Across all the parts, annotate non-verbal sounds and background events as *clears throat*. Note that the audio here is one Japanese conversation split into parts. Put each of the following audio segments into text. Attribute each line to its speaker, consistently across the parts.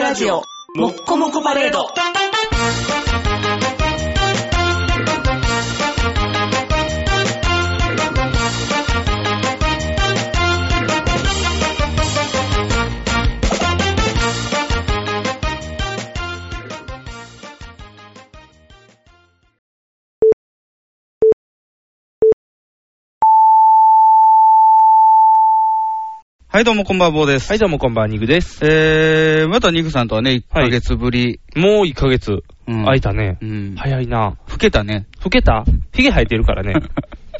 Speaker 1: ラジオ、もっこもこパレード。
Speaker 2: はい、どうもこんばんは、坊です。
Speaker 3: はい、どうもこんばんは、ニグです。
Speaker 2: えー、またニグさんとはね、1ヶ月ぶり。
Speaker 3: もう1ヶ月、
Speaker 2: うん
Speaker 3: 空いたね
Speaker 2: う。ん。い。
Speaker 3: 早いな。
Speaker 2: 老けたね。
Speaker 3: 老けたヒゲ生えてるか
Speaker 2: *laughs*
Speaker 3: らね。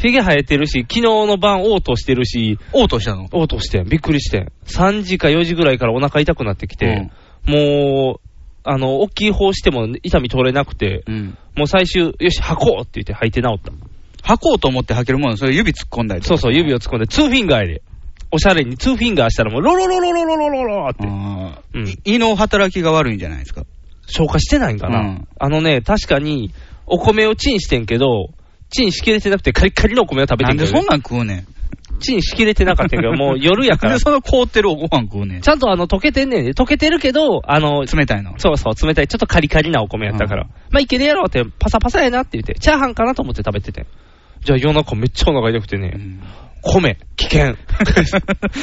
Speaker 3: ヒゲ生えてるし、昨日の晩、嘔吐してるし、
Speaker 2: おうとしたの。
Speaker 3: 嘔吐してん。びっくりしてん。3時か4時ぐらいからお腹痛くなってきて、もう、あの、大きい方しても痛み取れなくて、
Speaker 2: うん。うん。
Speaker 3: もう最終、よし、吐こうって言って吐いて治った。
Speaker 2: 履こうと思って履けるもの、それ指突っ込んだりとか
Speaker 3: そうそう、指を突っ込んで、ツーフィンガーやで。おしゃれにツーフィンガーしたらもう、ロロロロロロロロロって。
Speaker 2: あー
Speaker 3: うん
Speaker 2: い胃の働きが悪いんじゃないですか。
Speaker 3: 消化してないんかな、
Speaker 2: うん
Speaker 3: あのね、確かに、お米をチンしてんけど、チンしきれてなくて、カリカリのお米を食べ
Speaker 2: な
Speaker 3: て
Speaker 2: ん
Speaker 3: ん
Speaker 2: で
Speaker 3: け
Speaker 2: そ
Speaker 3: ど
Speaker 2: ん、なん食うねん。
Speaker 3: チンしきれてなかったんやけど、もう夜やか
Speaker 2: なん
Speaker 3: ら、
Speaker 2: で
Speaker 3: ち
Speaker 2: その凍ってるおご飯食うねん。
Speaker 3: ゃんとあの溶けてんねんで、溶けてるけど、あの、
Speaker 2: 冷たいの。
Speaker 3: そうそう、冷たい、ちょっとカリカリなお米やったから、
Speaker 2: うん
Speaker 3: まあいけるやろって、パサパサやなって言って、チャーハンかなと思って食べてて。じゃあ夜中めっちゃお腹痛くてね、
Speaker 2: うん。
Speaker 3: 米、危険。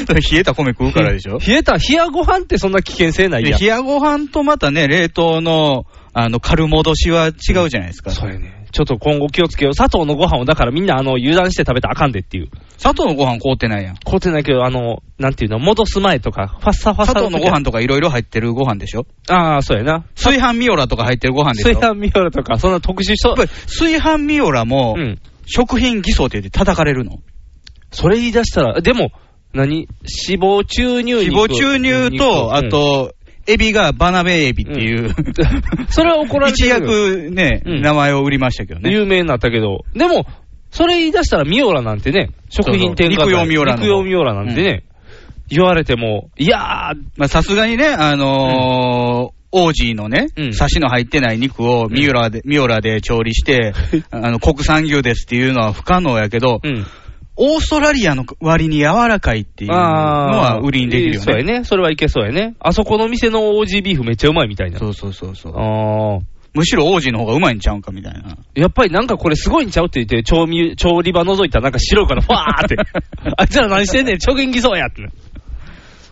Speaker 2: それ *laughs* 冷えた米食うからでしょ
Speaker 3: 冷えた、冷やご飯ってそんな危険性ない
Speaker 2: で
Speaker 3: やん
Speaker 2: 冷。やご飯とまたね、冷凍の、あの、軽戻しは違うじゃないですか。
Speaker 3: そうやね。ちょっと今後気をつけよう。砂糖のご飯をだからみんなあの油断して食べたらあかんでっていう。
Speaker 2: 砂糖のご飯凍ってないやん。
Speaker 3: 凍ってないけど、あの、なんていうの、戻す前とか、ファッサファッサ
Speaker 2: 砂糖のご飯とかいろいろ入ってるご飯でしょ
Speaker 3: ああ、そうやな。
Speaker 2: 炊飯ミオラとか入ってるご飯でしょ
Speaker 3: 炊飯ミオラとか、そんな特殊しと
Speaker 2: やっぱり炊飯ミオラも、
Speaker 3: うん。
Speaker 2: 食品偽装って言って叩かれるの。
Speaker 3: それ言い出したら、でも、何脂肪注入
Speaker 2: 脂肪
Speaker 3: 肉
Speaker 2: 注入と、あ、と、エビがバナベエビっていう、 *laughs*
Speaker 3: うん *laughs* それは怒られて
Speaker 2: 一
Speaker 3: るよ
Speaker 2: 躍ね、
Speaker 3: うん
Speaker 2: 名前を売りましたけどね。
Speaker 3: 有名になったけど、でも、それ言い出したらミオラなんてね、食品添加
Speaker 2: そ
Speaker 3: 剤
Speaker 2: うそう肉用ミオラの
Speaker 3: 肉用ミオラなんてね、言われても、いやー、
Speaker 2: まあさすがにね、あのーオージーのね、
Speaker 3: うん
Speaker 2: サシの入ってない肉をミオラで、ミオラで調理して、あの、国産牛ですっていうのは不可能やけど、
Speaker 3: うん。
Speaker 2: オーストラリアの割に柔らかいっていうのは売りにできるよ
Speaker 3: そうや
Speaker 2: ね。
Speaker 3: ね。それはいけそうやね。あそこの店の OG ビーフめっちゃうまいみたいな。
Speaker 2: そうそうそうそう。
Speaker 3: ああ。
Speaker 2: むしろオージーの方がうまいんちゃうんかみたいな。
Speaker 3: やっぱりなんかこれすごいんちゃうって言って、調味、調理場覗いたらなんか白いからファ
Speaker 2: *laughs*
Speaker 3: ーって。あいつら何してんねん、超元気そうやって。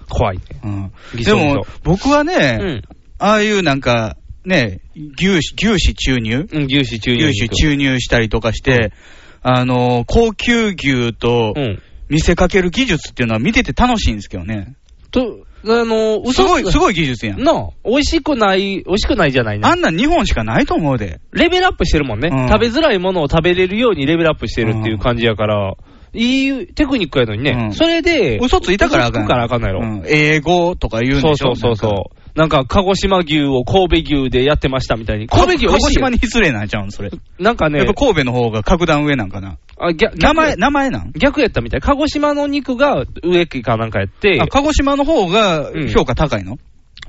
Speaker 3: 怖いね。
Speaker 2: うん
Speaker 3: 偽
Speaker 2: で
Speaker 3: 装
Speaker 2: も、僕はね、
Speaker 3: うん。あ
Speaker 2: ああいうなんか、ね、牛脂、牛脂注入
Speaker 3: うん、牛脂中
Speaker 2: 牛脂注入したりとかして、あのー、高級牛と
Speaker 3: うん。
Speaker 2: 見せかける技術っていうのは見てて楽しいんですけどね。
Speaker 3: と、あの、嘘
Speaker 2: すごい、す
Speaker 3: い。
Speaker 2: ごい技術やん。
Speaker 3: なあ、美味しくない、美味しくないじゃない
Speaker 2: あ
Speaker 3: な。
Speaker 2: んなん日本しかないと思うで。
Speaker 3: レベルアップしてるもんね、
Speaker 2: うん
Speaker 3: 食べづらいものを食べれるようにレベルアップしてるっていう感じやから、いいテクニックやのにね。
Speaker 2: うん
Speaker 3: それで、
Speaker 2: 嘘ついたからあ
Speaker 3: 嘘
Speaker 2: か
Speaker 3: つ
Speaker 2: ん。
Speaker 3: くからあかんのやろ。
Speaker 2: うん英語とか言うん
Speaker 3: そ
Speaker 2: で
Speaker 3: う
Speaker 2: し
Speaker 3: そ
Speaker 2: ょな
Speaker 3: うそう
Speaker 2: んか
Speaker 3: そう。なんか、鹿児島牛を神戸牛でやってましたみたいに。神戸牛美
Speaker 2: 鹿児
Speaker 3: 味しいよ
Speaker 2: 島。に失礼なんちゃうん、それ。
Speaker 3: なんか
Speaker 2: や
Speaker 3: ね
Speaker 2: っぱ、神戸の方が格段上なんかな。
Speaker 3: あ逆
Speaker 2: 名前、
Speaker 3: 逆
Speaker 2: 名前なん
Speaker 3: 逆やったみたい。鹿児島の肉が植木かなんかやって
Speaker 2: あ、鹿児島の方が評価高いの、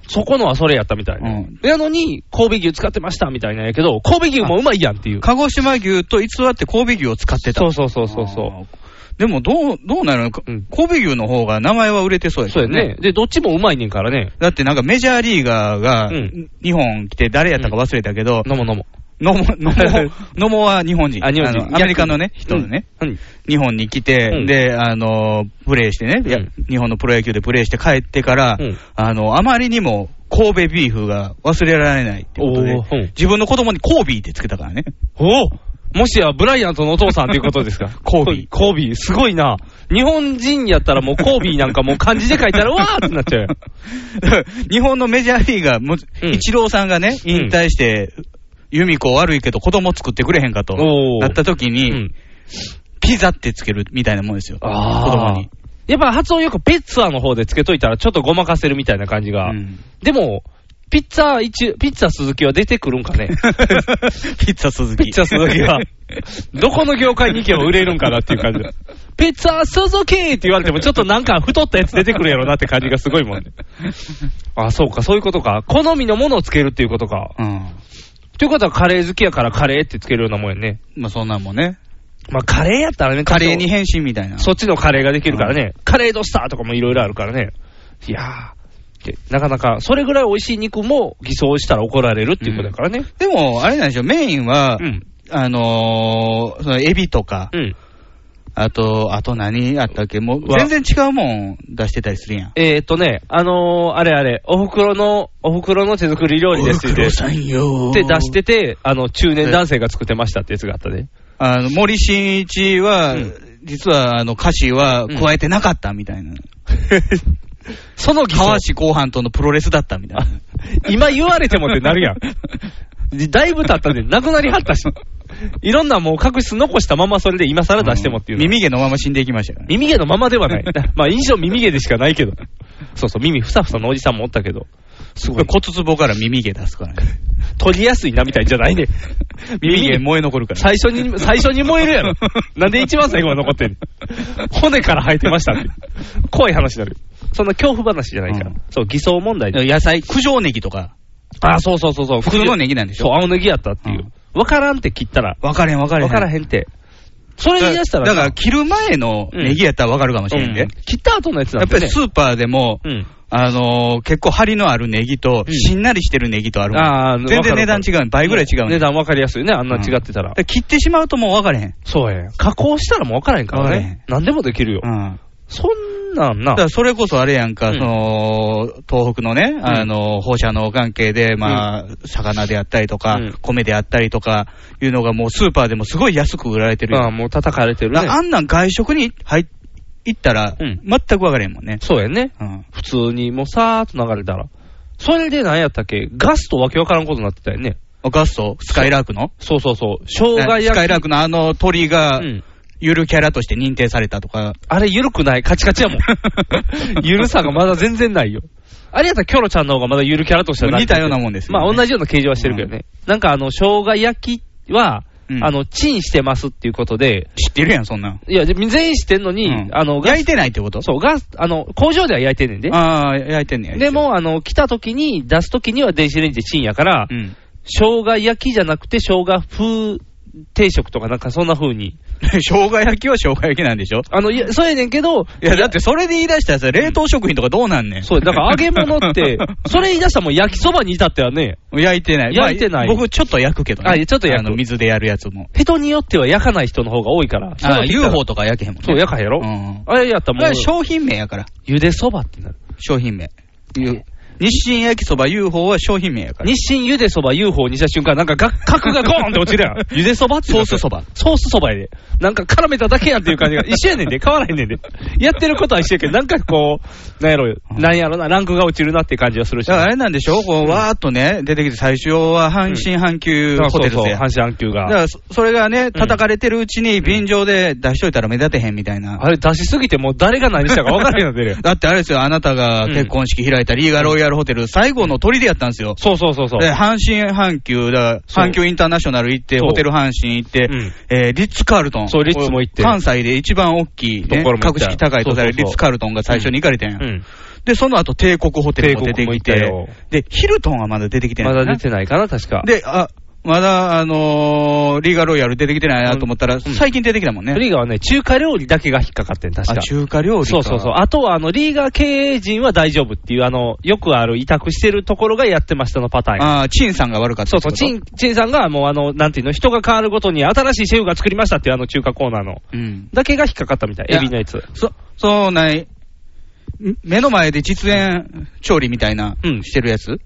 Speaker 3: そこのはそれやったみたいな。
Speaker 2: うん
Speaker 3: やのに、神戸牛使ってましたみたいなんやけど、神戸牛もうまいやんっていう。
Speaker 2: 鹿児島牛と偽って神戸牛を使ってた。
Speaker 3: そうそうそうそうそう。
Speaker 2: あーでも、どう、どうなるのか、
Speaker 3: うん
Speaker 2: 神戸牛の方が名前は売れてそうやけ
Speaker 3: そう
Speaker 2: ど
Speaker 3: やね。。で、どっちもうまいねんからね。
Speaker 2: だってなんかメジャーリーガーが
Speaker 3: うん
Speaker 2: 日本来て誰やったか忘れたけど、
Speaker 3: 飲も飲も。
Speaker 2: ノ
Speaker 3: *laughs*
Speaker 2: モ、ノモ、ノモは日本人。
Speaker 3: あ日本人
Speaker 2: のアメリカのね、人でね、
Speaker 3: うん。
Speaker 2: 日本に来て、
Speaker 3: うん
Speaker 2: で、あの、プレーしてね、いや
Speaker 3: うん
Speaker 2: 日本のプロ野球でプレーして帰ってから、
Speaker 3: うん
Speaker 2: あの、あまりにも神戸ビーフが忘れられないってことで、
Speaker 3: おーうん
Speaker 2: 自分の子供にコービーってつけたからね。 *laughs*
Speaker 3: おおもしやブライアントのお父さんということですか
Speaker 2: *laughs* コービー
Speaker 3: コービー、すごいな。日本人やったらもうコービーなんかもう漢字で書いたら、わーってなっちゃうよ。
Speaker 2: 日本のメジャーリーガーも、
Speaker 3: うん
Speaker 2: イチローさんがね、
Speaker 3: うん
Speaker 2: 引退して、由美子悪いけど子供作ってくれへんかと、
Speaker 3: おー
Speaker 2: なった時
Speaker 3: う
Speaker 2: に、
Speaker 3: ん。
Speaker 2: ピザってつけるみたいなもんですよ。子
Speaker 3: あー
Speaker 2: 供に。
Speaker 3: やっぱ発音よくペッツァの方でつけといたらちょっとごまかせるみたいな感じが。
Speaker 2: うん
Speaker 3: でも、ピッツァ一、ピッツァ鈴木は出てくるんかね
Speaker 2: ピッツァ鈴木。
Speaker 3: ピッツァ鈴木は。どこの業界に行けば売れるんかなっていう感じだ。ピッツァ鈴木って言われてもちょっとなんか太ったやつ出てくるやろなって感じがすごいもん *laughs* ね。あ、そうか、そういうことか。好みのものをつける *laughs* っていうことか。
Speaker 2: うん。
Speaker 3: ということはカレー好きやからカレーってつけるようなもんやね。
Speaker 2: まあそんなんもね。
Speaker 3: まあカレーやったらね、
Speaker 2: カレーに変身みたいな。
Speaker 3: そっちのカレーができるからね、カレードスターとかもいろいろあるからね。いやー、って、なかなか、それぐらい美味しい肉も偽装したら怒られるっていうことだからね。
Speaker 2: でも、あれなんでしょ、メインは、
Speaker 3: うん。
Speaker 2: あのーそのエビとか、
Speaker 3: うん。
Speaker 2: あと、あと何あったっけ、もう
Speaker 3: わ
Speaker 2: 全然違うもん出してたりするやん。
Speaker 3: えーっとね、あのーあれあれ、お袋の、お袋の手作り料理ですって、
Speaker 2: さんよ
Speaker 3: で出してて、あの、中年男性が作ってましたってやつがあった
Speaker 2: *laughs*
Speaker 3: ね。
Speaker 2: あの森進一は、
Speaker 3: うん
Speaker 2: 実はあの歌詞は加えてなかったみたいな、
Speaker 3: その偽装
Speaker 2: 川橋後半とのプロレスだったみたい
Speaker 3: あ
Speaker 2: な。
Speaker 3: 今言われてもってなるやん。だいぶ経ったで、なくなりはったし。いろんなもう確執残したままそれで今更出してもっていうのは。
Speaker 2: 耳毛のまま死んでいきましたからね。
Speaker 3: 耳毛のままではない。まあ印象耳毛でしかないけど。そうそう、耳ふさふさのおじさんもおったけど。すごい。こ
Speaker 2: 骨壺から耳毛出すからね。
Speaker 3: 取りやすいなみたいじゃないね。
Speaker 2: *laughs* 耳毛
Speaker 3: に
Speaker 2: 燃え残るから。
Speaker 3: 最初に、最初に燃え
Speaker 2: *laughs*
Speaker 3: るやろ。なんで一番最後は残ってんの骨から生えてましたって。怖い話になる。そんな恐怖話じゃないから。
Speaker 2: うん
Speaker 3: そう、偽装問題で。
Speaker 2: 野菜、九条ネギとか。
Speaker 3: あ、そうそうそうそう。
Speaker 2: 普通のネギなんでしょ
Speaker 3: そう、青ネギやったっていう。わからんって切ったら。
Speaker 2: 分かれへん分かれへん。
Speaker 3: わからへんって。それ言い出したら
Speaker 2: だ
Speaker 3: さ。
Speaker 2: から、切る前のネギやったら分かるかもしれんで。
Speaker 3: うん切った後のやつな
Speaker 2: や
Speaker 3: ん
Speaker 2: っ
Speaker 3: だ
Speaker 2: ぱ
Speaker 3: よね。
Speaker 2: りスーパーでも、
Speaker 3: うん。
Speaker 2: あのー結構張りのあるネギと、
Speaker 3: うん
Speaker 2: しんなりしてるネギとあるもん
Speaker 3: ああ
Speaker 2: 全然値段違うね倍ぐらい違うね
Speaker 3: 値段分かりやすいね、あんな違ってたら
Speaker 2: だか。ら切ってしまうともう分かれへん。
Speaker 3: そうやん。加工したらもう分からへんから
Speaker 2: 分からへ
Speaker 3: ね
Speaker 2: ん。
Speaker 3: 何でもできるよ
Speaker 2: う。ん。
Speaker 3: そんなんな
Speaker 2: だか。らそれこそあれやんか、
Speaker 3: うん
Speaker 2: その東北のね、あの放射能関係で、まあ魚であったりとか、
Speaker 3: うん
Speaker 2: 米であったりとかいうのが、もうスーパーでもすごい安く売られてる
Speaker 3: あ
Speaker 2: や
Speaker 3: あ、
Speaker 2: ん、
Speaker 3: もう叩かれてるね
Speaker 2: だから。あんなん外食に入っ行ったら、
Speaker 3: うん
Speaker 2: 全く分からへんもんね。
Speaker 3: そうやんね。
Speaker 2: うん
Speaker 3: 普通にもうさーっと流れたら。それで何やったっけガスとわけわからんことになってたよね。
Speaker 2: ガスト、スカイラークの
Speaker 3: そうそうそう。生姜焼き。
Speaker 2: スカイラークのあの鳥が
Speaker 3: う、ん。
Speaker 2: ゆるキャラとして認定されたとか、
Speaker 3: あれ、ゆるくない。カチ
Speaker 2: *laughs*
Speaker 3: カチやもん。ゆるさがまだ全然ないよ。あれやったらキョロちゃんの方がまだゆるキャラとしては
Speaker 2: 似たようなもんですよね
Speaker 3: まあ、同じような形状はしてるけどね。なんか、あの、生姜焼きは、
Speaker 2: うん
Speaker 3: あの、チンしてますっていうことで、
Speaker 2: 知ってるやん、そんなん。
Speaker 3: いや、で全員してんのに、
Speaker 2: うん
Speaker 3: あの、ガス
Speaker 2: 焼いてないってこと
Speaker 3: そう、ガス、あの、工場では焼いてんねんで。
Speaker 2: ああ、焼いてんねや。
Speaker 3: でも、あの、来た時に、出す時には電子レンジでチンやから、
Speaker 2: 焼いてんね *laughs* や、うん。
Speaker 3: 生姜焼きじゃなくて、生姜風定食とかなんかそんな風に。
Speaker 2: 生姜焼きは生姜焼きなんでしょ
Speaker 3: あの、いや、そうやねんけど、
Speaker 2: いや、だってそれで言い出したらさ、冷凍食品とかどうなんねん。
Speaker 3: そう、だから揚げ物
Speaker 2: *laughs*
Speaker 3: *laughs* って、それ言い出したらもう焼きそばに至ってはね、
Speaker 2: 焼いてない。
Speaker 3: 焼いてない
Speaker 2: まあ僕ちょっと焼くけどね。
Speaker 3: あいやちょっと焼く
Speaker 2: あの、水でやるやつも。
Speaker 3: 人によっては焼かない人の方が多いから。
Speaker 2: ああ、UFO
Speaker 3: と
Speaker 2: とか焼けへんもんね。
Speaker 3: そう、焼かへんやろ、
Speaker 2: うん。
Speaker 3: あれやっ
Speaker 2: だか
Speaker 3: たらもう
Speaker 2: ら、商品名やから。
Speaker 3: ゆでそばってなる。
Speaker 2: 商品名。ゆ日清焼きそば UFO は商品名やから。
Speaker 3: 日清ゆでそば UFO にした瞬間、なんかが、角がゴーンって落ちるやん。
Speaker 2: *laughs*
Speaker 3: ゆでそばって
Speaker 2: ソースそば。
Speaker 3: ソースそばやで。なんか絡めただけやんっていう感じ *laughs* が、一緒やねんで、変わらへんねんで。やってることは一緒やけど、なんかこう、なんやろ、なんやろな、ランクが落ちるなっていう感じはするし。
Speaker 2: だからあれなんでしょこう、わーっとね、出てきて最初は阪神阪急
Speaker 3: そう
Speaker 2: ホ
Speaker 3: そう
Speaker 2: テル
Speaker 3: そう
Speaker 2: で。
Speaker 3: 阪神阪
Speaker 2: だ
Speaker 3: 急が
Speaker 2: か。らそ、それがね、叩かれてるうちに便乗で出しといたら目立てへんみたい *laughs* な。
Speaker 3: あれ出しすぎてもう誰が何したか分からへんようになってるやん。
Speaker 2: だってあれですよ、あなたが結婚式開いたリーガロイヤルホテル、最後の砦やったんですよ。
Speaker 3: *laughs* そうそうそうそう。
Speaker 2: で、阪神阪急、だ
Speaker 3: そ
Speaker 2: か
Speaker 3: う
Speaker 2: ら、阪急インターナショナル行って、
Speaker 3: そう
Speaker 2: ホテル阪神行って
Speaker 3: うん、
Speaker 2: えーリッツ・カールトン。
Speaker 3: そうリッツも行って
Speaker 2: 関西で一番大きいね、
Speaker 3: ところも行った
Speaker 2: 格式高いとされる
Speaker 3: そうそうそう
Speaker 2: リッツ・カールトンが最初に行かれたんや
Speaker 3: う。ん。
Speaker 2: で、その後、帝国ホテルも出てきて
Speaker 3: 帝国も行ったよ、
Speaker 2: で、ヒルトンはまだ出てきてな
Speaker 3: ま
Speaker 2: い。
Speaker 3: だ出てないかな、確か。
Speaker 2: で、あ、まだ、あのーリーガロイヤル出てきてないなと思ったら、最近出てきたもんね。
Speaker 3: リーガーはね、中華料理だけが引っかかってん、確か
Speaker 2: あ、。中華料理か。
Speaker 3: そうそうそう。あとは、あの、リーガー経営陣は大丈夫っていう、あの、よくある委託してるところがやってましたのパターンや。
Speaker 2: あー、チンさんが悪かった
Speaker 3: そ
Speaker 2: っ
Speaker 3: う
Speaker 2: て
Speaker 3: そ
Speaker 2: こ
Speaker 3: う、
Speaker 2: と。
Speaker 3: チン、チンさんがもうあの、なんていうの、人が変わるごとに新しいシェフが作りましたっていうあの中華コーナーの、
Speaker 2: うん。
Speaker 3: だけが引っかかったみたい、
Speaker 2: い
Speaker 3: エ
Speaker 2: や
Speaker 3: ビのやつ。
Speaker 2: そ、そうない。ん目の前で実演調理みたいな、
Speaker 3: うん
Speaker 2: してるやつ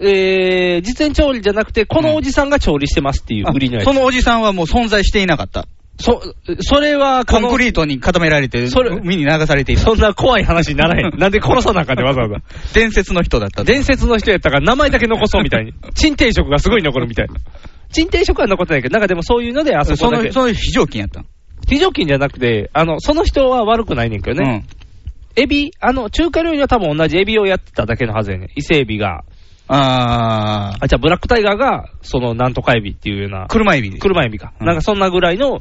Speaker 3: えー、実演調理じゃなくて、このおじさんが調理してますっていう売りのや
Speaker 2: あ
Speaker 3: つ。
Speaker 2: そのおじさんはもう存在していなかった。
Speaker 3: そ、それは、
Speaker 2: *laughs* コンク
Speaker 3: リ
Speaker 2: リートに固められて、
Speaker 3: それ
Speaker 2: 海に流されていた。
Speaker 3: そんな怖い話にならへん。 *laughs* なんで殺さなあかんねんわざわざ。
Speaker 2: 伝説の人だったと。
Speaker 3: 伝説の人やったから名前だけ残そうみたいに。鎮定食がすごい残るみたいな。鎮定食は残ってないけど、なんかでもそういうので、あそ
Speaker 2: そ
Speaker 3: こだ
Speaker 2: の
Speaker 3: け。
Speaker 2: その非常勤やったの
Speaker 3: 非常勤じゃなくて、あの、その人は悪くないねんけどね。
Speaker 2: うん。
Speaker 3: エビ、あの、中華料理は多分同じエビをやってただけのはずやねん。伊勢エビが。
Speaker 2: あー
Speaker 3: あ、じゃあブラックタイガーが、その、なんとかエビっていうような。
Speaker 2: 車エビです。
Speaker 3: 車エビか。
Speaker 2: うん
Speaker 3: なんかそんなぐらいの、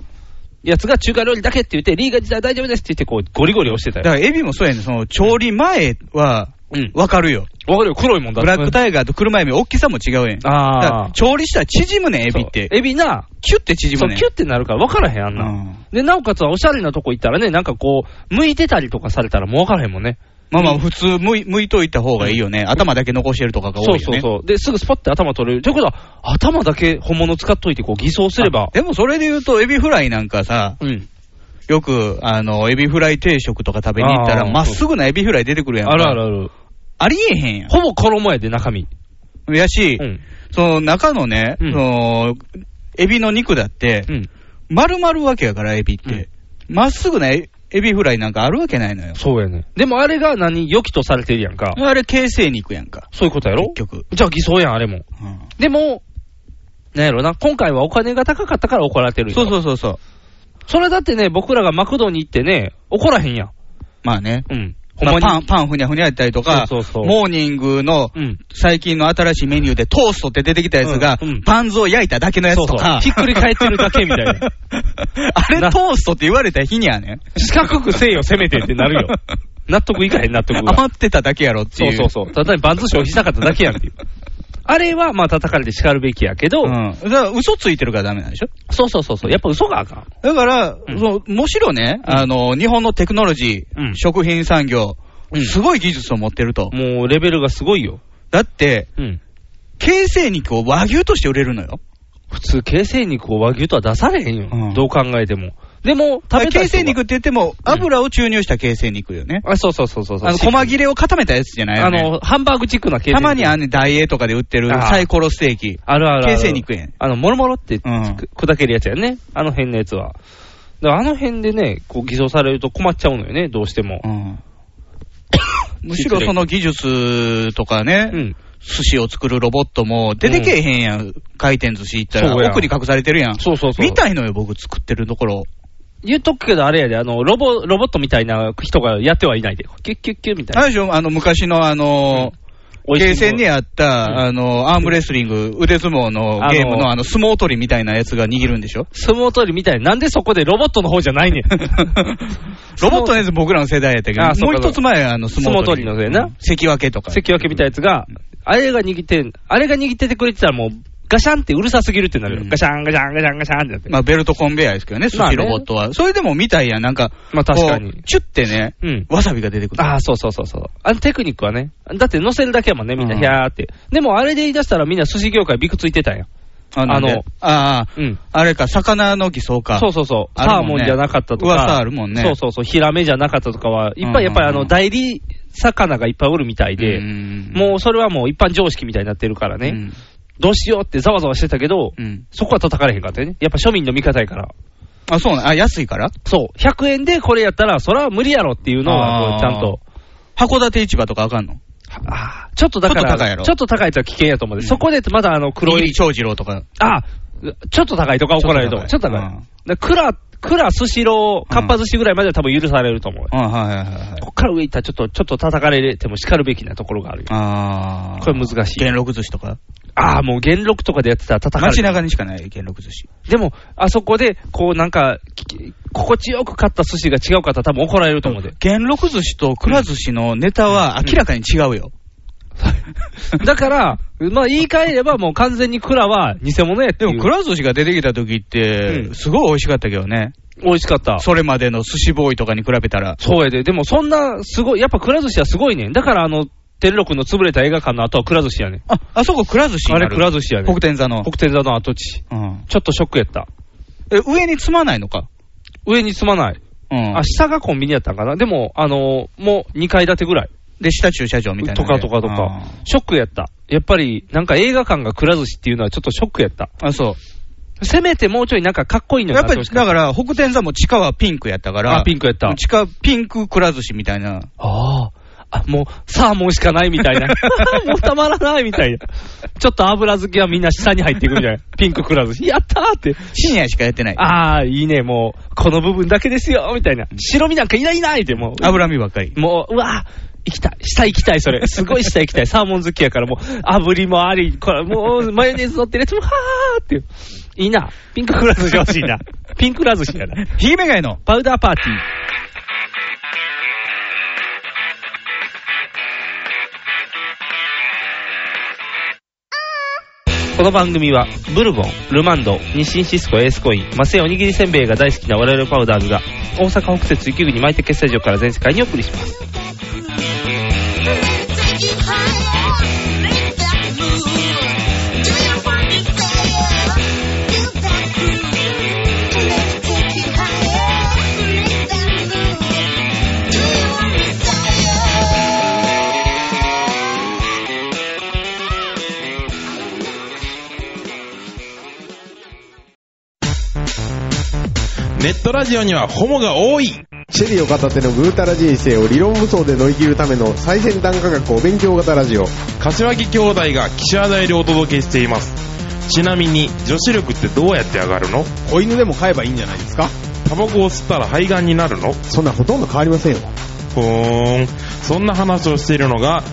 Speaker 3: やつが中華料理だけって言って、リーガ時代大丈夫ですって言って、こう、ゴリゴリ押してた
Speaker 2: だ
Speaker 3: よ。
Speaker 2: からエビもそうやねんその調理前は、
Speaker 3: うん。
Speaker 2: わかるよ。
Speaker 3: わかるよ、黒いもんだ
Speaker 2: ブラック
Speaker 3: イ
Speaker 2: タイガーと車エビ、大きさも違うやん。だか
Speaker 3: ああ
Speaker 2: ら。調理したら縮むねん、エビって
Speaker 3: そう。エビな、
Speaker 2: キュッて縮
Speaker 3: そ
Speaker 2: むね
Speaker 3: う、
Speaker 2: ん。
Speaker 3: キュってなるから分からへん、あんな。
Speaker 2: うん
Speaker 3: で、なおかつはおしゃれなとこ行ったらね、なんかこう、向いてたりとかされたらもう分からへんもんね。
Speaker 2: まあまあ、普通むい、剥いといた方がいいよね。頭だけ残してるとかが多いよ
Speaker 3: そ
Speaker 2: ね。
Speaker 3: うそうそう。で、すぐスパッて頭取れる。ということは、頭だけ本物使っといて、こう、偽装すれば。
Speaker 2: でもそれで言うと、エビフライなんかさ、
Speaker 3: うん。
Speaker 2: よく、あの、エビフライ定食とか食べに行った
Speaker 3: あ
Speaker 2: ら、
Speaker 3: ー
Speaker 2: まっすぐなエビフライ出てくるやんか。
Speaker 3: あるあるある。
Speaker 2: ありえへんや
Speaker 3: ほぼ衣やで、中身。
Speaker 2: ん。やし、
Speaker 3: うん。
Speaker 2: その中のね、
Speaker 3: うん
Speaker 2: その、エビの肉だって、
Speaker 3: うん。
Speaker 2: 丸々わけやから、エビって。ま、っすぐなエエビフライなんかあるわけないのよ。
Speaker 3: そうやね。でもあれが何、良きとされてるやんか。
Speaker 2: あれ、形成肉やんか。
Speaker 3: そういうことやろ
Speaker 2: 結局。
Speaker 3: じゃあ偽装やん、あれ
Speaker 2: う
Speaker 3: も。
Speaker 2: ん
Speaker 3: でも、なんやろな、今回はお金が高かったから怒られてる。。
Speaker 2: そうそううそうそう。
Speaker 3: それだってね、僕らがマクドに行ってね、怒らへんやん。
Speaker 2: まあね。
Speaker 3: うん。ほん
Speaker 2: ま
Speaker 3: ま
Speaker 2: あ、
Speaker 3: に。
Speaker 2: パン、パンふにゃふにゃやったりとか、
Speaker 3: そうそうそう
Speaker 2: モーニングの
Speaker 3: うん。
Speaker 2: 最近の新しいメニューでトーストって出てきたやつが、
Speaker 3: うんうん
Speaker 2: パンズを焼いただけのやつとか。
Speaker 3: そうそうひっくり返ってるだけみたいな。
Speaker 2: *laughs* あれ
Speaker 3: な
Speaker 2: トーストって言われた日にはね。
Speaker 3: 四角くせえよ、せめてってなるよ。 *laughs* 納得いかへん、納得が。
Speaker 2: 余ってただけやろって
Speaker 3: そ
Speaker 2: いうう。
Speaker 3: そうそう。ただにバンズ消費したかっただけやん *laughs* っていう。あれは、まあ、叩かれて叱るべきやけど、
Speaker 2: うん。だから嘘ついてるからダメなんでしょ
Speaker 3: そうそうそうそう。やっぱ嘘があかん。
Speaker 2: だから、
Speaker 3: うん
Speaker 2: そうむしろね、あの、日本のテクノロジー、
Speaker 3: うん
Speaker 2: 食品産業、
Speaker 3: うん
Speaker 2: すごい技術を持ってると。
Speaker 3: もう、レベルがすごいよ。
Speaker 2: だって、
Speaker 3: うん。
Speaker 2: 形成肉を和牛として売れるのよ。
Speaker 3: 普通、形成肉を和牛とは出されへんよ。
Speaker 2: うん
Speaker 3: どう考えても。でも、食べた人
Speaker 2: 形
Speaker 3: は
Speaker 2: 成肉って言っても、
Speaker 3: うん
Speaker 2: 油を注入した形成肉よね。
Speaker 3: あ、そうそうそうそうそう。
Speaker 2: あの、細切れを固めたやつじゃない
Speaker 3: あ
Speaker 2: よね。
Speaker 3: の、ハンバーグチックな
Speaker 2: た
Speaker 3: 形成肉。
Speaker 2: まにあ
Speaker 3: あ
Speaker 2: のね、ダイエーとかで売ってる
Speaker 3: あー
Speaker 2: サイコロステーキ。
Speaker 3: るあるある。
Speaker 2: 形成肉やん。
Speaker 3: あの、もろもろって
Speaker 2: うん
Speaker 3: く砕けるやつやね。あの辺のやつは。だからあの辺でね、こう偽造されると困っちゃうのよね、どうしても。
Speaker 2: うん。 *laughs* むしろその技術とかね、
Speaker 3: うん。
Speaker 2: 寿司を作るロボットも出てけえへんやん。回転寿司行ったら
Speaker 3: そうや
Speaker 2: 奥に隠されてるやん。
Speaker 3: そうそうそう。
Speaker 2: 見たいのよ、僕作ってるところ。
Speaker 3: 言っとくけど、あれやで、あの、ロボ、ロボットみたいな人がやってはいないで。キュッキュッキュッみたい
Speaker 2: あ
Speaker 3: な。
Speaker 2: れでしょあの、昔のあの、
Speaker 3: 美
Speaker 2: ゲー
Speaker 3: 味しい
Speaker 2: セン
Speaker 3: もの
Speaker 2: にあった、あの、アームレスリング、腕相撲のゲーム
Speaker 3: あの
Speaker 2: のあの、相撲取りみたいなやつが握るんでし *laughs* ょ
Speaker 3: 相撲取りみたいな。なんでそこでロボットの方じゃないねん。
Speaker 2: ロボットのやつ僕らの世代やったけ
Speaker 3: あ
Speaker 2: ど、
Speaker 3: そう
Speaker 2: もう
Speaker 3: か
Speaker 2: 一つ前、あの、相撲取り。
Speaker 3: 相撲取りのやつやな。
Speaker 2: 関脇とか。
Speaker 3: 関脇みたいなやつが、あれが握ってん、あれが握っててくれてたらもう、ガシャンってうるさすぎるってなるよ。
Speaker 2: うん
Speaker 3: ガシャン、ガシャン、ガシャン、ガシャンってなって。
Speaker 2: まあ、ベルトコンベヤーですけどね、寿
Speaker 3: まあ
Speaker 2: 司
Speaker 3: ね
Speaker 2: ロボットは。それでも見たいやん、なんか、
Speaker 3: まあ確か
Speaker 2: こ
Speaker 3: に
Speaker 2: う。チュってね、
Speaker 3: うん。
Speaker 2: わさびが出てくる。
Speaker 3: ああ、そうそうそうそう。あのテクニックはね。だって乗せるだけやもんね、みんな、
Speaker 2: うん
Speaker 3: ひゃーって。でもあれで言い出したらみんな寿司業界びくついてたんや。
Speaker 2: あなんで
Speaker 3: あの
Speaker 2: ああ、
Speaker 3: うん。
Speaker 2: あれか、魚の偽装か。
Speaker 3: そうそうそう。
Speaker 2: あ
Speaker 3: サー
Speaker 2: るも
Speaker 3: モ
Speaker 2: んね
Speaker 3: ンじゃなかったとか。
Speaker 2: 噂あるもんね
Speaker 3: そうそうそう。ヒラメじゃなかったとかは、いっ
Speaker 2: うんうんう
Speaker 3: ぱ
Speaker 2: ん
Speaker 3: いやっぱりあの、代理魚がいっぱいおるみたいで、もうそれはもう一般常識みたいになってるから
Speaker 2: う
Speaker 3: ね。
Speaker 2: ん
Speaker 3: どうしようってざわざわしてたけど、
Speaker 2: うん。
Speaker 3: そこは叩かれへんかったよね。やっぱ庶民の味方やから。
Speaker 2: あ、そうなん、あ、安いから
Speaker 3: そう。100円でこれやったら、それは無理やろっていうのは、こ
Speaker 2: あー
Speaker 3: うちゃんと。
Speaker 2: 函館市場とかあかんの
Speaker 3: あーちょっとだか
Speaker 2: ちょっと
Speaker 3: ら、
Speaker 2: 高いやろ
Speaker 3: ちょっと高いやつは危険やと思うで、
Speaker 2: うん
Speaker 3: そこでまだあの黒
Speaker 2: 黒
Speaker 3: い
Speaker 2: 入、長次郎とか。
Speaker 3: あちょっと高いとか怒られると思う。ち
Speaker 2: ち
Speaker 3: ょ
Speaker 2: ょっ
Speaker 3: っと
Speaker 2: と
Speaker 3: 高
Speaker 2: 高い。
Speaker 3: いだからくら、くら、スシロー、かっぱ寿司ぐらいまでは多分許されると思う。
Speaker 2: うん、はいはいはいはい。
Speaker 3: こっから上行ったらちょっと、ちょっと叩かれても叱るべきなところがあるよ。
Speaker 2: ああ。
Speaker 3: これ難しい
Speaker 2: 元禄寿司とか。
Speaker 3: ああ、もう元禄とかでやってたら叩かれ
Speaker 2: 街
Speaker 3: る。
Speaker 2: 中にしかない元禄寿司。
Speaker 3: でも、あそこで、こうなんか、き心地よく買った寿司が違うかったら多分怒られると思うで。
Speaker 2: 元禄寿司とくら寿司のネタは明らかに違うよ。
Speaker 3: *laughs* だから、まあ言い換えればもう完全にクラは偽物やって
Speaker 2: で
Speaker 3: いう。
Speaker 2: も、くら寿司が出てきた時って
Speaker 3: う、ん
Speaker 2: すごい美味しかったけどね。
Speaker 3: 美味しかった。
Speaker 2: それまでの寿司ボーイとかに比べたら。
Speaker 3: そうやで。でもそんな、すごい、やっぱくら寿司はすごいねん。だからあの、天禄の潰れた映画館の後はくら寿司やねん。
Speaker 2: あ、あそこくら寿司
Speaker 3: あ
Speaker 2: にな
Speaker 3: れ
Speaker 2: る
Speaker 3: くら寿司やねん。
Speaker 2: 北天座の。
Speaker 3: 北天座の跡地。
Speaker 2: うん
Speaker 3: ちょっとショックやった。
Speaker 2: え、上に積まないのか。
Speaker 3: 上に住まない。
Speaker 2: うん
Speaker 3: あ、。下がコンビニやったんかな。でも、あのーもう2階建てぐらい。
Speaker 2: で、下駐車場みたいな
Speaker 3: と
Speaker 2: の
Speaker 3: か
Speaker 2: で。
Speaker 3: とかと
Speaker 2: あ。
Speaker 3: かショックやった。やっぱり、なんか映画館がくら寿司っていうのはちょっとショックやった。
Speaker 2: ー。あ、そう。
Speaker 3: せめてもうちょいなんかかっこいいのに
Speaker 2: や
Speaker 3: な
Speaker 2: っぱ
Speaker 3: ってほ
Speaker 2: り、
Speaker 3: しか
Speaker 2: だ
Speaker 3: っ
Speaker 2: から、北天座も地下はピンクやったか
Speaker 3: た
Speaker 2: ら、
Speaker 3: あ、ピンクやった。
Speaker 2: 地下ピンクくら寿司みたいな。
Speaker 3: ああ、あ、もうサーモンしかないみたいな。 *laughs* もうたまらないみたいな。ちょっと油漬けはみんな下に入っていくみたいな。ピンククラス。やったーって。
Speaker 2: 深夜しかやってない。
Speaker 3: ああ、いいね、もう、この部分だけですよ、みたいな。白身なんかいないいないって、もう。
Speaker 2: 脂身ばっかり。
Speaker 3: もう、うわー行きたい。下行きたい、それ。すごい下行きたい。サーモン好きやから、もう、炙りもあり、これ、もう、マヨネーズ乗ってるやつも、はーっていう。いいな。ピンククラス欲しい *laughs* な。ピンククラスしやな。
Speaker 2: ひげめがいの。
Speaker 3: パウダーパーティー。この番組は、ブルボン、ルマンド、日清シスコエースコイン、マセイおにぎりせんべいが大好きな我々パウダーズが、大阪北節雪国マイテ決済所から全世界にお送りします。
Speaker 4: 「トラジオにはホモが多い
Speaker 5: シェリーを片手のぐうたら人生を理論武装で乗り切るための最先端科学お勉強型ラジオ
Speaker 4: 柏木兄弟が岸和田よりお届けしていますちなみに女子力ってどうやって上がるの
Speaker 5: 子犬でも飼えばいいんじゃないですか
Speaker 4: タバコを吸ったら肺がんになるの
Speaker 5: そんなほとんど変わりませんよ
Speaker 4: ふーんそんな話をしているのが青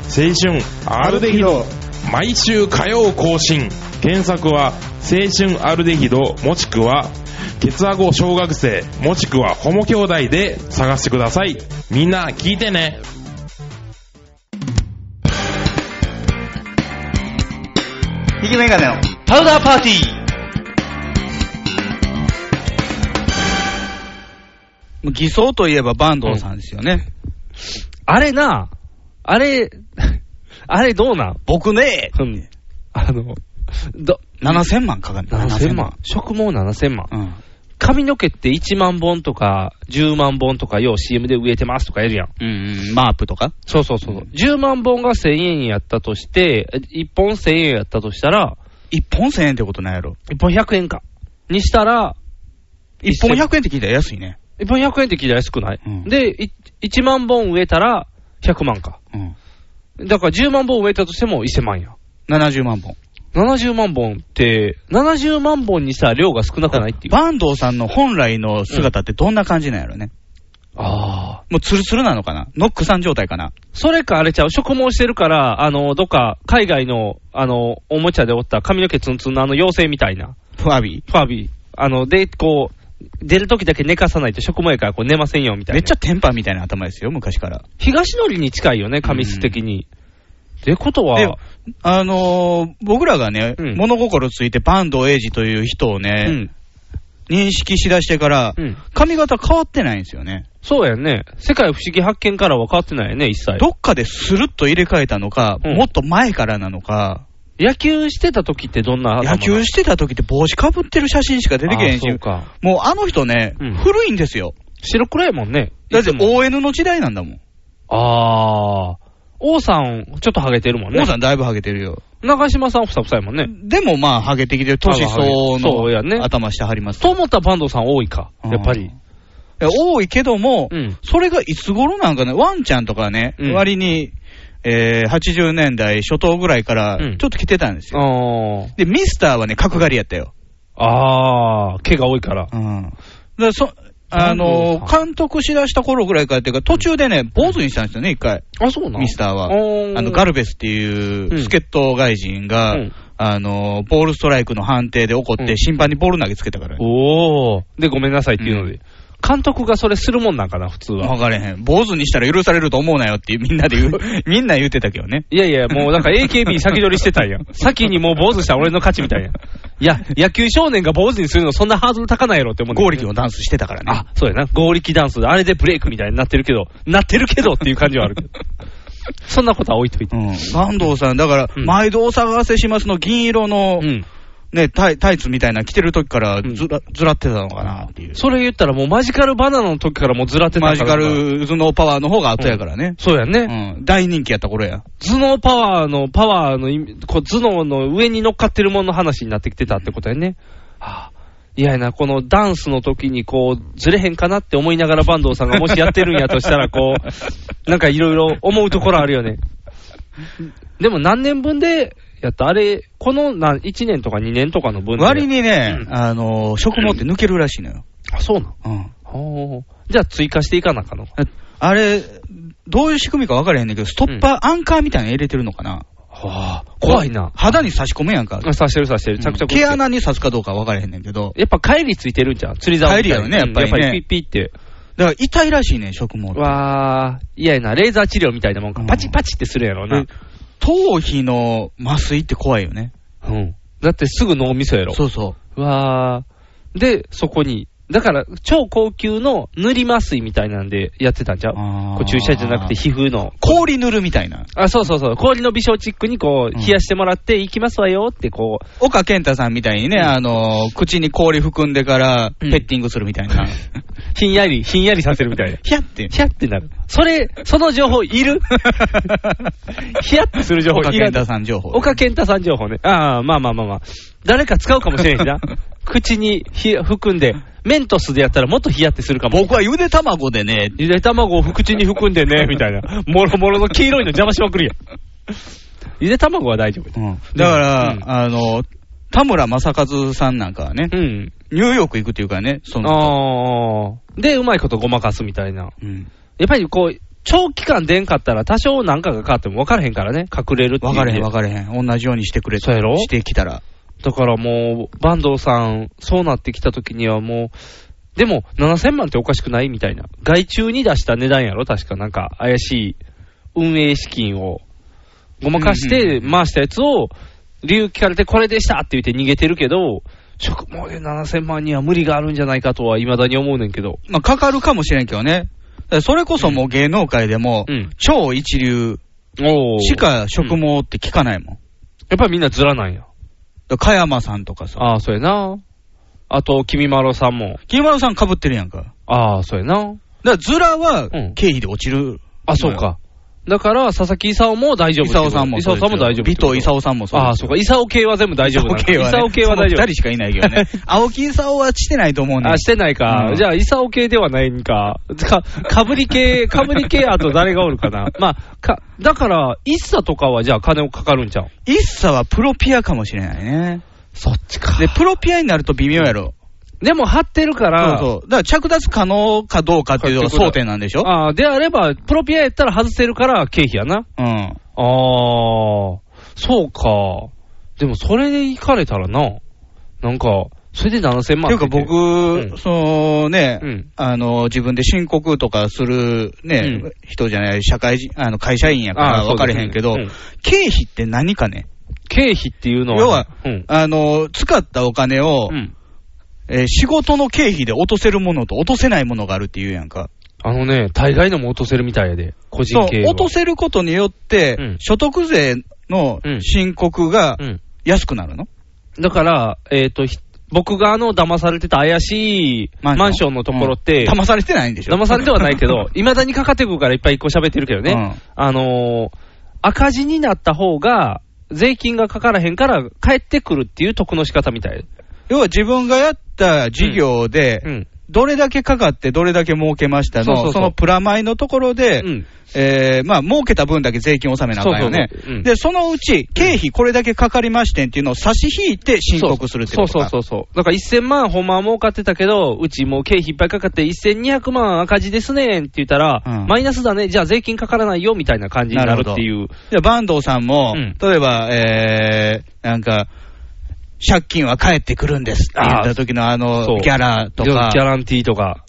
Speaker 4: 春アルデヒド毎週火曜更新検索は青春アルデヒドもしくはケツアゴ小学生もしくはホモ兄弟で探してくださいみんな聞いてね
Speaker 2: ひきメガネのパウダーパーティー。もう偽装といえば坂東さんですよね。
Speaker 3: あれな、あれ、あれどうなん
Speaker 2: 僕ね、
Speaker 3: うんあの、ど、
Speaker 2: 7000万かかる。
Speaker 3: 7000万。植毛7000万。
Speaker 2: うん。
Speaker 3: 髪の毛って1万本とか10万本とかよう CM で植えてますとかやるやん。
Speaker 2: うん、うん、マープとか
Speaker 3: そうそうそう。10万本が1000円やったとして、1本1000円やったとしたら、
Speaker 2: ?1 本1000円ってことないやろ。
Speaker 3: 1本100円か。にしたら、
Speaker 2: 1本100円って聞いたら安いね。
Speaker 3: 1本100円って聞いたら安くない、
Speaker 2: うん
Speaker 3: で、い1万本植えたら100万か。
Speaker 2: うん。
Speaker 3: だから10万本植えたとしても1000万や。
Speaker 2: 70万本。
Speaker 3: 70万本って、70万本にしたら量が少なくないっていう。
Speaker 2: 坂東さんの本来の姿ってどんな感じなんやろね。
Speaker 3: ああ。
Speaker 2: もうツルツルなのかなノックさん状態かな
Speaker 3: それかあれちゃう、植毛してるから、あの、どっか海外の、あの、おもちゃでおった髪の毛ツンツンのあの妖精みたいな、
Speaker 2: ファビー。
Speaker 3: ファービー。あの、で、こう、出るときだけ寝かさないと植毛やからこう寝ませんよみたいな。
Speaker 2: めっちゃテンパみたいな頭ですよ、昔から。
Speaker 3: 東のりに近いよね、髪質的に。ってこと
Speaker 2: で
Speaker 3: は、、
Speaker 2: あのー僕らがね、
Speaker 3: うん
Speaker 2: 物心ついて坂東英二という人をね、
Speaker 3: うん。
Speaker 2: 認識しだしてから、
Speaker 3: うん。
Speaker 2: 髪型変わってないんですよね。
Speaker 3: そうやね。世界不思議発見からは変わってないよね、一切。
Speaker 2: どっかでスルッと入れ替えたのか、
Speaker 3: うん
Speaker 2: もっと前からなのか、
Speaker 3: 野球してた時ってどんな頭なの
Speaker 2: 野球してた時って帽子かぶってる写真しか出てけへんし
Speaker 3: あ、そうか。
Speaker 2: もうあの人ね、
Speaker 3: うん
Speaker 2: 古いんですよ。
Speaker 3: 白黒やもんね。
Speaker 2: だって
Speaker 3: いつも
Speaker 2: ON の時代なんだもん。
Speaker 3: あー。王さん、ちょっとハゲてるもんね。
Speaker 2: 王さんだいぶハゲてるよ。
Speaker 3: 長嶋さん、ふさふさやもんね。
Speaker 2: でもまあ、ハゲてきてる。年相応
Speaker 3: そうやね
Speaker 2: の頭してはります。
Speaker 3: と思ったら坂東さん多いか、
Speaker 2: うん
Speaker 3: やっぱり。
Speaker 2: いや多いけども、
Speaker 3: うん
Speaker 2: それがいつ頃なんかね、ワンちゃんとかね、
Speaker 3: うん
Speaker 2: 割に、えー80年代初頭ぐらいから
Speaker 3: うん
Speaker 2: ちょっと来てたんですよ。
Speaker 3: あ
Speaker 2: で、ミスターはね、角刈りやったよ。
Speaker 3: あ。ああ、毛が多いから。
Speaker 2: うん。だからそあの
Speaker 3: なん
Speaker 2: ー
Speaker 3: か
Speaker 2: 監督しだした頃ぐらいからっていうか、途中でね、坊主にしたんですよね、一回、
Speaker 3: あ、そうな
Speaker 2: ミスターは。あの、ガルベスっていううん助っ人外人が、
Speaker 3: うん
Speaker 2: あのーボールストライクの判定で怒っ
Speaker 3: う
Speaker 2: て、
Speaker 3: ん
Speaker 2: 審判にボール投げつけたからね。
Speaker 3: おお。で、ごめんなさいっていうので。
Speaker 2: う
Speaker 3: 監督がそれするもんなんかな、普通は。
Speaker 2: わかれへん。坊主にしたら許されると思うなよってみんなで言 *laughs* う、みんな言ってたけどね。
Speaker 3: いやいや、もうなんか AKB 先取りして *laughs* たんや。先にもう坊主した俺の勝ちみたいや。いや、野球少年が坊主にするのそんなハードル高ないやろって思うんだ
Speaker 2: ゴー
Speaker 3: け
Speaker 2: リキ
Speaker 3: ど
Speaker 2: のダンスしてたからね。
Speaker 3: あ、そうやな。合力ダンスで、あれでブレイクみたいになってるけど、なってるけどっていう感じはあるけど。 *laughs* そんなことは置いといて。
Speaker 2: うん。坂東さん、だから、
Speaker 3: うん
Speaker 2: 毎度お騒がせしますの銀色の、
Speaker 3: うん。
Speaker 2: ね、タイタイツみたいなの着てる時から
Speaker 3: うん
Speaker 2: ずら、ずらってたのかなっていう。
Speaker 3: それ言ったらもうマジカルバナナの時からもうずらってたから
Speaker 2: マジカ。ル頭脳パワーの方が後やからね。
Speaker 3: そうや
Speaker 2: う
Speaker 3: ね。
Speaker 2: ん。大人気やった頃や。
Speaker 3: 頭脳パワーの、パワーの意味、こう頭脳の上に乗っかってるものの話になってきてたってことやね。はあいやいやな、このダンスの時にこう、ずれへんかなって思いながら坂東さんがもしやってるんやとしたら、
Speaker 2: *laughs*
Speaker 3: こう、なんかいろいろ思うところあるよね。でも何年分でやったあれ、このな1年とか2年とかの分で。
Speaker 2: 割。にね、
Speaker 3: うん
Speaker 2: あの、食毛って抜けるらしいのよ。
Speaker 3: あ、そうなん。
Speaker 2: うん。
Speaker 3: ほうじゃあ追加していかなあかんのか。
Speaker 2: あれ、どういう仕組みか分からへんねんけど、ストッパー、アンカーみたいなの入れてるのかな。
Speaker 3: はあ、怖いな。
Speaker 2: 肌に差し込めやんか。
Speaker 3: あ刺してる刺してる、着々と
Speaker 2: 毛穴に刺すかどうか分からへんねんけど、
Speaker 3: やっぱ帰りついてるんじゃん、釣り竿み
Speaker 2: 帰
Speaker 3: たいな
Speaker 2: りやろねやっぱりね
Speaker 3: うんやっぱりピッピッって。
Speaker 2: だから痛いらしいねん、食毛って。
Speaker 3: わー、嫌やな、レーザー治療みたいなもんか。
Speaker 2: うん
Speaker 3: パチパチってするやろな
Speaker 2: で。頭皮の麻酔って怖いよね。
Speaker 3: うん。だってすぐ脳みそやろ。
Speaker 2: そうそう
Speaker 3: わー。で、そこに。だから、超高級の塗り麻酔みたいなんでやってたんちゃ
Speaker 2: う。
Speaker 3: うこう注射じゃなくて皮膚の。
Speaker 2: 氷塗るみたいな。
Speaker 3: あ、そうそうそう。氷の微小チックにこう、
Speaker 2: うん
Speaker 3: 冷やしてもらって、行きますわよってこう、
Speaker 2: 岡健太さんみたいにね、あの、口に氷含んでから、
Speaker 3: う
Speaker 2: ペ
Speaker 3: ん *laughs*
Speaker 2: ッティングするみたいな。
Speaker 3: ひんやり、ひんやりさせるみたいな。
Speaker 2: ひゃ
Speaker 3: *laughs*
Speaker 2: って。
Speaker 3: ひゃってなる。それ、その情報
Speaker 2: *laughs*
Speaker 3: いるひやってする情報
Speaker 2: 岡
Speaker 3: い
Speaker 2: 健
Speaker 3: ら
Speaker 2: 太
Speaker 3: ない。
Speaker 2: さん情報。
Speaker 3: 岡健太さん情報ね。ああ、まあまあまあまあ。誰か使うかもしれんし
Speaker 2: *laughs*
Speaker 3: な。口にひ含んで、メントスでやったらもっとひやってするかも。
Speaker 2: 僕はゆで卵でね、
Speaker 3: ゆで卵を口に含んでね、みたいな。もろもろの黄色いの邪魔しまくるやん。ゆで卵は大丈夫。
Speaker 2: だから、
Speaker 3: うん
Speaker 2: あの、田村正和さんなんかはね、
Speaker 3: うん。
Speaker 2: ニューヨーク行くっていうかね、その、
Speaker 3: ああ。で、うまいことごまかすみたいな。
Speaker 2: うん、
Speaker 3: やっぱりこう、長期間出んかったら多少なんかが変わっても分からへんからね。隠れるっていう
Speaker 2: 分
Speaker 3: 意味
Speaker 2: か
Speaker 3: で。
Speaker 2: れへん分かれへん。同じようにしてくれ
Speaker 3: そうやろ
Speaker 2: してきたら。
Speaker 3: だからもう、坂東さん、そうなってきた時にはもう、でも、7000万っておかしくないみたいな。外注に出した値段やろ確かなんか、怪しい運営資金を、ごまかし
Speaker 2: うんうん
Speaker 3: て回したやつを、理由聞かれてこれでしたって言って逃げてるけど、職務で7000万には無理があるんじゃないかとは未だに思うねんけど。
Speaker 2: まあ、かかるかもしれんけどね。だからそれこそもう芸能界でも、
Speaker 3: うん。
Speaker 2: 超一流
Speaker 3: お
Speaker 2: しか職務って聞かないもん。
Speaker 3: やっぱりみんなずらないよ。
Speaker 2: だから加山さんとかさ。
Speaker 3: ああ、そうやな。あと、君まろさんも。
Speaker 2: 金丸さん被ってるやんか。だか
Speaker 3: ああ、そうやな。
Speaker 2: らズラは
Speaker 3: うん
Speaker 2: 経費で落ちる。
Speaker 3: あ、そうか。だから、佐々木勲も大丈夫。
Speaker 2: 伊沢さんも
Speaker 3: 伊
Speaker 2: そう
Speaker 3: 沢
Speaker 2: です
Speaker 3: さ
Speaker 2: よ。
Speaker 3: んも大丈夫。
Speaker 2: 尾藤伊沢
Speaker 3: 夫。
Speaker 2: さんもそうですよ
Speaker 3: ああ、そうか。伊沢系は全部大丈夫
Speaker 2: *laughs*
Speaker 3: なんだ。伊沢系は大丈
Speaker 2: 二人しかいないけど
Speaker 3: *laughs*
Speaker 2: ね。青木さんはしてないと思う
Speaker 3: 夫。
Speaker 2: ね。
Speaker 3: あ、してないか。
Speaker 2: うん
Speaker 3: じゃあ、伊沢系ではないんか。か、かぶり系、かぶり系、あと誰がおるか *laughs* な。まあ、か、だから、一茶とかはじゃあ金をかかるんちゃう
Speaker 2: 一茶はプロピアかもしれないね。
Speaker 3: そっちか
Speaker 2: で、プロピアになると微妙やろ。
Speaker 3: でも、張ってるか
Speaker 2: そう
Speaker 3: ら、
Speaker 2: そう。だから着脱可能かどうかっていうのが争点なんでしょ
Speaker 3: ああ、であれば、プロピアやったら外せるから、経費やな。
Speaker 2: うん。
Speaker 3: ああ、そうか。でも、それで行かれたらな、なんか、それで7000
Speaker 2: っ
Speaker 3: 万
Speaker 2: ていう
Speaker 3: っ
Speaker 2: か
Speaker 3: て言って
Speaker 2: 僕、
Speaker 3: ん
Speaker 2: そのね、
Speaker 3: うん
Speaker 2: あの、自分で申告とかするね、
Speaker 3: うん
Speaker 2: 人じゃない、社会人、あの、会社員やから
Speaker 3: あーそ
Speaker 2: 分
Speaker 3: うですね
Speaker 2: かれへんけど、
Speaker 3: うん
Speaker 2: 経費って何かね、
Speaker 3: 経費っていうのは、
Speaker 2: 要は
Speaker 3: うん。
Speaker 2: あの、使ったお金を、
Speaker 3: うん
Speaker 2: えー仕事の経費で落とせるものと落とせないものがあるっていうやんか。
Speaker 3: あのね、大概のも落とせるみたいやで、個人
Speaker 2: そう、
Speaker 3: 経営は。
Speaker 2: 落とせることによって、
Speaker 3: うん
Speaker 2: 所得税の
Speaker 3: うん
Speaker 2: 申告が
Speaker 3: うん。
Speaker 2: 安くなるの、
Speaker 3: だから、えっ、と、ひ僕があの、騙されてた怪しい
Speaker 2: マンション
Speaker 3: マンションのところって、
Speaker 2: 騙されてないんでしょ
Speaker 3: 騙されてはないけ *laughs* ど、いまだにかかってくるからいっぱい一個喋ってるけどね、
Speaker 2: うん
Speaker 3: あのー赤字になった方が、税金がかからへんから、返ってくるっていう得の仕方みたい。
Speaker 2: *laughs* 要は自分がやった事業で、
Speaker 3: うん。
Speaker 2: どれだけかかって、どれだけ儲けましたの、そ
Speaker 3: そうそうそう
Speaker 2: のプラマイのところで、
Speaker 3: うん。
Speaker 2: えーまあ、儲けた分だけ税金納めなあかんよね
Speaker 3: そうそうそううん
Speaker 2: で、そのうち、経費これだけかかりましてんっていうのを差し引いて申告するってことか。
Speaker 3: そうそうそうそう。だから1000万ほんまは儲かってたけど、うちもう経費いっぱいかかって1200万赤字ですねんって言ったら、
Speaker 2: うん
Speaker 3: マイナスだね、じゃあ税金かからないよみたいな感じになるっていう。
Speaker 2: じゃあ、坂東さんも、
Speaker 3: うん
Speaker 2: 例えば、えー、なんか、借金は返ってくるんですって言った時のあ
Speaker 3: そ
Speaker 2: の
Speaker 3: う
Speaker 2: ギャラと
Speaker 3: ギ
Speaker 2: か、
Speaker 3: ャランティーとか。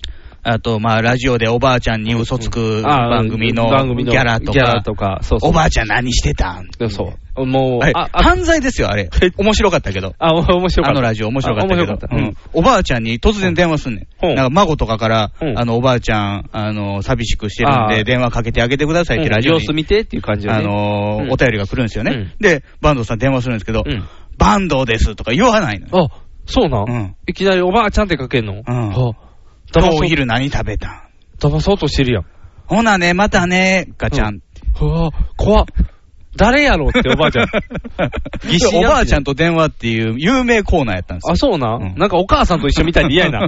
Speaker 2: あと、まあ、ラジオでおばあちゃんに嘘つく
Speaker 3: あー
Speaker 2: 番組の
Speaker 3: 番組
Speaker 2: ギャラと
Speaker 3: ギャラ
Speaker 2: か、
Speaker 3: とか。そうそう。
Speaker 2: おばあちゃん何してたん
Speaker 3: そう。もう、
Speaker 2: はい
Speaker 3: あ、あ、
Speaker 2: 犯罪ですよ、あれ。面白かったけど。
Speaker 3: あ、面白か
Speaker 2: あ
Speaker 3: っ
Speaker 2: の
Speaker 3: た。
Speaker 2: ラジオ面白かったけ
Speaker 3: あ
Speaker 2: ど。
Speaker 3: 面白かった。
Speaker 2: う
Speaker 3: うんん。
Speaker 2: おばあちゃんに突然電話すんね
Speaker 3: うん
Speaker 2: ん。なんか孫とかから、
Speaker 3: うん
Speaker 2: あの、おばあちゃん、あの、寂しくしてるん
Speaker 3: あ
Speaker 2: で、
Speaker 3: ー
Speaker 2: 電話かけてあげてくださいってラジオ
Speaker 3: 様
Speaker 2: に
Speaker 3: 子、見てっていう感じだ
Speaker 2: あ
Speaker 3: ね。
Speaker 2: の
Speaker 3: う
Speaker 2: ー、
Speaker 3: ん
Speaker 2: お便りが来るんですよね。
Speaker 3: う
Speaker 2: で、坂東さん電話するんですけど、
Speaker 3: うん
Speaker 2: 坂東ですとか言わないのよ。
Speaker 3: あ、そうな、
Speaker 2: うん
Speaker 3: ん、いきなりおばあちゃんってかけんのうん
Speaker 2: 今
Speaker 3: だま
Speaker 2: 日お
Speaker 3: そう、
Speaker 2: 昼何食べたん
Speaker 3: 騙そうとしてるやん。
Speaker 2: ほなね、またね、ガチャン。。
Speaker 3: うわ、怖っ。誰やろっておばあちゃん疑
Speaker 2: お
Speaker 3: 心暗鬼
Speaker 2: ばあちゃんと電話っていう有名コーナーやったんですよ
Speaker 3: あ、。そうな、
Speaker 2: うん
Speaker 3: ん、なんかお母さんと一緒みたいに
Speaker 2: *laughs*
Speaker 3: 嫌やな。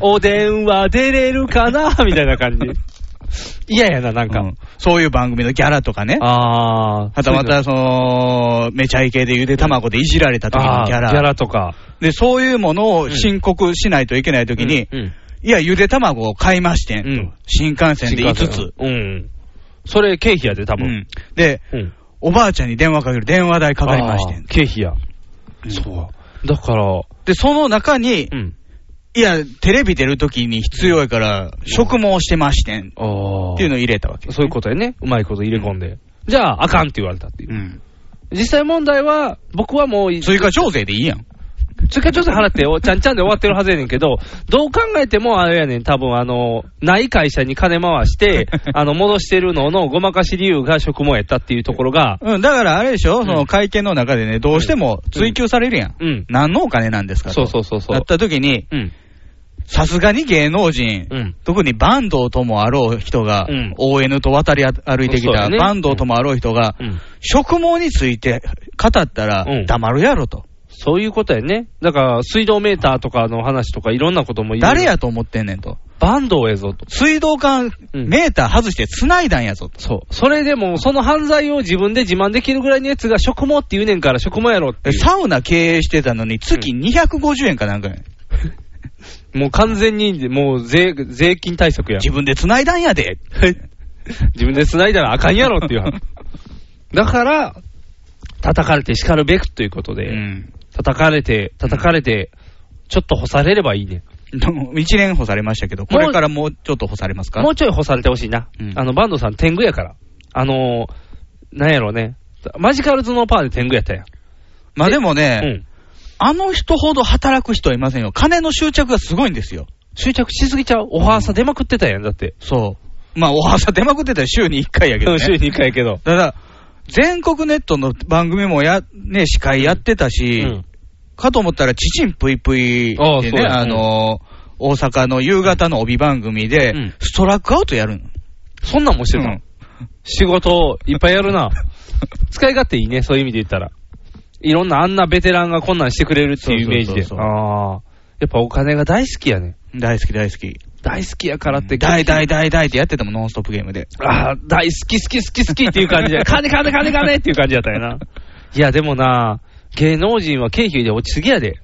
Speaker 3: お電話出れるか
Speaker 2: *laughs*
Speaker 3: なみたいな感じ。嫌やな、なんか。
Speaker 2: うんそういう番組のギャラとかね。
Speaker 3: あー。
Speaker 2: はたまた、その、めちゃイケでゆで卵でいじられた時の
Speaker 3: あー
Speaker 2: ギ
Speaker 3: ギ
Speaker 2: ャ
Speaker 3: ャ
Speaker 2: ラ。
Speaker 3: ラとか。
Speaker 2: で、そういうものを申告しないといけない時に、
Speaker 3: うんうん
Speaker 2: いや、ゆで卵を買いましてん。
Speaker 3: うん
Speaker 2: 新幹線で5
Speaker 3: 新幹
Speaker 2: つ
Speaker 3: 線。うん。それ経費やで、多
Speaker 2: う
Speaker 3: 分。
Speaker 2: ん。で、
Speaker 3: うん
Speaker 2: おばあちゃんに電話かける電話代かかりまして
Speaker 3: あ
Speaker 2: ん
Speaker 3: ー。経費や。
Speaker 2: うん
Speaker 3: そう。だから、
Speaker 2: で、その中に、
Speaker 3: うん。
Speaker 2: いや、テレビ出る時に必要やから、食毛してましてん。っ
Speaker 3: ああ。
Speaker 2: ていうのを入れたわけ。
Speaker 3: そういうことやね。うまいこと入れ込んで。じゃあ、あかんって言われたっていう。
Speaker 2: うん。
Speaker 3: 実際問題は、僕はもう、
Speaker 2: 追加徴税でいいやん。
Speaker 3: 追加調査払って、おちゃんちゃんで終わってるはずやねんけど、どう考えてもあれやねん、多分あの、ない会社に金回
Speaker 2: *laughs*
Speaker 3: して、あの、戻してるののごまかし理由が職務やったっていうところが、
Speaker 2: うん、だからあれでしょ、その
Speaker 3: うん
Speaker 2: 会見の中でね、どうしても追求されるやん。
Speaker 3: うん。
Speaker 2: 何のお金なんですかと
Speaker 3: そうそうそうそ
Speaker 2: な
Speaker 3: う
Speaker 2: っ。た時に、
Speaker 3: うん。
Speaker 2: さすがに芸能人、
Speaker 3: うん
Speaker 2: 特に坂東ともあろう人が、
Speaker 3: うん
Speaker 2: ON と渡り歩いてき
Speaker 3: そう
Speaker 2: た
Speaker 3: やね
Speaker 2: 坂東ともあろう人が、
Speaker 3: うん
Speaker 2: 食毛について語ったら
Speaker 3: うん
Speaker 2: 黙るやろと。
Speaker 3: そういうことやね。だから、水道メーターとかの話とかいろんなことも言う。
Speaker 2: 誰やと思ってんねんと。
Speaker 3: バンドやぞと。
Speaker 2: 水道管、
Speaker 3: うん
Speaker 2: メーター外して繋いだんやぞと。
Speaker 3: そう。それでも、その犯罪を自分で自慢できるぐらいのやつが、食毛って言うねんから、食毛やろって
Speaker 2: で
Speaker 3: いう。
Speaker 2: サウナ経営してたのに月250円かなんかや、
Speaker 3: もう完全に、もう税、税金対策や。
Speaker 2: 自分で繋いだんやで。
Speaker 3: 自分で繋いだらあかんやろっていう話。だから、叩かれて叱るべくということで、
Speaker 2: うん。
Speaker 3: 叩かれて、叩かれて、ちょっと干されればいいね。
Speaker 2: でも一年干されましたけど、これからもうちょっと干されますか
Speaker 3: もうちょい干されてほしいな。
Speaker 2: うん
Speaker 3: あの、バンドさん、天狗やから。あのー、なんやろね。マジカルズのパーで天狗やったやん。
Speaker 2: まあでもね、
Speaker 3: うん。
Speaker 2: あの人ほど働く人はいませんよ。金の執着がすごいんですよ。
Speaker 3: 執着しすぎちゃう。オファーさ出まくってたやん、だって。
Speaker 2: そう。まあ、おはさ出まくってたら週に1回やけど
Speaker 3: うん
Speaker 2: ね。
Speaker 3: 週に1回やけど。
Speaker 2: だから、全国ネットの番組もや、ね、司会やってたし、
Speaker 3: うん。
Speaker 2: かと思ったら、ちちんぷいぷい
Speaker 3: ああ
Speaker 2: で
Speaker 3: そう
Speaker 2: ね、
Speaker 3: や
Speaker 2: あのー大阪の夕方の帯番組で、
Speaker 3: うん
Speaker 2: ストラックアウトやるの。
Speaker 3: そんなんもしてたの、
Speaker 2: うん
Speaker 3: 仕事いっぱいやるな。 *laughs* 使い勝手いいね、そういう意味で言ったら。いろんなあんなベテランがこんなんしてくれるっていうイメージで。
Speaker 2: そうそうそうそう
Speaker 3: ああ。やっぱお金が大好きやね。
Speaker 2: 大好き大好き。
Speaker 3: 大好きやからって。
Speaker 2: 大大大大ってやってたもん、ノンストップゲームで。
Speaker 3: ああ、大好き好き好き好きっていう感じで、 *laughs* 金金金金っていう感じだったよな。いや、でもな、芸能人は経費で落ちすぎやで。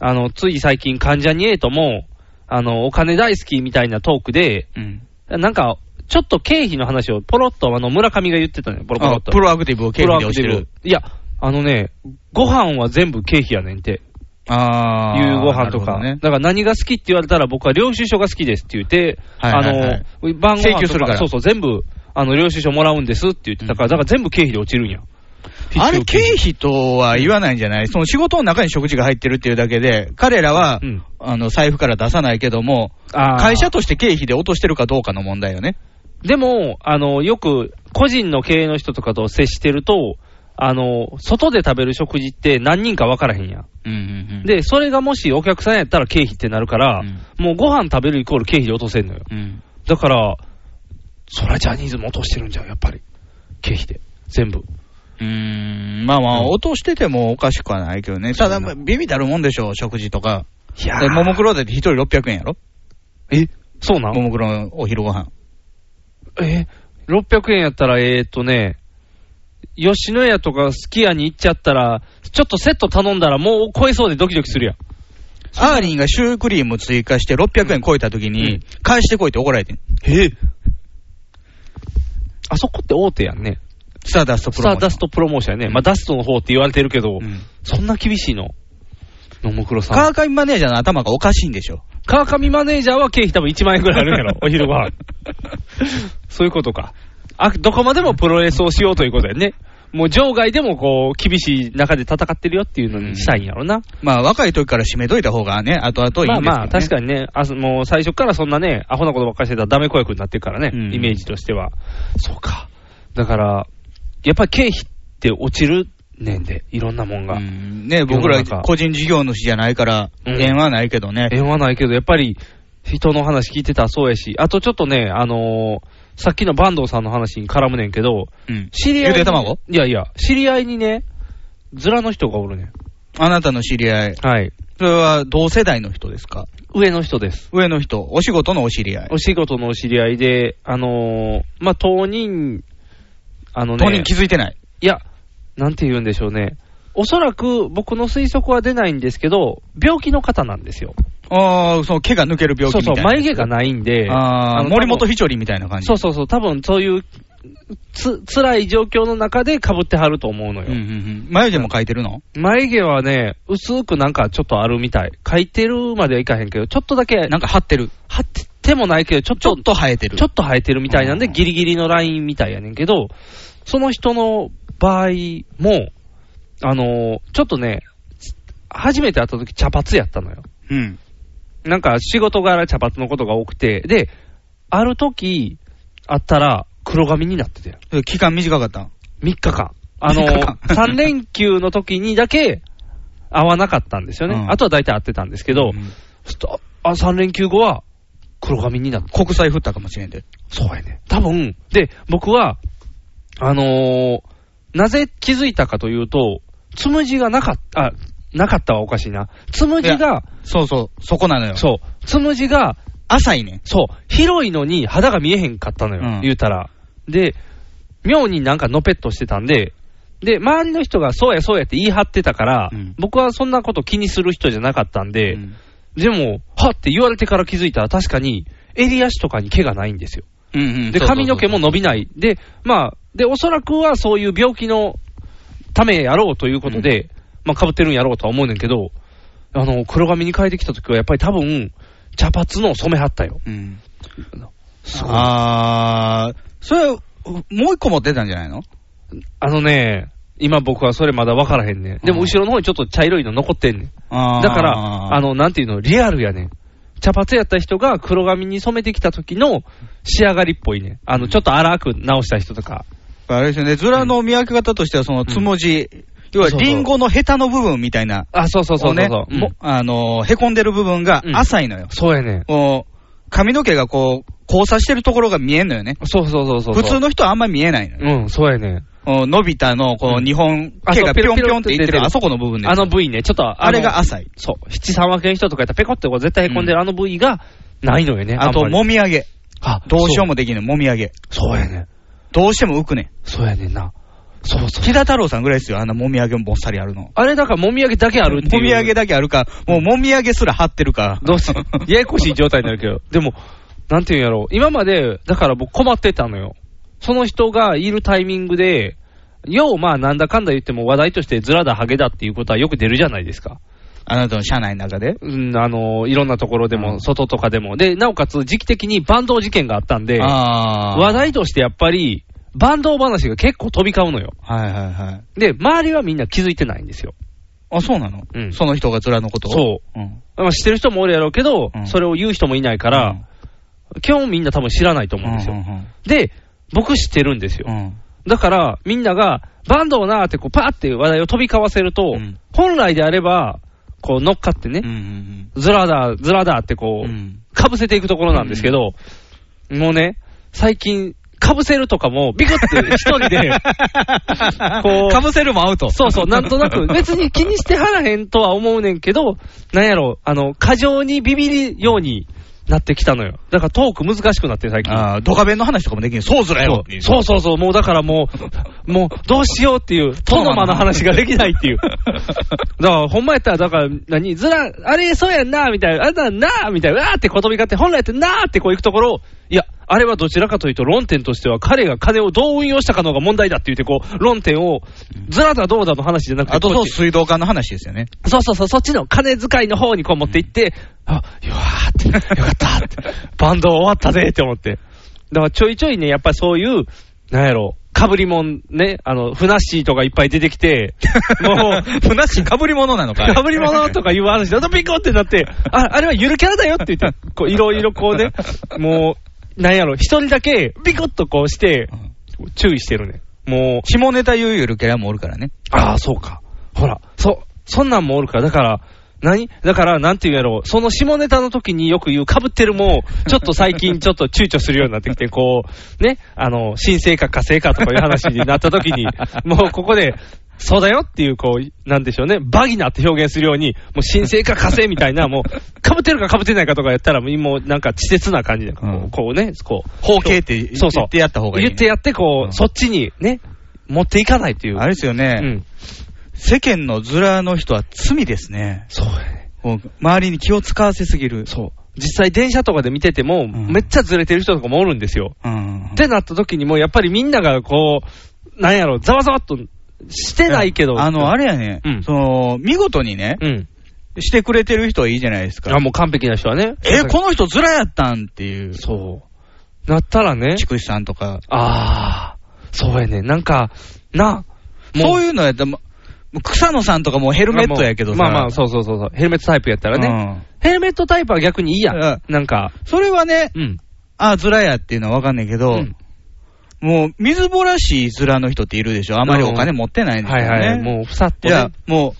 Speaker 3: あの、つい最近、関ジャニエイトも、あの、お金大好きみたいなトークで、
Speaker 2: うん。
Speaker 3: なんか、ちょっと経費の話をポロッと、あの、村上が言ってたのよ、ポロポロ
Speaker 2: あ
Speaker 3: っと。
Speaker 2: プロアクティブを経費で押してる。
Speaker 3: いや、あのね、ご飯は全部経費やねんて。
Speaker 2: ああ。
Speaker 3: 夕ご飯と
Speaker 2: なるほ
Speaker 3: か、
Speaker 2: どね
Speaker 3: だから何が好きって言われたら、僕は領収書が好きですって言って、
Speaker 2: はいはいはい
Speaker 3: あの晩ご飯と
Speaker 2: 請求するから
Speaker 3: そうそう、全部あの領収書もらうんですって言ってたから、だから全部経費で落ちるんや。
Speaker 2: あれ、経
Speaker 3: 費
Speaker 2: 費とは言わないんじゃないその仕事の中に食事が入ってるっていうだけで、彼らは、
Speaker 3: うん
Speaker 2: あの財布から出さないけども、会
Speaker 3: 会
Speaker 2: 社として経費で落としてるかどうかの問題よね。
Speaker 3: でもあの、よく個人の経営の人とかと接してると、あの外で食べる食事って何人か分からへんやん。
Speaker 2: うんうんうん、
Speaker 3: で、それがもしお客さんやったら経費ってなるから、
Speaker 2: う
Speaker 3: もうご飯食べるイコール経費で落とせんのよ。
Speaker 2: うん、
Speaker 3: だから、そらジャニーズも落としてるんじゃん、やっぱり。経費で。全部。
Speaker 2: うーん、まあまあ、落としててもおかしくはないけどね。ただ、ビビたるもんでしょう、食事とか。
Speaker 3: いや
Speaker 2: で、ももクロだって一人600円やろ
Speaker 3: えそうな
Speaker 2: も
Speaker 3: ん
Speaker 2: もクロのお昼ご飯。
Speaker 3: え ?600 円やったら、えーっとね、吉野家とかすき家に行っちゃったら、ちょっとセット頼んだらもう超えそうでドキドキするやん。
Speaker 2: アーリンがシュークリーム追加して600円超えた時
Speaker 3: う
Speaker 2: に
Speaker 3: ん、
Speaker 2: 返してこいって怒られてん。
Speaker 3: えあそこって大手やんね。
Speaker 2: スターダストプ
Speaker 3: ス
Speaker 2: ロ
Speaker 3: タ
Speaker 2: モ
Speaker 3: ー
Speaker 2: ーショ
Speaker 3: ダ
Speaker 2: ン
Speaker 3: ストプロモーションやね。まあ、ダストの方って言われてるけど、
Speaker 2: うん
Speaker 3: そんな厳しいの。野々黒さん。
Speaker 2: 川上マネージャーの頭がおかしいんでしょ。
Speaker 3: 川上マネージャーは経費多分1万円ぐらいあるんや *laughs* ろ、お昼ご飯。そういうことか。あ、どこまでもプロレスをしようということやね。もう場外でもこう、厳しい中で戦ってるよっていうのにしたいんやろな。
Speaker 2: まあ、若い時から締めといた方がね、後々
Speaker 3: ま
Speaker 2: いい
Speaker 3: あ
Speaker 2: んですけど、ね。
Speaker 3: まあ、確かにね、あもう最初からそんなね、アホなことばっかりしてたらダメ子役になってるからね、
Speaker 2: うん
Speaker 3: イメージとしては。そうか。だから、やっぱり経費って落ちるねんで、いろんなもんが。
Speaker 2: うんね、僕ら
Speaker 3: 世の中
Speaker 2: 個人事業主じゃないから、
Speaker 3: うん
Speaker 2: 縁はないけどね。
Speaker 3: 縁はないけど、やっぱり人の話聞いてたらそうやし、あとちょっとね、あのーさっきの坂東さんの話に絡むねんけど、
Speaker 2: うん
Speaker 3: 知り合
Speaker 2: ゆ
Speaker 3: いに。
Speaker 2: で卵
Speaker 3: いやいや、知り合いにね、ズラの人がおるねん。
Speaker 2: あなたの知り合い。
Speaker 3: はい。
Speaker 2: それは同世代の人ですか
Speaker 3: 上の人です。
Speaker 2: 上の人、お仕事のお知り合い。
Speaker 3: お仕事のお知り合いで、あのーまあ、当人、あのね、
Speaker 2: 当人気づいてない。
Speaker 3: いや、なんて言うんでしょうね。おそらく僕の推測は出ないんですけど、病気の方なんですよ。
Speaker 2: ああ、そう、毛が抜ける病気
Speaker 3: そう
Speaker 2: みた
Speaker 3: そ、
Speaker 2: いうな。
Speaker 3: 眉毛がないんで、
Speaker 2: ああ、
Speaker 3: の
Speaker 2: 森本ひちょりみたいな感じ。
Speaker 3: そうそうそう、多分そういうつ辛い状況の中で被ってはると思うのよ、
Speaker 2: うんうんうん。眉毛も描いてるの
Speaker 3: 眉毛はね、薄くなんかちょっとあるみたい、描いてるまではいかへんけど、ちょっとだけ、
Speaker 2: なんか張ってる。
Speaker 3: 張っててもないけど、ちょっ
Speaker 2: ちょ
Speaker 3: と
Speaker 2: っと生えてる。
Speaker 3: ちょっと生えてるみたいなんで、
Speaker 2: うん
Speaker 3: ギリギリのラインみたいやねんけど、その人の場合も、あのーちょっとね、初めて会った時茶髪やったのよ。
Speaker 2: うん。
Speaker 3: なんか仕事柄茶髪のことが多くて、で、ある時会ったら黒髪になってて。
Speaker 2: 期間短かった。
Speaker 3: 3日間。あの、
Speaker 2: 3日間
Speaker 3: 3連休の時にだけ会わなかったんですよね。
Speaker 2: うん
Speaker 3: あとは大体会ってたんですけ
Speaker 2: う
Speaker 3: ど、
Speaker 2: ん
Speaker 3: ふと、あ、3連休後は黒髪になった。
Speaker 2: 国際振ったかもしれんで。
Speaker 3: そうやね。多分、で、僕は、あのーなぜ気づいたかというと、つむじがなかった、あ、なかったはおかしいな。つむじ
Speaker 2: いや
Speaker 3: が、
Speaker 2: そうそう、そこなのよ。
Speaker 3: そう、つむじが、
Speaker 2: 浅いね。
Speaker 3: そう、広いのに肌が見えへんかったのよ、
Speaker 2: うん
Speaker 3: 言うたら。で、妙になんかのぺっとしてたんで、で、周りの人がそうやそうやって言い張ってたから、
Speaker 2: うん
Speaker 3: 僕はそんなこと気にする人じゃなかったんで、
Speaker 2: うん
Speaker 3: でも、はって言われてから気づいたら確かに、襟足とかに毛がないんですよ。
Speaker 2: うんうんそうそう
Speaker 3: で、
Speaker 2: そう
Speaker 3: 髪の毛も伸びない。で、まあ、で、おそらくはそういう病気のためやろうということで、まあ、被ってるんやろうとは思うねんけど、あの、黒髪に変えてきた時は、やっぱり多分、茶髪の染めはったよ。
Speaker 2: うん。
Speaker 3: すごい。あ
Speaker 2: あー、それ、うもう一個持ってたんじゃないの
Speaker 3: のね、今僕はそれまだ分からへんねん。でも、後ろの方にちょっと茶色いの残ってんねん。
Speaker 2: あー
Speaker 3: だから、あ、の、なんていうの、リアルやねん。茶髪やった人が黒髪に染めてきた時の仕上がりっぽいねん。あの、ちょっと荒く直した人とか。
Speaker 2: あれですよね、ズラの見分け方としては、そのつもじ、要は
Speaker 3: そうそう
Speaker 2: リンゴのヘタの部分みたいな、
Speaker 3: あ、そうそうそうそうそ
Speaker 2: こ
Speaker 3: う。
Speaker 2: ね
Speaker 3: も
Speaker 2: もあのへこんでる部分が
Speaker 3: うん
Speaker 2: 浅いのよ、
Speaker 3: そうやねん。
Speaker 2: こう髪の毛がこう交差してるところが見えんのよね、
Speaker 3: そうそうそうそう。
Speaker 2: 普通の人はあんま見えないのよ、
Speaker 3: うん、そうやね。
Speaker 2: こう伸びたの、こ
Speaker 3: う
Speaker 2: うん日本、
Speaker 3: あ
Speaker 2: 毛
Speaker 3: そ
Speaker 2: が
Speaker 3: う
Speaker 2: ぴょん
Speaker 3: ピ
Speaker 2: ぴょ
Speaker 3: ロ
Speaker 2: ん
Speaker 3: ン
Speaker 2: っ
Speaker 3: ってて
Speaker 2: い
Speaker 3: 出
Speaker 2: ってて
Speaker 3: る
Speaker 2: る、あそこの部分で
Speaker 3: あの部位ね、ちょっとの
Speaker 2: あれが浅い、
Speaker 3: そう、七三分けの人とかやったらペコってこう絶対へこんでるあの部位がないのよね。
Speaker 2: あと
Speaker 3: んまり
Speaker 2: もみあげ、
Speaker 3: あ、
Speaker 2: どうしようもできない、もみあげ、
Speaker 3: そう。そうやね。
Speaker 2: どうしても浮くねん、
Speaker 3: そうやねんな。そうそう。
Speaker 2: 木田太郎さんぐらいですよ、あんなもみあげもぼっさりあるの。
Speaker 3: あれだからもみあげだけあるってい
Speaker 2: も
Speaker 3: う。
Speaker 2: みあげだけあるか、もうもみあげすら張ってるか。
Speaker 3: どう
Speaker 2: *laughs*
Speaker 3: し、ややこしい状態になるけど。でも、なんていうんやろう。今まで、だから僕困ってたのよ。その人がいるタイミングで、ようまあなんだかんだ言っても話題としてズラだハゲだっていうことはよく出るじゃないですか。
Speaker 2: あなたの社内の中で
Speaker 3: うん、あの、いろんなところで
Speaker 2: うん
Speaker 3: も、外とかでも。で、なおかつ時期的にバンド事件があったんで、
Speaker 2: あー
Speaker 3: 話題としてやっぱり、バンド話が結構飛び交うのよ。
Speaker 2: はいはいはい。
Speaker 3: で、周りはみんな気づいてないんですよ。
Speaker 2: あ、そうなの、
Speaker 3: うん
Speaker 2: その人が面のことを。
Speaker 3: そう
Speaker 2: ん。
Speaker 3: まあ、知ってる人もおるやろうけど、
Speaker 2: うん
Speaker 3: それを言う人もいないか、
Speaker 2: から
Speaker 3: 基本みんな多分知らないと
Speaker 2: うん、
Speaker 3: 思うんですよ。
Speaker 2: うん
Speaker 3: で、僕知ってるんですよ。
Speaker 2: うんうん
Speaker 3: だから、みんなが、バンドをなーってこう、パーって話題を飛び交わせると、
Speaker 2: うん
Speaker 3: 本来であれば、こう、乗っかってね、
Speaker 2: うんうん
Speaker 3: ズラだ、ズラだって
Speaker 2: うんう
Speaker 3: こう、
Speaker 2: ん。
Speaker 3: かぶせていくところなんですけど、もうね、最近、かぶせるとかも、ビクって一人
Speaker 2: *laughs*
Speaker 3: で、こう、
Speaker 2: かぶせるもアウト。
Speaker 3: そうそう、なんと
Speaker 2: *laughs*
Speaker 3: なく、別に気にしてはらへんとは思うねんけど、なんやろ、あの、過剰にビビるようになってきたのよ。だからトーク難しくなってる最近。
Speaker 2: あードカベンの話とかもできん。そうずらよってい
Speaker 3: そうそうそうそう、もうだからもう、もうどうしようっていう、トノマの話ができない
Speaker 2: *laughs*
Speaker 3: っていう。だから、ほんまやったら、だから、何、ずら、あれ、そうやんな、みたいな、あんなんな、みたいな、うわーって言葉がって、本来やってなーってこう行くところ、いや、あれはどちらかというと、論点としては、彼が金をどう運用したかの方が問題だって言って、こう、論点を、ずらだどうだの話じゃなくて、
Speaker 2: あと
Speaker 3: こ
Speaker 2: そ
Speaker 3: っ
Speaker 2: う
Speaker 3: ち
Speaker 2: 水道管の話ですよね。
Speaker 3: そうそうそう、そっちの金遣いの方にこう持っていって、あ、よわーって、よかったって、バンド終わったぜって思って。だからちょいちょいね、やっぱりそういう、なんやろ、かぶりもんね、あの、ふなっしーとかいっぱい出てきて、
Speaker 2: *laughs*
Speaker 3: もう、
Speaker 2: ふなっしーかぶり物なのか。
Speaker 3: かぶり物とかいう話で、ピコってなって、あ、あれはゆるキャラだよって言って、こう、いろいろこうね、もう、なんやろ、一人だけ、ピコッとこうして
Speaker 2: う、ん
Speaker 3: 注意してるね。もう、
Speaker 2: 下ネタ言うゆるキャラもおるからね。
Speaker 3: ああ、そうか。ほら、そ、そんなんもおるから、だから、何だから、なんて言うやろう、その下ネタの時によく言う、かぶってるも、ちょっと最
Speaker 2: *laughs*
Speaker 3: 近、ちょっと躊躇するようになってきて、こう、ね、あの、申請か火星かとかいう話になった
Speaker 2: *laughs*
Speaker 3: 時に、もうここで、そうだよっていう、こう、なんでしょうね、バギナって表現するように、もう申請か火星みたいな、もう、かぶってるかかぶってないかとかやったら、もうもうなんか稚拙な感じで、こう,、
Speaker 2: うん
Speaker 3: こうね、こう、
Speaker 2: 包茎って言
Speaker 3: そうそう
Speaker 2: ってやった方がいいね。
Speaker 3: 言ってやって、こう、そっちにね、持っていかないという。
Speaker 2: あれですよね、
Speaker 3: うん。
Speaker 2: 世間のズラの人は罪ですね。
Speaker 3: そうやね。
Speaker 2: こう周りに気を使わせすぎる。
Speaker 3: そう。実際電車とかで見てても、
Speaker 2: ん
Speaker 3: めっちゃずれてる人とかもおるんですよ。
Speaker 2: うん。
Speaker 3: ってなった時にも、やっぱりみんながこう、なんやろ、ざわざわっとしてないけど。
Speaker 2: あの、あれやね、
Speaker 3: うん
Speaker 2: その、見事にね、
Speaker 3: うん。
Speaker 2: してくれてる人はいいじゃないですか
Speaker 3: あ、。もう完璧な人はね。
Speaker 2: え、この人ズラやったんっていう、
Speaker 3: そう。なったらね。
Speaker 2: 筑紫さんとか、
Speaker 3: ああ、そうやね。なんか、な、
Speaker 2: そう
Speaker 3: う
Speaker 2: いうのやったら、もう草野さんとかもうヘルメットやけどさ、
Speaker 3: まあまあ、そうそうそうそう。ヘルメットタイプやったらね。
Speaker 2: ね、
Speaker 3: ヘルメットタイプは逆にいいや
Speaker 2: うん
Speaker 3: ん。なんか、
Speaker 2: それはね、
Speaker 3: うん。
Speaker 2: ああ、ズラやっていうのはわかんないけど、
Speaker 3: うん
Speaker 2: もう、水ぼらしいズラの人っているでしょ、あまりお金持ってないんです
Speaker 3: は
Speaker 2: よ
Speaker 3: い
Speaker 2: ね。
Speaker 3: はい。もう、ふさっと
Speaker 2: いや
Speaker 3: ね。、
Speaker 2: もう、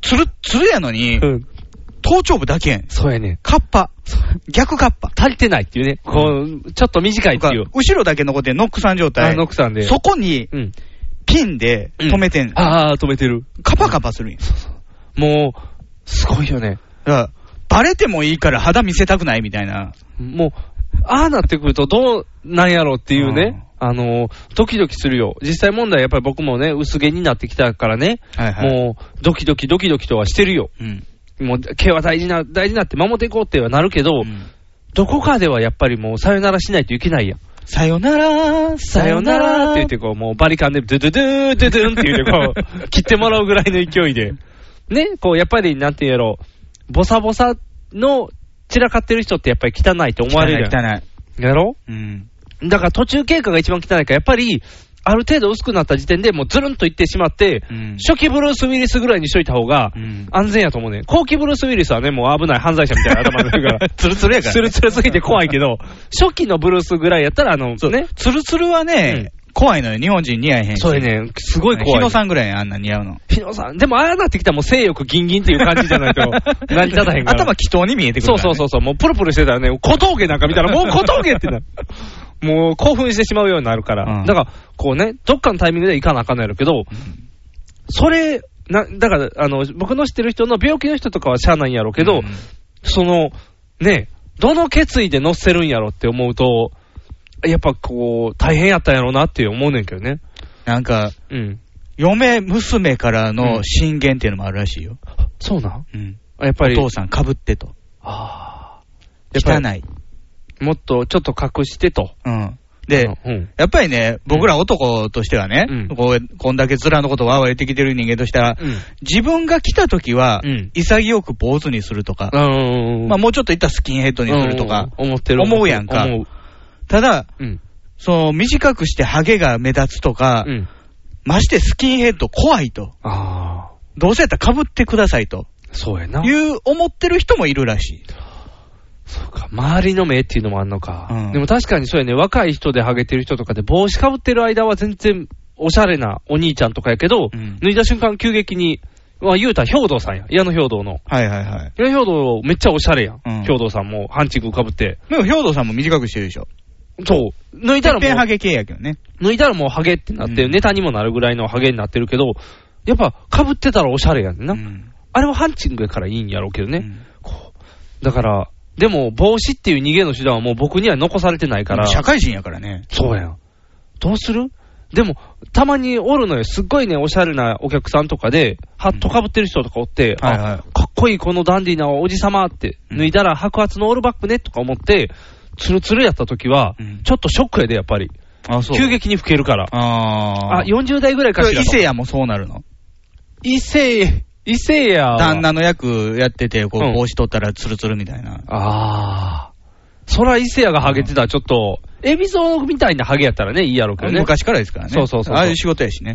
Speaker 2: つる、つるやのに、
Speaker 3: うん。
Speaker 2: 頭頂部だけやん。
Speaker 3: そうやねん。
Speaker 2: カッパ。逆カッパ。
Speaker 3: 足りてないっていうね。こう、ちょっと短いっていう。
Speaker 2: 後ろだけ残ってんノックさん状
Speaker 3: あ
Speaker 2: 態。
Speaker 3: の奥さんで。
Speaker 2: そこに
Speaker 3: うん。
Speaker 2: ピンで止めてん。
Speaker 3: ああ、止めてる。
Speaker 2: カパカパするんや。
Speaker 3: もう、すごいよね。
Speaker 2: だからバレてもいいから肌見せたくないみたいな。
Speaker 3: もう、ああなってくるとどうなんやろうっていうね。あのー、ドキドキするよ。実際問題やっぱり僕もね、薄毛になってきたからね。
Speaker 2: はいはい
Speaker 3: もう、ドキドキドキドキとはしてるよ。
Speaker 2: うん。
Speaker 3: もう、毛は大事な、大事なって守っていこうってはなるけど、
Speaker 2: うん
Speaker 3: どこかではやっぱりもう、さよならしないといけないやん。
Speaker 2: さよなら、
Speaker 3: さよならって言ってこう、もうバリカンでドゥドゥドゥドゥドゥンって言って
Speaker 2: *laughs*
Speaker 3: こう、切ってもらうぐらいの勢いで。ね、こう、やっぱりなんて言うんやろ、ボサボサの散らかってる人ってやっぱり汚いと思われるやん。
Speaker 2: 汚い。
Speaker 3: やろ
Speaker 2: 汚いうん。
Speaker 3: だから途中経過が一番汚いから、やっぱり、ある程度薄くなった時点でもうズルンといってしまって、
Speaker 2: うん
Speaker 3: 初期ブルース・ウィリスぐらいにしといた方が
Speaker 2: うん。
Speaker 3: 安全やと思うねん。後期ブルース・ウィリスはね、もう危ない犯罪者みたいな頭になるから
Speaker 2: *laughs* ツルツルやからね
Speaker 3: ツルツルすぎて怖いけど、初期のブルースぐらいやったら、あの、ね。
Speaker 2: ツルツルはね、怖いのよ。日本人似合えへんし。
Speaker 3: そうやねん。すごい怖
Speaker 2: 日
Speaker 3: い。
Speaker 2: 野さんぐらいやんあんな似合うの。
Speaker 3: 日野さん。でも、ああなってきたらもう性欲ギンギンっていう感じじゃ
Speaker 2: *laughs*
Speaker 3: ないと、成り立たへんから。
Speaker 2: 頭祈祷に見えてくるか
Speaker 3: そう
Speaker 2: らね。
Speaker 3: そうそうそう。もうプルプルしてたらね、小峠なんか見たらもう小峠ってなる。もう興奮してしまうようになるから。
Speaker 2: うん
Speaker 3: だから、こうね、どっかのタイミングで行かなあかんのやろうけど、それ、な、だから、あの、僕の知ってる人の病気の人とかはしゃあないんやろうけど、
Speaker 2: うん
Speaker 3: その、ね、どの決意で乗せるんやろって思うと、やっぱこう、大変やったんやろうなって思うねんけどね。
Speaker 2: なんか、
Speaker 3: うん。
Speaker 2: 嫁、娘から
Speaker 3: うん
Speaker 2: の進言っていうのもあるらしいよ。
Speaker 3: そうなん
Speaker 2: うん。
Speaker 3: やっぱ
Speaker 2: お
Speaker 3: り、
Speaker 2: 父さん被ってと。
Speaker 3: あー
Speaker 2: 汚
Speaker 3: やっぱ
Speaker 2: い。
Speaker 3: りもっとちょっと隠してと。
Speaker 2: うん。で、
Speaker 3: うん、
Speaker 2: やっぱりね、僕ら男としてはね、
Speaker 3: うん
Speaker 2: こうこんだけ面のことをわーわー言ってきてる人間としたら、
Speaker 3: うん
Speaker 2: 自分が来た時は
Speaker 3: うん、
Speaker 2: 潔く坊主にするとか、
Speaker 3: うん。
Speaker 2: まあ、もうちょっといったらスキンヘッドにするとか、
Speaker 3: うんうんうん思ってる。
Speaker 2: 思うやんか
Speaker 3: 思う。
Speaker 2: ただ、
Speaker 3: うん。
Speaker 2: その短くしてハゲが目立つとか、
Speaker 3: うん。
Speaker 2: ましてスキンヘッド怖いと、
Speaker 3: ああ、
Speaker 2: どうせやったら被ってくださいと
Speaker 3: そうやな。
Speaker 2: いう思ってる人もいるらしい。
Speaker 3: そうか。周りの目っていうのもあんのか。
Speaker 2: うん
Speaker 3: でも確かにそうやね。若い人でハゲてる人とかで帽子かぶってる間は全然おしゃれなお兄ちゃんとかやけど、
Speaker 2: うん
Speaker 3: 脱いだ瞬間急激に、まあ、言うたら兵道さんや。矢野兵道の。
Speaker 2: はいはいはい。
Speaker 3: 矢野兵道めっちゃおしゃれやん。
Speaker 2: うん
Speaker 3: 兵道さんもハンチングかぶって。
Speaker 2: でも兵藤さんも短くしてるでしょ。
Speaker 3: そう。脱い
Speaker 2: て
Speaker 3: だ
Speaker 2: っ
Speaker 3: ら
Speaker 2: ぺん
Speaker 3: も
Speaker 2: ハ
Speaker 3: う、
Speaker 2: ゲ系やけどね。
Speaker 3: 脱いだらもうハゲってなって、
Speaker 2: うん
Speaker 3: ネタにもなるぐらいのハゲになってるけど、やっぱかぶってたらおしゃれやんな。
Speaker 2: うん
Speaker 3: あれはハンチングやからいいんやろうけどね。
Speaker 2: うん
Speaker 3: こうだから、でも帽子っていう逃げの手段はもう僕には残されてないから。
Speaker 2: 社会人やからね。
Speaker 3: そうやん。どうするでも、たまにおるのよ。すっごいね、おしゃれなお客さんとかで、ハットかぶってる人とかおって、
Speaker 2: はいはい
Speaker 3: あかっこいいこのダンディーなおじさまって、
Speaker 2: うん
Speaker 3: 脱いだら白髪のオールバックねとか思って、ツルツルやった時は
Speaker 2: うん、
Speaker 3: ちょっとショックやで、やっぱり。
Speaker 2: あ、そ
Speaker 3: 急激に老けるから。
Speaker 2: あ
Speaker 3: あ、
Speaker 2: あ。
Speaker 3: 40代ぐらいかしら
Speaker 2: 伊
Speaker 3: と。
Speaker 2: 勢屋もそうなるの
Speaker 3: 伊勢、伊勢やわ。
Speaker 2: 旦那の役やってて、こ
Speaker 3: うん
Speaker 2: う、帽子取ったらツルツルみたいな。
Speaker 3: ああ。そら、伊勢屋がハゲてたら、ちょっと、エビゾみたいなハゲやったらね、いいやろうけどね。
Speaker 2: 昔からですからね。
Speaker 3: そうそうそうそう
Speaker 2: ああいう仕事やしね。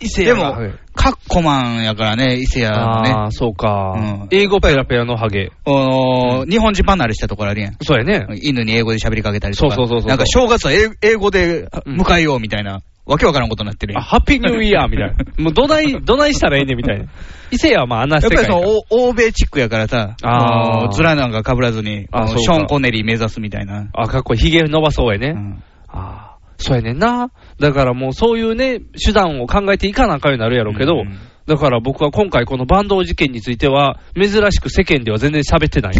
Speaker 3: 伊勢
Speaker 2: で
Speaker 3: 屋
Speaker 2: も
Speaker 3: がハゲ。、
Speaker 2: カッコマンやからね、伊勢屋も
Speaker 3: あ
Speaker 2: ね
Speaker 3: あ、。そうか、
Speaker 2: うん
Speaker 3: 英語ペラペラのハゲ。
Speaker 2: おー日本人離れしたところあるやん。
Speaker 3: そうやね。
Speaker 2: 犬に英語で喋りかけたりとか。
Speaker 3: そうそうそうそう
Speaker 2: なんか正月は英英語で迎えようみたいな、わけわからんことになってるや
Speaker 3: あ
Speaker 2: ん。
Speaker 3: ハッピーニューイヤーみたいな。もう、
Speaker 2: *laughs*
Speaker 3: どない、どないしたらええねんみたいな。伊勢屋はまあ、あんな
Speaker 2: や
Speaker 3: 世
Speaker 2: っぱ
Speaker 3: 界
Speaker 2: り
Speaker 3: や
Speaker 2: そ
Speaker 3: から
Speaker 2: の、お欧米チックやからさ、
Speaker 3: あー
Speaker 2: あの、ズラなんか被らずに、
Speaker 3: あ
Speaker 2: あ
Speaker 3: そう
Speaker 2: の
Speaker 3: か
Speaker 2: ショーン・コネリー目指すみたいな。
Speaker 3: あ、かっこいい。髭伸ばそうやね。
Speaker 2: うん
Speaker 3: ああ、そうやねんな。だからもう、そういうね、手段を考えていかなあかんようになるやろうけど、
Speaker 2: うん
Speaker 3: だから僕は今回この坂東事件については、珍しく世間では全然喋って *laughs* ない。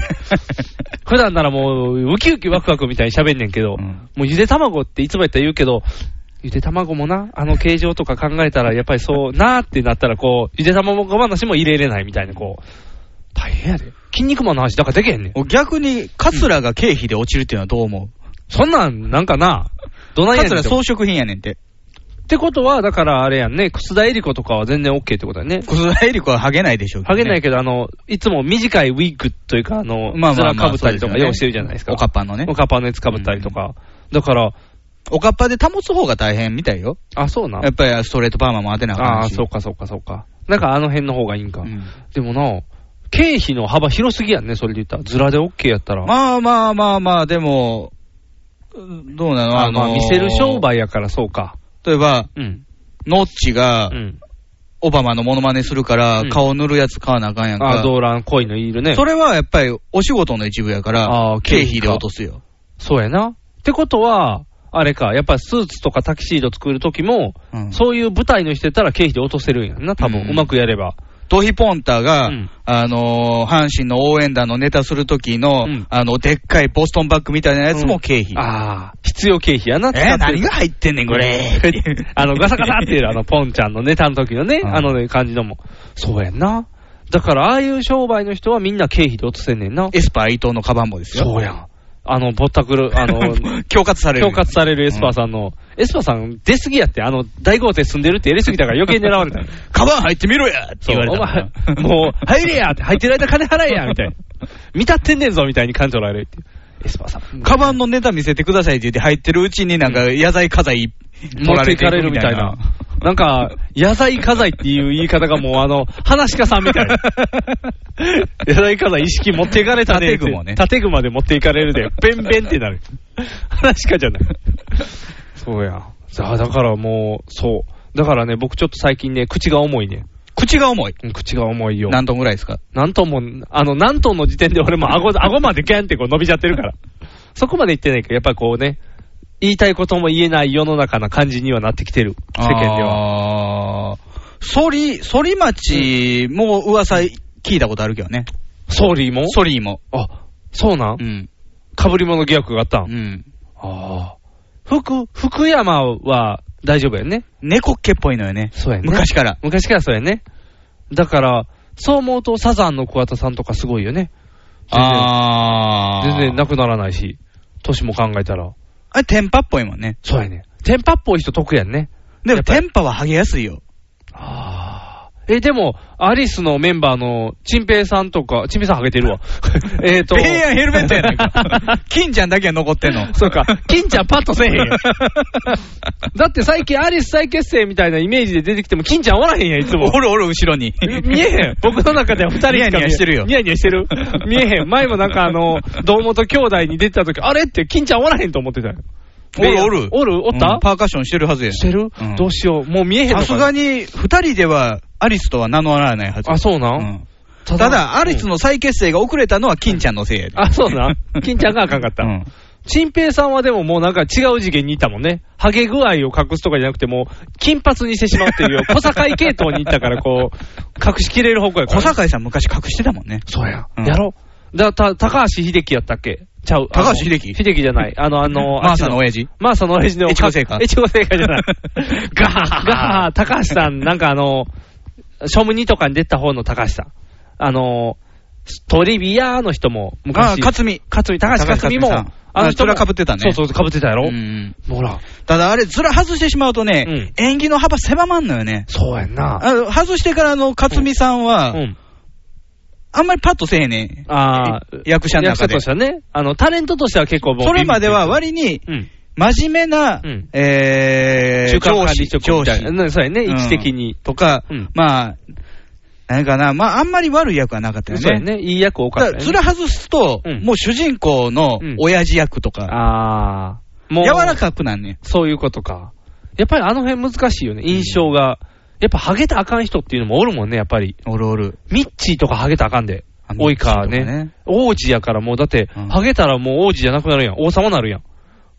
Speaker 3: 普段ならもう、ウキウキワクワクみたいに喋んねんけど、
Speaker 2: うん
Speaker 3: もうゆで卵っていつもやったら言うけど、ゆで卵もな、あの形状とか考えたら、やっぱりそう、なーってなったら、こう、ゆで卵話も入れれないみたいな、こう、大変やで。筋肉マンの話なんかできへんねん。
Speaker 2: 逆に、カツラが経費で落ちるっていうのはどう思う
Speaker 3: そんなん、なんかな、どないや
Speaker 2: カ
Speaker 3: ねん
Speaker 2: ツラ
Speaker 3: って
Speaker 2: 装飾品やねんて。
Speaker 3: ってことは、だからあれやんね、楠田絵理子とかは全然 OK ってことだね。
Speaker 2: クズラエリコはハゲないでしょうけ
Speaker 3: ハ
Speaker 2: どね、
Speaker 3: ゲないけど、あの、いつも短いウィッグというか、あの、
Speaker 2: まあまあまあ
Speaker 3: かぶったり
Speaker 2: そ
Speaker 3: と
Speaker 2: うですよ
Speaker 3: か、
Speaker 2: ね
Speaker 3: 用意してるじゃないですか。
Speaker 2: おかっぱのね
Speaker 3: おかっぱのやつかぶったりとか。だから、
Speaker 2: おかっぱで保つ方が大変みたいよ。
Speaker 3: あ、そうな
Speaker 2: や。っぱりストレートパーマも当てなあか
Speaker 3: あ
Speaker 2: ん
Speaker 3: あ、
Speaker 2: し。
Speaker 3: そうかそうかそうか。なんかあの辺の方がいいんか。
Speaker 2: うん
Speaker 3: でもな、経費の幅広すぎやんね、それで言ったら。ズラで OK やったら。
Speaker 2: まあまあまあまあ、でも、うんどうなの
Speaker 3: あまあ、見せる商
Speaker 2: 売。
Speaker 3: 売やからそうか。
Speaker 2: 例えば、
Speaker 3: うん。
Speaker 2: ノッチが
Speaker 3: う、ん。
Speaker 2: オバマのモノマネするから、
Speaker 3: うん
Speaker 2: 顔塗るやつ買わなあかんやん
Speaker 3: あ、
Speaker 2: か。
Speaker 3: ドーラン恋のいるね。
Speaker 2: そ
Speaker 3: そ
Speaker 2: れはやっぱりお仕事の一部やから
Speaker 3: あー、
Speaker 2: 経費で落とすよ。
Speaker 3: うやな。ってことは、あれか、やっぱりスーツとかタキシード作るときも、
Speaker 2: うん
Speaker 3: そういう舞台の人やったら経費で落とせるんやんな、多分、
Speaker 2: う
Speaker 3: うんまくやれば。
Speaker 2: トヒポンタが、
Speaker 3: うん
Speaker 2: あのー阪神の応援団のネタする時の、
Speaker 3: うん
Speaker 2: あの、でっかいボストンバッグみたいなやつも経費。
Speaker 3: ああ、必要経費やな、使って
Speaker 2: えー
Speaker 3: る
Speaker 2: 何が入ってんねん、これ。 *laughs*
Speaker 3: あの、ガサガサっていう、あの、ポンちゃんのネタの時のね、
Speaker 2: うん
Speaker 3: あのね、感じのも。そうやんな。だから、ああいう商売の人はみんな経費で落とせんねんな。
Speaker 2: エスパー伊藤のカバンもですよ。
Speaker 3: そうやん。あの、ぼったくる、 *laughs* あの、
Speaker 2: *laughs* 恐喝される。
Speaker 3: 恐喝されるエスパーさんの、エスパーさん出過ぎやって、あの、大豪邸住んでるってやりすぎたから余計狙われた。
Speaker 2: カバン入ってみろやって
Speaker 3: そう
Speaker 2: 言われ
Speaker 3: お
Speaker 2: た
Speaker 3: 前。、もう、入れやって、入ってる間金払えやみたいな。見たってんねんぞみたいに感情られるっていう。エスパーさん。
Speaker 2: カバンのネタ見せてくださいって言って入ってるうちになんか、野菜家財
Speaker 3: 持っていかれるみたいな。なんか、野菜家財っていう言い方がもうあの、話家さんみたいな。 *laughs* 野菜家財意識持っていかれたねって。
Speaker 2: 建具もね
Speaker 3: 建具まで持っていかれるで、ベンベンってなる。話家じゃない。そうや。さあ、だからもう、そう。だからね、僕ちょっと最近ね、口が重いね。
Speaker 2: 口が重い。
Speaker 3: うん口が重いよ。
Speaker 2: 何トンぐらいですか
Speaker 3: なんとも、あの、なんとの時点で俺も *laughs* 顎、顎までギャンってこう伸びちゃってるから。そこまで言ってないけど、やっぱこうね、言いたいことも言えない世の中な感じにはなってきてる。世間では。
Speaker 2: は。ソリ、ソリ町も噂聞いたことあるけどね。
Speaker 3: ソーリーも
Speaker 2: ソリも。
Speaker 3: あ、そうなん、
Speaker 2: うん。
Speaker 3: かぶり物疑惑があったん、
Speaker 2: うん。
Speaker 3: ああ。福、福山は大丈夫やね。
Speaker 2: 猫っ毛っぽいのよね。
Speaker 3: そうやね。
Speaker 2: 昔から。
Speaker 3: 昔からそうやね。だから、そう思うとサザンの桑田さんとかすごいよね。全然
Speaker 2: あ
Speaker 3: 全然
Speaker 2: な
Speaker 3: なくならないし、年も考えたら。
Speaker 2: あれ、天パっぽいもんね。
Speaker 3: そうやね。テンパっぽい人得やんね。
Speaker 2: で
Speaker 3: や
Speaker 2: も、
Speaker 3: っぱり
Speaker 2: 天パはハゲやすいよ。
Speaker 3: ああ。え、でも、アリスのメンバーの、チンペイさんとか、チンペイさんハゲてるわ。 *laughs* えっと。。
Speaker 2: ペイヤンヘルメットやないか
Speaker 3: *laughs*
Speaker 2: 金ちゃんだけは残ってんの。
Speaker 3: そうか、金ちゃんパッとせえへ
Speaker 2: *laughs*
Speaker 3: んやん。だって最近アリス再結成みたいなイメージで出てきても、金ちゃんおらへんやん、いつも
Speaker 2: お。るおる、後ろに。
Speaker 3: 見えへん。僕の中では二人しか見え
Speaker 2: ニヤニヤしてるよ
Speaker 3: ニヤニヤしてる。見えへん。前もなんかあの、堂本兄弟に出てた時、あれって金ちゃんおらへんと思ってたよ。
Speaker 2: お *laughs* るおる。
Speaker 3: おるおった
Speaker 2: うんパーカッションしてるはずや。
Speaker 3: してる、
Speaker 2: うん
Speaker 3: どうしよう。もう見えへんのか
Speaker 2: さ
Speaker 3: な
Speaker 2: すがに、二人では、アリスとは名乗らないはず。
Speaker 3: あ、そうなん、
Speaker 2: うんただ、アリスの再結成が遅れたのは金ちゃんのせいやで。
Speaker 3: あ、そう
Speaker 2: *laughs*
Speaker 3: な。金ちゃんがあかんかった。
Speaker 2: うん
Speaker 3: チンペイさんはでももうなんか違う次元にいたもんね。ハゲ具合を隠すとかじゃなくてもう、金髪にしてしまうっていう、
Speaker 2: *laughs*
Speaker 3: 小堺系統にいったからこう、隠しきれる方向やから。
Speaker 2: 小堺さん昔隠してたもんね。
Speaker 3: そうや。
Speaker 2: うん
Speaker 3: やろ。だ、た、高橋秀樹やったっけちゃう。
Speaker 2: 高橋
Speaker 3: あの
Speaker 2: 秀樹
Speaker 3: 秀樹じゃない。あの、あの、
Speaker 2: *laughs* マーサの
Speaker 3: 親
Speaker 2: 親父。
Speaker 3: マーサの親父の。
Speaker 2: 越後製菓
Speaker 3: 越後製菓
Speaker 2: *laughs*
Speaker 3: じゃない。ガハハガハハ高橋さん、なんかあの、ショムニとかに出た方の高橋さん。あの、トリビアの人も
Speaker 2: あ、勝
Speaker 3: 昔。
Speaker 2: 美。
Speaker 3: 勝美、高橋勝美も
Speaker 2: 高橋克実さん、
Speaker 3: あの人も
Speaker 2: あ面被ってたね
Speaker 3: そうそう、被ってたやろ。
Speaker 2: うん
Speaker 3: ほら、
Speaker 2: ただ、あれ、ずら外してしまうとね、演技の幅狭まんのよね。
Speaker 3: そうやんな。
Speaker 2: あの外してからの勝美さん
Speaker 3: う
Speaker 2: は、
Speaker 3: ん。
Speaker 2: あんまりパッとせえへんね
Speaker 3: ああ、
Speaker 2: 役者の中で
Speaker 3: 役者としてはね、あの、タレントとしては結構もう
Speaker 2: それまでは割に、
Speaker 3: うん。
Speaker 2: 真面目な
Speaker 3: うん、
Speaker 2: えー、
Speaker 3: 中間
Speaker 2: 上
Speaker 3: 管
Speaker 2: 司
Speaker 3: 理、職
Speaker 2: 上
Speaker 3: みたい
Speaker 2: 司
Speaker 3: な。うんそうやね、
Speaker 2: う
Speaker 3: 位
Speaker 2: ん
Speaker 3: 置的に。
Speaker 2: とか
Speaker 3: うん、
Speaker 2: まあ、何かな、まあ、あんまり悪い役はなかったよ
Speaker 3: そうや
Speaker 2: ね。
Speaker 3: ね、いい役多か
Speaker 2: だ
Speaker 3: っ
Speaker 2: か
Speaker 3: た
Speaker 2: ら
Speaker 3: よ
Speaker 2: ず
Speaker 3: ね。
Speaker 2: ら外すと
Speaker 3: う、ん
Speaker 2: もう主人公の
Speaker 3: うん
Speaker 2: 親父役とか、
Speaker 3: ああ、もう、
Speaker 2: 柔らかくなんねん。
Speaker 3: そういうことか。やっぱりあの辺難しいよね、印象が。やっぱハゲたらあかん人っていうのもおるもんね、やっぱり。
Speaker 2: おるおる。
Speaker 3: ミッチーとかハゲたらあかんで
Speaker 2: あ。
Speaker 3: 多いから
Speaker 2: ミッチーとか
Speaker 3: ね
Speaker 2: ね。
Speaker 3: 王子やからもうだって、
Speaker 2: うん
Speaker 3: ハゲたらもう王子じゃなくなるやん。王様なるやん。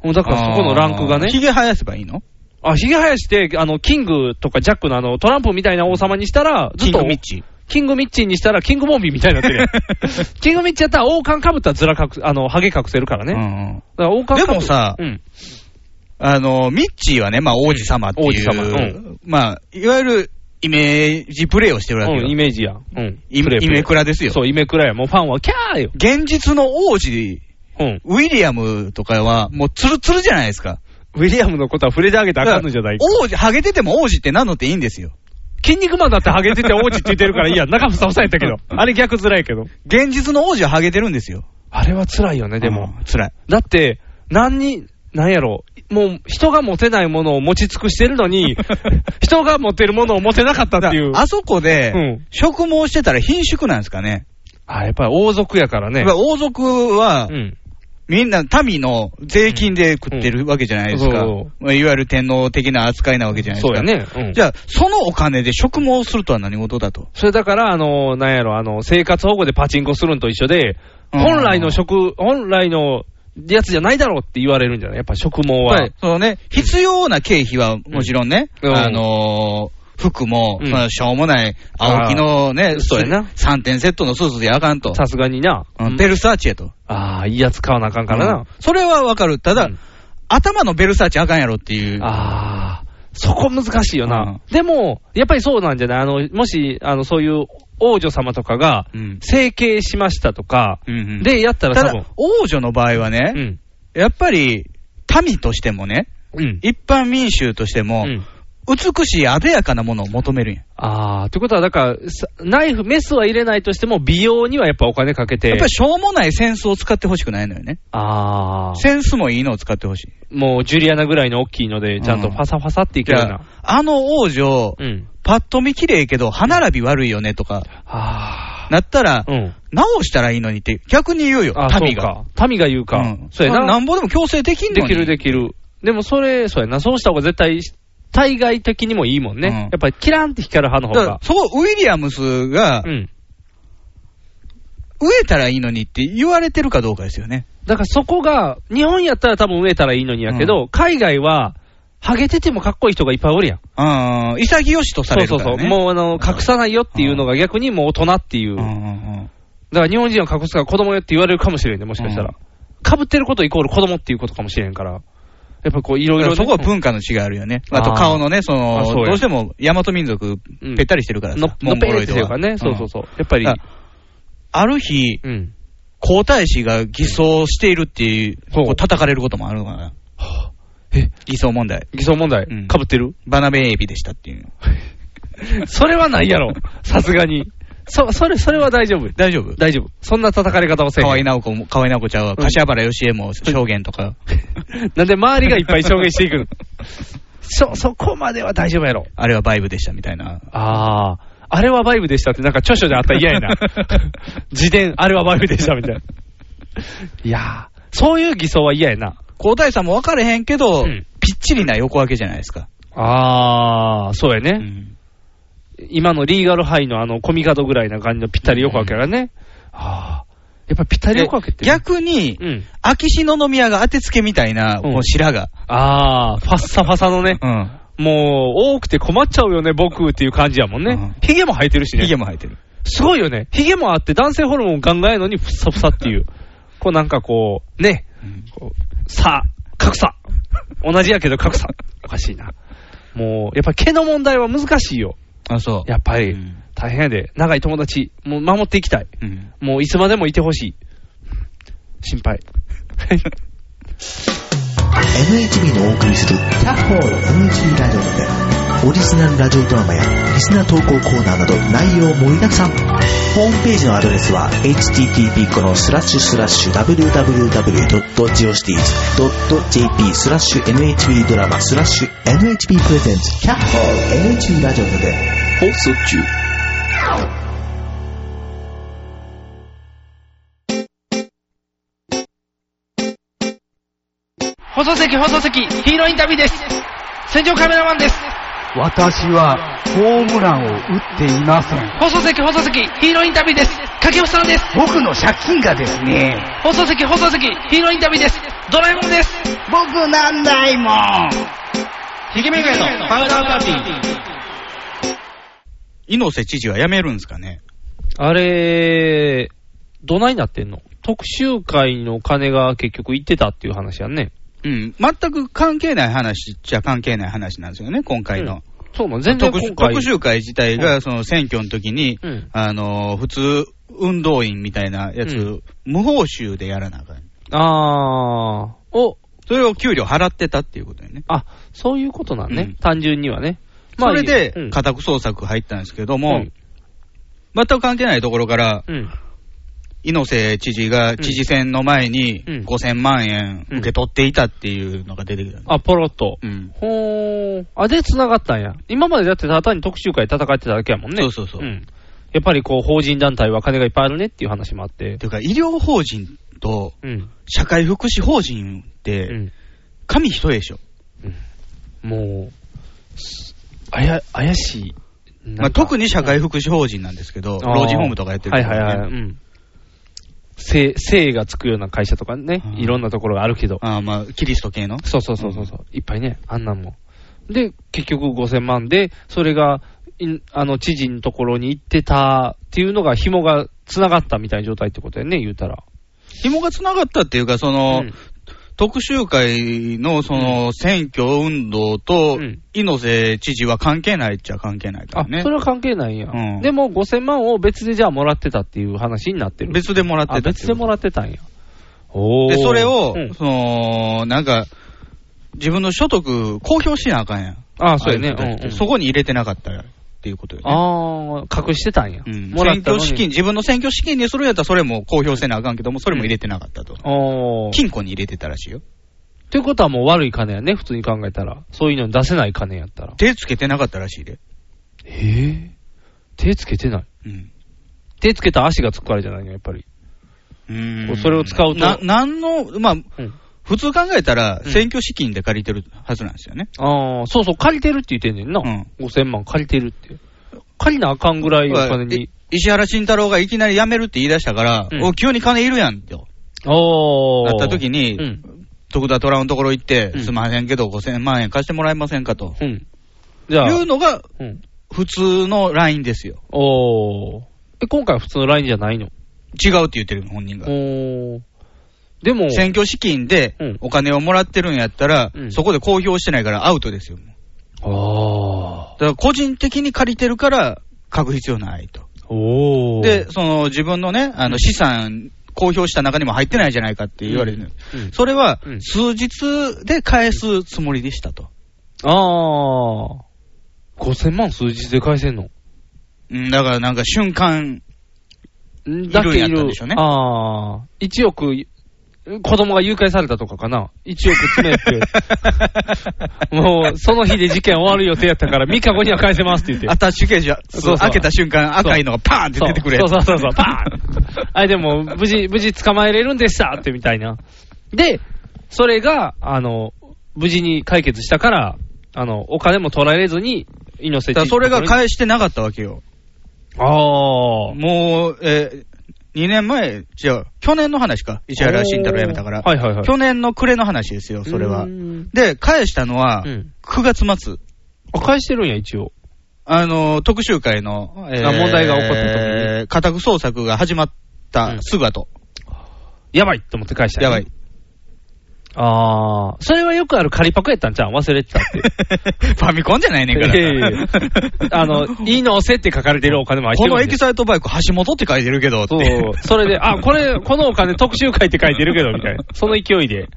Speaker 3: もうだからそこのランクがね。
Speaker 2: ひげ生やせばいいの
Speaker 3: あ、ひげ生やして、あの、キングとかジャックのあの、トランプみたいな王様にしたら、
Speaker 2: キ
Speaker 3: ずっ
Speaker 2: ン
Speaker 3: と
Speaker 2: グ、ミッチー。
Speaker 3: キングミッチーにしたら、キングボンビーみたいになってる *laughs* やん。キングミッチーやったら、王冠かぶったらずら隠す、あの、ハゲ隠せるからね。
Speaker 2: う
Speaker 3: だか
Speaker 2: んうん
Speaker 3: ら王冠被
Speaker 2: でもさ
Speaker 3: うん。
Speaker 2: あの、ミッチーはね、まあ、王子様っていう、
Speaker 3: 王子様うん
Speaker 2: まあ、いわゆるイメージプレイをしてるわけよ。
Speaker 3: うん、イメージやん。うん。
Speaker 2: イ
Speaker 3: プレイプ
Speaker 2: イ
Speaker 3: レイ
Speaker 2: メクラですよ。
Speaker 3: そう、イメクラや。もうファンは、キャーよ。
Speaker 2: 現実の王子、
Speaker 3: うん。
Speaker 2: ウィリアムとかは、もうツルツルじゃないですか。
Speaker 3: ウィリアムのことは触れてあげたらあかんのじゃない
Speaker 2: だから王子、ハゲてても王子って名乗っていいんですよ。
Speaker 3: 筋肉マンだってハゲてて王子って言ってるからいいや。中房さやったけど。あれ逆辛いけど。
Speaker 2: 現実の王子はハゲてるんですよ。
Speaker 3: あれは辛いよね、でも。
Speaker 2: うん、辛い。
Speaker 3: だって、何に、なんやろ、もう人が持てないものを持ち尽くしてる
Speaker 2: *laughs*
Speaker 3: のに、人が持てるものを持てなかったっていう。
Speaker 2: あそこで、
Speaker 3: うん
Speaker 2: 植毛してたら貧縮なんですかね。
Speaker 3: あ、やっぱり王族やからね
Speaker 2: やっぱ。王族は、
Speaker 3: うん。
Speaker 2: みんな民の税金で食ってるわけじゃないですか。
Speaker 3: うんそ
Speaker 2: まあいわゆる天皇的な扱いなわけじゃないです
Speaker 3: そう
Speaker 2: か。
Speaker 3: やね。うん
Speaker 2: じゃあ、そのお金で植毛するとは何事だと。
Speaker 3: それだから、あの、なんやろ、あの、生活保護でパチンコするんと一緒で、
Speaker 2: うん
Speaker 3: 本来の食、本来のやつじゃないだろうって言われるんじゃないやっぱ食毛は。
Speaker 2: はいそのね、必要な経費はもちろんね、
Speaker 3: うん
Speaker 2: あのー服も、
Speaker 3: うん
Speaker 2: そのしょうもない、青木のね、
Speaker 3: そうやな
Speaker 2: 3点セットのスーツであかんと。
Speaker 3: さすがにな。
Speaker 2: うんベルサーチェと。
Speaker 3: ああ、いいやつ買わなあかんからな。
Speaker 2: うんそれはわかる。ただ、
Speaker 3: うん
Speaker 2: 頭のベルサーチェあかんやろっていう。
Speaker 3: ああ、そこ難しいよな。
Speaker 2: う
Speaker 3: でも、やっぱりそうなんじゃないあの、もし、あの、そういう王女様とかが
Speaker 2: う、ん。
Speaker 3: 整形しましたとか、
Speaker 2: うんうん
Speaker 3: で、やった
Speaker 2: た
Speaker 3: ら
Speaker 2: だ
Speaker 3: 多分、、
Speaker 2: 王女の場合はね、
Speaker 3: うん。
Speaker 2: やっぱり、民としてもね、
Speaker 3: うん。
Speaker 2: 一般民衆としても、
Speaker 3: うん
Speaker 2: 美しい、あでやかなものを求めるんや。
Speaker 3: ああ、ということは、だから、さナイフ、メスは入れないとしても、美容にはやっぱお金かけて、
Speaker 2: やっぱりしょうもないセンスを使ってほしくないのよね。
Speaker 3: ああ、
Speaker 2: センスもいいのを使ってほしい。
Speaker 3: もうジュリアナぐらいの大きいので、ちゃんとファサファサっていけ
Speaker 2: じ
Speaker 3: るよう
Speaker 2: ゃ
Speaker 3: な
Speaker 2: あ。、あの王女、
Speaker 3: うん。
Speaker 2: パッと見綺麗けど、歯並び悪いよねとか、
Speaker 3: あ
Speaker 2: なったら
Speaker 3: あ、、うん。
Speaker 2: 直したらいいのにって、逆に言うよ
Speaker 3: あ、
Speaker 2: 民
Speaker 3: そう
Speaker 2: が。
Speaker 3: か。民が言うか。
Speaker 2: うん
Speaker 3: そうや
Speaker 2: な
Speaker 3: な。
Speaker 2: んぼでも強制できんの
Speaker 3: で
Speaker 2: に。
Speaker 3: きるできる。でもそれ、そうやな。そうした方が絶対、対外的にもいいもんね。
Speaker 2: うん
Speaker 3: やっぱりキランって光る歯の方
Speaker 2: だから
Speaker 3: が。
Speaker 2: そこ、ウィリアムスが
Speaker 3: う、ん。
Speaker 2: 植えたらいいのにって言われてるかどうかですよね。
Speaker 3: だからそこが、日本やったら多分植えたらいいのにやけど、海外は、ハゲててもかっこいい人がいっぱいおるやん。
Speaker 2: うん、潔しとされる
Speaker 3: そう
Speaker 2: か
Speaker 3: そ
Speaker 2: ら、ね。
Speaker 3: うそう。もうあの、隠さないよっていうのが逆にもう大人っていう。
Speaker 2: うんうんうん
Speaker 3: だから日本人は隠すから子供よって言われるかもしれんね、もしかしたら。かぶってることイコール子供っていうことかもしれんから。やっぱこう、いろい
Speaker 2: だか
Speaker 3: ろ
Speaker 2: らそ
Speaker 3: ね。
Speaker 2: こは文化の違いあるよね。あと
Speaker 3: あー
Speaker 2: 顔のね、そ
Speaker 3: あ
Speaker 2: の、
Speaker 3: そうや
Speaker 2: どうしても大和民族
Speaker 3: うん、
Speaker 2: ぺったりしてるからさ、
Speaker 3: の
Speaker 2: モ
Speaker 3: の
Speaker 2: ンゴ
Speaker 3: ぺ
Speaker 2: ロ
Speaker 3: ー
Speaker 2: イ
Speaker 3: って
Speaker 2: ド
Speaker 3: いう
Speaker 2: は
Speaker 3: かね、そうそうそう。やっぱり
Speaker 2: だ、ある日、
Speaker 3: うん。
Speaker 2: 皇太子が偽装しているっていう、
Speaker 3: ほう
Speaker 2: こう叩かれることもあるのかな。
Speaker 3: え
Speaker 2: 偽装問題。
Speaker 3: 偽装問題
Speaker 2: うん、
Speaker 3: かぶってる
Speaker 2: バナベエビでしたっていう。
Speaker 3: それはない *laughs* やろ。さすがに。そ、それ、それは大丈夫。
Speaker 2: 大丈夫
Speaker 3: 大丈夫。そんな叩かれ方をせえへん
Speaker 2: 河合直子も、河合直子ちゃんは、
Speaker 3: うん
Speaker 2: 柏原芳恵も証言とか。
Speaker 3: *laughs* なんで周りがいっぱい証言していくの *laughs* そ、そこまでは大丈夫やろ。
Speaker 2: あれはバイブでしたみたいな。
Speaker 3: ああ。あれはバイブでしたって、なんか著書であったら嫌や *laughs* な。自伝、あれはバイブでしたみたいな。いやー、そういう偽装は嫌やな。
Speaker 2: 皇太子さんも分かれへんけど、
Speaker 3: うん
Speaker 2: ぴっちりな横分けじゃないですか。
Speaker 3: あー、そうや
Speaker 2: う
Speaker 3: ね。
Speaker 2: ん
Speaker 3: 今のリーガルハイのあの、コミカドぐらいな感じのぴったり横分けがね。あー、やっぱぴったり
Speaker 2: で
Speaker 3: 横分けって。
Speaker 2: 逆に、
Speaker 3: うん。
Speaker 2: 秋篠宮が当てつけみたいな、
Speaker 3: うん
Speaker 2: こう白が。
Speaker 3: あー、ファッサファサのね。
Speaker 2: うん。
Speaker 3: もう、多くて困っちゃうよね、僕っていう感じやもん
Speaker 2: う
Speaker 3: ね
Speaker 2: ん。
Speaker 3: ヒゲも生えてるしね。
Speaker 2: 髭も生えてる。
Speaker 3: すごいよね。ヒゲもあって、男性ホルモンガンガンやのに、ふさふさっていう。こうなんかこう、ね、こうさあ、格差。同じやけど格差。おかしいな。もう、やっぱ毛の問題は難しいよ。
Speaker 2: あ、そう。
Speaker 3: やっぱり、
Speaker 2: うん
Speaker 3: 大変やで。長い友達、もう守っていきたい。
Speaker 2: うん
Speaker 3: もういつまでもいてほしい。心配。
Speaker 6: NHB のお送りする「キャッホール NHB ラジオ」でオリジナルラジオドラマやリスナー投稿コーナーなど内容盛りだくさんホームページのアドレスは http このスラッシュスラッシュ www.geocities.jp スラッシュ NHB ドラマスラッシュ NHB プレゼンツキャッホール NHB ラジオで
Speaker 1: 放送中。
Speaker 3: 放送席、放送席、ヒーローインタビューです。戦場カメラマンです。
Speaker 7: 私はホームランを打っていません。
Speaker 3: 放送席、放送席、ヒーローインタビューです。掛布さんです。
Speaker 7: 僕の借金がですね、
Speaker 3: 放送席、放送席、ヒーローインタビューです。ドラえもんです。
Speaker 7: 僕なんないもん。
Speaker 3: ひげめぐれのパウダーパーティー。
Speaker 2: 猪瀬知事は辞めるんですかね。
Speaker 3: あれ、どないなってんの特集会の金が結局行ってたっていう話やんね。
Speaker 2: うん。全く関係ない話っちゃ関係ない話なんですよね、今回の。
Speaker 3: そうなん、全然
Speaker 2: 特
Speaker 3: 今
Speaker 2: 集
Speaker 3: 回。
Speaker 2: 特集会自体
Speaker 3: う
Speaker 2: が、その選挙の時に、
Speaker 3: うん
Speaker 2: あのー、普通、運動員みたいなやつ、
Speaker 3: うん
Speaker 2: 無報酬でやらなあかん。
Speaker 3: あー、お、
Speaker 2: それを給料払ってたっていうことよね。
Speaker 3: あ、そういうことなんね。
Speaker 2: うん
Speaker 3: 単純にはね。
Speaker 2: それで
Speaker 3: うん、
Speaker 2: 家宅捜索入ったんですけど
Speaker 3: う
Speaker 2: も
Speaker 3: ん、
Speaker 2: 全く関係ないところから、
Speaker 3: うん。
Speaker 2: 猪瀬知事が知事選の前に
Speaker 3: うん
Speaker 2: 5000万円受け取っていたっていうのが出てきた。
Speaker 3: あ、ポロッと。
Speaker 2: うん。
Speaker 3: ほー。あ、で、繋がったんや。今までだってただ単に特集会戦ってただけやもんね。
Speaker 2: そうそうそう
Speaker 3: うん。やっぱりこう、法人団体は金がいっぱいあるねっていう話もあって
Speaker 2: て。いうか、医療法人と、
Speaker 3: うん。
Speaker 2: 社会福祉法人って、
Speaker 3: うん。
Speaker 2: 紙一重でしょ。
Speaker 3: もう、あや、怪しい。
Speaker 2: まあ、特
Speaker 3: に
Speaker 2: に社会福祉法人なんですけど、老人ホームとかやってる
Speaker 3: は
Speaker 2: け
Speaker 3: い
Speaker 2: ど
Speaker 3: は
Speaker 2: ね
Speaker 3: いはい。うん。性、性がつくような会社とかね
Speaker 2: う、ん
Speaker 3: いろんなところがあるけど。
Speaker 2: あーまあ、キリスト系の。
Speaker 3: そうそうそうそうそう、いっぱいね、あんなんも。で、結局5000万で、それが、いあの、知事のところに行ってたっていうのが、紐が繋がったみたいな状態ってことやね、言うたら。
Speaker 2: 紐が繋がったっていうか、その、
Speaker 3: うん
Speaker 2: 特集会のその選挙運動と
Speaker 3: うん、
Speaker 2: 猪瀬知事は関係ないっちゃ関係ないか
Speaker 3: あ
Speaker 2: ら、ね
Speaker 3: そ。れは関係ないんや。
Speaker 2: うん
Speaker 3: でも5000万を別でじゃあもらってたっていう話になってる。
Speaker 2: 別でもらってた
Speaker 3: あ、別でもらってたんや。おー。
Speaker 2: で、それを、
Speaker 3: うん
Speaker 2: その、なんか、自分の所得公表しなあかんやん。
Speaker 3: あ、そうやね。
Speaker 2: ああいう人たちって
Speaker 3: うんうん
Speaker 2: そこに入れてなかったらっていうことよね。
Speaker 3: あー、隠してたんや。
Speaker 2: うん、
Speaker 3: もらっ
Speaker 2: 選
Speaker 3: たの
Speaker 2: 挙
Speaker 3: に
Speaker 2: 資金、。自分の選挙資金にするんやったらそれも公表せなあかんけども、それも入れてなかったと。
Speaker 3: おー。
Speaker 2: 金庫に入れてたらしいよ。
Speaker 3: ということはもう悪い金やね、普通に考えたら。そういうのに出せない金やったら。
Speaker 2: 手つけてなかったらしいで。
Speaker 3: えー、手つけてない。
Speaker 2: うん。
Speaker 3: 手つけた足がつくからじゃないの、やっぱり。
Speaker 2: うん
Speaker 3: それを使うと
Speaker 2: な、なんの、まあ、
Speaker 3: うん
Speaker 2: 普通考えたら、
Speaker 3: うん
Speaker 2: 選挙資金で借りてるはずなんですよね。
Speaker 3: ああ、そうそう、借りてるって言ってんねんな。
Speaker 2: う
Speaker 3: 5000万借りてるって。借りなあかんぐらいお金に
Speaker 2: い。石原慎太郎がいきなり辞めるって言い出したから、
Speaker 3: うん
Speaker 2: お急に金いるやんと、
Speaker 3: お
Speaker 2: な
Speaker 3: ー。
Speaker 2: った時に、
Speaker 3: うん。
Speaker 2: 徳田虎のところ行って、
Speaker 3: うん
Speaker 2: すまへんけど5000万円貸してもらえませんかと。
Speaker 3: うん。じゃあ、
Speaker 2: いうのが
Speaker 3: うん。
Speaker 2: 普通のラインですよ。
Speaker 3: おー。え、今回は普通の LINE じゃないの
Speaker 2: 違うって言ってる本人が。
Speaker 3: おー。でも、
Speaker 2: 選挙資金で
Speaker 3: うん
Speaker 2: お金をもらってるんやったら、
Speaker 3: うん
Speaker 2: そこで公表してないからアウトですよ。
Speaker 3: あ
Speaker 2: だから個人的に借りてるから書く必要ないと。
Speaker 3: ー。おー。
Speaker 2: で、その自分のね、あの資産公表した中にも入ってないじゃないかって言われてる。
Speaker 3: うん、
Speaker 2: それは
Speaker 3: うん
Speaker 2: 数日で返すつもりでしたと。
Speaker 3: あー。5000万数日で返せんの
Speaker 2: うんだからなんか瞬間、
Speaker 3: だ
Speaker 2: いるん
Speaker 3: けい
Speaker 2: やったん
Speaker 3: る
Speaker 2: でしょうね。
Speaker 3: ああ。1億、子供が誘拐されたとかかな。1億詰め *laughs* て。もう、その日で事件終わる予定やったから、3日後には返せますって言って。
Speaker 2: アタッシュケージは
Speaker 3: そうそう
Speaker 2: 開けた瞬間赤いのがパーンって
Speaker 3: そう
Speaker 2: 出てくれ。
Speaker 3: そうそうそうそう、パーン *laughs* あれでも、無事、無事捕まえれるんでしたってみたいな。で、それが、あの、無事に解決したから、あの、お金も取られずに、猪瀬 *laughs*
Speaker 2: だからそれが返してなかったわけよ。
Speaker 3: ああ。
Speaker 2: もう、え2年前、違う、去年の話か。石原慎太郎辞めたから。
Speaker 3: はいはいはい。
Speaker 2: 去年の暮れの話ですよ、それは
Speaker 3: うー。ん
Speaker 2: で、返したのは
Speaker 3: う、ん。
Speaker 2: 9月末。
Speaker 3: あ、返してるんや、一応。
Speaker 2: あの、特集会の、え
Speaker 3: あ問題が起こった時に
Speaker 2: えー家宅捜索が始まっ
Speaker 3: うん
Speaker 2: たすぐ後。
Speaker 3: やばいと思って返したん
Speaker 2: やばい。。 *laughs*
Speaker 3: あー、それはよくある仮パクやったんちゃうん忘れて
Speaker 2: *laughs*
Speaker 3: たって。
Speaker 2: ファミコンじゃないねんか
Speaker 3: いやいやい
Speaker 2: *laughs*
Speaker 3: や
Speaker 2: ら。
Speaker 3: あ *laughs* の、いいのせって書かれてるお金も入って
Speaker 2: こ
Speaker 3: るん
Speaker 2: の
Speaker 3: で
Speaker 2: エキサイトバイク、橋本って書いてるけどって。
Speaker 3: そう、それで、あ、これ、このお金特集会って書いてるけど、みたいな。 *laughs* その勢いで。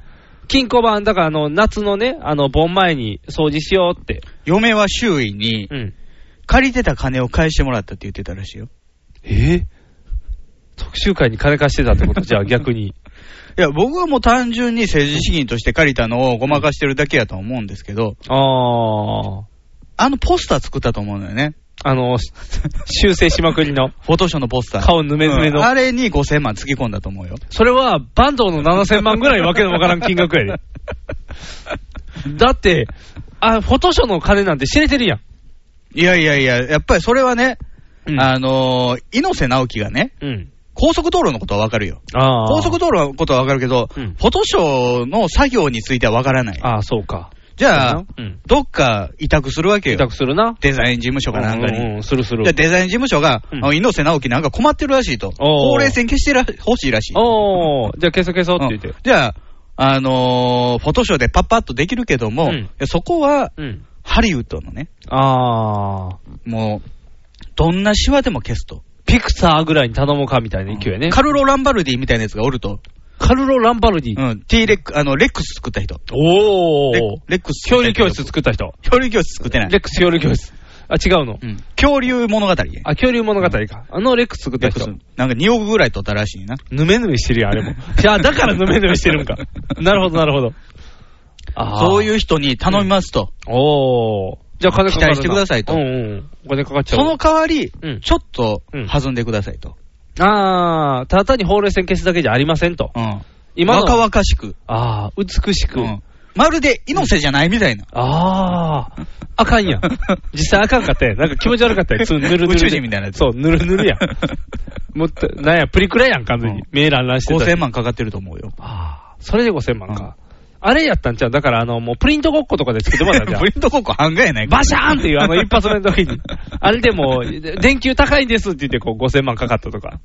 Speaker 3: 金庫番、だからあの、夏のね、あの、盆前に掃除しようって。
Speaker 2: 嫁は周囲に
Speaker 3: う、ん。
Speaker 2: 借りてた金を返してもらったって言ってたらしいよ。
Speaker 3: え特集会に金貸してたってことじゃあ逆 *laughs* に。
Speaker 2: いや、僕はもう単純に政治資金として借りたのをごまかしてるだけやと思うんですけど、
Speaker 3: あー。
Speaker 2: あのポスター作ったと思うのよね。
Speaker 3: あの、し *laughs* 修正しまくりの。
Speaker 2: フォトショーのポスター。
Speaker 3: 顔ぬめぬめの
Speaker 2: うんあれに5000万つぎ込んだと思うよ。
Speaker 3: それは、坂東の7000万ぐらいわけのわからん金額 *laughs* やで。だって、あ、フォトショーの金なんて知れてるやん。
Speaker 2: いやいやいや、やっぱりそれはね、
Speaker 3: うん
Speaker 2: あのー猪瀬直樹がね、
Speaker 3: うん。
Speaker 2: 高速道路のことはわかるよ。
Speaker 3: ああ。
Speaker 2: 高速道路のことはわかるけど、
Speaker 3: うん
Speaker 2: フォトショーの作業についてはわからない。
Speaker 3: ああ、そうか。
Speaker 2: じゃあ、
Speaker 3: うん。
Speaker 2: どっか委託するわけ
Speaker 3: 委
Speaker 2: よ。
Speaker 3: 託するな。
Speaker 2: デザイン事務所かなんかに。
Speaker 3: うんうん、するする
Speaker 2: じゃあ。デザイン事務所が、
Speaker 3: うん
Speaker 2: あの猪瀬直樹なんか困ってるらしいと。
Speaker 3: おー
Speaker 2: ほうれい線消してらほしいらしい。
Speaker 3: おー、じゃあ消そう消そうって言って。
Speaker 2: じゃあ、あのーフォトショーでパッパッとできるけども、
Speaker 3: うん
Speaker 2: いやそこは
Speaker 3: うん。
Speaker 2: ハリウッドのね、
Speaker 3: あー、
Speaker 2: もう、どんなシワでも消すと。
Speaker 3: ピクサーぐらいに頼もうかみたいな勢いやね。
Speaker 2: カルロ・ランバルディみたいなやつがおると。
Speaker 3: カルロ・ランバルディ
Speaker 2: う。ん。T レック、あの、レックス作った人。
Speaker 3: お
Speaker 2: レ
Speaker 3: ー、
Speaker 2: レックス。
Speaker 3: 恐竜教室。作った人。
Speaker 2: 恐竜教室作ってない。
Speaker 3: レックス恐竜教室。あ、違うの
Speaker 2: う。ん。恐竜物語。レ
Speaker 3: あ、恐竜物語か。あのレックス作った
Speaker 2: ック
Speaker 3: 人
Speaker 2: ス。。なんか2億ぐらい取ったらしいな。
Speaker 3: ぬめぬめしてるやん、あれ *laughs* も。いや、だからぬめぬめしてるんか。なるほど、なるほど。あー
Speaker 2: そういう人に頼みますと。
Speaker 3: おー。じゃあ金かかるな
Speaker 2: 期待してくださいと
Speaker 3: うんうん。お金かかっちゃ。
Speaker 2: そうの代わり
Speaker 3: うん、
Speaker 2: ちょっと
Speaker 3: うん
Speaker 2: 弾んでくださいと。
Speaker 3: ああ、ただ単にほうれい線消すだけじゃありませんと。
Speaker 2: うん。
Speaker 3: 今の
Speaker 2: 若々しく。
Speaker 3: ああ、美しく。
Speaker 2: うんまるで猪瀬じゃないみたいな。
Speaker 3: ああ、あか
Speaker 2: *laughs*
Speaker 3: んやん。実際あかんかったやん。なんか気持ち悪かったやん。そうぬるぬるで
Speaker 2: 宇宙人みたいなやつ
Speaker 3: そう、ぬるぬる
Speaker 2: *laughs*
Speaker 3: やん。もっと、なんや、プリクラやん、完全に
Speaker 2: うん。
Speaker 3: 目乱乱してたし。
Speaker 2: 5000万かかってると思うよ。
Speaker 3: ああ、それで5000万
Speaker 2: うん
Speaker 3: か。あれやったんちゃうだから、あの、もうプリントごっことかで作ってもらったんちゃう
Speaker 2: *laughs* プリントコック半がやないか
Speaker 3: バシャーンっていう、あの一発目の
Speaker 2: *laughs*
Speaker 3: 時に。あれでも、電球高いんですって言って、こう、5000万かかったとか。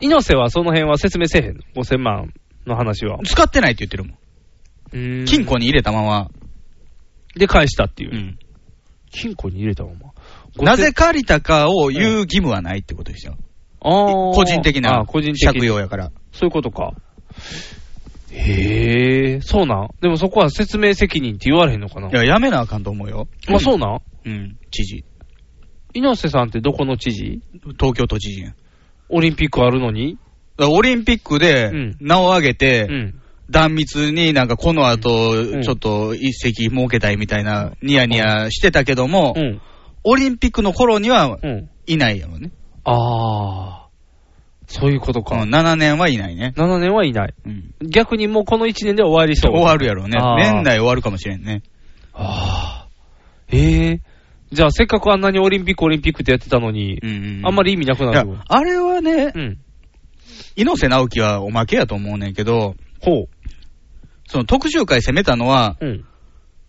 Speaker 3: 猪瀬はその辺は説明せえへんの。5000万の話は。
Speaker 2: 使ってないって言ってるもん。金
Speaker 3: 金
Speaker 2: 庫に入れたまま。
Speaker 3: で返したっていうう。
Speaker 2: ん。
Speaker 3: 金庫に入れたまま。
Speaker 2: なぜ借りたかを言う義務はないってことでしたよ。
Speaker 3: 個
Speaker 2: 個人的な
Speaker 3: 個人的
Speaker 2: 借用やから。。
Speaker 3: そういうことか。へえ、そうなん。でもそこは説明責任って言われへんのかない
Speaker 2: や、やめなあかんと思うよ。
Speaker 3: まあそうなん。
Speaker 2: うん。知事。
Speaker 3: 猪瀬さんってどこの知事
Speaker 2: 東京都知事やん。
Speaker 3: オリンピックあるのに
Speaker 2: だからオリンピックで
Speaker 3: うん
Speaker 2: 名を挙げ
Speaker 3: う
Speaker 2: て、
Speaker 3: ん。
Speaker 2: 断密になんかこの
Speaker 3: う
Speaker 2: 後、
Speaker 3: ん
Speaker 2: ちょっと一席設けたいみたいな、ニヤニヤしてたけども
Speaker 3: う、ん。
Speaker 2: オリンピックの頃には
Speaker 3: うん。
Speaker 2: いないやろね。
Speaker 3: ああ。そういうこと
Speaker 2: この
Speaker 3: か。
Speaker 2: 7年はいないね。
Speaker 3: 7年はいない。
Speaker 2: うん。
Speaker 3: 逆にもうこの1年で終わりそう。
Speaker 2: 終わるやろうね。
Speaker 3: あー
Speaker 2: 年内終わるかもしれんね。
Speaker 3: ああ。ええ。じゃあせっかくあんなにオリンピックオリンピックってやってたのに、あんま
Speaker 2: り。
Speaker 3: り意味なく
Speaker 2: い
Speaker 3: な
Speaker 2: や
Speaker 3: るの、
Speaker 2: あれはね
Speaker 3: う、ん。
Speaker 2: 猪瀬直樹はおまけやと思うねんけど、
Speaker 3: ほ
Speaker 2: その特集会攻めたのは、
Speaker 3: う。うん。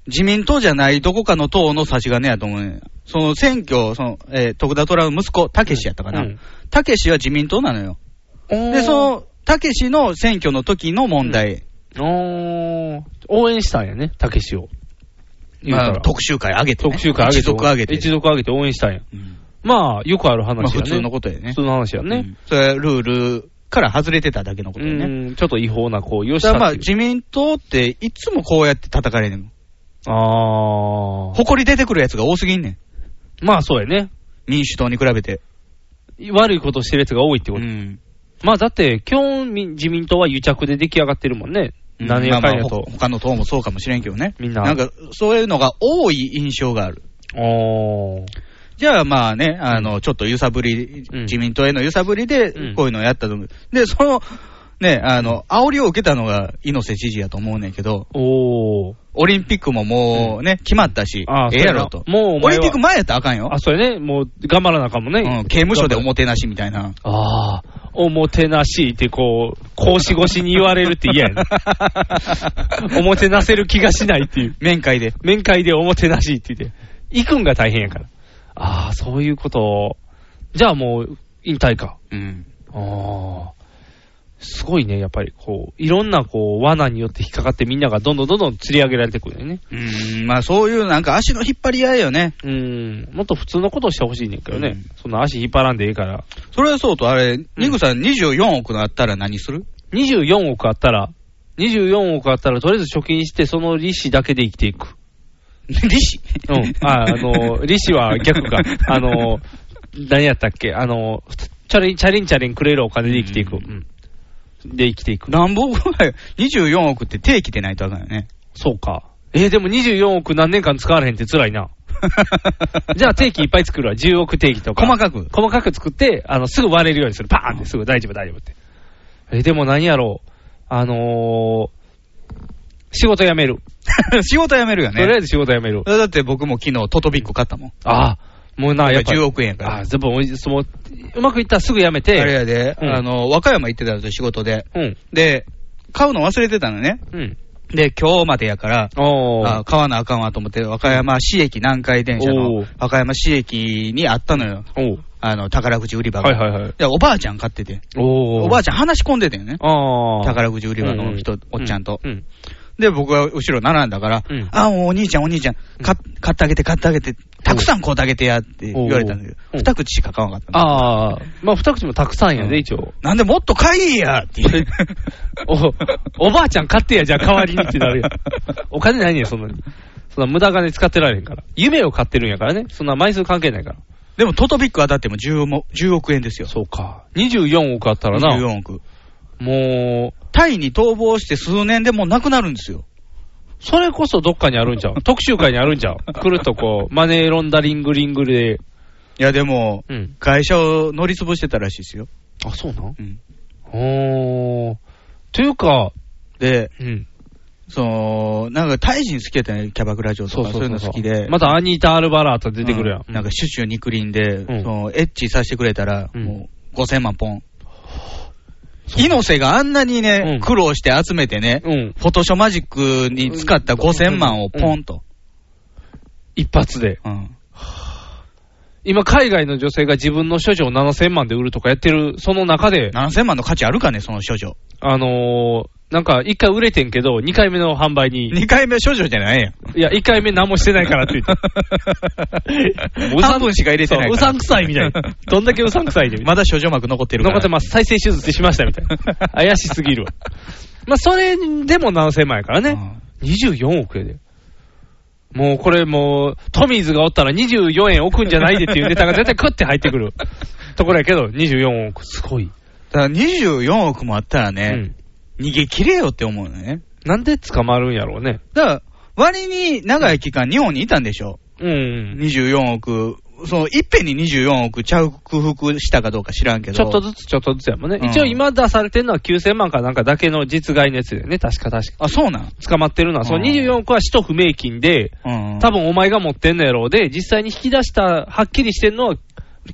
Speaker 2: 自民党じゃないどこかの党の差し金やと思うねん。その選挙、その、えー徳田虎の息子、たけしやったかな。
Speaker 3: うん
Speaker 2: たけしは自民党なのよ。で、その、たけしの選挙の時の問題、
Speaker 3: おー応援したんやね、たけしを。言うた
Speaker 2: ま
Speaker 3: ら
Speaker 2: あ、特集会上げてね、
Speaker 3: 特集会上げて。
Speaker 2: 一族上げて。
Speaker 3: 一族上げて応援したんや。
Speaker 2: うん
Speaker 3: まあ、よくある話やね。
Speaker 2: まあ、普通のことや
Speaker 3: 普
Speaker 2: ね
Speaker 3: 通。の話や
Speaker 2: う
Speaker 3: ね。
Speaker 2: んそれはルールから外れてただけのこ
Speaker 3: う
Speaker 2: とよね。
Speaker 3: ーん、ちょっと違法な行為をし
Speaker 2: だ
Speaker 3: た
Speaker 2: からまあ、
Speaker 3: って
Speaker 2: 自
Speaker 3: いう。
Speaker 2: 民党っていつもこうやって叩かれるの。
Speaker 3: あー
Speaker 2: 誇り出てくるやつが多すぎんねん。
Speaker 3: まあ、そうやね。
Speaker 2: 民主党に比べて。
Speaker 3: 悪いことをしてるやつが多いってこと。
Speaker 2: ん。
Speaker 3: まあ、だって、基本、み自民党は癒着で出来上がってるもんね。何や
Speaker 2: ま
Speaker 3: か
Speaker 2: あ
Speaker 3: ん
Speaker 2: ま
Speaker 3: や
Speaker 2: あほ
Speaker 3: と。
Speaker 2: 他の党もそうかもしれんけどね。
Speaker 3: みんな
Speaker 2: なんか、そういうのが多い印象がある。
Speaker 3: おー。
Speaker 2: じゃあまあね、あの、ちょっと揺さぶり、
Speaker 3: うん
Speaker 2: 自民党への揺さぶりで
Speaker 3: うん、
Speaker 2: こういうのをやったと思う。で、その、ね、あの、煽りを受けたのが猪瀬知事やと思うねんけど、
Speaker 3: おー。
Speaker 2: オリンピックももうね、決まったし
Speaker 3: ああ、
Speaker 2: ええやろと
Speaker 3: そ。うやなもうお前は
Speaker 2: オリンピック前やったらあかんよ
Speaker 3: あ、。そうやね。もう、頑張らなあかんもんね。
Speaker 2: うん、刑務所でおもてなしみたいな。
Speaker 3: ああ、おもてなしってこう、講師越しに言われるって嫌
Speaker 2: *laughs*
Speaker 3: やねおもてなせる気がしないっていう。
Speaker 2: 面会で。
Speaker 3: 面会でおもてなしって言って。行くんが大変やから。ああ、そういうことを。じゃあもう、引退か。
Speaker 2: うん。
Speaker 3: ああ。すごいね、やっぱりこう、いろんなこう、罠によって引っかかってみんながどんどんどんどん釣り上げられてくるよね。
Speaker 2: うん、まあそういうなんか足の引っ張り合いよね。
Speaker 3: うん。もっと普通のことをしてほしいねんけど
Speaker 2: う
Speaker 3: ね。
Speaker 2: ん
Speaker 3: そんな足引っ張らんでいいから。
Speaker 2: それはそうと、あれ、ニグさん24億のあったら何する
Speaker 3: 24億あったら、24億あったら、とりあえず貯金して、その利子だけで生きていく。
Speaker 2: 利子 *laughs*
Speaker 3: うん。あ、あの、利子は逆か。あの、何やったっけあの、チャリン、チャリンチャリンくれるお金で生きていく。
Speaker 2: う
Speaker 3: う。
Speaker 2: ん
Speaker 3: で生きていく。
Speaker 2: なんぼぐらい ?24 億って定期でないとあかんよ
Speaker 3: *laughs*
Speaker 2: ね。
Speaker 3: そうか。えーでも24億何年間使われへんって辛いな。じゃあ定期いっぱい作るわ。10億定期とか。
Speaker 2: 細かく *laughs*
Speaker 3: 細かく作って、あの、すぐ割れるようにする。パーンってすぐ大丈夫大丈夫って。えーでも何やろう。あのー、仕事辞める。
Speaker 2: 仕事辞めるよ
Speaker 3: とりあ
Speaker 2: ね。
Speaker 3: えず仕事辞める。
Speaker 2: だって僕も昨日トトビック買ったもん。
Speaker 3: ああ、もうな、やっぱり。
Speaker 2: 10億円やから
Speaker 3: ああ、全部おいそのうまくいったらすぐ辞めて。
Speaker 2: あれやで、
Speaker 3: うん
Speaker 2: あの、和歌山行ってたんですよ、仕事で。
Speaker 3: うん。
Speaker 2: で、買うの忘れてたのね。
Speaker 3: うん。
Speaker 2: で、今日までやから、
Speaker 3: おー。
Speaker 2: あ買わなあかんわと思って、和歌山市駅南海電車
Speaker 3: お
Speaker 2: の
Speaker 3: ー、
Speaker 2: 和歌山市駅にあったのよ。
Speaker 3: おー。
Speaker 2: あの、宝くじ売り場が。
Speaker 3: はいはいはい。
Speaker 2: でおばあちゃん買ってて。
Speaker 3: おー。
Speaker 2: おばあ
Speaker 3: ち
Speaker 2: ちゃん話し込んでたよね。
Speaker 3: ゃん。ああ。
Speaker 2: 宝くじ売り場の人、
Speaker 3: うう
Speaker 2: おっちゃんと。
Speaker 3: ううん。
Speaker 2: で、僕は後ろ並んだから、
Speaker 3: うん
Speaker 2: あ、もうお兄ちゃん、お兄ちゃん、か買ってあげて、買ってあげて、たくさん買うてあげてやって言われたんだけど、
Speaker 3: おう
Speaker 2: 二口しか買わなかったの。
Speaker 3: ああ。まあ、二口もたくさんやで、一応。
Speaker 2: なんでもっと買いやって言う
Speaker 3: お、おばあちゃん買ってや、じゃあ代わりにってなるやん。お金ないねん、そんなに。そんな無駄金使ってられへんから。夢を買ってるんやからね。そんな枚数関係ないから。
Speaker 2: *laughs* でもトトビック当たっても 10, も10億円ですよ。
Speaker 3: そうか。24億あったらな、
Speaker 2: 14億。
Speaker 3: もう、
Speaker 2: タイに逃亡して数年でもうなくなるんですよ。
Speaker 3: それこそどっかにあるん *laughs* ちゃう特集会にあるんちゃう来るとこう、マネーロンダリングリングで。
Speaker 2: いや、でも、
Speaker 3: うん。
Speaker 2: 会社を乗り潰してたらしいですよ。
Speaker 3: あ、そうなん
Speaker 2: うん
Speaker 3: おー。というか、
Speaker 2: で、
Speaker 3: うん。
Speaker 2: その、なんか大臣好きやったね、キャバクラ嬢とか、そういうの好きで。
Speaker 3: またアニータ・アルバラータ出てくるやん。
Speaker 2: うなんか、シュシュ肉林で、
Speaker 3: ん
Speaker 2: そのエッチさせてくれたら、
Speaker 3: うん
Speaker 2: もう、5000万ポン。猪瀬があんなにね、
Speaker 3: うん
Speaker 2: 苦労して集めてね、
Speaker 3: うん。
Speaker 2: フォトショーマジックに使った5000万をポンと。
Speaker 3: 一発で。
Speaker 2: うん
Speaker 3: 今、海外の女性が自分の処女を7000万で売るとかやってる、その中で、
Speaker 2: 7000万の価値あるかね、その処女。
Speaker 3: あのー、なんか、1回売れてんけど、2回目の販売に、
Speaker 2: 2回目処女じゃない
Speaker 3: *laughs*
Speaker 2: やん。。
Speaker 3: いや、1回目何もしてないからって言って *laughs*
Speaker 2: 半分しか入れてないから
Speaker 3: そううさんくさいみたいな。どんだけうさんくさいで、
Speaker 2: まだ処女膜残ってるから。
Speaker 3: 残ってます。再生手術しましたみたい
Speaker 2: *laughs*
Speaker 3: な。怪しすぎるわ。まあ、それでも何千万やからね。24億やで。もうこれもう、トミーズがおったら24円置くんじゃないでっていうネタが絶対クッて入ってくる
Speaker 2: *laughs*
Speaker 3: ところやけど、24億、すごい。
Speaker 2: だから24億もあったら
Speaker 3: う
Speaker 2: ね
Speaker 3: ん、。
Speaker 2: 逃げ切れよって思うのね。
Speaker 3: なんで捕まるんやろうね。
Speaker 2: だから、割に長い期間日本にいたんでしょ。
Speaker 3: うん。
Speaker 2: 24億。その、いっぺんに24億着服したかどうか知らんけど。
Speaker 3: ちょっとずつちょっとずつやもんね。
Speaker 2: うん
Speaker 3: 一応今出されてるのは9000万かなんかだけの実害のやつだよね。確か確か。
Speaker 2: あ、そうなん。
Speaker 3: 捕まってるのは、その24億は使途不明金で、
Speaker 2: うん。
Speaker 3: 多分お前が持ってんのやろうで、実際に引き出した、はっきりしてんのは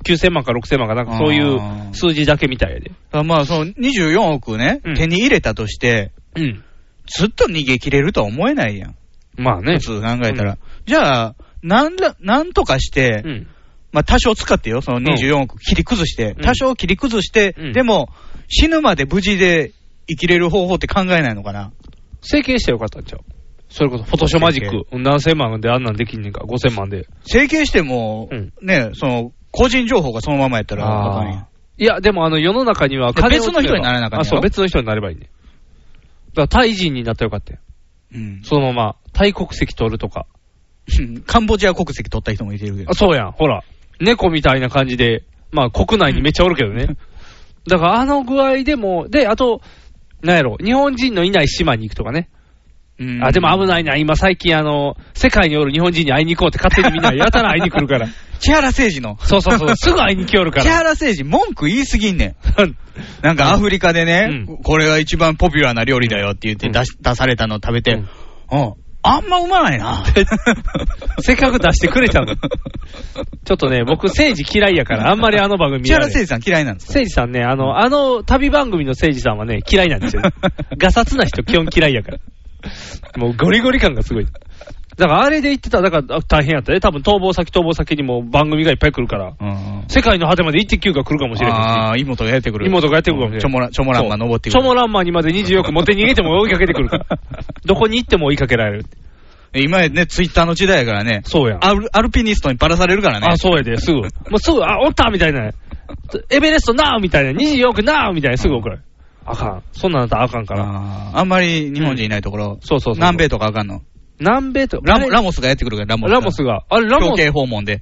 Speaker 3: 9000万か6000万かなんかそういう数字だけみたいやで。
Speaker 2: あまあ、その24億ね、
Speaker 3: うん
Speaker 2: 手に入れたとして、
Speaker 3: うん。
Speaker 2: ずっと逃げ切れるとは思えないやん。
Speaker 3: まあね
Speaker 2: 普。通考えたら。
Speaker 3: う
Speaker 2: じゃあ、なんら、なんとかして、
Speaker 3: うん。
Speaker 2: まあ多少使ってよ、その24億切り崩して、
Speaker 3: うん
Speaker 2: 多少切り崩して、
Speaker 3: うん
Speaker 2: でも、死ぬまで無事で生きれる方法って考えないのかな。
Speaker 3: 整形してよかったんちゃうそれこそ、フォトショーマジッ
Speaker 2: 整
Speaker 3: ク。うん何千万であんなんできんねんか、5000万で。
Speaker 2: 整形しても、
Speaker 3: うん
Speaker 2: ね、その、個人情報がそのままやったらあかんやん。
Speaker 3: いや、でもあの、世の中には金を
Speaker 2: 別の人にならなあかんねやろ
Speaker 3: あ、そう、別の人になればいいね。だから、タイ人になったらよかったよ。
Speaker 2: うん
Speaker 3: そのまま、タイ国籍取るとか。
Speaker 2: *laughs* カンボジア国籍取った人もいてるけど
Speaker 3: あ、。そうやん、ほら。猫みたいな感じで、まあ国内にめっちゃおるけどね。だからあの具合でも、で、あと、なんやろ、日本人のいない島に行くとかね。
Speaker 2: うん
Speaker 3: あ、でも危ないな、今最近あの、世界におる日本人に会いに行こうって勝手にみんなやたら会いに来
Speaker 2: *laughs*
Speaker 3: るから。
Speaker 2: 木原誠二の。
Speaker 3: そうそうそう、すぐ会いに来よるか
Speaker 2: 木
Speaker 3: ら。
Speaker 2: 原誠二、文句言いすぎんねん。なんかアフリカでね、
Speaker 3: うん
Speaker 2: これが一番ポピュラーな料理だよって言って出し、出されたの食べて、
Speaker 3: う
Speaker 2: うんん、あんまうまないな。
Speaker 3: *laughs* せっかく出してくれたの。ちょっとね、僕、政治嫌いやから、あんまりあの番組
Speaker 2: *laughs*
Speaker 3: 見
Speaker 2: 千
Speaker 3: ら
Speaker 2: 原
Speaker 3: れない
Speaker 2: 誠司さん嫌いなんですか
Speaker 3: せいじさんね、あの、あの旅番組のせいじさんはね、嫌いなんですよ。ガサツな人、基本嫌いやから。もうゴリゴリ感がすごい。だからあれで言ってた、だからあ大変やったね。多分逃亡先逃亡先にも番組がいっぱい来るから、
Speaker 2: うん。
Speaker 3: 世界の果てまで1.9が来るかもしれない
Speaker 2: ああ、妹がやってくる。
Speaker 3: 妹がやってくるかもしれん
Speaker 2: ちょもら、ちょもらんが登って
Speaker 3: し。
Speaker 2: く
Speaker 3: チョモ
Speaker 2: る。
Speaker 3: ランマンにまで24億持って逃げても追いかけてく
Speaker 2: *laughs*
Speaker 3: るから。どこに行っても追いかけられる。
Speaker 2: 今ね、ツイッターの時代やからね、
Speaker 3: そうやん。
Speaker 2: アルアルピニストにバラされるからね。
Speaker 3: あ、そうやで、すぐ。もうすぐ、あ、おったみたいな。エベレストなーみたいな。24億なーみたいな。すぐ送られる。あかん。そんなんだったらあかんか
Speaker 2: あ
Speaker 3: ら。
Speaker 2: ーあんまり日本人いないところ、
Speaker 3: そうそうそう。
Speaker 2: 南米とかあかんの。
Speaker 3: 南米と
Speaker 2: ラモ
Speaker 3: あれ
Speaker 2: ラモスがやってくるから、ラモス。
Speaker 3: ラモスが、あれ、ラモ
Speaker 2: 表
Speaker 3: ス
Speaker 2: 敬、訪問
Speaker 3: *laughs*
Speaker 2: で。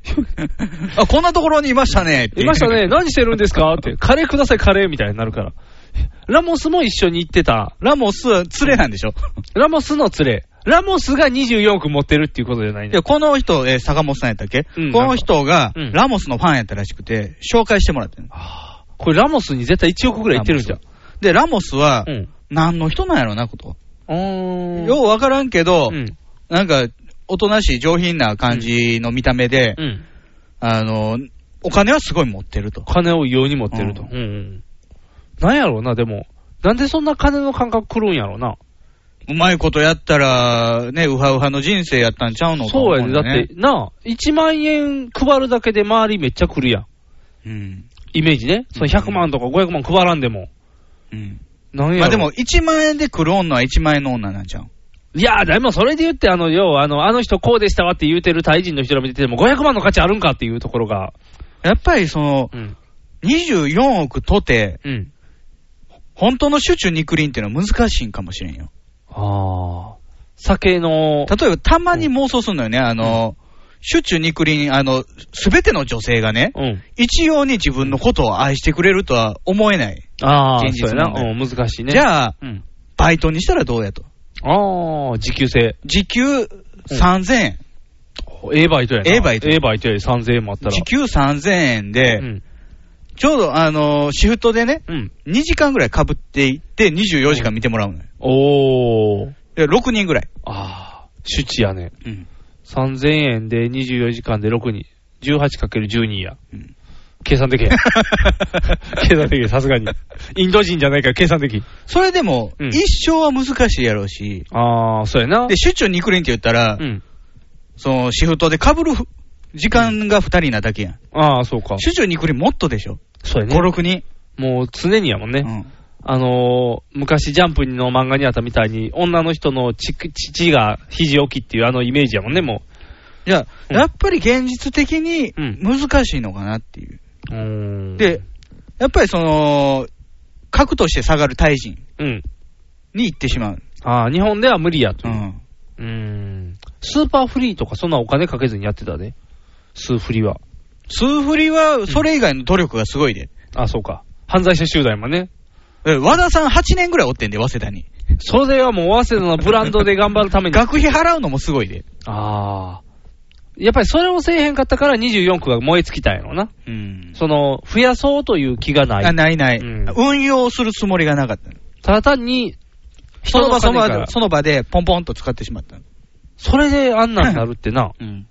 Speaker 2: あ、こんなところにいましたねって
Speaker 3: いましたね、。 *laughs* 何してるんですかって、カレーください、カレーみたいになるから。ラモスも一緒に行ってた、
Speaker 2: ラモスは連れなんでしょ
Speaker 3: ラモスの連れ、ラモスが24億持ってるっていうことじゃない
Speaker 2: い
Speaker 3: ね
Speaker 2: や、。この人、えー坂本さんやったっけ、
Speaker 3: うん
Speaker 2: この人が、
Speaker 3: うん
Speaker 2: ラモスのファンやったらしくて、紹介してもらってんの
Speaker 3: これ、ラモスに絶対1億ぐらい行ってるんじゃん。
Speaker 2: で、ラモスは、
Speaker 3: うん。
Speaker 2: 何の人なんやろな、こと。
Speaker 3: お
Speaker 2: ようわからんけど、
Speaker 3: うん。
Speaker 2: なんか、おとなしい上品な感じの見た目で、
Speaker 3: うん。
Speaker 2: あの、お金はすごい持ってると。
Speaker 3: 金をように持ってると。
Speaker 2: うん
Speaker 3: うん。なんやろうな、でも。なんでそんな金の感覚来るんやろうな。
Speaker 2: うまいことやったら、ね、ウハウハの人生やったんちゃうの
Speaker 3: そうや
Speaker 2: ね
Speaker 3: で、だって、なあ、1万円配るだけで周りめっちゃ来るやん。
Speaker 2: うん。
Speaker 3: イメージね。その100万とか500万配らんでも。
Speaker 2: うん。
Speaker 3: なんやろ
Speaker 2: まあでも、1万円で来る女は1万円の女なんちゃう
Speaker 3: いやー、でもそれで言って、あの、要は、あの、あの人こうでしたわって言うてるタイ人の人ら見てても、500万の価値あるんかっていうところが。
Speaker 2: やっぱりその、
Speaker 3: うん。
Speaker 2: 24億とて、
Speaker 3: うん。
Speaker 2: 本当の手中肉林っていうのは難しいんかもしれんよ。
Speaker 3: ああ。酒の、
Speaker 2: 例えば、たまに妄想するのよね、あの、手中肉林、あの、すべての女性がね、
Speaker 3: うん。
Speaker 2: 一様に自分のことを愛してくれるとは思えない。
Speaker 3: ああ、
Speaker 2: 現
Speaker 3: そう
Speaker 2: 実
Speaker 3: や
Speaker 2: 問題
Speaker 3: な。うん、難しいね。
Speaker 2: じゃあ、
Speaker 3: うん。
Speaker 2: バイトにしたらどうやと。
Speaker 3: ああ、時給制。
Speaker 2: 時給3000円。
Speaker 3: A バイトやな。
Speaker 2: A バイト
Speaker 3: A バイトやで3000円もあったら。
Speaker 2: 時給3000円で、
Speaker 3: うん。
Speaker 2: ちょうど、あのーシフトでね、
Speaker 3: うん。
Speaker 2: 2時間ぐらい被っていって、24時間見てもらうのよ。
Speaker 3: おー。
Speaker 2: で6人ぐらい。
Speaker 3: あー、手地やね。
Speaker 2: *laughs* うん。
Speaker 3: 3000円で24時間で6人。18×12 や。
Speaker 2: うん
Speaker 3: *laughs* 計算できへん。計算できへん、さすがに。インド人じゃないから計算できん。
Speaker 2: それでも、
Speaker 3: うん
Speaker 2: 一生は難しいやろうし、
Speaker 3: あー、そうやな。
Speaker 2: で、出張に行くれんって言ったら、
Speaker 3: うん。
Speaker 2: そのシフトで被るふ時間が2人なだけやん。
Speaker 3: あー、そうか。
Speaker 2: 出張に行くれんもっとでしょ。
Speaker 3: そうやね
Speaker 2: 5、。6人。
Speaker 3: もう常にやもんね。
Speaker 2: うん
Speaker 3: あのー、昔ジャンプの漫画にあったみたいに、女の人のちく父が肘置きっていうあのイメージやもんね、も
Speaker 2: じゃあ、
Speaker 3: うん
Speaker 2: やっぱり現実的に
Speaker 3: うん
Speaker 2: 難しいのかなっていう。
Speaker 3: う。うーん
Speaker 2: で、やっぱりその、核として下がる大臣
Speaker 3: うん。
Speaker 2: に行ってしまう。
Speaker 3: ああ、日本では無理や
Speaker 2: う
Speaker 3: と。
Speaker 2: ん。
Speaker 3: うーん。スーパーフリーとかそんなお金かけずにやってたね。スーフリは。
Speaker 2: 数振りは、それ以外の努力がすごいで。
Speaker 3: あそうか。犯罪者集団もね。
Speaker 2: え和田さん8年ぐらいおってんで、早稲田に。
Speaker 3: それはもう、早稲田のブランドで頑張るために。
Speaker 2: 学費払うのもすごいで。
Speaker 3: ああ。やっぱりそれをせえへんかったから24区が燃え尽きたんやろな。
Speaker 2: うん。
Speaker 3: その、増やそうという気がない。
Speaker 2: あないない、
Speaker 3: うん
Speaker 2: 運用するつもりがなかった。
Speaker 3: ただ単に、
Speaker 2: その場その
Speaker 3: 金か
Speaker 2: 場
Speaker 3: ら
Speaker 2: その場でポンポンと使ってしまった。
Speaker 3: それであんなんなるってな、
Speaker 2: うん。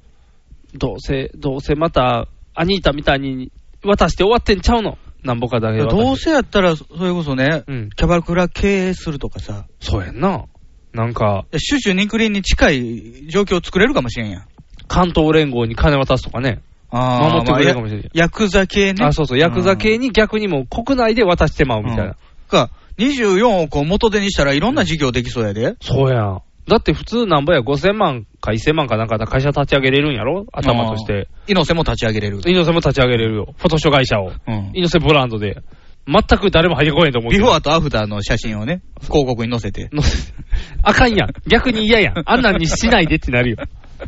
Speaker 3: どうせ、どうせまた、アニータみたいに渡して終わってんちゃうの。なんぼかだけ渡して
Speaker 2: どうせやったら、それこそね、
Speaker 3: うん
Speaker 2: キャバクラ経営するとかさ、
Speaker 3: そうやんな。なんか、
Speaker 2: シュシュニクリンに近い状況を作れるかもしれんやん。
Speaker 3: 関東連合に金渡すとかね。
Speaker 2: あ
Speaker 3: 守ってくれるかもしれん
Speaker 2: まあやヤクザ系ね。
Speaker 3: あ、そうそう。ヤクザ系
Speaker 2: に。
Speaker 3: に逆にもう国内で渡してまうみたいな。
Speaker 2: うんか、24億を元手にしたらいろんな事業できそうやで。
Speaker 3: そうやん。だって普通なんぼや5000万か1000万かなんかだ会社立ち上げれるんやろ頭として。
Speaker 2: 猪瀬も立ち上げれる。
Speaker 3: 猪瀬も立ち上げれるよ。フォトショー会社を。
Speaker 2: うん
Speaker 3: 猪瀬ブランドで。全く誰も入ってこへんと思うけ
Speaker 2: ビ
Speaker 3: ど。
Speaker 2: フォーとアフターの写真をね、広告に載せて。
Speaker 3: の *laughs* あかんやん。逆に嫌やん。あんなんにしないでって
Speaker 2: *laughs*
Speaker 3: なるよ。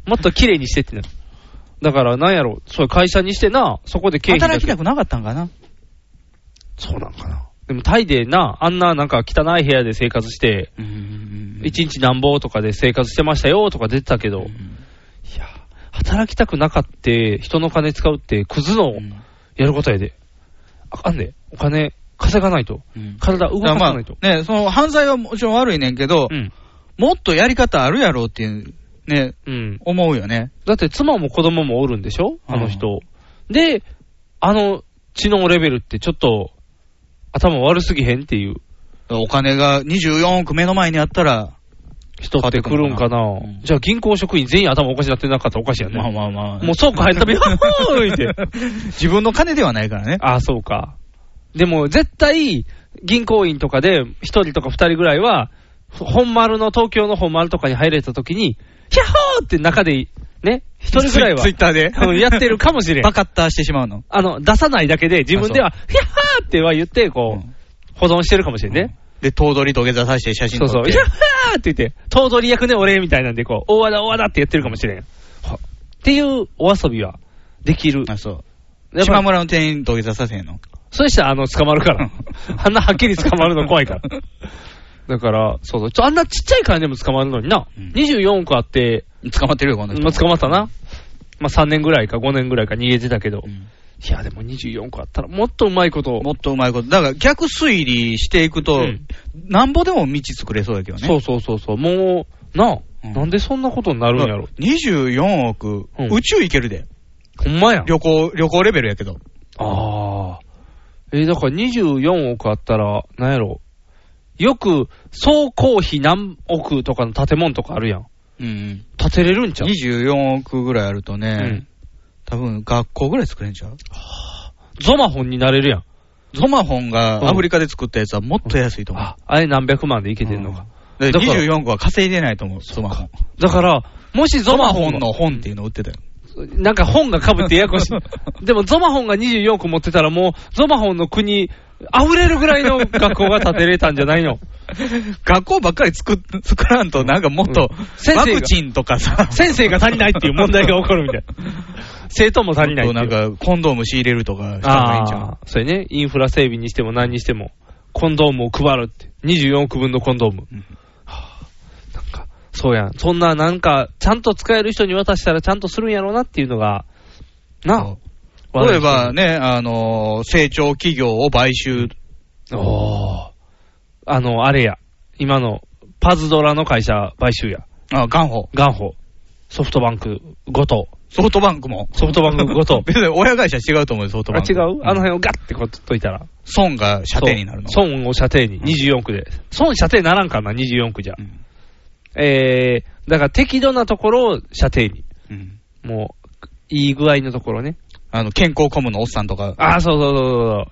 Speaker 3: もっと綺麗にしてってなる。だから、なんやろ、そういう会社にしてな、そこで経費だけ
Speaker 2: 働きたくなかったんかな。
Speaker 3: そうなんかな。でも、タイでな、あんななんか汚い部屋で生活して、一日なんぼとかで生活してましたよとか出てたけど、いや、働きたくなかって、人の金使うって、クズの
Speaker 2: うん
Speaker 3: やることやで。あかんで、お金稼がないと。
Speaker 2: うん
Speaker 3: 体動
Speaker 2: だか
Speaker 3: か
Speaker 2: ら
Speaker 3: さ
Speaker 2: ま
Speaker 3: ないと。
Speaker 2: あ、ね、その犯罪はもちろん悪いねんけど、
Speaker 3: うん。
Speaker 2: もっとやり方あるやろうっていう、ね、
Speaker 3: うん。
Speaker 2: 思うよね。
Speaker 3: だって妻も子供もおるんでしょあの人。で、あの知能レベルってちょっと頭悪すぎへんっていう
Speaker 2: お金が24億目の前にあったら、
Speaker 3: 人って来るんかな。
Speaker 2: うん
Speaker 3: じゃあ銀行職員全員頭おかしになってなかったらおかしいよね。
Speaker 2: まあまあまあ。
Speaker 3: もう倉庫入るたび、はっほーい *laughs* って。
Speaker 2: 自分の金ではないからね。
Speaker 3: ああ、そうか。でも絶対銀行員とかで一人とか二人ぐらいは、本丸の東京の本丸とかに入れた時に、ひゃっほーって中で、ね、一人ぐらいは
Speaker 2: ツイツイッターで
Speaker 3: うんやってるかもしれん
Speaker 2: バ。カッターしてしまうの。
Speaker 3: あの、出さないだけで、自分では、ヒャッハーっては言って、こ
Speaker 2: うん
Speaker 3: う、保存してるかもしれんね。
Speaker 2: で、頭取土下座させて写真
Speaker 3: そ
Speaker 2: 撮
Speaker 3: う
Speaker 2: って。
Speaker 3: そう、ヒャッハーって言って、頭取役ね、俺みたいなんで、こう、大和田、大和田って言ってるかもしれん。はっていうお遊びはできる。
Speaker 2: あ、そう。
Speaker 3: やっ
Speaker 2: 島
Speaker 3: ぱ
Speaker 2: 村の店員土下座させへんの。
Speaker 3: そうしたら、あの、捕まるから。あんなはっきり捕まるの怖
Speaker 2: *laughs*
Speaker 3: いから。だから、そうそう、ちょあんなちっちゃい金でも捕まるのにな。
Speaker 2: うん
Speaker 3: 24個あって、
Speaker 2: 捕まってるよ、この人。
Speaker 3: まあ、捕まったな。まあ、3年ぐらいか5年ぐらいか逃げてたけど。
Speaker 2: うん
Speaker 3: いや、でも24個あったら、もっとうまいことを
Speaker 2: もっとうまいこと。だから逆推理していくと、
Speaker 3: うん
Speaker 2: なんぼでも道作れそうだけどね。
Speaker 3: そうそうそうそう、もう、なあ、
Speaker 2: うん
Speaker 3: なんでそんなことになるんやろ。
Speaker 2: 24億、
Speaker 3: うん
Speaker 2: 宇宙行けるで。
Speaker 3: ほんまやん。あ
Speaker 2: 旅行、旅行レベルやけど。
Speaker 3: あー。えーだから24億あったら、なんやろ。よく、総工費何億とかの建物とかあるやん。
Speaker 2: うん。
Speaker 3: 建てれるんちゃう、
Speaker 2: 24億ぐらいあると
Speaker 3: う
Speaker 2: ね
Speaker 3: ん、。
Speaker 2: 多分学校ぐらい作れんちゃう
Speaker 3: ゾマホンになれるやん。
Speaker 2: ゾマホンがアフリカで作ったやつはもっと安いと思う。
Speaker 3: あ、あれ何百万でいけてんのか。
Speaker 2: で
Speaker 3: だから
Speaker 2: 24個は稼いでないと思う、ゾマホン。
Speaker 3: だから、もしゾ
Speaker 2: ゾ
Speaker 3: マ
Speaker 2: マ
Speaker 3: ホ
Speaker 2: ホ
Speaker 3: ン
Speaker 2: ン
Speaker 3: の
Speaker 2: の、本っていうの売ってたよ。
Speaker 3: なんか本が被ってややこし *laughs* い。でもゾマホンが24億持ってたらもう、ゾマホンの国、溢れるぐらいの学校が建てれたんじゃないの
Speaker 2: 学校ばっかり作っ作らんと、なんかもっと
Speaker 3: うん先生、が
Speaker 2: ワクチンとかさ、
Speaker 3: 先生が足りないっていう問題が起こるみたい *laughs* な。生徒も足りないっていう。
Speaker 2: なんかコンドーム仕入れるとかした方がいいんちゃう
Speaker 3: ああ、それね、インフラ整備にしても何にしても、コンドームを配るって。24億分のコンドーム。
Speaker 2: うん
Speaker 3: はあなんか、そうやん。そんな、なんか、ちゃんと使える人に渡したらちゃんとするんやろうなっていうのが、な
Speaker 2: そ
Speaker 3: あ
Speaker 2: う、例えばね、あの、成長企業を買収。
Speaker 3: おーあの、あれや。今の、パズドラの会社買収や。
Speaker 2: あ、元保。
Speaker 3: ガンホ。ソフトバンク、ごと。
Speaker 2: ソフトバンクも。。
Speaker 3: ソフトバンクご
Speaker 2: *laughs*
Speaker 3: と
Speaker 2: 別に親会社違うと思うよ、ソフト
Speaker 3: *laughs* あ、
Speaker 2: バンク。
Speaker 3: 違うあの
Speaker 2: ん
Speaker 3: 辺をガッてこう取っといたら。
Speaker 2: 損が射程になるの。
Speaker 3: そう損を射程に、24区で。損射程ならんかな、24区じゃ。
Speaker 2: うん
Speaker 3: えー、だから適度なところを射程に。
Speaker 2: うん
Speaker 3: もう、いい具合のところね。
Speaker 2: あの、健康コムのおっさんとか。
Speaker 3: あー、そうそうそうそうそう。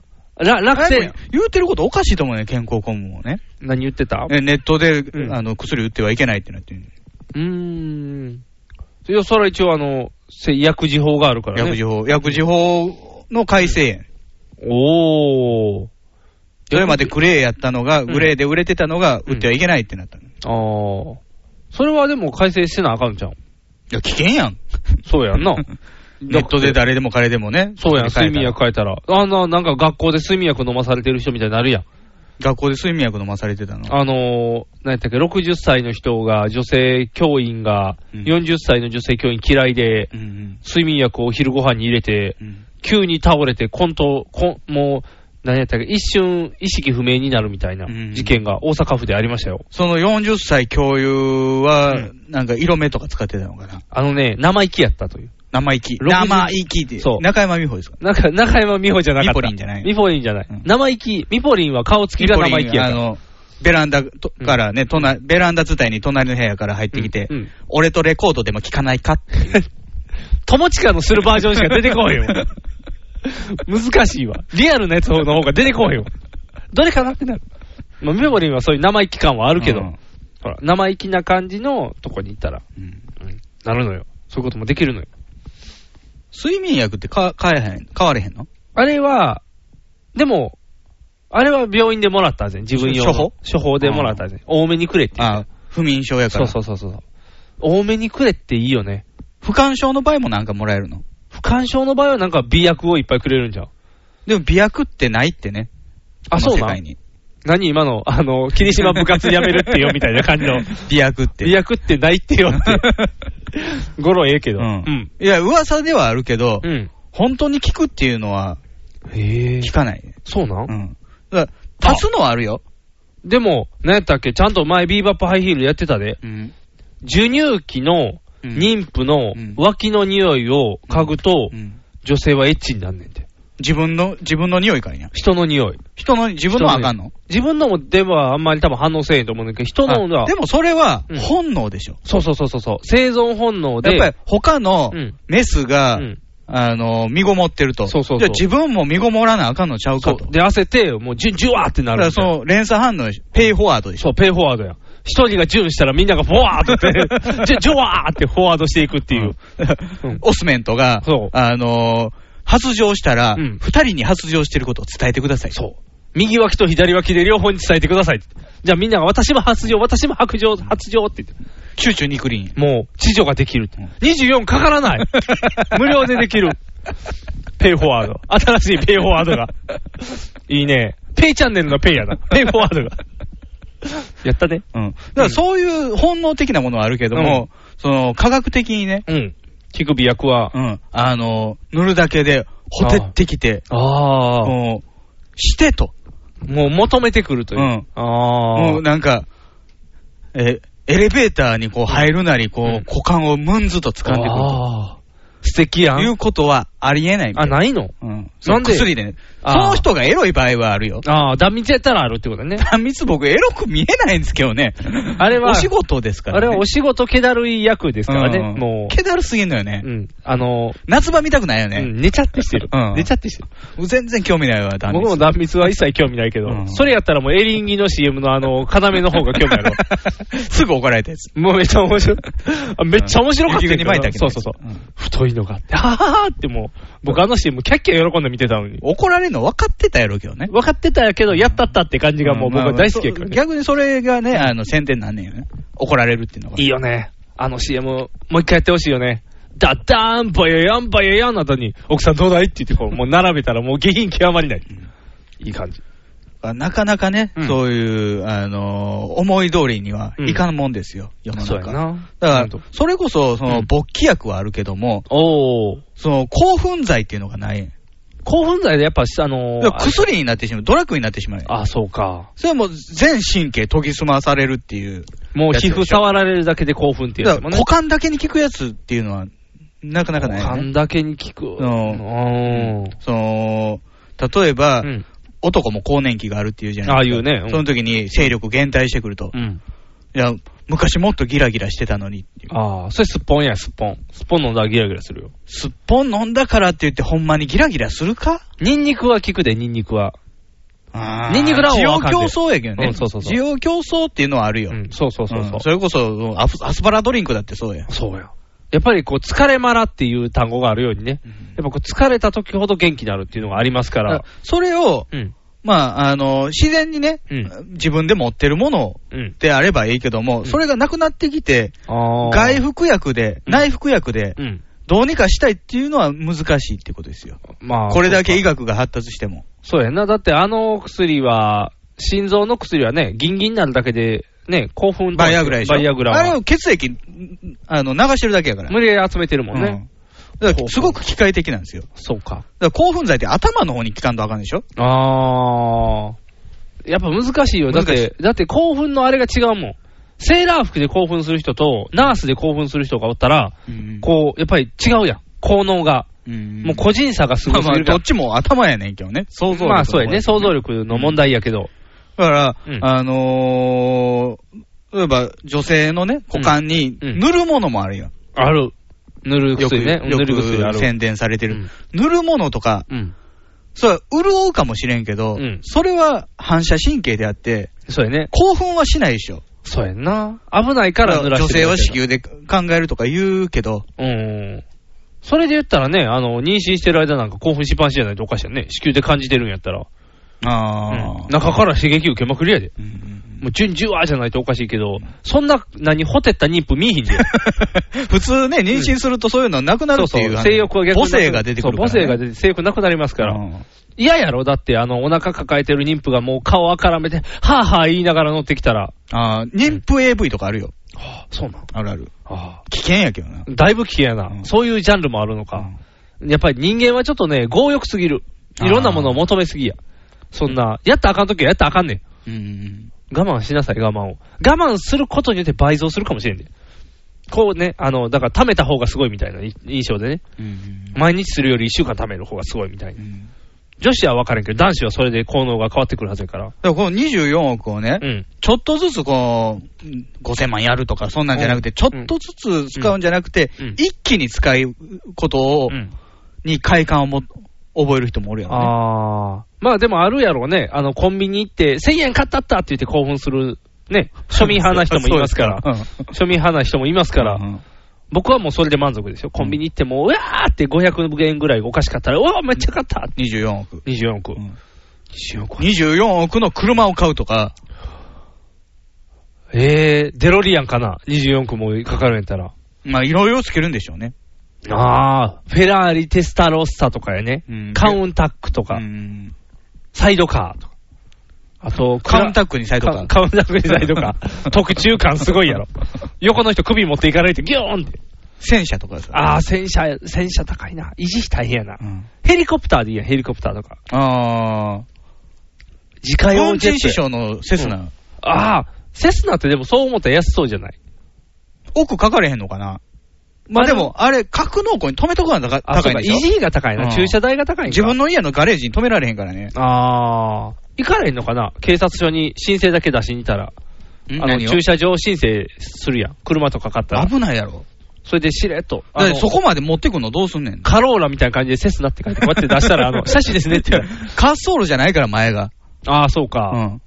Speaker 3: ら楽
Speaker 2: あれ
Speaker 3: 天
Speaker 2: も、言うてることおかしいと思うね、健康コムもね。
Speaker 3: 何言ってた
Speaker 2: えネットで、
Speaker 3: うん
Speaker 2: あの、薬売ってはいけないってなってる。
Speaker 3: うーん。いや、それは一応あの、せ薬事法があるからね。
Speaker 2: 薬事法、薬事法の改正案。
Speaker 3: おー。
Speaker 2: それまでグレーやったのが、
Speaker 3: ん
Speaker 2: グレーで売れてたのが、売ってはいけないってなったの。い
Speaker 3: あー。それはでも改正してなあかんじゃん。
Speaker 2: や、危険や *laughs* ん。
Speaker 3: そうやんな。
Speaker 2: ネットで誰でも彼でもね。
Speaker 3: そうやん、
Speaker 2: それ
Speaker 3: 睡
Speaker 2: で変
Speaker 3: 眠
Speaker 2: えたら
Speaker 3: 薬変えたら。あんな、なんか学校で睡眠薬飲まされてる人みたいになるやん。
Speaker 2: 学校で睡眠薬飲まされてたの。
Speaker 3: あのー、何やったっけ、60歳の人が、女性教員が、
Speaker 2: うん
Speaker 3: 40歳の女性教員嫌いで、
Speaker 2: うんうん
Speaker 3: 睡眠薬をお昼ご飯に入れて、
Speaker 2: うん。
Speaker 3: 急に倒れて、コント、コンもう、何やったっけ、一瞬意識不明になるみたいな
Speaker 2: うん
Speaker 3: 事件が大阪府でありましたよ。
Speaker 2: その40歳共有は、
Speaker 3: う
Speaker 2: なんか色目とか使ってたのかな。
Speaker 3: あのね、生意気やったという。
Speaker 2: 生意気。
Speaker 3: 60
Speaker 2: 生意気って。
Speaker 3: そう
Speaker 2: 中山美穂ですか
Speaker 3: なんか、中山美穂じゃなかった。
Speaker 2: ミポリンじゃない
Speaker 3: ミポリンじゃない。
Speaker 2: うん
Speaker 3: 生意気。ミポリンは顔つきが
Speaker 2: ミポ
Speaker 3: 生
Speaker 2: リン
Speaker 3: 意気や
Speaker 2: あ
Speaker 3: から。
Speaker 2: の、ベランダとからね、隣ベランダ伝いに隣の部屋から入ってきて、
Speaker 3: うんうん
Speaker 2: 俺とレコードでも聴かないかっていう
Speaker 3: 友近のするバージョンしか出てこんよ。 *laughs* 難しいわ。リアルなやつの方が出てこんよ。どれかなってなる。まあ、ミポリンはそういう生意気感はあるけど、
Speaker 2: うん
Speaker 3: ほら、生意気な感じのとこに行ったら、
Speaker 2: うん
Speaker 3: うんなるのよ。そういうこともできるのよ。
Speaker 2: 睡眠薬ってか買えへん、買われへんの
Speaker 3: あれは、でも、あれは病院でもらったぜ、自分用の。
Speaker 2: 処方
Speaker 3: 処方でもらったぜ。多めにくれって言っ
Speaker 2: あ不眠症や
Speaker 3: た。
Speaker 2: か
Speaker 3: そ
Speaker 2: ら。
Speaker 3: うそうそうそう。多めにくれっていいよね。
Speaker 2: 不感症の場合もなんかもらえるの。
Speaker 3: 不干症の場合はなんか美薬をいっぱいくれるんじゃん。
Speaker 2: でも、美薬ってないってね。
Speaker 3: あ、そう
Speaker 2: この
Speaker 3: な
Speaker 2: 世
Speaker 3: ん
Speaker 2: 界に。
Speaker 3: 何今の、あの、霧島部活やめるってよ、みたいな感
Speaker 2: *laughs*
Speaker 3: じの。
Speaker 2: 美薬って。
Speaker 3: 美薬ってないってよっ
Speaker 2: *laughs*
Speaker 3: て。ゴロええけど。
Speaker 2: うん。いや、噂ではあるけど、
Speaker 3: うん。
Speaker 2: 本当に効くっていうのは
Speaker 3: へえ
Speaker 2: 効。かないね。
Speaker 3: そうなん、
Speaker 2: うん。だから、足すのはあるよ。
Speaker 3: でも、何やったっけちゃんと前ビーバップハイヒールやってたで。
Speaker 2: うん。
Speaker 3: 授乳期の妊婦の
Speaker 2: うん
Speaker 3: 脇の匂いを嗅ぐと
Speaker 2: う、ん
Speaker 3: 女性はエッチになんねんて。
Speaker 2: 自分の、自分の匂いかいな。
Speaker 3: 人の匂い。
Speaker 2: 人の、自分のはあかんの
Speaker 3: 自分のもではあんまり多分反応せえへんと思うんだけど、人の
Speaker 2: あ
Speaker 3: は
Speaker 2: で、もそれは
Speaker 3: うん
Speaker 2: 本能でしょ。
Speaker 3: そうそうそうそうそう、生存本能
Speaker 2: や
Speaker 3: で、
Speaker 2: っぱり他の
Speaker 3: うん
Speaker 2: メスが、
Speaker 3: うん
Speaker 2: あの、身ごもってると。
Speaker 3: そうそう
Speaker 2: じ
Speaker 3: そう
Speaker 2: ゃあ自分も身ごもらなあかんのちゃう
Speaker 3: そ
Speaker 2: かと。
Speaker 3: うで、焦って、もうジュジュワーってな
Speaker 2: だ
Speaker 3: る
Speaker 2: か
Speaker 3: み
Speaker 2: ら
Speaker 3: た
Speaker 2: その
Speaker 3: いな。
Speaker 2: 連鎖反応でしょ、ペイフォワードでしょ。
Speaker 3: そう、ペイフォワードや。一人がジュンしたらみんながフォワードって、ジュジュワーってフォワードしていくっていう。うん
Speaker 2: オスメントが
Speaker 3: そう、
Speaker 2: あのー、発情したら、
Speaker 3: う
Speaker 2: 二、
Speaker 3: ん
Speaker 2: 人に発情してることを伝えてください。
Speaker 3: そう。右脇と左脇で両方に伝えてくださいって。じゃあみんなが私も発情、私も白情、発情って言って。
Speaker 2: チューチューニクリーン。
Speaker 3: もう、地上ができるって
Speaker 2: うん。
Speaker 3: 24かからない無料でできる。ペイフォワード。新しいペイフォワードが。いいね。ペイチャンネルのペイやな。ペイフォワードが。やったね。
Speaker 2: うん。だからそういう本能的なものはあるけども、その、科学的にね、
Speaker 3: うん。乳首役は。
Speaker 2: うん、あのー、塗るだけで、ほてってきて、
Speaker 3: ああ。
Speaker 2: もう、してと。
Speaker 3: もう求めてくるという。
Speaker 2: うん
Speaker 3: あ
Speaker 2: も
Speaker 3: あ
Speaker 2: う。なんか、え、エレベーターにこう入るなり、こう、
Speaker 3: うん
Speaker 2: 股間をムンズと掴んでくると。
Speaker 3: あー素敵や
Speaker 2: い
Speaker 3: ん。
Speaker 2: うことはありえないみた
Speaker 3: あ、
Speaker 2: いな。
Speaker 3: ないの
Speaker 2: うん。
Speaker 3: なんで
Speaker 2: 薬でね。
Speaker 3: あー
Speaker 2: その人がエロい場合はあるよ。
Speaker 3: ああ、断蜜やったらあるってこと
Speaker 2: *laughs*
Speaker 3: だね。
Speaker 2: 三密僕エロく見えないんですけどね。
Speaker 3: あれは
Speaker 2: お仕事ですから
Speaker 3: *laughs* あ
Speaker 2: ね。
Speaker 3: れはお仕事気だるい役ですからね。
Speaker 2: うん
Speaker 3: も
Speaker 2: 気だるすぎんのよね
Speaker 3: う。う。ん。あの、
Speaker 2: 夏場見たくないよ
Speaker 3: う
Speaker 2: ね。
Speaker 3: ん寝ちゃってしてる
Speaker 2: うん。
Speaker 3: 寝ちゃってしてる。
Speaker 2: 全然興味ないわ、ダメ
Speaker 3: 僕
Speaker 2: です
Speaker 3: も断蜜は一切興味ないけど、
Speaker 2: うん
Speaker 3: それやったらもうエリンギの CM のあの、要の方が興味あるわ。 *laughs*
Speaker 2: *laughs* すぐ怒られたやつ。
Speaker 3: もうめっちゃ面白い。あめっちゃ面白かったよ
Speaker 2: 雪国巻いたけど
Speaker 3: そうそうそう。太いのがあって、あはははってもう、僕あの CM キャッキャ喜んで見てたのに。
Speaker 2: 怒られるの分かってたやろうけどね。
Speaker 3: 分かってたけど、やったったって感じがもう僕は大好きやか
Speaker 2: う
Speaker 3: ら
Speaker 2: ん
Speaker 3: ね。
Speaker 2: まあまあそう逆にそれがね、あの、宣伝なんねんよね。怒られるっていうのが。
Speaker 3: いいよね。あの CM、もう一回やってほしいよね。ダッダーン、バヤヤン、バヤ *laughs* ヤンの後に、奥さんどうだいって言ってこう、もう並べたらもう下品極まりない。いい感じ。
Speaker 2: なかなかね、
Speaker 3: うん
Speaker 2: そういう、あのー思い通りにはいかんもんですよ、世の中。
Speaker 3: そうやな。
Speaker 2: だ
Speaker 3: うん
Speaker 2: から、それこそ、そうの、
Speaker 3: ん
Speaker 2: 勃起薬はあるけども、
Speaker 3: おー。
Speaker 2: その、興奮剤っていうのがない。
Speaker 3: 興奮剤でやっぱ、あのー
Speaker 2: だから薬になってしまう。ドラッグになってしまう。
Speaker 3: あ、そうか。
Speaker 2: それはもう全神経研ぎ澄まされるっていう。
Speaker 3: もう皮膚触られるだけで興奮っていうや
Speaker 2: だか
Speaker 3: つも
Speaker 2: ら、
Speaker 3: ね。
Speaker 2: 股間だけに効くやつっていうのは、なかなかない、ね。
Speaker 3: んだけに効く。
Speaker 2: うん
Speaker 3: ん。
Speaker 2: その、例えば、
Speaker 3: うん。
Speaker 2: 男も更年期があるっていうじゃ
Speaker 3: あ
Speaker 2: な
Speaker 3: あ
Speaker 2: い
Speaker 3: い
Speaker 2: ですか。
Speaker 3: うね。うん
Speaker 2: その時に勢力減退してくると。
Speaker 3: うん。
Speaker 2: いや、昔もっとギラギラしてたのにっていう。
Speaker 3: ああ、それすっぽんや、すっぽん。すっぽん飲んだらギラギラするよ。
Speaker 2: すっぽん飲んだからって言って、ほんまにギラギラするか
Speaker 3: ニンニクは効くで、ニンニクは。ニンニクラー
Speaker 2: 需
Speaker 3: メンはあ
Speaker 2: 要
Speaker 3: かんで
Speaker 2: 競争やけどね。
Speaker 3: うんそうそうそう
Speaker 2: 需要競争っていうのはあるよ。
Speaker 3: うん、そうそうそうそう。
Speaker 2: んそれこそアス、アスパラドリンクだってそうや。
Speaker 3: そうよ。やっぱりこう、疲れまらっていう単語があるようにね。やっぱこう、疲れた時ほど元気になるっていうのがありますか
Speaker 2: だから
Speaker 3: ら。
Speaker 2: それを、
Speaker 3: うん。
Speaker 2: まあ、あの、自然にね、
Speaker 3: う
Speaker 2: 自分で持ってるもの
Speaker 3: うん。
Speaker 2: であればいいけども、
Speaker 3: ん
Speaker 2: それがなくなってきて、
Speaker 3: あ
Speaker 2: 外服薬で、
Speaker 3: うん
Speaker 2: 内服薬で
Speaker 3: う、ん。
Speaker 2: どうにかしたいっていうのは難しいってことですよ。
Speaker 3: まあ。
Speaker 2: これだけ医学が発達しても。
Speaker 3: そうやな。だってあの薬は、心臓の薬はね、ギンギンになるだけで、ね、興奮とか
Speaker 2: バイアグラでしょ。
Speaker 3: バイアグラ
Speaker 2: あれ
Speaker 3: は
Speaker 2: を。血液、んあの、流してるだけやから。
Speaker 3: 無理やり集めてるもんね。
Speaker 2: うんだからすごく機械的なんですよ。
Speaker 3: そうか。
Speaker 2: だから興奮剤って頭の方に効かんとあかんでしょ
Speaker 3: あー。やっぱ難しいよ。だっ
Speaker 2: 難
Speaker 3: て、だって興奮のあれが違うもん。セーラー服で興奮する人と、ナースで興奮する人がおったら、こう、やっぱり違うやん。効能が。
Speaker 2: うん
Speaker 3: もう個人差がすご
Speaker 2: まあ
Speaker 3: す
Speaker 2: ま
Speaker 3: ぎ
Speaker 2: あ、
Speaker 3: るか
Speaker 2: ど
Speaker 3: ら
Speaker 2: っ。ちも頭やねんけどね。想像力の方
Speaker 3: まあそうやね。想像力の問題やけど。
Speaker 2: だから、
Speaker 3: うん
Speaker 2: あのー、例えば女性のね、股間に
Speaker 3: うんうん
Speaker 2: 塗るものもあるよ。
Speaker 3: ある。塗る
Speaker 2: よく、
Speaker 3: 薬ね。塗
Speaker 2: よ
Speaker 3: る薬あ
Speaker 2: く
Speaker 3: る。
Speaker 2: 宣伝されてる。塗るものとか、
Speaker 3: うん。
Speaker 2: それは潤うかもしれんけど、
Speaker 3: うん
Speaker 2: それは反射神経であって、
Speaker 3: そうやね。
Speaker 2: 興奮はしないでしょ。
Speaker 3: そうやんな。危ないから濡ら
Speaker 2: 女
Speaker 3: して
Speaker 2: 性
Speaker 3: る
Speaker 2: は
Speaker 3: だ
Speaker 2: 子
Speaker 3: けだ。
Speaker 2: 宮で考えるとか言うけど、
Speaker 3: うん。それで言ったらね、あの、妊娠してる間なんか興奮しっぱなしじゃないとおかしいよね。子宮で感じてるんやったら。
Speaker 2: あ
Speaker 3: うん中から刺激受けまくりやで。
Speaker 2: ー
Speaker 3: もう、順々わーじゃないとおかしいけど、そんな、何、ほてった妊婦見いひんで。
Speaker 2: *laughs* 普通ね、妊娠するとそういうのは *laughs* なくなる
Speaker 3: そう
Speaker 2: って
Speaker 3: そ
Speaker 2: いう、
Speaker 3: う。性欲は逆になく。
Speaker 2: 母性が出てくるから、ね。
Speaker 3: そう、母性が出て、性欲なくなりますから。
Speaker 2: うん
Speaker 3: 嫌やろだって、あの、お腹抱えてる妊婦がもう顔あからめて、はぁはぁ言いながら乗ってきたら。
Speaker 2: あー妊婦 AV とかあるよ。
Speaker 3: はぁ、そうなん。
Speaker 2: あるある。
Speaker 3: あ
Speaker 2: 危険やけどな。
Speaker 3: あ。だいぶ危険やな、
Speaker 2: うん
Speaker 3: そういうジャンルもあるのか。やっぱり人間はちょっとね、強欲すぎる。いろんなものを求めすぎや。そんな、やったらあかんときはやったらあかんねん。
Speaker 2: うんうん
Speaker 3: 我慢しなさい、我慢を。我慢することによって倍増するかもしれんねん。こうね、あの、だから貯めた方がすごいみたいない印象でね。
Speaker 2: うんうん
Speaker 3: 毎日するより1週間貯める方がすごいみたいうな。
Speaker 2: ん
Speaker 3: 女子は分からんけど、男子はそれで効能が変わってくるはずやから。
Speaker 2: だからこの24億をね、
Speaker 3: うん。
Speaker 2: ちょっとずつこう、うん5000万やるとか、そんなんじゃなくて、ちょっとずつ使うんじゃなくて、
Speaker 3: うん
Speaker 2: 一気に使うことを、
Speaker 3: うん。
Speaker 2: に快感をも覚える人もおるやろね。
Speaker 3: ああ。まあでもあるやろうね。あの、コンビニ行って、1000円買ったったって言って興奮する、ね、庶民派な人もいますから。
Speaker 2: *laughs* そうです
Speaker 3: 庶民派な人もいますから。
Speaker 2: うん
Speaker 3: 僕はもうそれで満足ですよ。コンビニ行ってもう、うわーって500円ぐらいおかしかったら、うわーめっちゃ買った
Speaker 2: 24億。
Speaker 3: !24 億。
Speaker 2: うん
Speaker 3: 24億。
Speaker 2: 24億の車を買うとか、
Speaker 3: えー、デロリアンかな ?24 億もかかるんやったら。
Speaker 2: まあいろいろつけるんでしょうね。
Speaker 3: あー、フェラーリ、テスタロッサとかやね。
Speaker 2: うん
Speaker 3: カウンタックとか、
Speaker 2: うん
Speaker 3: サイドカーとか。あと、
Speaker 2: カウンタ
Speaker 3: ッ
Speaker 2: ックにサイドカー。
Speaker 3: カウンタックにサイ
Speaker 2: *laughs*
Speaker 3: ドカー。特注感すごいやろ。横の人首持っていかれてギューンって。
Speaker 2: 戦車とかさ。
Speaker 3: あー、戦車、戦車高いな。維持費大変やな
Speaker 2: う。ん
Speaker 3: ヘリコプターでいいやん、ヘリコプターとか。
Speaker 2: あ
Speaker 3: 自
Speaker 2: あ。
Speaker 3: 家
Speaker 2: 日
Speaker 3: 用
Speaker 2: 本
Speaker 3: ジェッ
Speaker 2: 人
Speaker 3: ト
Speaker 2: 師匠
Speaker 3: や。
Speaker 2: のセスナ、
Speaker 3: ああ、セスナってでもそう思ったら安そうじゃない
Speaker 2: 奥かかれへんのかなまあでも、あれ、格納庫に止めとくのが
Speaker 3: あ、
Speaker 2: 高
Speaker 3: そう
Speaker 2: いん
Speaker 3: か、維
Speaker 2: でしょ
Speaker 3: 持費が高い
Speaker 2: うん
Speaker 3: な。駐車代が高いんか
Speaker 2: 自分の家のガレージに止められへんからね。
Speaker 3: ああ、行かれへんのかな警察署に申請だけ出しに行ったら。あの、
Speaker 2: 何を
Speaker 3: 駐車場申請するやん。車とか買ったら。
Speaker 2: 危ないやろ。
Speaker 3: それでしれっと。
Speaker 2: だっ
Speaker 3: あ
Speaker 2: て
Speaker 3: の
Speaker 2: そこまで持ってくんのどうすんねん。
Speaker 3: カローラみたいな感じでセスナって書いて、こうやって出したら、
Speaker 2: *laughs*
Speaker 3: あの、写真ですねって言う。
Speaker 2: 滑走路じゃないから、前が。
Speaker 3: ああ、そう
Speaker 2: う
Speaker 3: か。
Speaker 2: ん。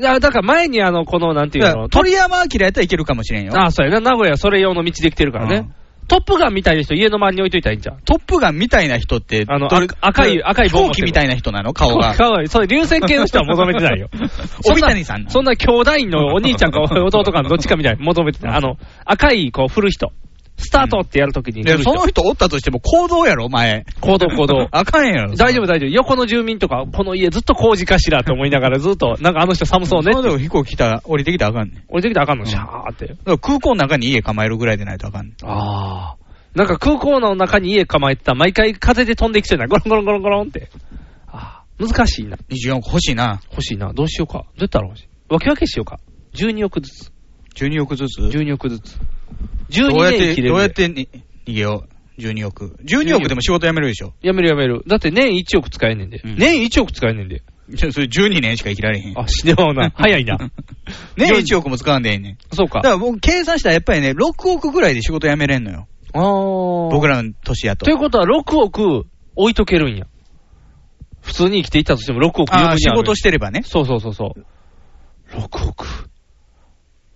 Speaker 3: いやだから前にあの、この、なんてい
Speaker 2: だ
Speaker 3: う
Speaker 2: から
Speaker 3: の、
Speaker 2: 鳥山明やったらいけるかもしれんよ。
Speaker 3: ああ、そうやな。名古屋それ用の道できてるからね。トップガンみたいな人家の周りに置いといたらいいんじゃん。
Speaker 2: トップガンみたいな人って、
Speaker 3: あの
Speaker 2: どれ
Speaker 3: あ赤い赤い棒持
Speaker 2: 飛
Speaker 3: って
Speaker 2: 行機
Speaker 3: る
Speaker 2: みたいな人なの顔が。。
Speaker 3: かわいい。そう、流線系の人は求めてないよ
Speaker 2: *laughs* 帯谷さんなの
Speaker 3: そ
Speaker 2: *laughs*
Speaker 3: んなそんな兄弟のお兄ちゃんか弟かのどっちかみたいに求めてない。あの、赤い、こう、振る人。スタートってやるときに来
Speaker 2: で
Speaker 3: る
Speaker 2: そ
Speaker 3: 人。
Speaker 2: の人おったとしても行動やろ、前。
Speaker 3: 行 *laughs* 動行動。
Speaker 2: あかんやろ。
Speaker 3: 大丈夫大丈夫。横の住民とか、この家ずっと工事かしらと思いながらずっと、なんかあの人寒そうねっ
Speaker 2: そ
Speaker 3: て。
Speaker 2: の飛行機来たら降りてきたらあかんねん。
Speaker 3: 降りてきたらあかんの、シャーって。
Speaker 2: だから空港の中に家構えるぐらいでないとあかんねん。
Speaker 3: ああ。なんか空港の中に家構えてたら毎回風で飛んできちゃうな。ゴロンゴロンゴロンゴロンって。ああ。難しいな。
Speaker 2: 24個欲しいな。
Speaker 3: 欲しいな。どうしようか。どうやったら欲しい分け分けしようか。12億ずつ。
Speaker 2: 12億ずつ。
Speaker 3: 12億ずつ。
Speaker 2: どう
Speaker 3: 12
Speaker 2: やっ
Speaker 3: 年
Speaker 2: て、
Speaker 3: 生きれるで。
Speaker 2: どうやってに逃げよう。12億。12億でも仕事辞めるでしょ。
Speaker 3: やめるやめる。だって年1億使えんねんで。
Speaker 2: うん
Speaker 3: 年1億使えんねんで。
Speaker 2: じゃ *laughs* あそれ12年しか生きられへん。
Speaker 3: あ、死ねば
Speaker 2: *laughs*
Speaker 3: うな。早いな。
Speaker 2: ね
Speaker 3: 40
Speaker 2: 1億も使わんでええねん。
Speaker 3: そうか。
Speaker 2: だから僕計算したらやっぱりね、6億ぐらいで仕事辞めれんのよ。
Speaker 3: あー
Speaker 2: 僕らの年やと。
Speaker 3: ということは6億置いとけるんや。普通に生きていたとしても6億余分
Speaker 2: あー
Speaker 3: に
Speaker 2: 仕
Speaker 3: ある
Speaker 2: 事してればね。
Speaker 3: そうそうそうそう。6億。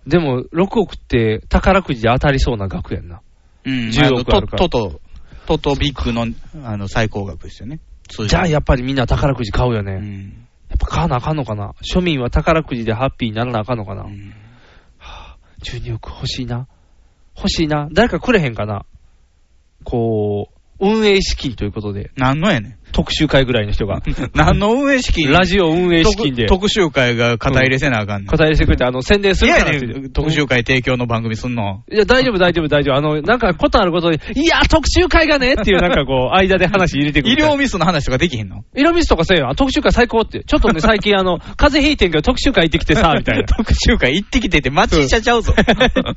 Speaker 3: でも、6億って宝くじで当たりそうな額やんな。
Speaker 2: うん。
Speaker 3: 10億あ
Speaker 2: あの
Speaker 3: るか
Speaker 2: トト
Speaker 3: ら
Speaker 2: ト、トトビッグの、あの、最高額ですよね。通
Speaker 3: じゃあや
Speaker 2: っ
Speaker 3: っぱりみんな宝くじ買うよね。
Speaker 2: ぱう
Speaker 3: や
Speaker 2: ん。
Speaker 3: っぱ買わなあかんのかな。庶民は宝くじでハッピーにならなあかんのかな。
Speaker 2: うん
Speaker 3: 12億欲しいな。欲しいな。誰かくれへんかな。こう、運営資金ということで、
Speaker 2: 何のやねん。
Speaker 3: 特集会ぐらいの
Speaker 2: *laughs*
Speaker 3: 人が。
Speaker 2: 何の運営資金
Speaker 3: ラジオ運営資金で、
Speaker 2: 特特集会が肩入れせなあかんねん。
Speaker 3: 肩入れしてくれて、あの、宣伝す
Speaker 2: い
Speaker 3: るか
Speaker 2: や
Speaker 3: らって言って
Speaker 2: ね、特集会提供の番組すんの。
Speaker 3: いや、大丈夫、大丈夫、大丈夫。あの、なんか、ことあることで、いや、特集会がねっていう、なんか *laughs* こう、間で話入れてくる。
Speaker 2: 医療ミスの話とかできへんの
Speaker 3: 医療ミスとかせえよ。あ特集会最高って。ちょっとね、最近、あの、風邪ひいてんけど、特集会行ってきて *laughs* さ、みたいな。。
Speaker 2: 特集会行ってきてて、町医者ちゃうぞ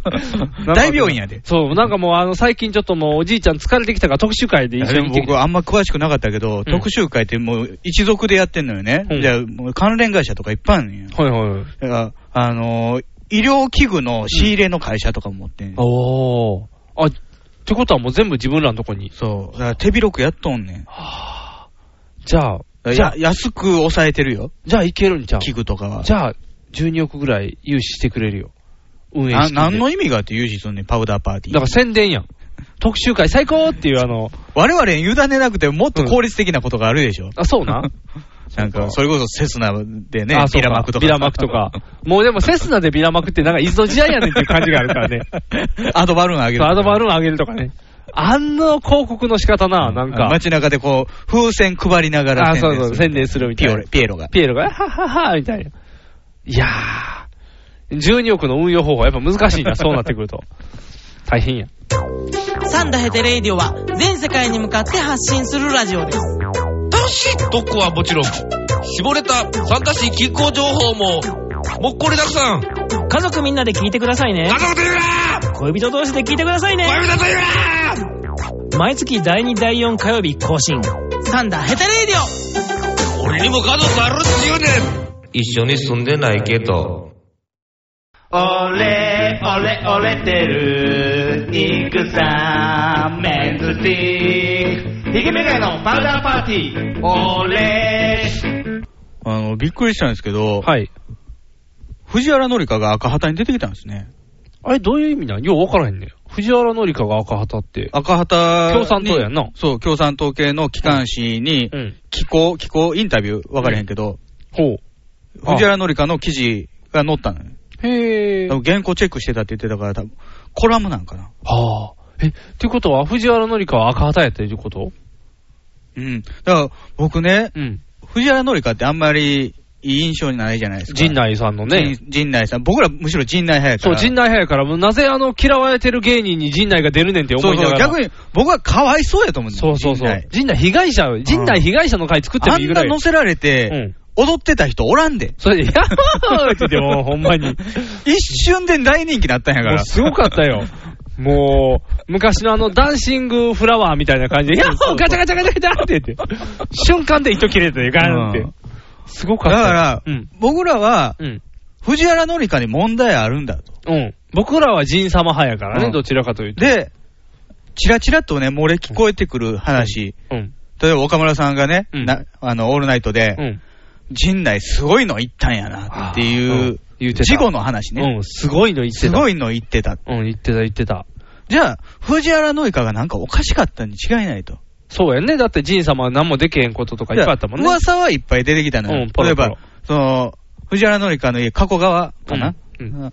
Speaker 2: *laughs* 大病院やで。
Speaker 3: そう、なんかもう、あの、最近ちょっともう、おじいちゃん疲れてきたから、特集会で一緒
Speaker 2: で
Speaker 3: に行
Speaker 2: も
Speaker 3: ってきて
Speaker 2: 僕、あんま詳しくなかったけど、特集会ってもう一族でやってんのよね。
Speaker 3: うん
Speaker 2: じゃあ、もう関連会社とかいっぱいあるんよ。
Speaker 3: はいはい。
Speaker 2: だからあのー、医療器具の仕入れの会社とかも持ってんねん
Speaker 3: おー。あ、ってことはもう全部自分らのとこに。
Speaker 2: そう。だから手広くやっとんねん。
Speaker 3: じゃあ、じゃ
Speaker 2: や
Speaker 3: あ、
Speaker 2: 安く抑えてるよ。
Speaker 3: じゃあいけるんちゃう
Speaker 2: 器具とかは。
Speaker 3: じゃあ、12億ぐらい融資してくれるよ。運営資金
Speaker 2: な何
Speaker 3: で
Speaker 2: の意味があって融資すんねん、パウダーパーティー
Speaker 3: だから。宣伝やん。特集会最高っていうあの、
Speaker 2: 我々に委ねなくてももっと効率的なことがあるでしょ。
Speaker 3: あ、そうな。
Speaker 2: なんか、それこそセスナでね
Speaker 3: あ、そう
Speaker 2: ビラマクとか。
Speaker 3: ビラマクとか。もうでもセスナでビラマクってなんかいつの時代やねんっていう感じがあるからね。
Speaker 2: *laughs* アドバルーンあげ
Speaker 3: そう
Speaker 2: る。
Speaker 3: アドバルーンあげるとかね。あんな広告の仕方な、なんか。
Speaker 2: 街中でこう、風船配りながら
Speaker 3: あ、
Speaker 2: 宣
Speaker 3: そう
Speaker 2: 伝する。
Speaker 3: そう、宣伝するみた
Speaker 2: ピ
Speaker 3: い
Speaker 2: エ
Speaker 3: な
Speaker 2: ロ。ピエロが。
Speaker 3: ピエロが、はははみたいな。いやー、12億の運用方法はやっぱ難しいな、そうなってくると。大変や。
Speaker 1: サンダヘテレイディオは全世界に向かって発信するラジオです。
Speaker 8: 楽しい特攻はもちろん、絞れた参加し気候情報も、もっこりたくさん
Speaker 1: 家族みんなで聞いてくださいね
Speaker 8: 家。族と言うな
Speaker 1: 恋人同士で聞いてくださいね。
Speaker 8: 恋人と言うな
Speaker 1: 毎月第2第4火曜日更新。サンダヘテレイディオ
Speaker 8: 俺にも家族あるって言うねん一緒に住んでないけど。
Speaker 9: 俺、俺、俺てる、肉さん、メンズティック、ヒゲメガネのパウダーパーティー、俺、
Speaker 2: あの、びっくりしたんですけど、
Speaker 3: はい。
Speaker 2: 藤原紀香が赤旗に出てきたんですね。
Speaker 3: あれ、どういう意味なんよう分からへんねん。藤原紀香が赤旗って。
Speaker 2: 赤旗に。
Speaker 3: 共産党やんな
Speaker 2: そう、共産党系の機関紙に
Speaker 3: う、ん。
Speaker 2: 気候、気候インタビュー、わからへんけど、
Speaker 3: ほう。
Speaker 2: 藤原紀香の記事が載ったのよ。
Speaker 3: あ。へ
Speaker 2: 多
Speaker 3: ー。
Speaker 2: 分原稿チェックしてたって言ってたから、多分コラムなんかな。
Speaker 3: はー。え、ってことは、藤原紀香は赤旗やったいうこと
Speaker 2: うん。だから、僕ね、
Speaker 3: うん。
Speaker 2: 藤原紀香ってあんまりいい印象にないじゃないですか。
Speaker 3: 陣内さんのね。
Speaker 2: 陣陣内さん。僕らむしろ陣内派やか
Speaker 3: そう、
Speaker 2: ら。
Speaker 3: 陣内派やから、もうなぜあの嫌われてる芸人に陣内が出るねんって思
Speaker 2: そう
Speaker 3: いな
Speaker 2: そ
Speaker 3: が
Speaker 2: う。
Speaker 3: ら。
Speaker 2: 逆に、僕はかわいそうやと思うんだ
Speaker 3: そ
Speaker 2: よ
Speaker 3: うそうそう
Speaker 2: 陣。
Speaker 3: 陣内被害者、陣内被害者の会作って
Speaker 2: 内あ
Speaker 3: もいい
Speaker 2: ん
Speaker 3: ぐら。
Speaker 2: ない乗せられて、
Speaker 3: うん。
Speaker 2: 踊ってた人おらんで。
Speaker 3: それで、やっ *laughs* ほーって言って、もうほんまに。も
Speaker 2: 一瞬で大人気になったんやか
Speaker 3: う
Speaker 2: ら。
Speaker 3: すごかったよ。もう、昔のあの、ダンシングフラワーみたいな感じで、やっほーガチャガチャガチャガチャって言って、瞬間で糸切れて、ガーンっ
Speaker 2: う
Speaker 3: て
Speaker 2: ん。
Speaker 3: すごか
Speaker 2: だ
Speaker 3: ったよ。
Speaker 2: から、
Speaker 3: うん。
Speaker 2: 僕らは、
Speaker 3: うん。
Speaker 2: 藤原紀香に問題あるんだと。
Speaker 3: うん。僕らは陣様派やから
Speaker 2: う
Speaker 3: ね、
Speaker 2: ん
Speaker 3: どちらかというと。
Speaker 2: で、チラチラとね、漏れ聞こえてくる話。
Speaker 3: うん。
Speaker 2: 例えば岡村さんがね、
Speaker 3: うん
Speaker 2: なあの、オールナイトで、
Speaker 3: うん。
Speaker 2: 陣内すごいの行ったんやなっていう、
Speaker 3: 言ってた
Speaker 2: 事故の話ね。
Speaker 3: うん、すごいの言ってた。
Speaker 2: すごいの言ってた。
Speaker 3: うん、言ってた、言ってた。
Speaker 2: じゃあ、藤原紀香がなんかおかしかったに違いないと。
Speaker 3: そうやんね。だって、ジン様は何もできへんこととかいっぱいあったもんね。
Speaker 2: 噂はいっぱい出てきたのよ。
Speaker 3: うんポ
Speaker 2: 例
Speaker 3: ロ
Speaker 2: え
Speaker 3: ポロ
Speaker 2: ば、その、藤原紀香の家、加古川かな、う
Speaker 3: う
Speaker 2: んん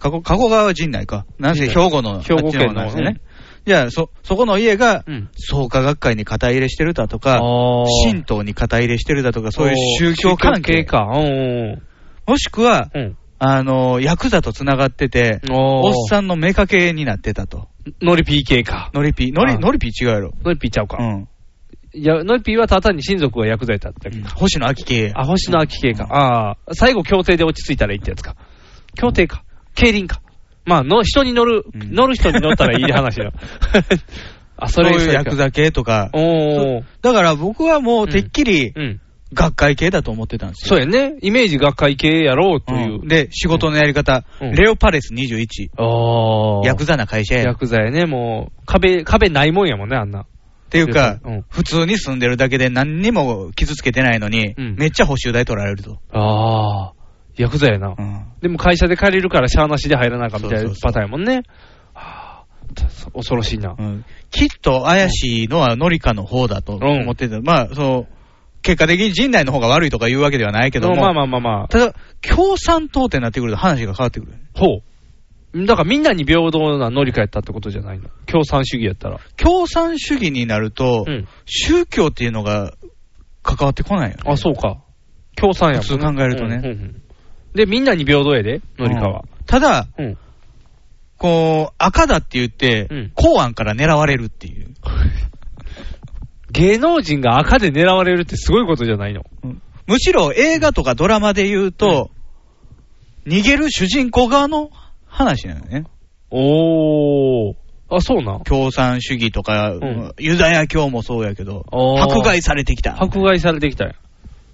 Speaker 2: 加古加古川陣内か。なんせ兵庫の、
Speaker 3: 兵
Speaker 2: あっ
Speaker 3: 庫県の
Speaker 2: ち方なんですよね。じゃあ、そ、そこの家が
Speaker 3: うん、
Speaker 2: 創価学会に肩入れしてるだとか、
Speaker 3: あー
Speaker 2: 神道に肩入れしてるだとか、そういう宗教関係
Speaker 3: 宗教か。うん
Speaker 2: もしくは、
Speaker 3: うん。
Speaker 2: あの、ヤクザと繋がってて、お
Speaker 3: お
Speaker 2: っ
Speaker 3: っさ
Speaker 2: さんの目かけになってたと。
Speaker 3: ん、ノリピー系か。
Speaker 2: ノリピー、ノ
Speaker 3: あ
Speaker 2: リ、ノリピー違うやろ。
Speaker 3: ノリピーちゃう
Speaker 2: う
Speaker 3: か。
Speaker 2: ん。
Speaker 3: いや、ノリピーはただ単に親族が薬剤だったけど。
Speaker 2: 星野明系
Speaker 3: あ、星野秋系か。ああ、最後、協定で落ち着いたらいいってやつか。協定か。競輪か。まあ、の、人に乗る、
Speaker 2: うん
Speaker 3: 乗る人に乗ったらいい話
Speaker 2: *laughs*
Speaker 3: だ。あ、
Speaker 2: そ
Speaker 3: そ
Speaker 2: う
Speaker 3: れ
Speaker 2: いうヤク。ザ系とか。
Speaker 3: おー。
Speaker 2: だから僕はもうてっきり
Speaker 3: うん。
Speaker 2: 学会系だと思ってたんですよ。
Speaker 3: そうやね。イメージ学会系やろうという。
Speaker 2: うんで、仕事のやり方、
Speaker 3: うん
Speaker 2: レオパレス21。
Speaker 3: ああ。
Speaker 2: ヤクザな会社や。
Speaker 3: ヤ
Speaker 2: っ
Speaker 3: クザやね。もう、壁、壁ないもんやもんね、あんな。
Speaker 2: ていうか
Speaker 3: うん、
Speaker 2: 普通に住んでるだけで何にも傷つけてないのに、
Speaker 3: うん
Speaker 2: めっちゃ補修代取られると。
Speaker 3: ああ。ヤクザやな。
Speaker 2: うん
Speaker 3: でも会社で借りるからしゃあなしで入らなあかんみたい
Speaker 2: そう
Speaker 3: な
Speaker 2: そうそう
Speaker 3: パターンやもんね。はあ、恐ろしいな。
Speaker 2: うんきっと怪しいのはノリカの方だと思ってた。まあ、そう、結果的に陣内の方が悪いとか言うわけではないけども、
Speaker 3: まあまあまあまあ。
Speaker 2: ただ、共産党ってなってくると話が変わってくる。
Speaker 3: ほう。だからみんなに平等な乗り換えたってことじゃないの。共産主義やったら。
Speaker 2: 共産主義になると、
Speaker 3: うん。
Speaker 2: 宗教っていうのが関わってこないよね。
Speaker 3: あ、そうか。共産やもんね
Speaker 2: 普通考えるとね
Speaker 3: うんうんうんで、みんなに平等やで、乗り換えは。
Speaker 2: ただ、
Speaker 3: うん。
Speaker 2: こう、赤だって言って、
Speaker 3: うん
Speaker 2: 公安から狙われるっていう。
Speaker 3: 芸能人が赤で狙われるってすごいことじゃないの。
Speaker 2: むしろ映画とかドラマで言うと、逃げる主人公側の話なのね。
Speaker 3: おー。あ、そうなん。
Speaker 2: 共産主義とか、
Speaker 3: ん
Speaker 2: ユダヤ教もそうやけど、
Speaker 3: あー
Speaker 2: 迫害されてきた。
Speaker 3: 迫害されてきたんや。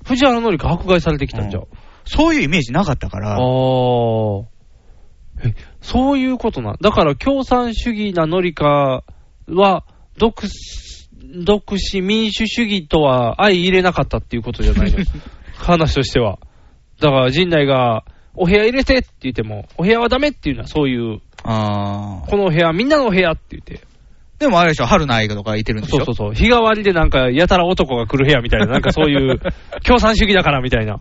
Speaker 3: 藤原紀香迫害されてきたんじゃ。
Speaker 2: うんそういうイメージなかったから、
Speaker 3: ああ。え、そういうことな。だから共産主義なノリカは、独、独死民主主義とは相入れなかったっていうことじゃないの。 *laughs* 話としては。だから陣内が、お部屋入れてって言っても、お部屋はダメっていうのはそういう、
Speaker 2: あー
Speaker 3: このお部屋、みんなのお部屋って言って。
Speaker 2: でもあれでしょ、春の愛がとかいてるんでしょ
Speaker 3: そうそうそう。日替わりでなんか、やたら男が来る部屋みたいな、なんかそ
Speaker 2: *laughs*
Speaker 3: ういう、共産主義だからみたいな。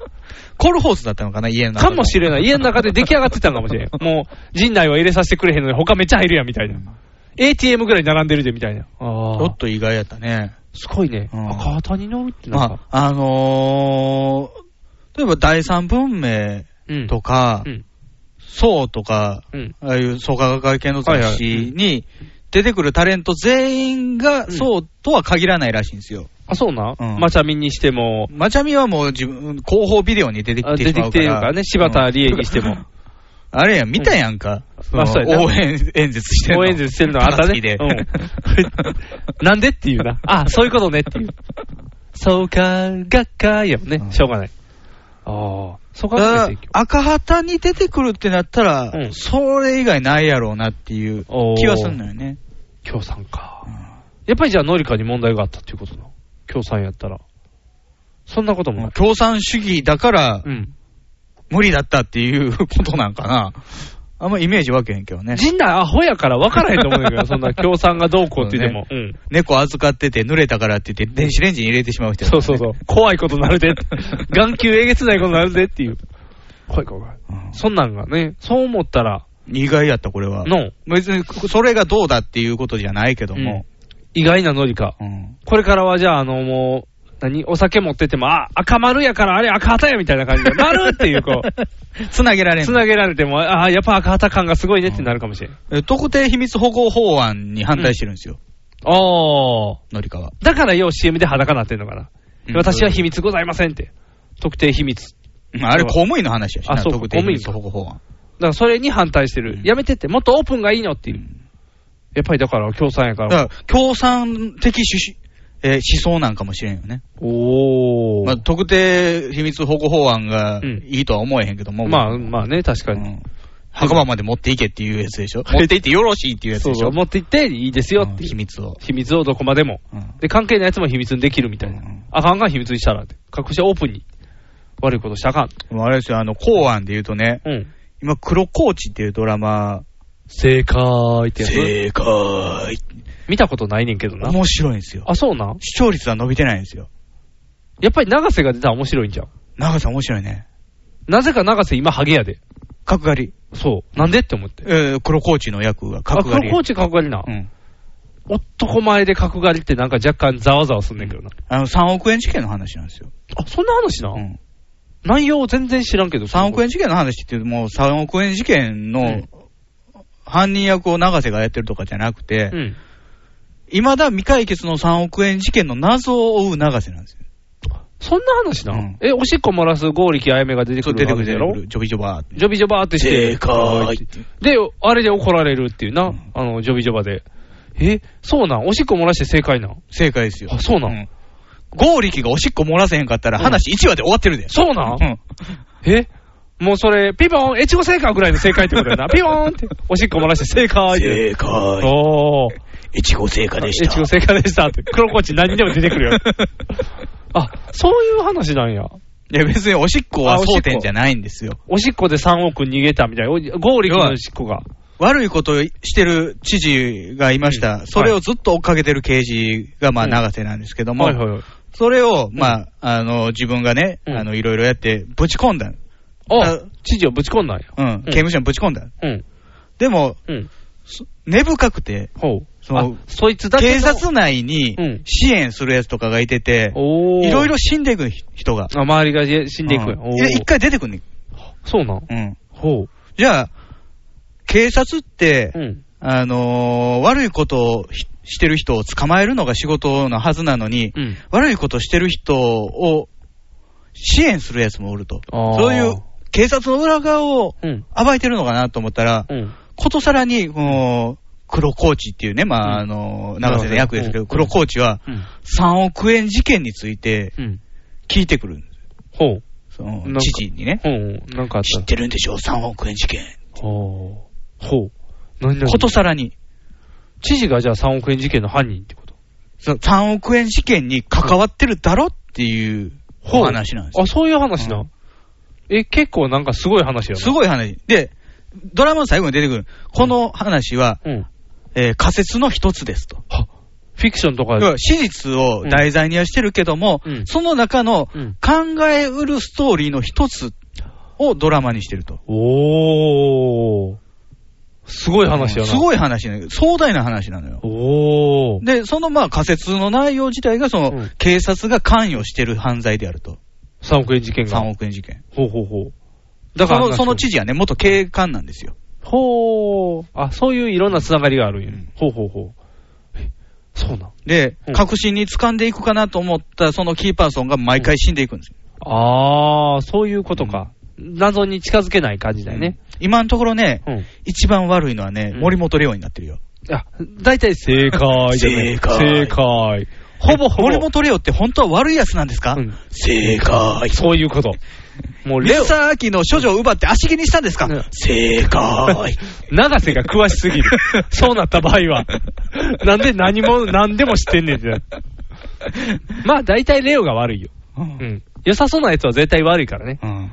Speaker 2: コールホースだったのかな、家の中
Speaker 3: か
Speaker 2: で
Speaker 3: もしれない。家の中で出来上がってたんかもしれん。
Speaker 2: *laughs*
Speaker 3: もう、陣内は入れさせてくれへんのに、他めっちゃ入るやん、みたいな。ATM ぐらい並んでるで、みたいな。あ
Speaker 2: ちょっと意外やったね。
Speaker 3: すごいね。
Speaker 2: うん
Speaker 3: あ、川谷のってなん
Speaker 2: ま
Speaker 3: か。
Speaker 2: あ、あのー、例えば第三文明
Speaker 3: うん
Speaker 2: とか、
Speaker 3: うん。
Speaker 2: そうとか、
Speaker 3: うん。
Speaker 2: ああいう創価学会系の雑
Speaker 3: はいはい
Speaker 2: 誌に出てくるタレント全員が
Speaker 3: ん
Speaker 2: そうとは限らないらしいんですよ。
Speaker 3: あ、そうな。
Speaker 2: うん
Speaker 3: マチャミにしても、
Speaker 2: マチャミはもう自分、広報ビデオに出て
Speaker 3: あ
Speaker 2: きて
Speaker 3: 出
Speaker 2: しまうから。
Speaker 3: てきてるからね、柴田理恵にして
Speaker 2: う
Speaker 3: も
Speaker 2: ん。あれやん、見たやんか。
Speaker 3: まあ
Speaker 2: その
Speaker 3: そうやな
Speaker 2: 応援演説してるの。
Speaker 3: 応援説してるのあった
Speaker 2: 高
Speaker 3: ね
Speaker 2: 槻で。。
Speaker 3: うん。 *laughs* なんでっていうな。あ、そういうことねっていう。そうか、がっかやもんね
Speaker 2: う。ん
Speaker 3: しょうがない。ああ。そうか、
Speaker 2: だから
Speaker 3: 説教
Speaker 2: 赤旗に出てくるってなったら、
Speaker 3: うん
Speaker 2: それ以外ないやろうなっていう
Speaker 3: おー
Speaker 2: 気はすんのよね。
Speaker 3: 共産か。
Speaker 2: うん
Speaker 3: やっぱりじゃあ、ノリカに問題があったっていうことなの。共産やったら。そんなことも
Speaker 2: も
Speaker 3: な
Speaker 2: う
Speaker 3: い。
Speaker 2: 共産主義だから
Speaker 3: うん。
Speaker 2: 無理だったっていうことなんかな。あんまイメージわけへんけどね。
Speaker 3: 陣内アホやから分からへんと思うんだけ *laughs* ど、そんな共産がどうこうって言っても。うん。
Speaker 2: 猫預かってて濡れたからって言って電子レンジに入れてしまう人、
Speaker 3: そうそうそう。怖いことなる *laughs* で。眼球えげつないことなるでっていう。怖い怖い怖い。
Speaker 2: うん
Speaker 3: そんなんがね、そう思ったら、
Speaker 2: 意外やった、これは。
Speaker 3: の、
Speaker 2: 別に、それがどうだっていうことじゃないけども。
Speaker 3: 意外なノリカ。
Speaker 2: うん
Speaker 3: これからはじゃあ、あの、もう、何お酒持ってっても、あ、赤丸やから、あれ赤旗やみたいな感
Speaker 2: *laughs*
Speaker 3: じで、丸っていう、こう、
Speaker 2: つなげられん
Speaker 3: つなげられても、ああ、やっぱ赤旗感がすごいねってなるかもしれん。
Speaker 2: え特定秘密保護法案に反対してるんですよ、
Speaker 3: ああ。
Speaker 2: のりかは。
Speaker 3: だからよう CM で裸なってんのかな。私は秘密ございませんって。特定秘密。
Speaker 2: うんあれ、公務員の話やしな、
Speaker 3: あそうか
Speaker 2: 特定秘密保護法案。
Speaker 3: だからそれに反対して
Speaker 2: う
Speaker 3: る。
Speaker 2: ん
Speaker 3: やめてって、もっとオープンがいいのっていう。やっぱりだから共産やか
Speaker 2: だ
Speaker 3: ら。
Speaker 2: から、共産的趣旨、えー思想なんかもしれんよね。
Speaker 3: おー。
Speaker 2: まあ、特定秘密保護法案が
Speaker 3: うん
Speaker 2: いいとは思えへんけども。
Speaker 3: まあ、まあね、確か
Speaker 2: う
Speaker 3: に。
Speaker 2: ん墓場まで持っていけっていうやつでしょ。持っていってよろしいっていうやつ
Speaker 3: そ
Speaker 2: で
Speaker 3: う
Speaker 2: し
Speaker 3: そ
Speaker 2: ょ。
Speaker 3: う、持って行っていいですよって
Speaker 2: うん
Speaker 3: いう。
Speaker 2: 秘密を。
Speaker 3: 秘密をどこまでも。
Speaker 2: うん
Speaker 3: で、関係ないやつも秘密にできるみたいな。
Speaker 2: うん
Speaker 3: あかんが秘密にしたらって。隠してオープンに。悪いことしたらあか
Speaker 2: でもあれですよ、あの、公安で言うとね、
Speaker 3: ん。うん。
Speaker 2: 今、黒コーチっていうドラマ、
Speaker 3: 正解ってやつ。
Speaker 2: 正解
Speaker 3: 見たことないねんけどな。
Speaker 2: 面白いんですよ。
Speaker 3: あ、そうなん
Speaker 2: 視聴率は伸びてないんですよ。
Speaker 3: やっぱり長瀬が出たら面白いんじゃん。
Speaker 2: 長さん面白いね。
Speaker 3: なぜか長瀬今ハゲやで。
Speaker 2: 角刈り。
Speaker 3: そう。なんでって思って。
Speaker 2: えー黒コーチの役が
Speaker 3: あ、
Speaker 2: 角刈
Speaker 3: 黒
Speaker 2: り。
Speaker 3: コーチ角刈りな。
Speaker 2: うん。
Speaker 3: 男前で角刈りってなんか若干ざわざわすんねんけどな。
Speaker 2: あの、3億円事件の話なんですよ。
Speaker 3: あ、そんな話な、
Speaker 2: うん。
Speaker 3: 内容全然知らんけど。
Speaker 2: 3億円事件の話っていうと、もう3億円事件
Speaker 3: う
Speaker 2: の
Speaker 3: ん
Speaker 2: 犯人役を永瀬がやってるとかじゃなくて
Speaker 3: う、ん。
Speaker 2: 未だ未解決の3億円事件の謎を追う永瀬なんですよ。
Speaker 3: そんな話な、
Speaker 2: うん
Speaker 3: え、おしっこ漏らす剛力あやめが出て
Speaker 2: そ
Speaker 3: く
Speaker 2: う出
Speaker 3: る
Speaker 2: てくる
Speaker 3: 話
Speaker 2: 出
Speaker 3: や
Speaker 2: て
Speaker 3: ろ
Speaker 2: くる、ジョビジョバーって。
Speaker 3: ジョビジョバーってして。
Speaker 2: 正解って
Speaker 3: で、あれで怒られるっていうな。
Speaker 2: うん
Speaker 3: あの、ジョビジョバで。え、そうなんおしっこ漏らして正解なん
Speaker 2: 正解ですよ。
Speaker 3: あそうなん
Speaker 2: ん剛力がおしっこ漏らせへんかったら、
Speaker 3: うん
Speaker 2: 話1話で終わってるで。
Speaker 3: そうなん
Speaker 2: うん。
Speaker 3: えもうそれ、ピボン、越後正解ぐらいの正解ってことやな。ピボンって、おしっこ漏らして正解って。
Speaker 6: 正解。
Speaker 3: おー。
Speaker 6: 越後成果でし
Speaker 3: 越
Speaker 6: た
Speaker 3: 後。正解でしたって。黒コーチ何にでも出てくるよ。あ、そういう話なんや。
Speaker 2: いや、別におしっこ
Speaker 3: あ
Speaker 2: は
Speaker 3: おしっこ
Speaker 2: 争点じゃないんですよ。
Speaker 3: おしっこで3億逃げたみたいな。お剛力のおしっこが。
Speaker 2: 悪いことをしてる知事がいました。
Speaker 3: うん
Speaker 2: それをずっと追っかけてる刑事が、まあ、
Speaker 3: うん
Speaker 2: 長瀬なんですけども、
Speaker 3: はいはいはい。
Speaker 2: それを、まあ、あの、自分がね、
Speaker 3: うん
Speaker 2: あの、いろいろやって、ぶち込んだ。
Speaker 3: あ
Speaker 2: あ、
Speaker 3: 知事をぶち込んだんや。
Speaker 2: うん、刑務所にぶち込んだ。
Speaker 3: うん。
Speaker 2: でも、
Speaker 3: うん。
Speaker 2: 根深くて、
Speaker 3: ほう。
Speaker 2: そ
Speaker 3: あ
Speaker 2: の、
Speaker 3: そいつだけの
Speaker 2: 警察内に
Speaker 3: うん
Speaker 2: 支援するやつとかがいてて、
Speaker 3: おお。
Speaker 2: いろいろ死んでいく人が。
Speaker 3: あ。周りがじ死んでいくんや。
Speaker 2: う
Speaker 3: おー
Speaker 2: いや一回出てくんねん。
Speaker 3: そうなん
Speaker 2: うん。
Speaker 3: ほう。
Speaker 2: じゃあ、警察って、
Speaker 3: うん。
Speaker 2: あのー悪いことをひしてる人を捕まえるのが仕事のはずなのに、
Speaker 3: うん。
Speaker 2: 悪いことしてる人を支援するやつもおると。
Speaker 3: あー
Speaker 2: そういう警察の裏側を
Speaker 3: うん。
Speaker 2: 暴いてるのかなと思ったら、
Speaker 3: うん。
Speaker 2: ことさらに、この、黒コーチっていうね、まあ、あのー、長瀬の役ですけ
Speaker 3: うん
Speaker 2: ど、黒コーチは
Speaker 3: うん。
Speaker 2: 3億円事件について
Speaker 3: うん。
Speaker 2: 聞いてくるんです。
Speaker 3: ほう。
Speaker 2: そ
Speaker 3: なんか
Speaker 2: の、知事にね。
Speaker 3: ほう。なんかあっ
Speaker 2: 知ってるんでしょ、3億円事件。
Speaker 3: た。ほう。ほう。何々
Speaker 2: ことさらに。
Speaker 3: 知事がじゃあ3億円事件の犯人ってこと
Speaker 2: その3億円事件に関わってるだろっていうお話なんですよ。
Speaker 3: あ、そういう話な。え、結構なんかすごい話やな。
Speaker 2: すごい話。で、ドラマの最後に出てくる、この話は、
Speaker 3: うん。
Speaker 2: えー仮説の一つですと。
Speaker 3: フィクションとか
Speaker 2: 要は史実を題材にはしてるけども、
Speaker 3: うん
Speaker 2: その中の
Speaker 3: うん
Speaker 2: 考えうるストーリーの一つをドラマにしてると。
Speaker 3: おー。すごい話やな。
Speaker 2: すごい話なのよ壮大な話なのよ。
Speaker 3: おー。
Speaker 2: で、そのまあ仮説の内容自体が、その、
Speaker 3: うん
Speaker 2: 警察が関与してる犯罪であると。
Speaker 3: 3億円事件が。
Speaker 2: 3億円事件。
Speaker 3: ほうほうほう。だ
Speaker 2: だ
Speaker 3: か
Speaker 2: からら、その知事はね、元警官なんですよ。
Speaker 3: ほう。あ、そういういろんなつながりがあるんや
Speaker 2: うん。
Speaker 3: ほうほうほう。えそうなん。
Speaker 2: で
Speaker 3: うん、
Speaker 2: 確信に掴んでいくかなと思った、そのキーパーソンが毎回死んでいくんですよ。
Speaker 3: あー、そういうことか。謎に近づけない感じだよね。
Speaker 2: 今のところね、
Speaker 3: うん。
Speaker 2: 一番悪いのはね、
Speaker 3: うん
Speaker 2: 森本レオになってるよ。
Speaker 3: あ、大体正解じゃない。
Speaker 6: 正解
Speaker 3: *laughs* 正解。ほぼほぼ。
Speaker 2: 森本レオって本当は悪いやつなんですか、
Speaker 3: うん
Speaker 6: 正解。
Speaker 3: そういうこと。もう
Speaker 2: レ
Speaker 3: レ
Speaker 2: オ
Speaker 3: オ
Speaker 2: ミ、サーキの処女を奪って足切りにしたんですか、
Speaker 3: うん
Speaker 6: 正解。
Speaker 3: 長瀬が詳しすぎ *laughs* る。そうなった場合は。なんで何も、何でも知ってんねんってなる。まあ大体レオが悪いよ。 *laughs* うん。良さそうなやつは絶対悪いからね。
Speaker 2: うん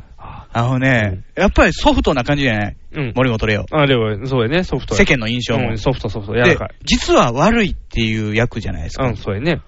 Speaker 2: あのね、やっぱりソフトな感じじゃない
Speaker 3: うん。
Speaker 2: 森本レオ。
Speaker 3: あ、レオ、そうやね、ソフトや。
Speaker 2: 世間の印象も。
Speaker 3: うん、ソフトソフト、柔ら
Speaker 2: で
Speaker 3: かい。、
Speaker 2: 実は悪いっていう役じゃないですか。
Speaker 3: うん、そうやね。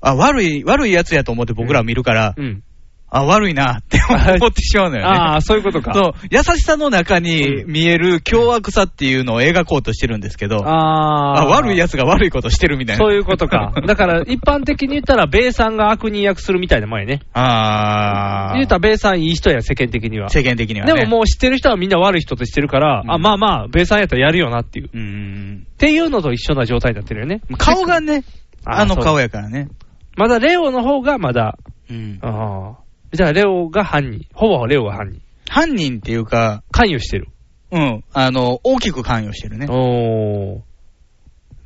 Speaker 2: あ、悪い、悪いやつやと思って僕らは見るから、
Speaker 3: うん。
Speaker 2: あ、悪いなって思ってしまうのよね。
Speaker 3: ああ、そういうことか。
Speaker 2: そう、優しさの中に見える凶悪さっていうのを描こうとしてるんですけど、あ
Speaker 3: ああ。
Speaker 2: 悪い奴が悪いことしてるみたいな。
Speaker 3: そういうこ
Speaker 2: *laughs*
Speaker 3: とか。だから、一般的に言ったら、米さんが悪人役するみたいなもんやね。
Speaker 2: ああ。
Speaker 3: 言うたら、米さんいい人や、世間的には。
Speaker 2: 世間的には
Speaker 3: で
Speaker 2: ね。
Speaker 3: ももう知ってる人はみんな悪い人としてるから、
Speaker 2: うん
Speaker 3: あ、まあまあ、米さんやったらやるよなっていう。
Speaker 2: うーん。
Speaker 3: っていうのと一緒な状態になってるよね。
Speaker 2: 顔がね、
Speaker 3: あ
Speaker 2: あの
Speaker 3: そう
Speaker 2: 顔やからね。
Speaker 3: まだレオの方がまだ、
Speaker 2: うん
Speaker 3: ああ。じゃあレオが犯人。ほぼレオが犯人。
Speaker 2: 犯人っていうか、
Speaker 3: 関与してる。
Speaker 2: うん、あの、大きく関与してるね。
Speaker 3: おー。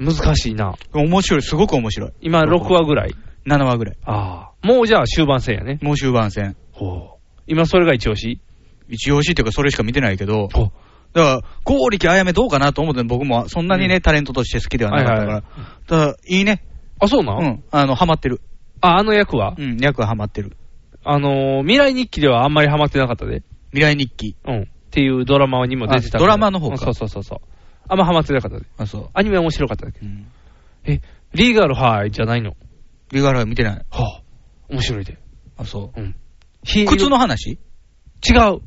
Speaker 3: 難しいな。
Speaker 2: 面白い、すごく面白い。
Speaker 3: 今6話ぐらい。
Speaker 2: 7話ぐらい。
Speaker 3: ああ。もうじゃあ終盤戦やね。
Speaker 2: もう終盤戦。
Speaker 3: ほう。今それが一押し。
Speaker 2: 一押しっていうか、それしか見てないけど、
Speaker 3: ほう。
Speaker 2: だから、剛力あやめどうかなと思って、僕もそんなにね、
Speaker 3: う
Speaker 2: タレントとして好きではなかったから。
Speaker 3: はい
Speaker 2: ただ、いいね。
Speaker 3: あ、そうな、
Speaker 2: うんん。あの、ハマってる。
Speaker 3: あ、あの役は、
Speaker 2: うん、役はハマってる。
Speaker 3: あのー未来日記ではあんまりハマってなかったで。
Speaker 2: 未来日記。
Speaker 3: うん。っていうドラマにも出てたから
Speaker 2: あドラマの方か
Speaker 3: うんそうそうそうそう。あんまハマってなかったで。
Speaker 2: あ、そ
Speaker 3: アニメ面白かっただけ。
Speaker 2: う。うん。
Speaker 3: え、リーガルハイじゃないの
Speaker 2: リガルは見てない。
Speaker 3: はあ、面白いで。
Speaker 2: あ、そう。
Speaker 3: うん。ひ
Speaker 2: 靴の話
Speaker 3: 違う。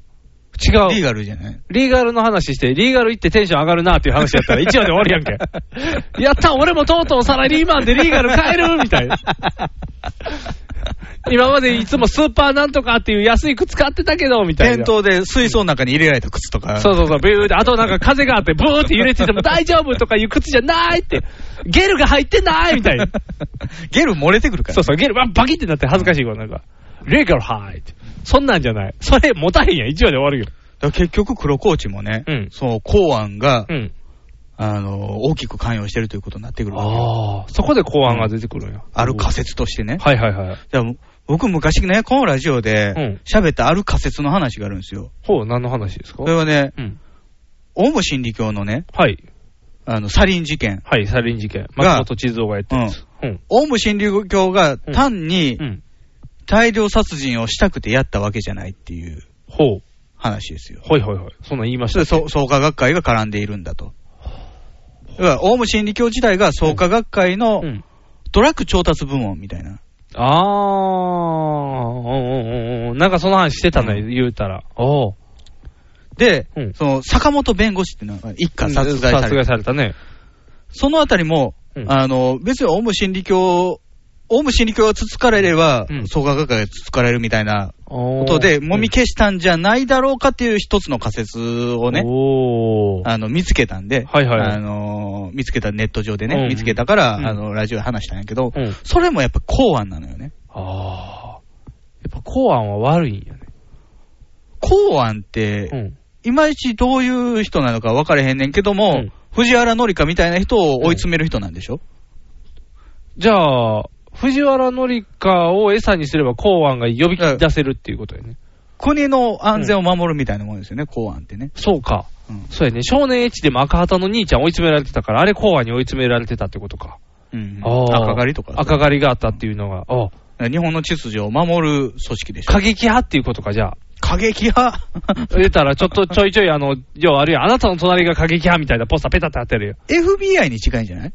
Speaker 3: 違う。
Speaker 2: リーガルじゃない
Speaker 3: リーガルの話して、リーガル行ってテンション上がるなっていう話やったら、一話で終わりやんけ。 *laughs* やった、俺もとうとうサラリーマンでリーガル買えるみたいな。 *laughs* 今までいつもスーパーなんとかっていう安い靴買ってたけど、みた
Speaker 2: 店
Speaker 3: いな。
Speaker 2: 頭で水槽の中に入れられた靴とか。
Speaker 3: そうそうそう、ビューって、あとなんか風があって、ブーって揺れてても大丈夫とかいう靴じゃないって、ゲルが入ってないみたい *laughs* な。
Speaker 2: ゲル漏れてくるから。
Speaker 3: そうそう、ゲルバンバキってなって恥ずかしいわ、なんか。レーガルはいって。そんなんじゃない。それ持たへんやん、一話で終わるよ。
Speaker 2: だから結局、黒コーチもね、
Speaker 3: うん
Speaker 2: そう、公安が、
Speaker 3: うん。
Speaker 2: あの、大きく関与してるということになってくるわけよ
Speaker 3: ああ、そこで公安が出てくるんや。
Speaker 2: ある仮説としてね。
Speaker 3: はいはいはい。
Speaker 2: だから僕、昔ね、このラジオ
Speaker 3: うん
Speaker 2: で、喋ったある仮説の話があるんですよ。
Speaker 3: ほう、何の話ですか
Speaker 2: それはね、
Speaker 3: うん。
Speaker 2: オウム真理教のね、
Speaker 3: はい。
Speaker 2: あの、サリン事件。
Speaker 3: はい、サリン事件。
Speaker 2: が
Speaker 3: 松本地蔵がやってるやつ。うん。
Speaker 2: オウム真理教が単に
Speaker 3: うん。
Speaker 2: 大量殺人をしたくてやったわけじゃないっていう
Speaker 3: ほう。
Speaker 2: 話ですよ。
Speaker 3: ほいほいほい。そんなん言いまし
Speaker 2: そ
Speaker 3: た
Speaker 2: れ
Speaker 3: ね。
Speaker 2: でそう創価学会が絡んでいるんだと。だから、オウム真理教自体が創価学会の
Speaker 3: うん。
Speaker 2: トラック調達部門みたいな。
Speaker 3: あー、うんうんうんうん。なんかその話してたね、言うたら。おう。
Speaker 2: で、
Speaker 3: うん
Speaker 2: その坂本弁護士っていうのは一家殺害さ
Speaker 3: 殺
Speaker 2: れた。
Speaker 3: 害されたね。
Speaker 2: そのあたりも、
Speaker 3: うん
Speaker 2: あの、別にオウム真理教、オウム真理教がつつかれれば、
Speaker 3: うん
Speaker 2: 創価学会がつつかれるみたいなこ
Speaker 3: こと
Speaker 2: で、揉み消したんじゃないだろうかっていう一つの仮説をね、
Speaker 3: おー。
Speaker 2: あの、見つけたんで、
Speaker 3: はいはいはい
Speaker 2: あのー見つけたネット上で
Speaker 3: うん
Speaker 2: ね、見つけたから、
Speaker 3: うん
Speaker 2: あの、ラジオで話したんやけど、
Speaker 3: うん
Speaker 2: それもやっぱ公安なのよね。
Speaker 3: あー。やっぱ公安は悪いんやね。
Speaker 2: 公安って、
Speaker 3: ん。
Speaker 2: いまいちどういう人なのか分かれへんねんけども、
Speaker 3: うん
Speaker 2: 藤原紀香みたいな人を追い詰める人なんでしょ、
Speaker 3: じゃあ、藤原紀香を餌にすれば公安が呼び出せるっていうことやね。
Speaker 2: 国の安全を守るみたいなもんですよね、公安ってね。
Speaker 3: そうか。
Speaker 2: うん
Speaker 3: そうやね。少年 H でも赤旗の兄ちゃん追い詰められてたから、あれ公安に追い詰められてたってことか。
Speaker 2: うん
Speaker 3: あー
Speaker 2: 赤狩りとか。
Speaker 3: 赤狩りがあったっていうのが。ああ
Speaker 2: 日本の秩序を守る組織でしょ
Speaker 3: 過。激派っていうことか、じゃあ。
Speaker 2: 過激 *laughs* 派
Speaker 3: 言ったら、ちょっとちょいちょい、あの、要はあるいはあなたの隣が過激派みたいなポスターペタって貼ってあるよ。
Speaker 2: FBI に近いんじゃない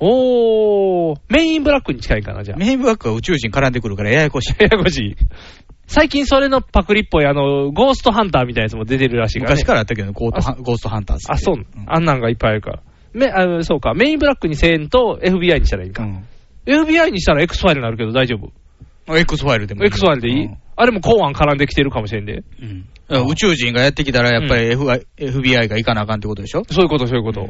Speaker 3: おー、メインブラックに近いかな、じゃあ。
Speaker 2: メインブラックは宇宙人絡んでくるからややこしい。
Speaker 3: ややこしい。最近それのパクリっぽい、あの、ゴーストハンターみたいなやつも出てるらしいから、ね。
Speaker 2: 昔からあったけどね、ゴートハンゴーストハンターズって。
Speaker 3: あ、そう、
Speaker 2: ん
Speaker 3: あんなんがいっぱいあるから。めあのそうか、メインブラックに1000円と FBI にしたらいいんか。
Speaker 2: うん。
Speaker 3: FBI にしたら X ファイルになるけど大丈夫。
Speaker 2: X ファイルでもいい。
Speaker 3: X ファイルでいい、
Speaker 2: うん
Speaker 3: あれも公安絡んできてるかもしれんで。
Speaker 2: うんだから宇宙人がやってきたら、やっぱり F I FBI が行かなあかんってことでしょ
Speaker 3: そういうこと、そういうこと。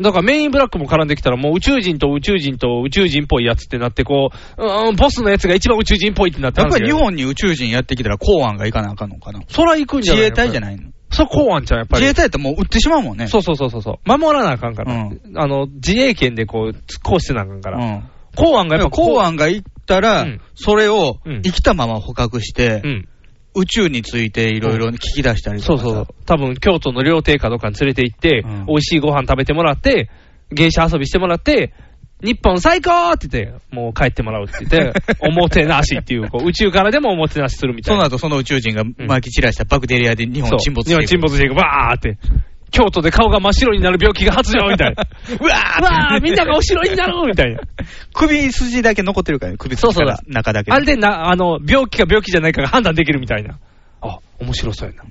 Speaker 3: だからメインブラックも絡んできたら、もう宇宙人と宇宙人と宇宙人っぽいやつってなって、こう、うーん、ボスのやつが一番宇宙人っぽいってなって
Speaker 2: やっぱり日
Speaker 3: 話が
Speaker 2: 本に宇宙人やってきたら、公安が行かなあかんのかな
Speaker 3: そら行くんじゃ
Speaker 2: 自
Speaker 3: ない
Speaker 2: 衛隊じゃ
Speaker 3: い
Speaker 2: ないの
Speaker 3: そう、公安ちゃん、やっぱ
Speaker 2: 自
Speaker 3: り。
Speaker 2: 衛隊ってもう撃ってしまうもんね。
Speaker 3: そうそうそうそうそう。守らなあかんから。
Speaker 2: うん
Speaker 3: あの、自衛権でこう、こうしてなあかんから。
Speaker 2: うん。
Speaker 3: 公安が
Speaker 2: やっ
Speaker 3: やっ
Speaker 2: ぱ
Speaker 3: ぱ
Speaker 2: 公安が行った
Speaker 3: う
Speaker 2: ら
Speaker 3: ん、
Speaker 2: それを
Speaker 3: うん
Speaker 2: 生きたまま捕獲して
Speaker 3: う、ん。
Speaker 2: 宇宙についていろいろ聞き出したりと
Speaker 3: そう
Speaker 2: かさ。
Speaker 3: そう。多分、京都の料亭かどっかに連れて行って、
Speaker 2: うん
Speaker 3: 美味しいご飯食べてもらって、芸者遊びしてもらって、日本最高って言って、もう帰ってもらうって
Speaker 2: *laughs*
Speaker 3: 言って、おもてなしっていう、こう宇宙からでもおもてなしするみた
Speaker 2: そ
Speaker 3: い
Speaker 2: の
Speaker 3: な。
Speaker 2: 後、その宇宙人が撒き散らしたバクテリアで日
Speaker 3: そう
Speaker 2: 本沈没していく
Speaker 3: 日本沈没していく。わーって。京都で顔が真っ白になる病気が発情みた
Speaker 2: *laughs*
Speaker 3: いな。うわーわーみんながお城になるみたいな。
Speaker 2: 首筋だけ残ってるからね、首筋から中だけ。
Speaker 3: あれでな、あの、病気か病気じゃないかが判断できるみたいな。あ、面白そうやな。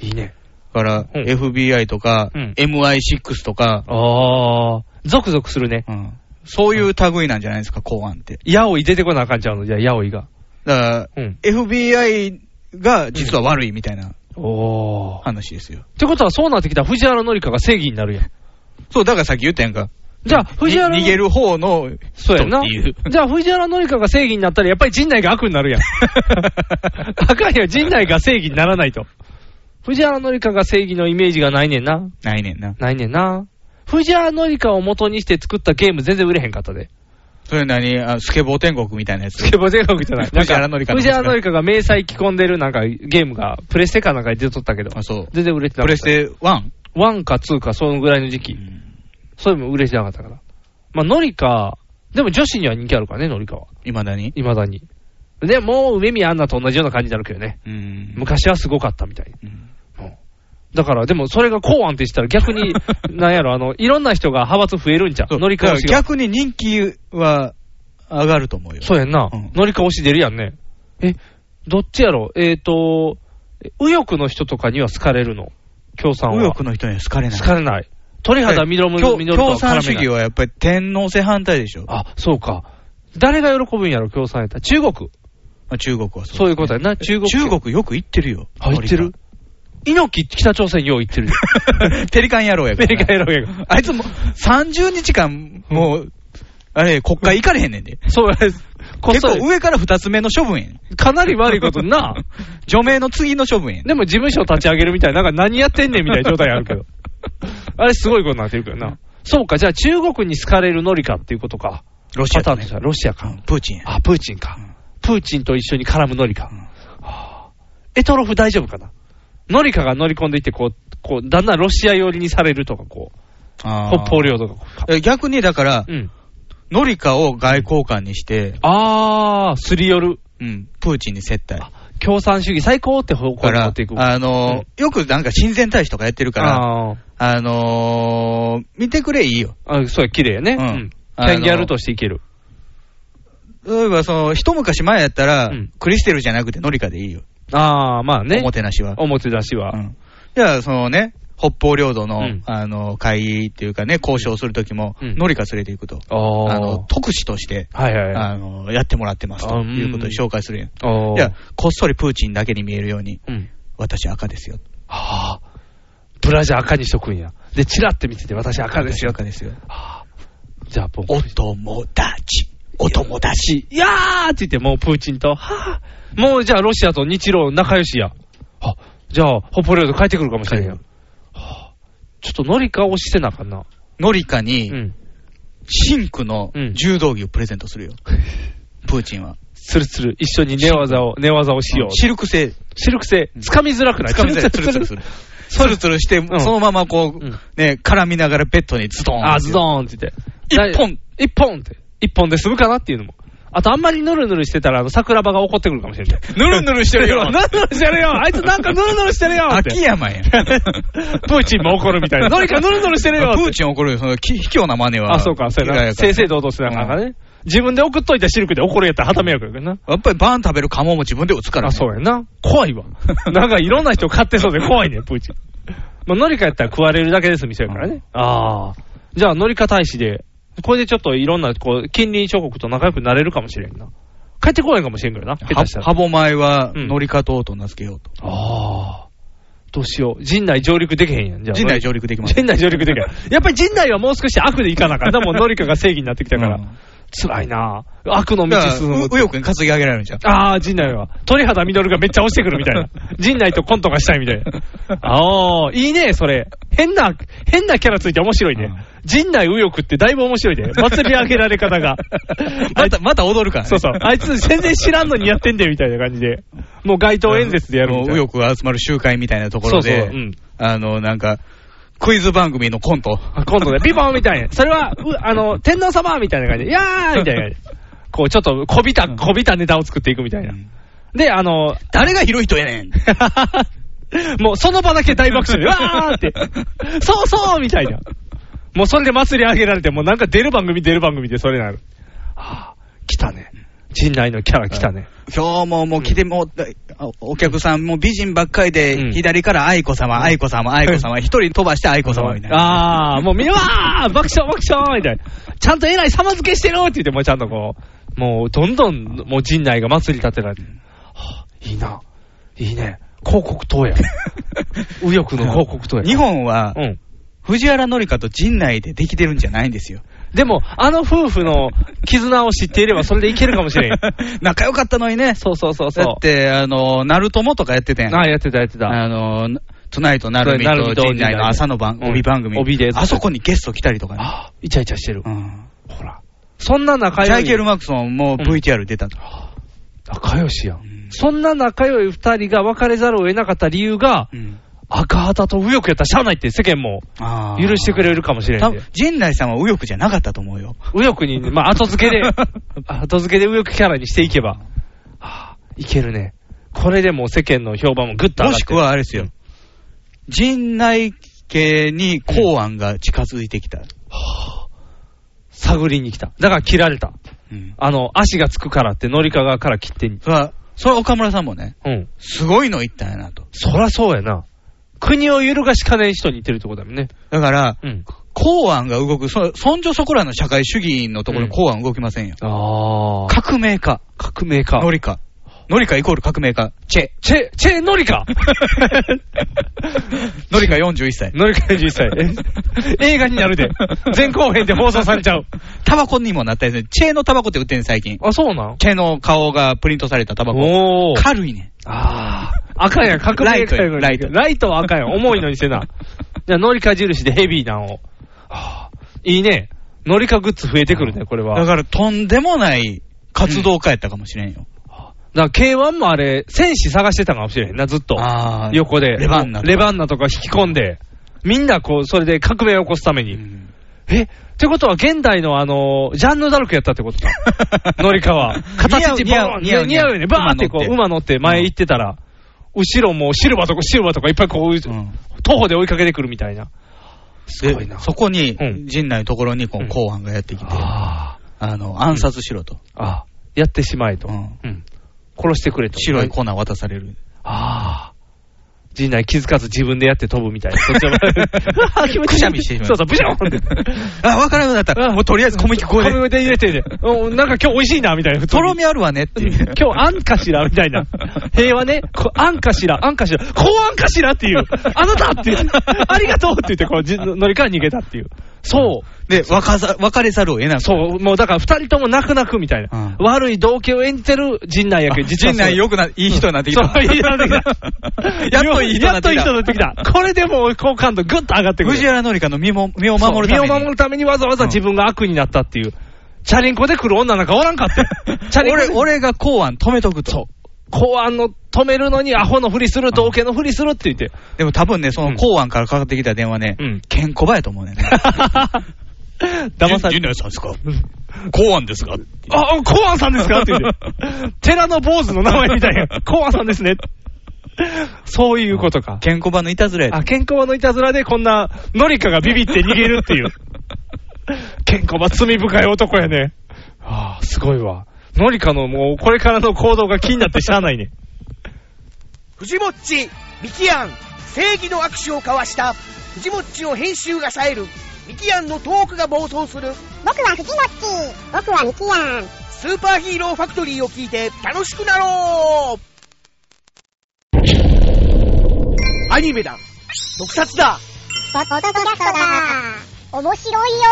Speaker 3: いいね。
Speaker 2: だから、
Speaker 3: うん
Speaker 2: FBI とか、
Speaker 3: うん
Speaker 2: MI6 とか、
Speaker 3: あー、ゾクゾクするね。
Speaker 2: うんそういう類なんじゃないですか、公安って。
Speaker 3: ヤオイ出てこなあかんちゃうの、じゃあ、ヤオイが。
Speaker 2: だから、
Speaker 3: うん。
Speaker 2: FBI が実は悪いみたいな
Speaker 3: おー。
Speaker 2: 話ですよ。
Speaker 3: ってことは、そうなってきたら藤原紀香が正義になるやん。
Speaker 2: そう、だからさっき言ったやんか。
Speaker 3: じゃあ、
Speaker 2: に
Speaker 3: 藤原
Speaker 2: 逃げる方の
Speaker 3: そ
Speaker 2: 人って
Speaker 3: うやんな。
Speaker 2: いう。
Speaker 3: じゃあ、藤原紀香が正義になったら、やっぱり陣内が悪になるやん。あかんやん、陣内が正義にならないと。藤原紀香が正義のイメージがないねんな。
Speaker 2: ないねんな。
Speaker 3: ないねんな。藤原紀香を元にして作ったゲーム全然売れへんかったで。
Speaker 2: それ何あスケボー天国みたいなやつ
Speaker 3: ス。ケボー全国じゃない。なん
Speaker 2: 藤原
Speaker 3: か
Speaker 2: 紀香の
Speaker 3: 藤原紀香が迷彩着込んでるなんかゲームが、プレステかなんかに出とったけど。
Speaker 2: あ、そう。
Speaker 3: 全然売れてな
Speaker 2: プ
Speaker 3: かっ
Speaker 2: レ
Speaker 3: た
Speaker 2: ス。テ 1?
Speaker 3: 1か2か、そのぐらいの時期。それも売れてなかったから。まあ、ノリカ、でも女子には人気あるからね、ノリカは。
Speaker 2: いまだに
Speaker 3: 未だに。でも、梅宮アンナと同じような感じになるけどね。
Speaker 2: うん
Speaker 3: 昔はすごかったみたい。
Speaker 2: うん
Speaker 3: だから、でもそれが公安ってしたら逆
Speaker 2: *laughs*
Speaker 3: に、なんやろ、あの、いろんな人が派閥増えるんじゃ
Speaker 2: そ
Speaker 3: ん。
Speaker 2: う
Speaker 3: ノリカ推し
Speaker 2: だから
Speaker 3: が。
Speaker 2: 逆に人気は上がると思うよ。
Speaker 3: そうやんな
Speaker 2: うん。
Speaker 3: ノリカ推し出るやんね。え、どっちやろえっ、と、右翼の人とかには好かれるの。共産は。
Speaker 2: 右翼の人には好かれない。
Speaker 3: 好かれない。鳥肌みどむ、
Speaker 2: 共
Speaker 3: みどるとは
Speaker 2: 共
Speaker 3: 絡めない
Speaker 2: 産主義はやっぱり天皇制反対でしょ。
Speaker 3: あ、そうか。誰が喜ぶんやろ、共産やったら。中国。
Speaker 2: まあ中国はそう。
Speaker 3: そういうことやな、中国。
Speaker 2: 中国よく行ってるよ。
Speaker 3: あ、言ってる猪木、北朝鮮よう言ってる。
Speaker 2: *laughs* 森田ペリカン野郎や
Speaker 3: ア
Speaker 2: か
Speaker 3: メ
Speaker 2: らな。
Speaker 3: リカやろうやが。
Speaker 2: あいつも30日間、もう、あれ、国会行かれへんねんで。
Speaker 3: そうや、こっ
Speaker 2: 結
Speaker 3: そり
Speaker 2: 構上から2つ目の処分やん。
Speaker 3: かなり悪いことにな。
Speaker 2: 除名の次の処分やん。
Speaker 3: でも事務所立ち上げるみたいな、なんか何やってんねんみたいな状態ある *laughs* けど。あれすごいことになってるけどな。そうか、じゃあ中国に好かれるノリかっていうことか。
Speaker 2: ロシアとね
Speaker 3: パターンとしてはロシアか。
Speaker 2: うんプーチンや。
Speaker 3: あ、プーチンか。プーチンと一緒に絡むノリか。はあエトロフ大丈夫かなノリカが乗り込んでいって、こう、こう、だんだんロシア寄りにされるとか、こう、
Speaker 2: あ
Speaker 3: 北
Speaker 2: ー
Speaker 3: 方領土とか。
Speaker 2: え逆にだから
Speaker 3: う、ん。
Speaker 2: ノリカを外交官にして、
Speaker 3: あー、すり寄る。
Speaker 2: うん、プーチンに接待。
Speaker 3: 共産主義最高って方向
Speaker 2: か
Speaker 3: に持
Speaker 2: ら
Speaker 3: っていく。、
Speaker 2: あのー、よくなんか親善大使とかやってるから、
Speaker 3: あー
Speaker 2: あのー、見てくれいいよ。
Speaker 3: あ、そうや、綺麗やね。
Speaker 2: うん
Speaker 3: うん。ペンギャルとしていける。
Speaker 2: 例えば、その、一昔前やったら
Speaker 3: うん、
Speaker 2: クリステルじゃなくてノリカでいいよ。
Speaker 3: あー、まあね。
Speaker 2: おもてなしは。
Speaker 3: おもて出しは。
Speaker 2: うんじゃあ、そのね、北方領土の、
Speaker 3: うん
Speaker 2: あの、会議っていうかね、交渉するときも、
Speaker 3: うん
Speaker 2: ノリカ連れて行くと。
Speaker 3: あー
Speaker 2: あの、特使として、
Speaker 3: はいはいはい。
Speaker 2: あの、やってもらってます
Speaker 3: あ
Speaker 2: と
Speaker 3: うん
Speaker 2: いうことで紹介するやん。
Speaker 3: あー
Speaker 2: いや、こっそりプーチンだけに見えるように、
Speaker 3: うん。
Speaker 2: 私赤ですよ。
Speaker 3: はあ。ブラジャー赤にしとくんや。で、チラって見てて、私赤です
Speaker 2: 私
Speaker 3: よ。
Speaker 2: 赤ですよ。
Speaker 3: じゃあ、もう
Speaker 2: お友達。お友達。
Speaker 3: いやーって言って、もうプーチンと、はぁ、もうじゃあロシアと日露仲良しや。あ、じゃあ、北方領土帰ってくるかもしれんや。はぁ、ちょっとノリカをしてなあかんな。
Speaker 2: ノリカ
Speaker 3: う
Speaker 2: に、
Speaker 3: ん。
Speaker 2: シンクの
Speaker 3: うん
Speaker 2: 柔道着をプレゼントす
Speaker 3: *laughs*
Speaker 2: るよ。プーチンは。
Speaker 3: つるつる、一緒に寝技を、寝技をしよう。
Speaker 2: シルク製。
Speaker 3: シルク製、つかみづらくない
Speaker 2: つかみづらい。つるつるす
Speaker 3: つ
Speaker 2: る。つるつるして、
Speaker 3: ん
Speaker 2: そのままこう
Speaker 3: うん、
Speaker 2: ね、絡みながらベッドにズドーン。
Speaker 3: あ、ズドーンって言って。
Speaker 2: 一本
Speaker 3: 一本って。一本で済むかなっていうのも。あと、あんまりぬるぬるしてたら、あの、桜庭が怒ってくるかもしれない。
Speaker 2: ぬるぬるしてるよ
Speaker 3: *laughs* ぬるぬるしてるよあいつなんかぬるぬるしてるよって
Speaker 2: 秋山 *laughs* やん。
Speaker 3: プーチンも怒るみたいな。どれかぬるぬるしてるよ
Speaker 2: プーチン怒るよ、そのき卑怯な真似は。
Speaker 3: あ、そうか、そうや
Speaker 2: 嫌
Speaker 3: な。
Speaker 2: やから
Speaker 3: 正々堂々してなあかんからね。自分で送っといたシルクで怒るやったら旗迷惑やからな。
Speaker 2: やっぱりバーン食べるカモも自分で打つから、
Speaker 3: あ、
Speaker 2: ね。
Speaker 3: そうやな。怖
Speaker 2: *laughs*
Speaker 3: いわ。なんかいろんな人買ってそうで怖いね、プーチン。まあ、ノリカやったら食われるだけです、店やからね。ああ。じゃあ、ノリカ大使で、これでちょっといろんな、こう、近隣諸国と仲良くなれるかもしれんな。帰ってこないかもしれんけどな、下手した
Speaker 2: はハ
Speaker 3: ら。
Speaker 2: ボ米は、
Speaker 3: うん
Speaker 2: ノリカ島と名付けようと。
Speaker 3: ああ。どうしよう。陣内上陸できへんやん、じゃあ。
Speaker 2: 陣内上陸できます。
Speaker 3: 陣内上陸できない。やっぱり陣内はもう少し悪でいかなあかった。もうノリカが正義になってきたから。
Speaker 2: うん
Speaker 3: 辛いなあ悪の
Speaker 2: だ
Speaker 3: 道
Speaker 2: から
Speaker 3: 進む
Speaker 2: う。右翼に担ぎ上げられるんじゃん。
Speaker 3: ああ、陣内は。鳥肌みどるがめっちゃ押してくる
Speaker 2: *laughs*
Speaker 3: みたいな。陣内とコントがしたいみたいな。ああ、いいね、それ。変な、変なキャラついて面白いね。
Speaker 2: うん。
Speaker 3: 陣内右翼ってだいぶ面白いね。祭り上げられ方が
Speaker 2: *laughs* また、また踊るから、ね。
Speaker 3: そうそう。あいつ全然知らんのにやってんで、みたいな感じで。もう街頭演説でやる
Speaker 2: も
Speaker 3: み
Speaker 2: う
Speaker 3: たい
Speaker 2: 右
Speaker 3: な。
Speaker 2: 翼が集まる集会みたいなところで、
Speaker 3: そうそううん
Speaker 2: あの、なんか、クイズ番組のコント。
Speaker 3: あ今度ね、ピボンみたいな。それは、うあの、天皇様みたいな感じで、いやーみたいな感じで。こう、ちょっと、こびた、こびたネタを作っていくみたいな。で、あの、
Speaker 2: 誰が広い人や
Speaker 3: *laughs*
Speaker 2: ねん。
Speaker 3: もうその場だけ大爆笑で、わーって、そうそうみたいな。もうそれで祭り上げられて、もうなんか出る番組出る番組でそれなる。はぁ、来たね。陣内のキャラ来たね。
Speaker 2: 今日ももう来てもう、おお客さんもう美人ばっかりで、
Speaker 3: うん
Speaker 2: 左から愛子様、愛子様、愛子
Speaker 3: *laughs*
Speaker 2: 様、一人飛ばして愛子様みたいな。
Speaker 3: あー、もうみんな、わー爆笑爆笑みたいな。ちゃんと偉い様付けしてるって言って、もうちゃんとこう、もうどんどん、もう陣内が祭り立てられて。はぁ、いいな。いいね。広告塔や。右翼の広告塔
Speaker 2: *laughs*
Speaker 3: や。
Speaker 2: 日本は、
Speaker 3: うん。
Speaker 2: 藤原紀香と陣内でできてるんじゃないんですよ。
Speaker 3: でも、あの夫婦の絆を知っていれば、それでいけるかもしれん。
Speaker 2: *laughs* 仲良かったのにね。
Speaker 3: そうそうそうそう。
Speaker 2: だって、あの、ナルトモとかやってたやん。
Speaker 3: ああ、やってた、やってた。
Speaker 2: あの、トゥナイト、ナルミ
Speaker 3: ナルミ
Speaker 2: と
Speaker 3: と
Speaker 2: 陣内の朝の番、
Speaker 3: うん
Speaker 2: 帯番組。
Speaker 3: 帯で
Speaker 2: あそこにゲスト来たりとかね。
Speaker 3: あイチャイチャしてる
Speaker 2: う。ん。
Speaker 3: ほら。そんな仲
Speaker 2: ジ
Speaker 3: 良
Speaker 2: ャ
Speaker 3: い。
Speaker 2: イケル・マクソンも VTR 出たと。
Speaker 3: 仲良しやん。そんな仲良い二人が別れざるを得なかった理由が、
Speaker 2: うん
Speaker 3: 赤旗と右翼やったらしゃあないって世間も
Speaker 2: あー
Speaker 3: 許してくれるかもしれん
Speaker 2: 多
Speaker 3: て
Speaker 2: 分。陣内さんは右翼じゃなかったと思うよ。
Speaker 3: 右
Speaker 2: *laughs*
Speaker 3: 翼に、まあ、後付けで、後付けで右翼キャラにしていけば、はあ、いけるね。これでもう世間の評判もぐっと
Speaker 2: も
Speaker 3: 上がって。
Speaker 2: しくはあれですよ。陣内家に公安が近づいてきた。
Speaker 3: 探りに来た。だから切られた。
Speaker 2: うん。
Speaker 3: あの、足がつくからって、ノリカ側から切ってん
Speaker 2: それは、それは岡村さんもね、
Speaker 3: うん。
Speaker 2: すごいの言ったんやなと。
Speaker 3: そらそうやな。国を揺るがしかねん人に言ってるってことだもんね。
Speaker 2: だから、
Speaker 3: うん。
Speaker 2: 公安が動く、そそんじょそこらの社会主義のところ、公安動きませんよ。
Speaker 3: ああ。
Speaker 2: 革命家、
Speaker 3: 革命家。
Speaker 2: ノリカ。ノリカイコール革命家、チ
Speaker 3: *laughs*
Speaker 2: ェ。
Speaker 3: チェ、チェノリ *laughs* カ
Speaker 2: ノリカ41歳。
Speaker 3: ノリカ41歳。 *laughs* 映画になるで。前後編で放送されちゃう。
Speaker 2: タバコにもなったりする。チェのタバコって売ってんねん最近。
Speaker 3: あ、そうなん
Speaker 2: チェの顔がプリントされたタバコ。
Speaker 3: おー。
Speaker 2: 軽いねん。
Speaker 3: ああ。赤やん、革命家やのに
Speaker 2: ライトや
Speaker 3: ライトは赤やん。重いのにして *laughs* な。じゃあ、ノリカ印でヘビーなんを。ああ。いいね。ノリカグッズ増えてくるね、これは。
Speaker 2: だ
Speaker 3: だか
Speaker 2: から、とんでもない活動家やったかもしれんよ。
Speaker 3: ら、K1 もあれ、戦士探してたかもしれへんな、ずっと。
Speaker 2: あー
Speaker 3: 横で。
Speaker 2: レバンナとか
Speaker 3: レバンナとか引き込んで。みんなこう、それで革命を起こすために。
Speaker 2: うん
Speaker 3: えってことは、現代のあの、ジャンヌ・ダルクやったってことだ。 *laughs* ノリカは。形
Speaker 2: 似合う
Speaker 3: 似合う似
Speaker 2: 似
Speaker 3: 合
Speaker 2: 合
Speaker 3: う
Speaker 2: う
Speaker 3: よね。バーってこう、馬
Speaker 2: 馬
Speaker 3: 乗って前行ってたら、後ろもうシルバーとかシルバーとかいっぱいこう、
Speaker 2: ん
Speaker 3: 徒歩で追いかけてくるみたいな。すごいな
Speaker 2: で。そこに
Speaker 3: うん、
Speaker 2: 陣内のところに、こう
Speaker 3: う
Speaker 2: ん公安がやってきて、
Speaker 3: あ
Speaker 2: あの、暗殺しろと。
Speaker 3: あ、ああやってしまえと。
Speaker 2: うん
Speaker 3: うん殺してくれと。
Speaker 2: 白い粉渡される。
Speaker 3: ああ。陣内気づかず自分でやって飛ぶみた *laughs* いな。そっちのああ気持ちいい
Speaker 2: くしゃみしてしまう
Speaker 3: そうそう、ブシャーンって。
Speaker 2: *laughs* あ、わからなくなった。もうとりあえず小麦粉
Speaker 3: 小
Speaker 2: で。
Speaker 3: 麦粉入れて *laughs* ね。うんなんか今日美味しいな、みたいな。普
Speaker 2: と
Speaker 3: 通に
Speaker 2: ろみあるわねっていう。
Speaker 3: 今日、あんかしらみたいな。 *laughs* 平和ね。こあんかしら、あんかしら、こうあんかしらっていう。あなたっていう。ありがとうって言って、こうじ、乗り換え逃げたっていう。そう。
Speaker 2: で、別ざ別れざるを得ない。
Speaker 3: そう。もうだから、二人とも泣く泣くみたいな。
Speaker 2: う
Speaker 3: 悪い動機を演じてる陣内やけど、実は
Speaker 2: 陣
Speaker 3: そう
Speaker 2: 内良くな、いい人になってきた。
Speaker 3: そう、いい人になってきた。
Speaker 2: *laughs* やっといい人に
Speaker 3: や
Speaker 2: な
Speaker 3: っ
Speaker 2: って
Speaker 3: とい
Speaker 2: き
Speaker 3: い人にな
Speaker 2: た。
Speaker 3: ってきた。これでもう好感度ぐっと上がってくる。
Speaker 2: 藤原紀香の身も身を守る
Speaker 3: そ
Speaker 2: ため
Speaker 3: う身を守
Speaker 2: に。
Speaker 3: るためにわざわざ自分が悪になったっていう。チャリンコで来る女なんかおらんか *laughs* って。チャリンコで
Speaker 2: 俺、俺が公安止めとくと。
Speaker 3: 公安の止めるのにアホのふりする、道家のふりするって言って。
Speaker 2: でも多分ね、その公安からかかってきた電話ね
Speaker 3: うん、
Speaker 2: ケンコバやと思う
Speaker 3: *laughs*
Speaker 2: ねんね。
Speaker 3: 騙されて。
Speaker 2: 内さんですか公安ですか
Speaker 3: あ、あ公安さんですかって言って。寺の坊主の名前みたいな。公安さんですね。そういうことか。
Speaker 2: ケンコバのいたずらや
Speaker 3: あ、ケンコバのいたずらでこんな、ノリカがビビって逃げるっていう。ケンコバ罪深い男やね。ああ、すごいわ。ノリカのもう、これからの行動が気になってしゃあないね。
Speaker 10: フジモッチ、ミキアン、正義の握手を交わした、フジモッチの編集が冴える、ミキアンのトークが暴走する、
Speaker 11: 僕は藤もっち僕はミキヤン
Speaker 10: スーパーヒーローファクトリーを聞いて楽しくなろうアニメだ特撮だ
Speaker 11: ポッドキャストだ面白いよ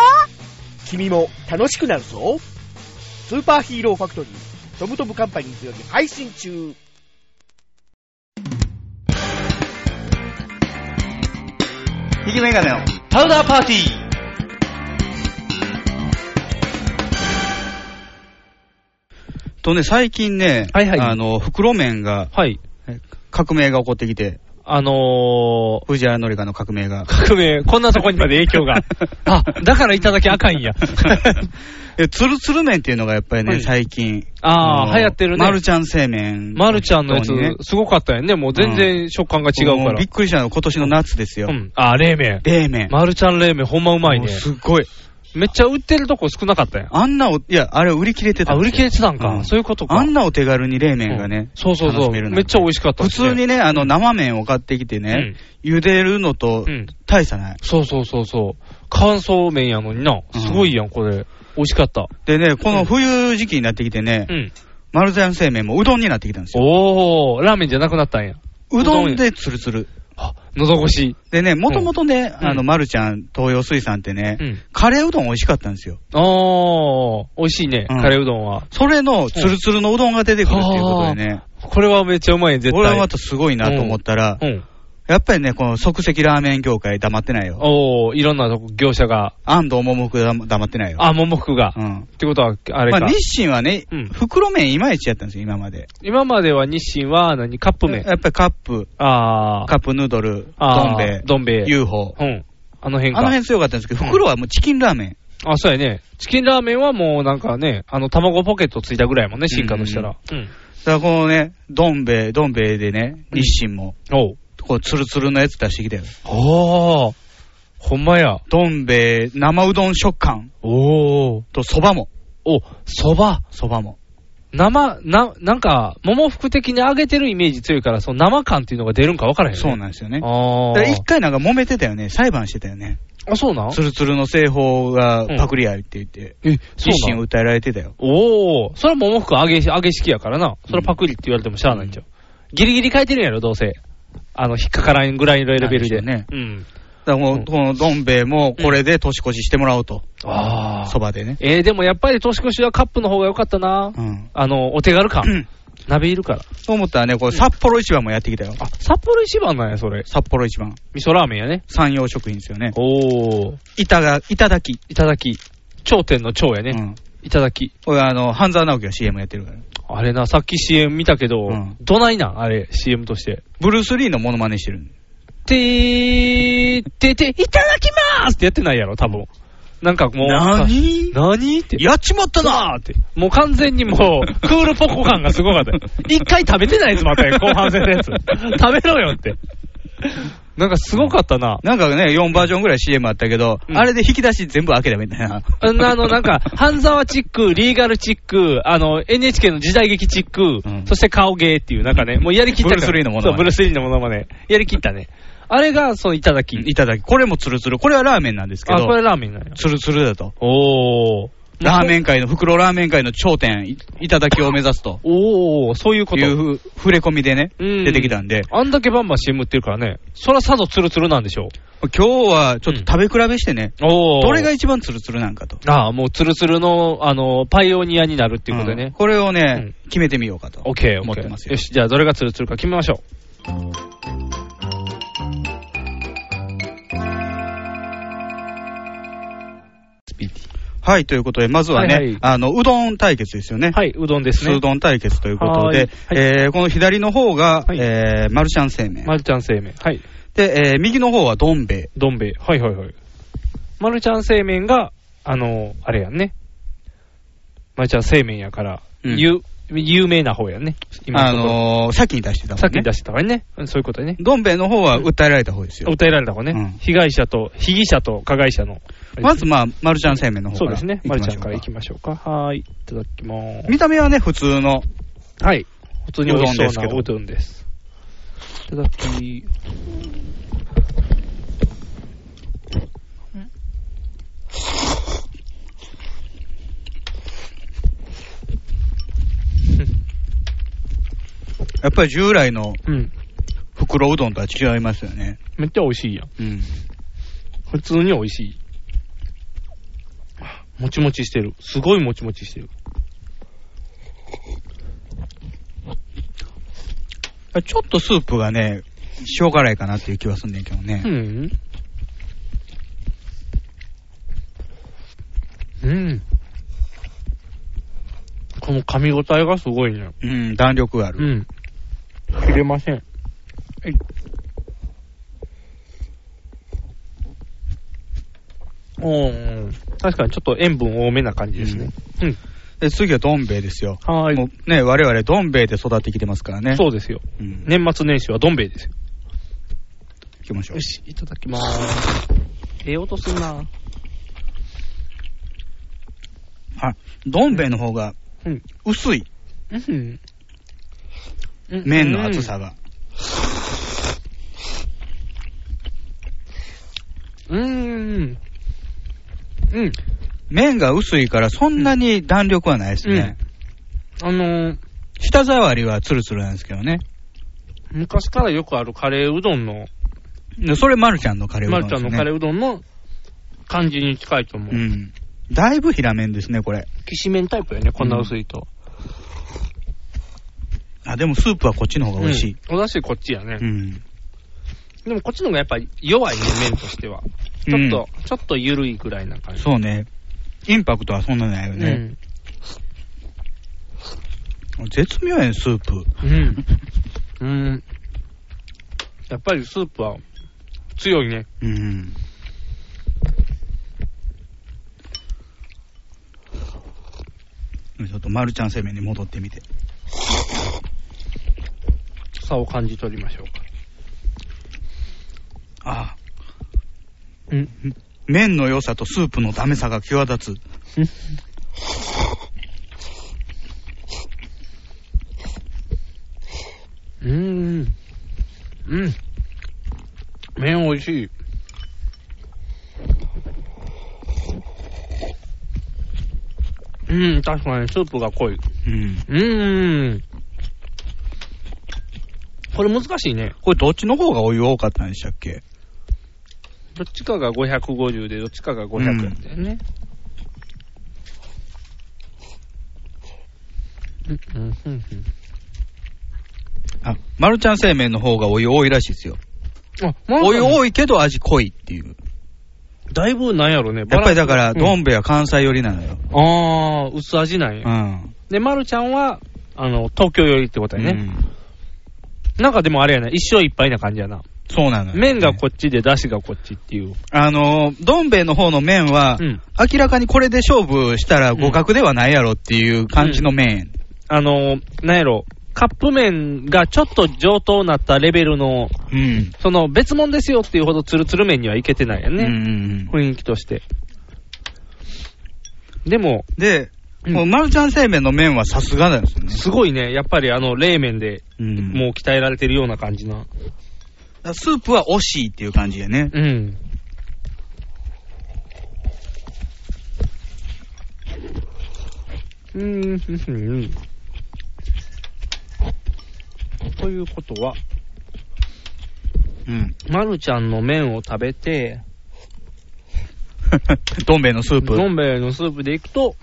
Speaker 10: 君も楽しくなるぞスーパーヒーローファクトリー、トムトムカンパニーズより配信中
Speaker 9: ひげメガネのパウダーパーティー。
Speaker 2: とね、最近ね、
Speaker 3: はいはい
Speaker 2: あの、袋麺が、
Speaker 3: はい。
Speaker 2: 革命が起こってきて、
Speaker 3: あのー、
Speaker 2: 藤原紀香の革命が。
Speaker 3: 革命、こんなとこにまで影響 *laughs* が。あ、だからいただき赤いんや。
Speaker 2: *laughs* え、つるつる麺っていうのがやっぱりね、
Speaker 3: はい
Speaker 2: 最近。
Speaker 3: あ
Speaker 2: の
Speaker 3: ー、流行ってるね。
Speaker 2: マルちゃん製麺。
Speaker 3: まるちゃんのやつ
Speaker 2: 本当にね、
Speaker 3: すごかったよね。もう全然食感が違うか
Speaker 2: も
Speaker 3: ら
Speaker 2: びっ。くりしたのは今年の夏ですよ
Speaker 3: う。ん。あー、冷麺。
Speaker 2: 冷麺。
Speaker 3: まるちゃん冷麺、ほんまうまいね
Speaker 2: もう。すっごい。
Speaker 3: めっちゃ売ってるとこ少なかったやん。
Speaker 2: あんなお、いや、あれ売り切れてた
Speaker 3: あ、
Speaker 2: ん
Speaker 3: 売
Speaker 2: ですよ。
Speaker 3: り切れてたんか。
Speaker 2: ん
Speaker 3: そういうことか。
Speaker 2: あんなお手軽に冷麺がね。
Speaker 3: そうそうそう。
Speaker 2: 楽しめるなんて
Speaker 3: めっちゃ美味しかった
Speaker 2: 普
Speaker 3: しね。
Speaker 2: 通にね、あの、生麺を買ってきてね、茹でるのと
Speaker 3: うん
Speaker 2: 大差ない。
Speaker 3: そうそうそうそう。乾燥麺やのにな。
Speaker 2: うん
Speaker 3: すごいやん、これ。美味しかった。
Speaker 2: でね、この冬時期になってきてね
Speaker 3: う、ん。
Speaker 2: マルちゃん製麺もうどんになってきたんですよ。
Speaker 3: おー、ラーメンじゃなくなったんや。
Speaker 2: うどんでツルツル。
Speaker 3: あ、喉越し。
Speaker 2: でね、もともとね、
Speaker 3: うん
Speaker 2: あの、マルちゃん、東洋水産ってね、
Speaker 3: うん
Speaker 2: カレーうどん美味しかったんですよ。
Speaker 3: あー、美味しいね、
Speaker 2: うん
Speaker 3: カレーうどんは。
Speaker 2: それのツルツルのうどんが出てくるっていうことでね、
Speaker 3: これはめっちゃうまい、絶対。
Speaker 2: 俺はまたすごいなと思ったら、
Speaker 3: うん。
Speaker 2: やっぱりね、この即席ラーメン業界黙ってないよ。
Speaker 3: おー、いろんなとこ業者が。
Speaker 2: 安藤桃子黙黙ってないよ。
Speaker 3: あ、ももくが。
Speaker 2: う
Speaker 3: っ
Speaker 2: ん。
Speaker 3: てことは、あれ
Speaker 2: ま
Speaker 3: か。
Speaker 2: あ、日清はね
Speaker 3: うん、
Speaker 2: 袋麺いまいちやったんですよ、今まで。
Speaker 3: 今までは日清は何カップ麺。
Speaker 2: やっぱりカップ、
Speaker 3: あー。
Speaker 2: カップヌードル、ど
Speaker 3: あ
Speaker 2: ん兵衛
Speaker 3: ー、どん兵衛。
Speaker 2: UFO。
Speaker 3: うん。あの辺か。
Speaker 2: あの辺強かったんですけど、袋はもうチキンラーメン。
Speaker 3: あ、そうやね。チキンラーメンはもうなんかね、あの、卵ポケットついたぐらいもんね、進化としたら。う
Speaker 2: だ
Speaker 3: ん。
Speaker 2: からこのね、どん兵衛、どん兵衛でね、
Speaker 3: うん
Speaker 2: 日清も、
Speaker 3: おう。
Speaker 2: こう、ツルツルのやつ出してきたよ。
Speaker 3: おー。ほんまや。
Speaker 2: どん兵衛、生うどん食感
Speaker 3: おー。
Speaker 2: とそばも。
Speaker 3: お、そば。
Speaker 2: そばも。
Speaker 3: 生、な、なんか、桃服的に揚げてるイメージ強いから、その生感っていうのが出るんか分からへん、ね、
Speaker 2: そうなんですよね。
Speaker 3: あ
Speaker 2: だから一回なんか揉めてたよね、裁判してたよね。
Speaker 3: あ。あ、そうなん
Speaker 2: ツルツルの製法がパクリやって言って、
Speaker 3: え、
Speaker 2: 自
Speaker 3: そう
Speaker 2: 身
Speaker 3: なん
Speaker 2: 訴えられてたよ。
Speaker 3: おお、それは桃服揚げ、揚げ式やからな。それはパクリって言われてもしゃあないんちゃう。ギリギリ書いてるんやろ、どうせ。あの、引っかからんぐらいのレベルで。
Speaker 2: なんでしょうね
Speaker 3: うん。
Speaker 2: だからもう、このどん兵衛もこれで年越ししてもらおうと、
Speaker 3: ああ
Speaker 2: そ。ばでね。
Speaker 3: えー、でもやっぱり年越しはカップの方が良かったな。
Speaker 2: うん。
Speaker 3: あの、お手軽感。鍋いるから。
Speaker 2: *clears throat* そう思ったらね、これ札幌市場もやってきたよ。
Speaker 3: あ、札幌一番なんや、それ。
Speaker 2: 札幌市場。
Speaker 3: 味噌ラーメンやね。
Speaker 2: 山陽食品ですよね。
Speaker 3: おー。
Speaker 2: いたが、いただき。
Speaker 3: いただき。頂点の頂や
Speaker 2: う
Speaker 3: ね。
Speaker 2: ん。
Speaker 3: いただき。
Speaker 2: これあの、半沢直樹が CM やってるから。
Speaker 3: あれな、さっき CM 見たけ
Speaker 2: う
Speaker 3: ど、
Speaker 2: ん
Speaker 3: どないなんあれ、CM として。
Speaker 2: ブルース・リーのモノマネしてる。
Speaker 3: てー、てーてー、いただきまーすってやってないやろ、多分。なんかもう。
Speaker 2: 何
Speaker 3: 何って。
Speaker 2: やっちまったな
Speaker 3: なーって。もう完全にもう、クールポコ感がすごかったよ。一回食べてないやつまたよ、後半戦のやつ。食べろよって。なんかすごかったな。
Speaker 2: なんかね、4バージョンぐらい CM あったけど、
Speaker 3: うん
Speaker 2: あれで引き出し全部開けたみたいな。
Speaker 3: あの、あのなんか、半沢チック、リーガルチック、あの、NHK の時代劇チック、
Speaker 2: うん
Speaker 3: そして顔芸っていう、なんかね、もうやりきったから
Speaker 2: ブルースリーのモノマネ
Speaker 3: そうブルースリーのものまね。やりきったね。あれが、その、いただき。
Speaker 2: いただき。これもツルツル。これはラーメンなんですけ
Speaker 3: あ、こ
Speaker 2: ど、
Speaker 3: れラーメンなんや。
Speaker 2: ツルツルだと。
Speaker 3: おー。
Speaker 2: ラーメ
Speaker 3: ン。
Speaker 2: ン *laughs* 界の、袋ラーメン界の頂点、いいただきを目指すと
Speaker 3: おー、そういうこ
Speaker 2: い
Speaker 3: と。
Speaker 2: うふ触れ込みでね、
Speaker 3: うん
Speaker 2: 出てきたんで、
Speaker 3: あんだけバンバン CM 売ってるからね。そらさぞツルツルなんでしょう。
Speaker 2: 今日はちょっと食べ比べしてね、
Speaker 3: おー。
Speaker 2: どれが一番ツルツルなんかと。
Speaker 3: ああ、もうツルツルの、あの、パイオニアになるっていうことで
Speaker 2: うん
Speaker 3: ね。
Speaker 2: これをね、
Speaker 3: う
Speaker 2: 決めてみようかと。
Speaker 3: オッケー、オ
Speaker 2: 思っ
Speaker 3: ッケ
Speaker 2: て
Speaker 3: ー。
Speaker 2: ますよ
Speaker 3: よし、じゃあどれがツルツルか決めましょ
Speaker 2: はい、ということで、まずはね、
Speaker 3: はいはい
Speaker 2: あの、うどん対決ですよね。
Speaker 3: う。はい、うどんです
Speaker 2: ス
Speaker 3: ね
Speaker 2: う。どん対決ということで、
Speaker 3: はーい
Speaker 2: えーこの左の方が、
Speaker 3: はい
Speaker 2: えーマルシャン製麺。
Speaker 3: マルちゃん製麺。はい。
Speaker 2: で、えー右の方はどん兵衛。
Speaker 3: どん兵衛。はいはいはい。マルちゃん製麺が、あの、あれやんね。マルちゃん製麺やから、
Speaker 2: うん
Speaker 3: 有有名な方やんね。
Speaker 2: あ
Speaker 3: のとこ
Speaker 2: のー、先に出してた
Speaker 3: ろ
Speaker 2: もんね。
Speaker 3: さっき出してたわね。うんそういうことね。
Speaker 2: どん兵衛の方は訴えられた方ですよ。
Speaker 3: 訴えられた方ね、
Speaker 2: うん
Speaker 3: 被害者と、被疑者と加害者の。
Speaker 2: まず、まあ、マルちゃん製麺の方か
Speaker 3: そう
Speaker 2: ら。
Speaker 3: ですね。マルちゃんから行き
Speaker 2: ま
Speaker 3: ましょうか。はーい。いただきまーす
Speaker 2: す。。見た目はね、普通の。
Speaker 3: はい。普通に美味しそ
Speaker 2: うど
Speaker 3: う
Speaker 2: んですけ
Speaker 3: な
Speaker 2: ど
Speaker 3: おどんです。いただき。
Speaker 2: やっぱり従来の
Speaker 3: うん。
Speaker 2: 袋うどんとは違いますよね。
Speaker 3: めっちゃ美味しいやん。
Speaker 2: うん。
Speaker 3: 普通に美味しい。もちもちしてる。すごいもちもちしてる。
Speaker 2: ちょっとスープがね、塩辛いかなっていう気はすんねんけどね。
Speaker 3: うん。うん。この噛み応えがすごいね。
Speaker 2: うん、弾力があ
Speaker 3: う
Speaker 2: る。
Speaker 3: ん。切れません。おーうん、確かにちょっと塩分多めな感じですね。うん。
Speaker 2: で、次はどん兵衛ですよ。
Speaker 3: はーい。
Speaker 2: もうね、我々どん兵衛で育ってきてますからね。
Speaker 3: そうですよ。
Speaker 2: う。ん。ね。
Speaker 3: 年末年始はどん兵衛ですよ。
Speaker 2: 行きましょう
Speaker 3: よ。し、いただきまーす。ええ音すんな。
Speaker 2: はい。どん兵衛の方が
Speaker 3: うん、
Speaker 2: 薄い、
Speaker 3: うん。
Speaker 2: 麺の厚さが。
Speaker 3: うん。うん。うん。
Speaker 2: 麺が薄いからそんなに弾力はないですね。
Speaker 3: あのー、
Speaker 2: 舌触りはツルツルなんですけどね。
Speaker 3: 昔からよくあるカレーうどんの、
Speaker 2: でそれ、まるちゃんのカレーうど
Speaker 3: ま
Speaker 2: ん
Speaker 3: る
Speaker 2: で
Speaker 3: ち
Speaker 2: す
Speaker 3: ゃ
Speaker 2: ね。
Speaker 3: んのカレーうどんの感じに近いと思う。
Speaker 2: うん。だいぶ平麺ですね、これ。
Speaker 3: きしめんタイプやね、こんな薄いと。
Speaker 2: あ、でもスープはこっちの方が美味しい。
Speaker 3: うん。おだしこっちやね。
Speaker 2: うん。
Speaker 3: でもこっちの方がやっぱ弱いね、麺としては。ちょっと、ちょっと緩いぐらいな感じ。
Speaker 2: そうね。インパクトはそんなないよ
Speaker 3: う
Speaker 2: ね。
Speaker 3: ん。
Speaker 2: 絶妙やね、スープ。
Speaker 3: うん。うん。やっぱりスープは強いね。
Speaker 2: うん。ちょっとマルちゃん製麺に戻ってみて。
Speaker 3: 差を感じ取りましょうか。
Speaker 2: ああ
Speaker 3: うん。
Speaker 2: 麺の良さとスープのダメさが際立つ。
Speaker 3: うーん。うん。麺美味しい。うん、確かにスープが濃い。
Speaker 2: うん。
Speaker 3: うーん。これ難しいね。
Speaker 2: これどっちの方がお湯多かったんでしたっけ
Speaker 3: どっちかが550で、どっちかが500やったよね。うん、うん、うん。
Speaker 2: あ、マルちゃん製麺の方がお湯多いらしいですよ。
Speaker 3: あ、
Speaker 2: お湯多
Speaker 3: い。
Speaker 2: いけど味濃いっていう。
Speaker 3: だいぶなんやろね。
Speaker 2: やっぱりだから、ど
Speaker 3: ん、
Speaker 2: ん兵衛は関西寄りなのよ。
Speaker 3: ああ、薄味なんや。
Speaker 2: うん。
Speaker 3: で、まるちゃんは、あの、東京寄りってことや
Speaker 2: う
Speaker 3: ね。
Speaker 2: ん
Speaker 3: なんかでもあれやな、一生いっぱいな感じやな。
Speaker 2: そうなのよ。
Speaker 3: 麺がこっちで、出汁がこっちっていう。
Speaker 2: あのー、どん兵衛の方の麺は、
Speaker 3: うん
Speaker 2: 明らかにこれで勝負したら互角ではないやろっていう感じの麺。
Speaker 3: あの、なんやろ、カップ麺がちょっと上等なったレベルの、
Speaker 2: うん。
Speaker 3: その別物ですよっていうほどツルツル麺にはいけてないよ
Speaker 2: うんう
Speaker 3: ね。
Speaker 2: ん
Speaker 3: 雰囲気として。でも、
Speaker 2: で、
Speaker 3: うん
Speaker 2: もうマルちゃん製麺の麺はさすがなんですよね。
Speaker 3: すごいね、やっぱりあの、冷麺で
Speaker 2: うん
Speaker 3: もう鍛えられてるような感じな。
Speaker 2: だからスープは惜しいっていう感じでね。
Speaker 3: うん。うん、うん、うん。ということは、 *laughs*
Speaker 2: うん。
Speaker 3: まるちゃんの麺を食べて、
Speaker 2: どん兵衛のスープ。
Speaker 3: どん兵衛のスープでいくと、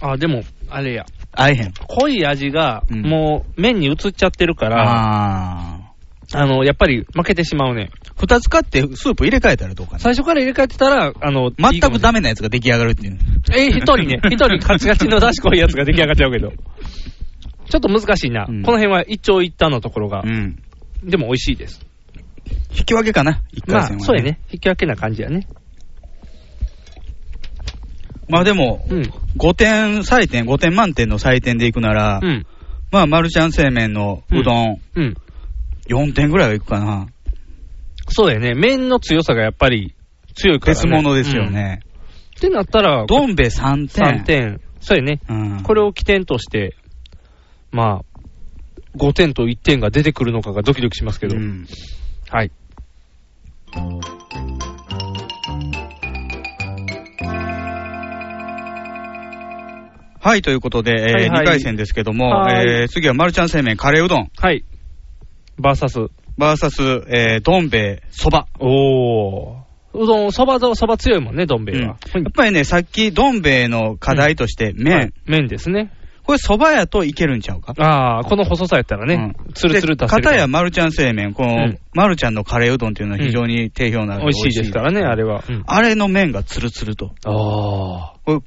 Speaker 3: あ、でも、あれや、
Speaker 2: あえへん。
Speaker 3: 濃い味が
Speaker 2: うん
Speaker 3: もう麺に移っちゃってるから、
Speaker 2: あ
Speaker 3: あの、やっぱり負けてしまうね。
Speaker 2: ー。二つ買ってスープ入れ替えたらどうかな。
Speaker 3: 最初から入れ替えてたら、あの、
Speaker 2: 全くダ
Speaker 3: メ。
Speaker 2: メなやつが出来上がるっていう。
Speaker 3: えー、一人 *laughs* ね、一人ガチガチの出し濃いやつが出来上がっちゃうけど。ちょっと難しいな。
Speaker 2: うん
Speaker 3: この辺は一長一短のところが
Speaker 2: う。ん。
Speaker 3: でも美味しいです。
Speaker 2: 引き分けかな、一回
Speaker 3: まあ
Speaker 2: 戦は、、
Speaker 3: そうや。ね。引き分けな感じやね。
Speaker 2: まあでも、
Speaker 3: うん。
Speaker 2: 5点採点、5点満点の採点でいくなら、
Speaker 3: うん。
Speaker 2: まあ、マルちゃん製麺のうどん、
Speaker 3: うん。
Speaker 2: 4点ぐらいはいくかな。
Speaker 3: そうだよね。麺の強さがやっぱり強いから、ね。
Speaker 2: 別物ですよね。
Speaker 3: うん。ってなったら、
Speaker 2: どん兵衛3点。
Speaker 3: 3点。そうやね。
Speaker 2: うん。
Speaker 3: これを起点として、まあ、5点と1点が出てくるのかがドキドキしますけど。
Speaker 2: うん
Speaker 3: はい。
Speaker 2: はい、ということで、え
Speaker 3: はいはい
Speaker 2: 2回戦ですけども、
Speaker 3: はい
Speaker 2: えー次はマルちゃん製麺カレーうどん、
Speaker 3: はい。バーサス。
Speaker 2: バーサス、えー、どん兵衛そば。
Speaker 3: おー。うどん、そばと、そば強いもんね、どん兵衛は。
Speaker 2: うんやっぱりね、さっき、どん兵衛の課題として、麺、
Speaker 3: はい麺ですね。
Speaker 2: これ、そばやといけるんちゃうか。
Speaker 3: ああ、この細さやったらね、
Speaker 2: うん
Speaker 3: ツルツル出せる。
Speaker 2: で片やマルちゃん製麺、この、
Speaker 3: うん
Speaker 2: マルちゃんのカレーうどんっていうのは非常に定評なの
Speaker 3: 美味しいですからね、あれは。
Speaker 2: あれの麺がツルツルと。
Speaker 3: あ
Speaker 2: これ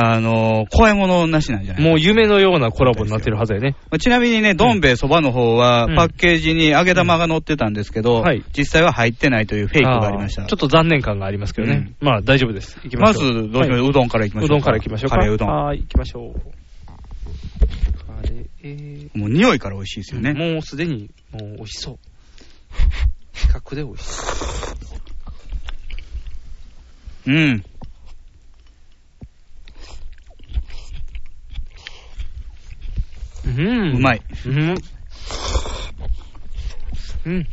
Speaker 2: あのー、怖いものなしなんじゃ
Speaker 3: あ。
Speaker 2: ない
Speaker 3: もう夢のようなコラボになってるはずやね。
Speaker 2: まあちなみにね、どん兵衛そばの方は
Speaker 3: うん、
Speaker 2: パッケージに揚げ玉が乗ってたんですけど、
Speaker 3: うんはい
Speaker 2: 実際は入ってないというフェイクがありました。
Speaker 3: ーちょっと残念感がありますけどね。まあ大丈夫です。行き
Speaker 2: ま
Speaker 3: ま
Speaker 2: ず
Speaker 3: しょ
Speaker 2: ど
Speaker 3: う。、
Speaker 2: うしましょう、うどんからいきましょ
Speaker 3: う
Speaker 2: う。
Speaker 3: どんから行きましょうか。
Speaker 2: カレーうどん。
Speaker 3: はい、行きましょう。カレー、
Speaker 2: もう匂いから美味しいですよね。
Speaker 3: もうすでに、もう美味し
Speaker 2: *laughs*
Speaker 3: そう。比較で美味しそう。
Speaker 2: うん。
Speaker 3: うん。
Speaker 2: うまい。
Speaker 3: うん。うん。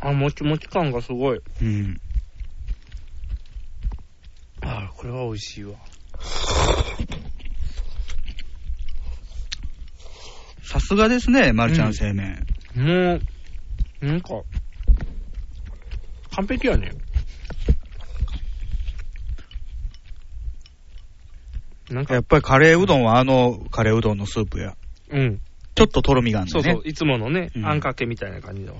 Speaker 3: あ、もちもち感がすごい。
Speaker 2: うん。
Speaker 3: あ、これは美味しいわ。
Speaker 2: さすがですね、マルちゃん製麺。
Speaker 3: もう、なんか、完璧やね。なん
Speaker 2: や
Speaker 3: か
Speaker 2: っ、ぱりカレーうどんはあのカレーうどんのスープや。
Speaker 3: うん。
Speaker 2: ちょっととろみがあるん
Speaker 3: そ
Speaker 2: だ
Speaker 3: うそ
Speaker 2: ね
Speaker 3: う。、いつものね
Speaker 2: う、ん
Speaker 3: あんかけみたいな感じの。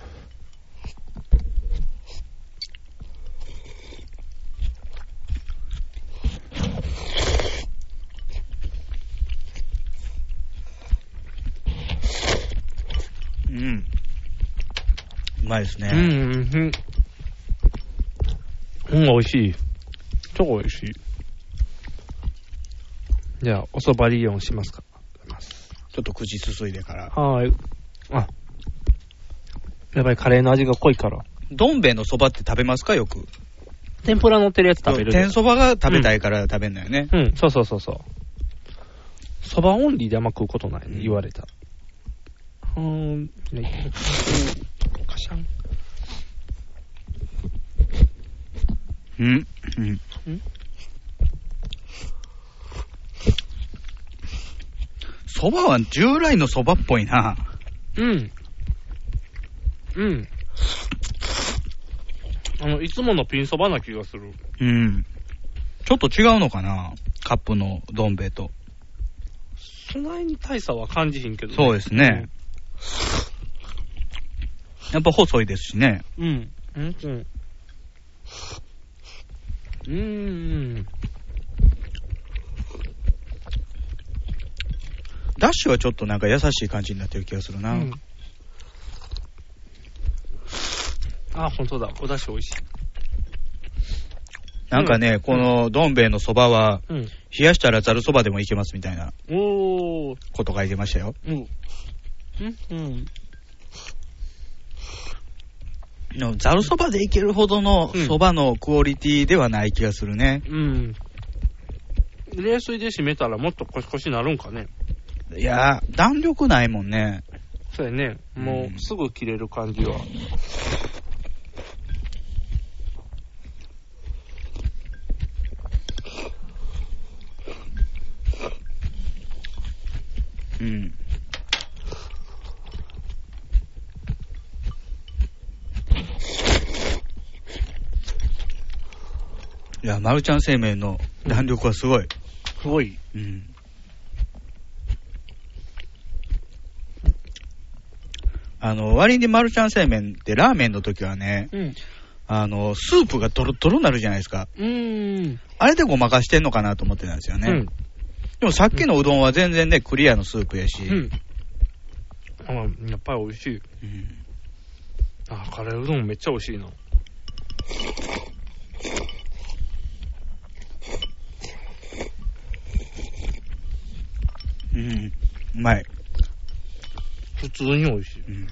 Speaker 2: うん。うまいです
Speaker 3: う
Speaker 2: ね。
Speaker 3: ん、うん、うん。うん、美味しい。超美味しい。じゃあ、おそばリオンしますか。
Speaker 2: ちょっと口すすいでから。
Speaker 3: はーい。あ、やばい、カレーの味が濃いから。
Speaker 2: どん兵衛のそばって食べますかよく。
Speaker 3: 天ぷら乗ってるやつ食べる。
Speaker 2: 天そばが食べたいから食べんのよね。
Speaker 3: うん、そうそうそうそう。そばオンリーであんま食うことないね、言われた。うーん、ね、カシャン。
Speaker 2: うん。うん。そばは従来のそばっぽいな。
Speaker 3: うん。うん。あの、いつものピンそばな気がする。
Speaker 2: うん。ちょっと違うのかなカップのどん兵衛と。
Speaker 3: そないに大差は感じひんけど、
Speaker 2: そうですね。やっぱ細いですしね。
Speaker 3: うん。うん。うん。うーん。
Speaker 2: ダッシュはちょっとなんか優しい感じになってる気がするな。
Speaker 3: うんあ、本当だ。お出汁美味しい。
Speaker 2: なんかね、このどん兵衛のそばは、
Speaker 3: うん。
Speaker 2: 冷やしたらざるそばでもいけますみたいな
Speaker 3: おー。
Speaker 2: こと書いてましたよ。
Speaker 3: うん。うん。
Speaker 2: でもざるそばでいけるほどの
Speaker 3: うん
Speaker 2: そばのクオリティではない気がするね。
Speaker 3: うん。冷水で締めたらもっとコシコシなるんかね。
Speaker 2: いやー、弾力ないもんね。
Speaker 3: そうやね。もうすぐ切れる感じは。
Speaker 2: うん。いや、マルちゃん生命の弾力はすごい。
Speaker 3: すごい。
Speaker 2: うん。あの、割にマルちゃん生命ってラーメンの時はね、
Speaker 3: うん。
Speaker 2: あの、スープがドロドロになるじゃないですか。
Speaker 3: うーん。
Speaker 2: あれでごまかしてんのかなと思ってたんですよね。
Speaker 3: うん。
Speaker 2: でもさっきのうどんは全然ね、クリアのスープやし。
Speaker 3: うん。あ、やっぱり美味しい。
Speaker 2: うん
Speaker 3: あ、カレーうどんめっちゃ美味しいな。
Speaker 2: うん。うまい。
Speaker 3: 普通に美味しい。
Speaker 2: うん。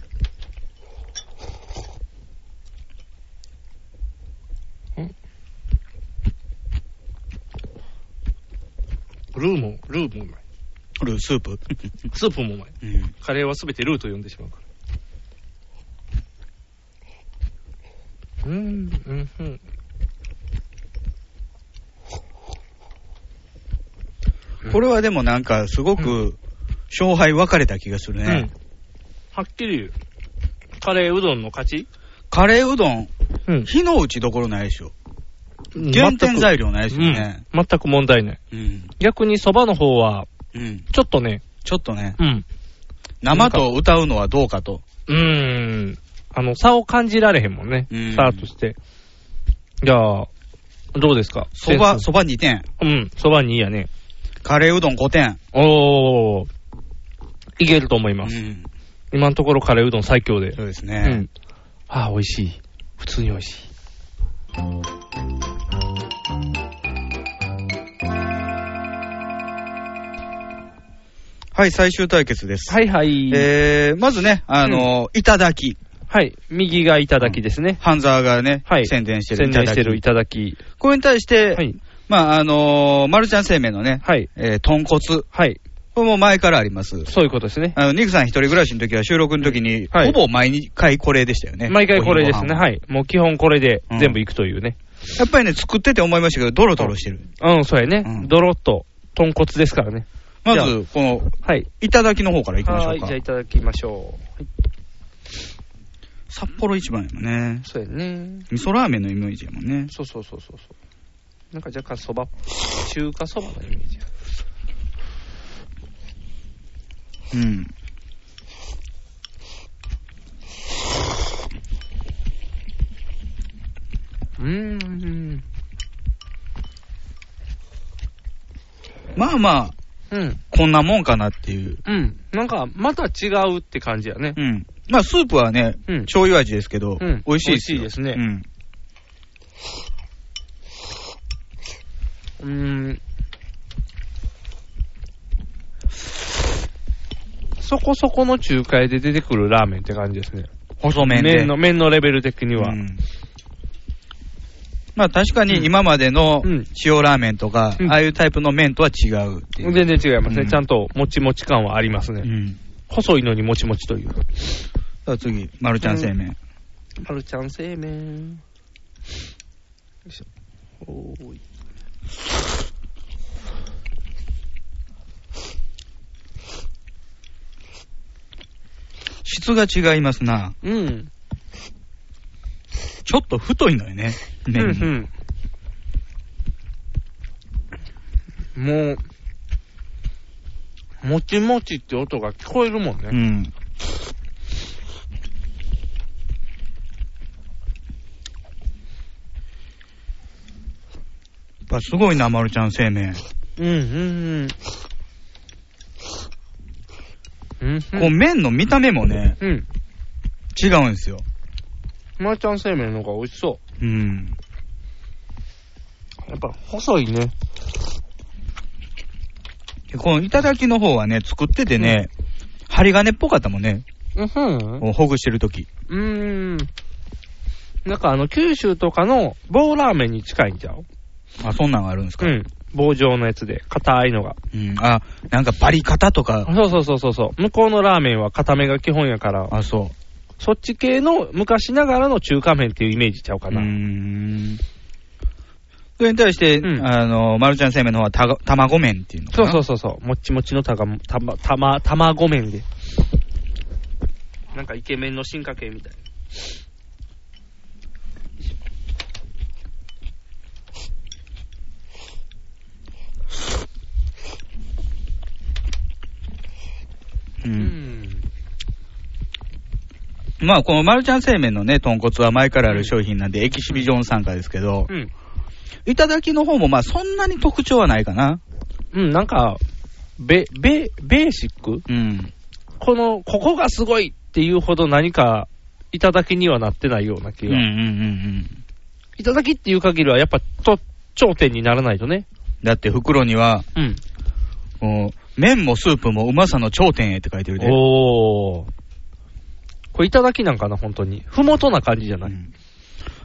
Speaker 3: ルーも、ルーもうまい。
Speaker 2: ルー、スープ。
Speaker 3: スープもうまい。
Speaker 2: うん。
Speaker 3: カレーはすべてルーと呼んでしまうから。うーん、うん、うん。
Speaker 2: これはでもなんか、すごく、勝敗分かれた気がする
Speaker 3: う
Speaker 2: ね
Speaker 3: ん。。はっきり言う。カレーうどんの勝ち
Speaker 2: カレーうどん、
Speaker 3: うん
Speaker 2: 火の打ちどころないでしょ。減点材料ないですよね。
Speaker 3: うん全く問題ない。
Speaker 2: うん。
Speaker 3: 逆に蕎麦の方は、
Speaker 2: うん。
Speaker 3: ちょっとね、
Speaker 2: ちょっとね、
Speaker 3: うん。
Speaker 2: 生と歌うのはどうかと。
Speaker 3: うーん。あの、差を感じられへんもんね。
Speaker 2: うん
Speaker 3: 差として。じゃあ、どうですか
Speaker 2: そば、
Speaker 3: センス
Speaker 2: そば2点。
Speaker 3: うん、そばにいいやね。
Speaker 2: カレーうどん5点。
Speaker 3: おー。いけると思います。
Speaker 2: ん。
Speaker 3: 今のところカレーうどん最強で。
Speaker 2: そうです
Speaker 3: う
Speaker 2: ね。
Speaker 3: ん。ああ、美味しい。普通に美味しい。
Speaker 2: はい、最終対決です。
Speaker 3: はいはい。
Speaker 2: えー、まずね、あの、いただき。
Speaker 3: はい。右がいただきですね。
Speaker 2: ハンザーがね、
Speaker 3: はい
Speaker 2: 宣伝してる
Speaker 3: 宣
Speaker 2: いた
Speaker 3: 伝
Speaker 2: だ
Speaker 3: してる
Speaker 2: き
Speaker 3: い。ただき。
Speaker 2: これに対して、
Speaker 3: はい。
Speaker 2: まあ、あのー、マルちゃん生命のね、
Speaker 3: はい。
Speaker 2: えー、豚骨。
Speaker 3: はい。
Speaker 2: これも前からあります。
Speaker 3: そういうことですね。
Speaker 2: あの、ニクさん一人暮らしの時は収録の時に、
Speaker 3: は
Speaker 2: ほ
Speaker 3: い
Speaker 2: ぼ毎回これでしたよね。。
Speaker 3: 毎回これですね。はいい。もう基本これで
Speaker 2: うん
Speaker 3: 全部いくというね。
Speaker 2: やっぱりね、作ってて思いましたけど、ドロドロしてる。
Speaker 3: うん、そうやね。
Speaker 2: うん
Speaker 3: ドロッと、豚骨ですからね。
Speaker 2: ま
Speaker 3: じゃあ
Speaker 2: ず、この、
Speaker 3: はい。
Speaker 2: いただきの方からいきましょ
Speaker 3: は
Speaker 2: う
Speaker 3: い。じ
Speaker 2: か
Speaker 3: ゃあ。いただきましょう。はい
Speaker 2: 札幌一番やもんね。
Speaker 3: そうやね。
Speaker 2: 味噌ラーメンのイメージやもんね。
Speaker 3: そうそうそうそうそう。なんか若干そば、中華そばのイメージ。
Speaker 2: うん。
Speaker 3: うーん。
Speaker 2: まあまあ、
Speaker 3: うん。
Speaker 2: こんなもんかなっていう。
Speaker 3: うん。なんか、また違うって感じやね。
Speaker 2: うん。まあ、スープはね、
Speaker 3: うん
Speaker 2: 醤油味ですけど、
Speaker 3: うん
Speaker 2: 美味しいですよ。
Speaker 3: 美味しいです
Speaker 2: うん。
Speaker 3: うーん。そこそこの中華屋で出てくるラーメンって感じですね。
Speaker 2: 細麺で。
Speaker 3: 麺の、麺のレベル的には。
Speaker 2: うんまあ確かに今までの塩ラーメンとか、ああいうタイプの麺とは違うっていう。
Speaker 3: 全然違います
Speaker 2: う
Speaker 3: ね、
Speaker 2: ん
Speaker 3: ちゃんともちもち感はありますね、細いのにもちもちという。
Speaker 2: さあ次、マルちゃん製麺。
Speaker 3: マルちゃん製麺。よいしょ。おーい。
Speaker 2: 質が違いますな。
Speaker 3: うん。
Speaker 2: ちょっと太いのよね、麺
Speaker 3: う
Speaker 2: に。
Speaker 3: んうん。もう、もちもちって音が聞こえるもんね。
Speaker 2: うん。やっぱすごいな、マルちゃん製麺。
Speaker 3: うん、うん、うん。うん、
Speaker 2: こう麺の見た目もね、
Speaker 3: うん。
Speaker 2: 違うんですよ。
Speaker 3: マルちゃん製麺の方が美味しそ
Speaker 2: うん。
Speaker 3: う。やっぱ細いね。
Speaker 2: でこのいただきの方はね、作っててね、針金っぽかったもんね、
Speaker 3: うん、うん。
Speaker 2: こうほぐしてるとき。
Speaker 3: うーん。なんかあの、九州とかの棒ラーメンに近いんちゃう
Speaker 2: あ、そんなんあるんですか。
Speaker 3: うん。棒状のやつで、硬いのが。
Speaker 2: うん。あ、なんかバリ方とか、
Speaker 3: そうそうそうそうそう。向こうのラーメンは硬めが基本やから、
Speaker 2: あ、そ
Speaker 3: そっち系の昔ながらの中華麺っていうイメージちゃうか
Speaker 2: う。うー
Speaker 3: な。
Speaker 2: ん。それに対して、あの、マルちゃん製麺の方はたが卵麺っていうのか
Speaker 3: そ
Speaker 2: な。
Speaker 3: うそうそうそう。もっちもちのたが、たま、たま、卵麺で。なんかイケメンの進化系みたいな。
Speaker 2: う。
Speaker 3: うんん。
Speaker 2: まあ、このマルちゃん製麺のね、豚骨は前からある商品なんで、エキシビジョン参加ですけど、
Speaker 3: うん。
Speaker 2: いただきの方もまあ、そんなに特徴はないかな。
Speaker 3: うん、なんか、べ、べ、ベーシック
Speaker 2: うん。
Speaker 3: この、ここがすごいっていうほど何か、いただきにはなってないような
Speaker 2: う
Speaker 3: 気
Speaker 2: んうん
Speaker 3: が。
Speaker 2: うんうん。
Speaker 3: いただきっていう限りは、やっぱ、と、頂点にならないとね。
Speaker 2: だって袋には、
Speaker 3: うん。
Speaker 2: もう麺もスープもうまさの頂点へって書いてるで。
Speaker 3: おー。これいただきなんかな、本当に。ふもとな感じじゃない。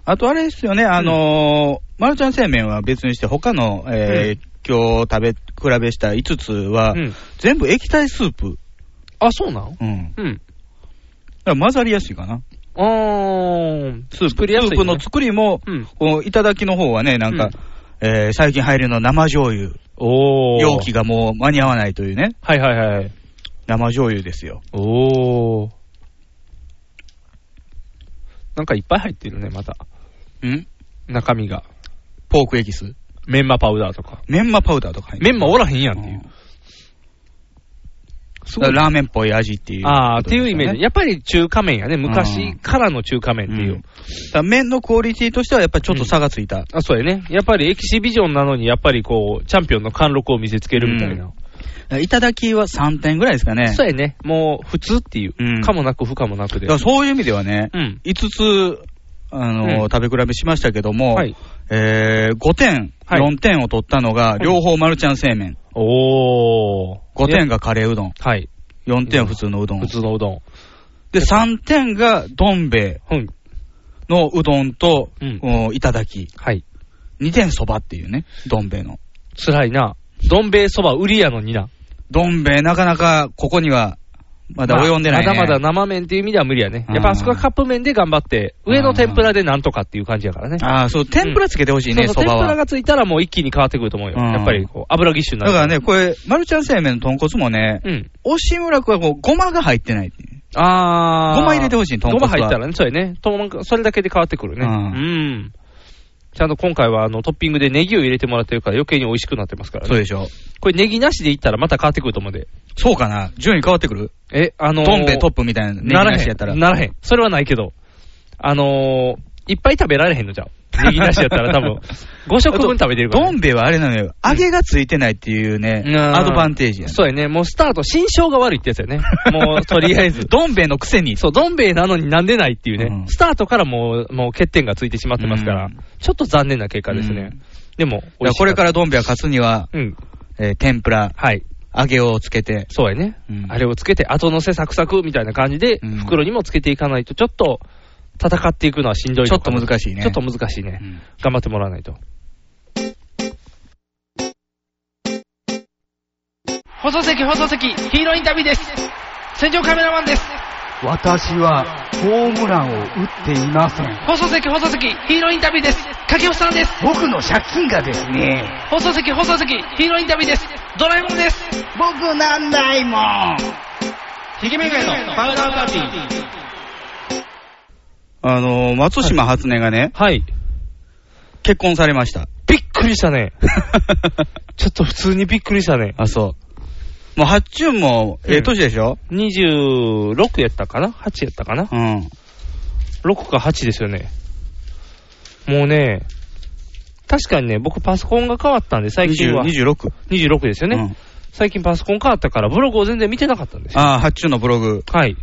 Speaker 2: あとあれですよね、あのー、まるちゃん製麺は別にして、他の、えー今日食べ、比べした5つは、
Speaker 3: うん
Speaker 2: 全部液体スープ。
Speaker 3: あ、そうなの
Speaker 2: うん。
Speaker 3: う
Speaker 2: だ
Speaker 3: ん。
Speaker 2: から混ざりやすいかな。
Speaker 3: あー。
Speaker 2: スープ。
Speaker 3: 作りやすいね
Speaker 2: スープの作りも、
Speaker 3: うん。
Speaker 2: このいただきの方はね、なんか、
Speaker 3: うん
Speaker 2: えー最近入るのは生醤油。
Speaker 3: おー。
Speaker 2: 容器がもう間に合わないというね。
Speaker 3: はいはいはい。
Speaker 2: 生醤油ですよ。
Speaker 3: おー。なんかいっぱい入ってるね、また。
Speaker 2: ん
Speaker 3: 中身が。
Speaker 2: ポークエキス。
Speaker 3: メンマパウダーとか。
Speaker 2: メンマパウダーとか入って
Speaker 3: メ
Speaker 2: る
Speaker 3: ンマおらへんやんっていう。すごい
Speaker 2: だからラーメンっぽい味っていう、
Speaker 3: ああ、っていうイメージ。
Speaker 2: や
Speaker 3: やっぱり中華麺やね。
Speaker 2: う
Speaker 3: 昔
Speaker 2: ん
Speaker 3: からの中華麺ってい
Speaker 2: う
Speaker 3: う。
Speaker 2: ん麺のクオリティとしてはやっぱりちょっと差がついた。
Speaker 3: あ、そうやね。やっぱりエキシビジョンなのに、やっぱりこう、チャンピオンの貫禄を見せつけるみたいな。
Speaker 2: いただきは3点ぐらいですかね。
Speaker 3: そうやね。もう、普通っていう。
Speaker 2: うん
Speaker 3: かもなく不可もなくで。
Speaker 2: だからそういう意味ではね、
Speaker 3: うん。
Speaker 2: 5つ、あの
Speaker 3: うん
Speaker 2: 食べ比べしましたけども、
Speaker 3: はい。
Speaker 2: えー5点、
Speaker 3: はい
Speaker 2: 4点を取ったのが、
Speaker 3: ん
Speaker 2: 両方マルちゃん製麺、
Speaker 3: おー。
Speaker 2: 5点がカレーうどん、
Speaker 3: はい。
Speaker 2: 4点普通のうどん
Speaker 3: 普、通のうどん。
Speaker 2: で3点がどん兵衛
Speaker 3: うん。
Speaker 2: のうどんと、
Speaker 3: うん
Speaker 2: おいただき、
Speaker 3: はい。
Speaker 2: 2点そばっていうね、どん兵衛の。
Speaker 3: 辛いな。どん兵衛そば売りやのにな。
Speaker 2: どん兵衛、なかなかここにはまだ及んでない、ね
Speaker 3: まあまだまだ生麺っていう意味では無理やね。やっぱあそこはカップ麺で頑張って、上の天ぷらでなんとかっていう感じやからね。
Speaker 2: ああ、そう、天ぷらつけてほしいね、
Speaker 3: そう
Speaker 2: そ
Speaker 3: そう
Speaker 2: ば
Speaker 3: 天ぷら
Speaker 2: は。
Speaker 3: がついたらもう一気に変わってくると思うよ。
Speaker 2: うん
Speaker 3: やっぱりこう油ぎっしゅに
Speaker 2: だ
Speaker 3: なる。
Speaker 2: からね、これ、マルちゃん製麺の豚骨もね、
Speaker 3: うん。
Speaker 2: 押村君はこう、ごまが入ってないっていう。
Speaker 3: あー。
Speaker 2: ごま入れてほしい豚
Speaker 3: ご
Speaker 2: 骨
Speaker 3: ま
Speaker 2: は
Speaker 3: 入ったらね、そうやね。ともそれだけで変わってくるね。
Speaker 2: う
Speaker 3: うんん。ちゃんと今回はあのトッピングでネギを入れてもらってるから余計に美味しくなってますから
Speaker 2: そう
Speaker 3: ね。
Speaker 2: でしょ。
Speaker 3: これネギなしでいったらまた変わってくると思うんで。
Speaker 2: そうかな順位変わってくる
Speaker 3: え、あのー、
Speaker 2: どん兵衛トップみたいな、
Speaker 3: なら
Speaker 2: ネギ
Speaker 3: へ
Speaker 2: しやったら。
Speaker 3: ん。ならへん。それはないけど。あのー、いっぱい食べられへんのじゃん。ネギなしやったら多
Speaker 2: *laughs*
Speaker 3: 分。5食分食べてるから、
Speaker 2: ど
Speaker 3: ね。
Speaker 2: ん兵衛はあれなのよ。揚げがついてないっていうね、
Speaker 3: うん
Speaker 2: アドバンテージやね
Speaker 3: そうやね。もうスタート、心象が悪いってやつや
Speaker 2: *laughs*
Speaker 3: ね。もう、とりあえず。
Speaker 2: どん兵衛のくせに。
Speaker 3: そう、どん兵衛なのになんでないっていうね。
Speaker 2: うん
Speaker 3: スタートからもう、もう欠点がついてしまってますから、
Speaker 2: うん
Speaker 3: ちょっと残念な結果ですね。
Speaker 2: うん
Speaker 3: でも、、
Speaker 2: だからこれかららどん兵衛は勝つには、
Speaker 3: うん。
Speaker 2: えー天ぷら、
Speaker 3: はい。
Speaker 2: 揚げをつけて。
Speaker 3: そうやね。
Speaker 2: うん
Speaker 3: あれをつけて、後乗せサクサクみたいな感じで、
Speaker 2: うん
Speaker 3: 袋にもつけていかないと、ちょっと、戦っていくのはしんどい
Speaker 2: ちょっと難しいね
Speaker 3: ちょっと難しいね。頑張ってもらわないと。
Speaker 12: 放送席、放送席、ヒーローインタビューです。戦場カメラマンです。
Speaker 7: 私はホームランを打っていません。
Speaker 12: 放送席、放送席、ヒーローインタビューです。掛布さんです。
Speaker 7: 僕の借金がですね、
Speaker 12: 放送席、放送席、ヒーローインタビューです。ドラえもんです。
Speaker 7: 僕なんないもん。
Speaker 9: ひげめがねのパウダーパーティー。
Speaker 2: あのー、松島初音がね、
Speaker 3: はい。
Speaker 2: 結婚されま *laughs* した。
Speaker 3: びっくりし
Speaker 2: *laughs*
Speaker 3: たね。ちょっと普通にびっくりしたね。
Speaker 2: あ、そう。もう、八中も、ええ年でしょ
Speaker 3: 26やったかな ?8 やったかな
Speaker 2: うん。
Speaker 3: 6か8ですよね。もうね、確かにね、僕パソコンが変わったんで、最近は。
Speaker 2: 20 26。
Speaker 3: 26ですよね、
Speaker 2: うん
Speaker 3: 最近パソコン変わったから、ブログを全然見てなかったんですよ。
Speaker 2: ああ、八中のブログ。
Speaker 3: はい。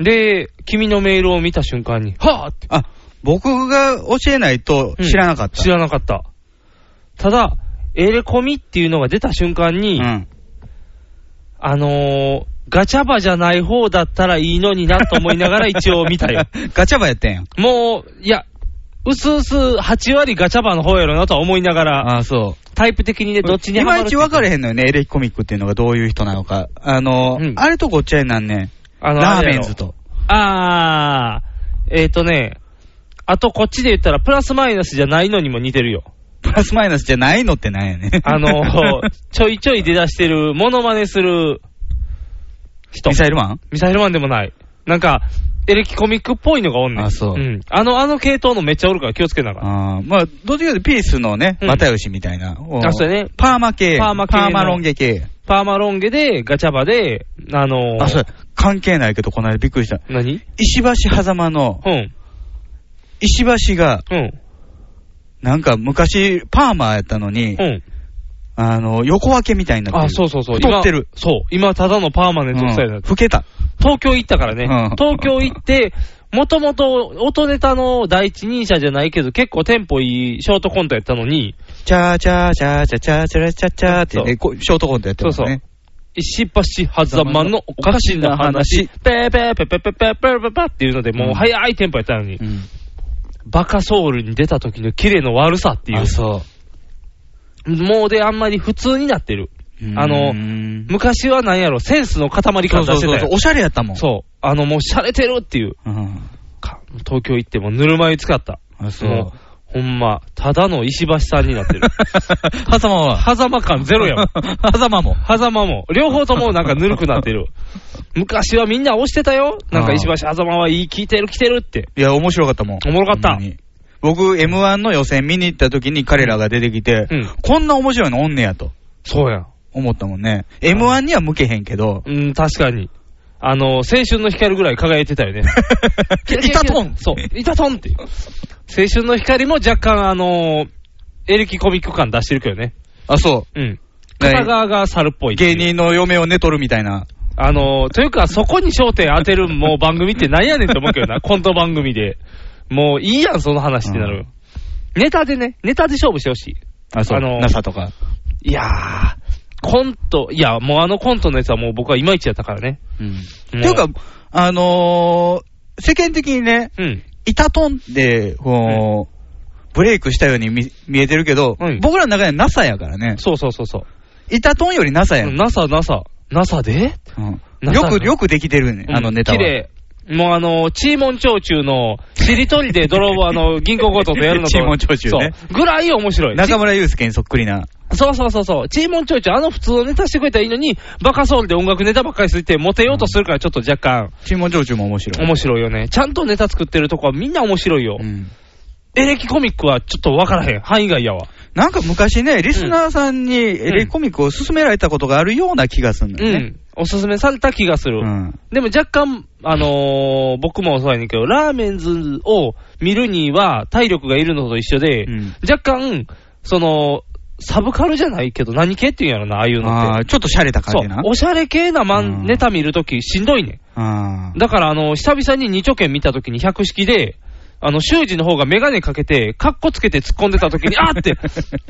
Speaker 3: で、君のメールを見た瞬間に、はぁって、
Speaker 2: あ、僕が教えないと知らなかった。
Speaker 3: 知らなかった。ただ、エレコミっていうのが出た瞬間に、
Speaker 2: うん。
Speaker 3: あのー、ガチャバじゃない方だったらいいのになと思いながら一応見たよ。。
Speaker 2: *laughs* ガチャバやってんやん。
Speaker 3: もう、いや、うすうす8割ガチャバの方やろなとは思いながら、
Speaker 2: ああ、そう。
Speaker 3: タイプ的にね、どっちに
Speaker 2: い
Speaker 3: ハマ
Speaker 2: ま
Speaker 3: る
Speaker 2: いち分かれへんのよね、エレキコミックっていうのがどういう人なのか。あの、
Speaker 3: うん
Speaker 2: あれとごっちゃになんねん。
Speaker 3: あの
Speaker 2: ラー
Speaker 3: あれ
Speaker 2: メ
Speaker 3: や
Speaker 2: ン
Speaker 3: ろ
Speaker 2: ズと。
Speaker 3: あー、えっ、ー、とね、あとこっちで言ったらプラスマイナスじゃないのにも似てるよ。
Speaker 2: プラスマイナスじゃないのってなんやね。
Speaker 3: あの
Speaker 2: *laughs*
Speaker 3: ーちょいちょい出だしてる、モノマネする人。
Speaker 2: ミサイルマン
Speaker 3: ミサイルマンでもない。なんか、エレキコミックっぽいのがおんねん。。
Speaker 2: あそうん
Speaker 3: あの、あの系統のめっちゃおるから気をつけながら。
Speaker 2: ああ、まあ、どっちかというとピースのね、
Speaker 3: うん
Speaker 2: 又吉みたいな。お
Speaker 3: あそうやね
Speaker 2: パーマ系。
Speaker 3: パーマ系の
Speaker 2: ロン毛系。
Speaker 3: パーマロン毛で、ガチャバで、あのー
Speaker 2: あ、そうや関係ないけど、この間びっくりした。
Speaker 3: 何
Speaker 2: 石橋狭間の、
Speaker 3: うん。
Speaker 2: 石橋が、
Speaker 3: うん。
Speaker 2: なんか昔、パーマやったのに、
Speaker 3: うん。
Speaker 2: あの、横分けみたいになってる
Speaker 3: あ、そうそうそう。
Speaker 2: 太ってる。
Speaker 3: 今そう。今、ただのパーマネントスタイルだ
Speaker 2: う
Speaker 3: っ
Speaker 2: ん
Speaker 3: た
Speaker 2: 老けた。
Speaker 3: 東京行ったからね。
Speaker 2: うん
Speaker 3: 東京行って、もともと音ネタの第一人者じゃないけど、結構テンポいいショートコントやったのに、
Speaker 2: チャーチャーチャーチャーチャーチャーチャーチャーって
Speaker 3: そ
Speaker 2: ね、
Speaker 3: う
Speaker 2: こうショートコントやってます
Speaker 3: そうそ
Speaker 2: ね
Speaker 3: う。石橋はざまのおかしな話、ペーペーペーペーペーペーペーペーペーっていうので、もう早いテンポやったのに、
Speaker 2: うん
Speaker 3: バカソウルに出た時のキレの悪さっていう。
Speaker 2: そ
Speaker 3: もうであんまり普通になってる。
Speaker 2: う
Speaker 3: あの
Speaker 2: うん
Speaker 3: 昔はなんやろ、センスの塊
Speaker 2: そう
Speaker 3: 感出
Speaker 2: そう
Speaker 3: して
Speaker 2: そう
Speaker 3: た
Speaker 2: そう
Speaker 3: よ。
Speaker 2: おしゃれやったもん。
Speaker 3: そう。あの、もう洒落てるっていう。
Speaker 2: うん。
Speaker 3: か東京行ってもぬるま湯使った。
Speaker 2: あ、そ
Speaker 3: も
Speaker 2: う。
Speaker 3: う、ほんま、ただの石橋さんになって
Speaker 2: *laughs*
Speaker 3: る。
Speaker 2: ハサマは。
Speaker 3: 狭間感ゼ
Speaker 2: *laughs*
Speaker 3: ロやもん。
Speaker 2: 狭間も。
Speaker 3: 狭間も。両方ともなんかぬるくなって
Speaker 2: *laughs*
Speaker 3: る。昔はみんな押してたよ。なんか石橋狭間はいい、聞いてる、来てるって。
Speaker 2: いや、面白かったもん。
Speaker 3: おもろかった
Speaker 2: ほんまに。僕、M1 の予選見に行った時に彼らが出てきて、
Speaker 3: うん
Speaker 2: こんな面白いのおんねやと
Speaker 3: そうやん。
Speaker 2: 思ったもんね。M1 には向けへんけど、
Speaker 3: うん、確かに。あの、青春の光ぐらい輝いてた
Speaker 2: *laughs*
Speaker 3: よね。
Speaker 2: いたとん
Speaker 3: そう、いたとんっていう。青春の光も若干、あのエレキコミック感出してるけどね。
Speaker 2: あ、そ
Speaker 3: うん。
Speaker 2: ね
Speaker 3: 片側が猿っぽ
Speaker 2: う。
Speaker 3: いっていう
Speaker 2: 芸。人の嫁を寝取るみたいな。
Speaker 3: あのというか、そこに焦点当てるもう番組ってなんやねんって思う
Speaker 2: *laughs*
Speaker 3: けどな、コント番組で。もういいやん、その話ってなるよ。ネタでね、ネタで勝負してほしい。
Speaker 2: あ、そう。
Speaker 3: あの
Speaker 2: NASA とか。
Speaker 3: いやー、コント、いや、もうあのコントのやつはもう僕はいまいちやったからね。
Speaker 2: うん。
Speaker 3: も
Speaker 2: っていうか、あのー世間的にね、
Speaker 3: うん。
Speaker 2: イタトンって、こう、ブレイクしたように見見えてるけど、
Speaker 3: うん
Speaker 2: 僕らの中では NASA やからね。
Speaker 3: そうそうそうそう。
Speaker 2: イタトンより NASA やん。
Speaker 3: NASA、NASA、NASA で
Speaker 2: うん、
Speaker 3: NASA
Speaker 2: よく、よくできてるね、あのネタは。
Speaker 3: 綺麗。もうあの、チーモン長中の、しりとりで泥棒、
Speaker 2: *laughs*
Speaker 3: あの、銀行強盗とやるのと。
Speaker 2: チーモンチョウチュウね
Speaker 3: そう。ぐらい面白い。
Speaker 2: 中村祐介にそっくりな。
Speaker 3: そうそうそうそう。チーモンちょいちょい、あの普通のネタしてくれたらいいのに、バカソウルで音楽ネタばっかりすぎて、モテようとするからちょっと若干、
Speaker 2: チーモン上中も面白い。
Speaker 3: 面白いよね。ちゃんとネタ作ってるとこはみんな面白いよ。
Speaker 2: うん
Speaker 3: エレキコミックはちょっとわからへん。範囲外やわ。
Speaker 2: なんか昔ね、リスナーさんにエレコミックを勧められたことがあるような気がするんだ
Speaker 3: う
Speaker 2: よね。
Speaker 3: ん。おすすめされた気がする。
Speaker 2: うん
Speaker 3: でも若干、あのー僕もそうやねんけど、ラーメンズを見るには体力がいるのと一緒で、
Speaker 2: うん
Speaker 3: 若干、その、サブカルじゃないけど、何系っていうんやろな、ああいうのって。
Speaker 2: あーちょっと洒落た
Speaker 3: そ
Speaker 2: 感
Speaker 3: う
Speaker 2: じな。、
Speaker 3: おしゃれ系なマン、
Speaker 2: うん
Speaker 3: ネタ見るときしんどいねん。
Speaker 2: あー
Speaker 3: だから、あの、久々に二丁拳見たときに百式で、あの、修二の方がメガネかけて、カッコつけて突っ込んでた
Speaker 2: *laughs*
Speaker 3: ときに、あーって、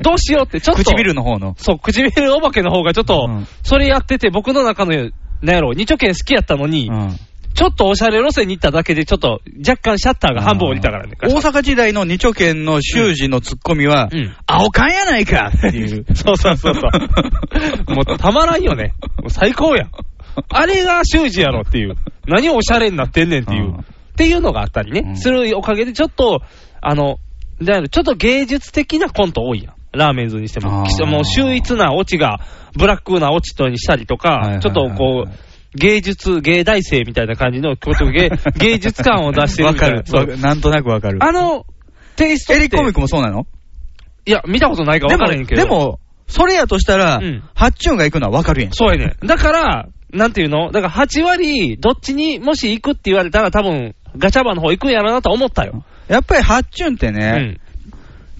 Speaker 3: どうしようって、ちょっと。
Speaker 2: 唇の方の。
Speaker 3: そう、唇お化けの方がちょっと
Speaker 2: うん、
Speaker 3: それやってて、僕の中の、なんやろ、二丁拳好きやったのに、
Speaker 2: うん
Speaker 3: ちょっとおしゃれ路線に行っただけで、ちょっと若干シャッターが半分降りたからね。
Speaker 2: 大阪時代の二丁拳の修士のツッコミは、青缶やないかっていう。
Speaker 3: *laughs* そうそうそうそう。もうたまらんよね。もう最高やん。あれが修士やろっていう。何おしゃれになってんねんっていう。っていうのがあったりね、するおかげで、ちょっと、あの、だからちょっと芸術的なコント多いやん。ラーメンズにしても。きもう秀逸なオチが、ブラックなオチとにしたりとか、ちょっとこう、芸術、芸大生みたいな感じの、ちょっと
Speaker 2: *laughs*
Speaker 3: 芸芸術感を出してる
Speaker 2: わ
Speaker 3: みた
Speaker 2: か
Speaker 3: いな
Speaker 2: る。。わなんとなくわかる。
Speaker 3: あの、テイストっ
Speaker 2: エ
Speaker 3: て。
Speaker 2: リコミックもそうなの
Speaker 3: いや、見たことないから
Speaker 2: で
Speaker 3: 分からへん
Speaker 2: も、
Speaker 3: けど。
Speaker 2: でも、それやとしたら
Speaker 3: うん、
Speaker 2: ハッチュンが行くのはわかるやん。
Speaker 3: そうやね。だから、なんていうのだから8割、どっちにもし行くって言われたら、多分ガチャバの方行くんやろなと思ったよ。
Speaker 2: やっぱりハッチュンってね、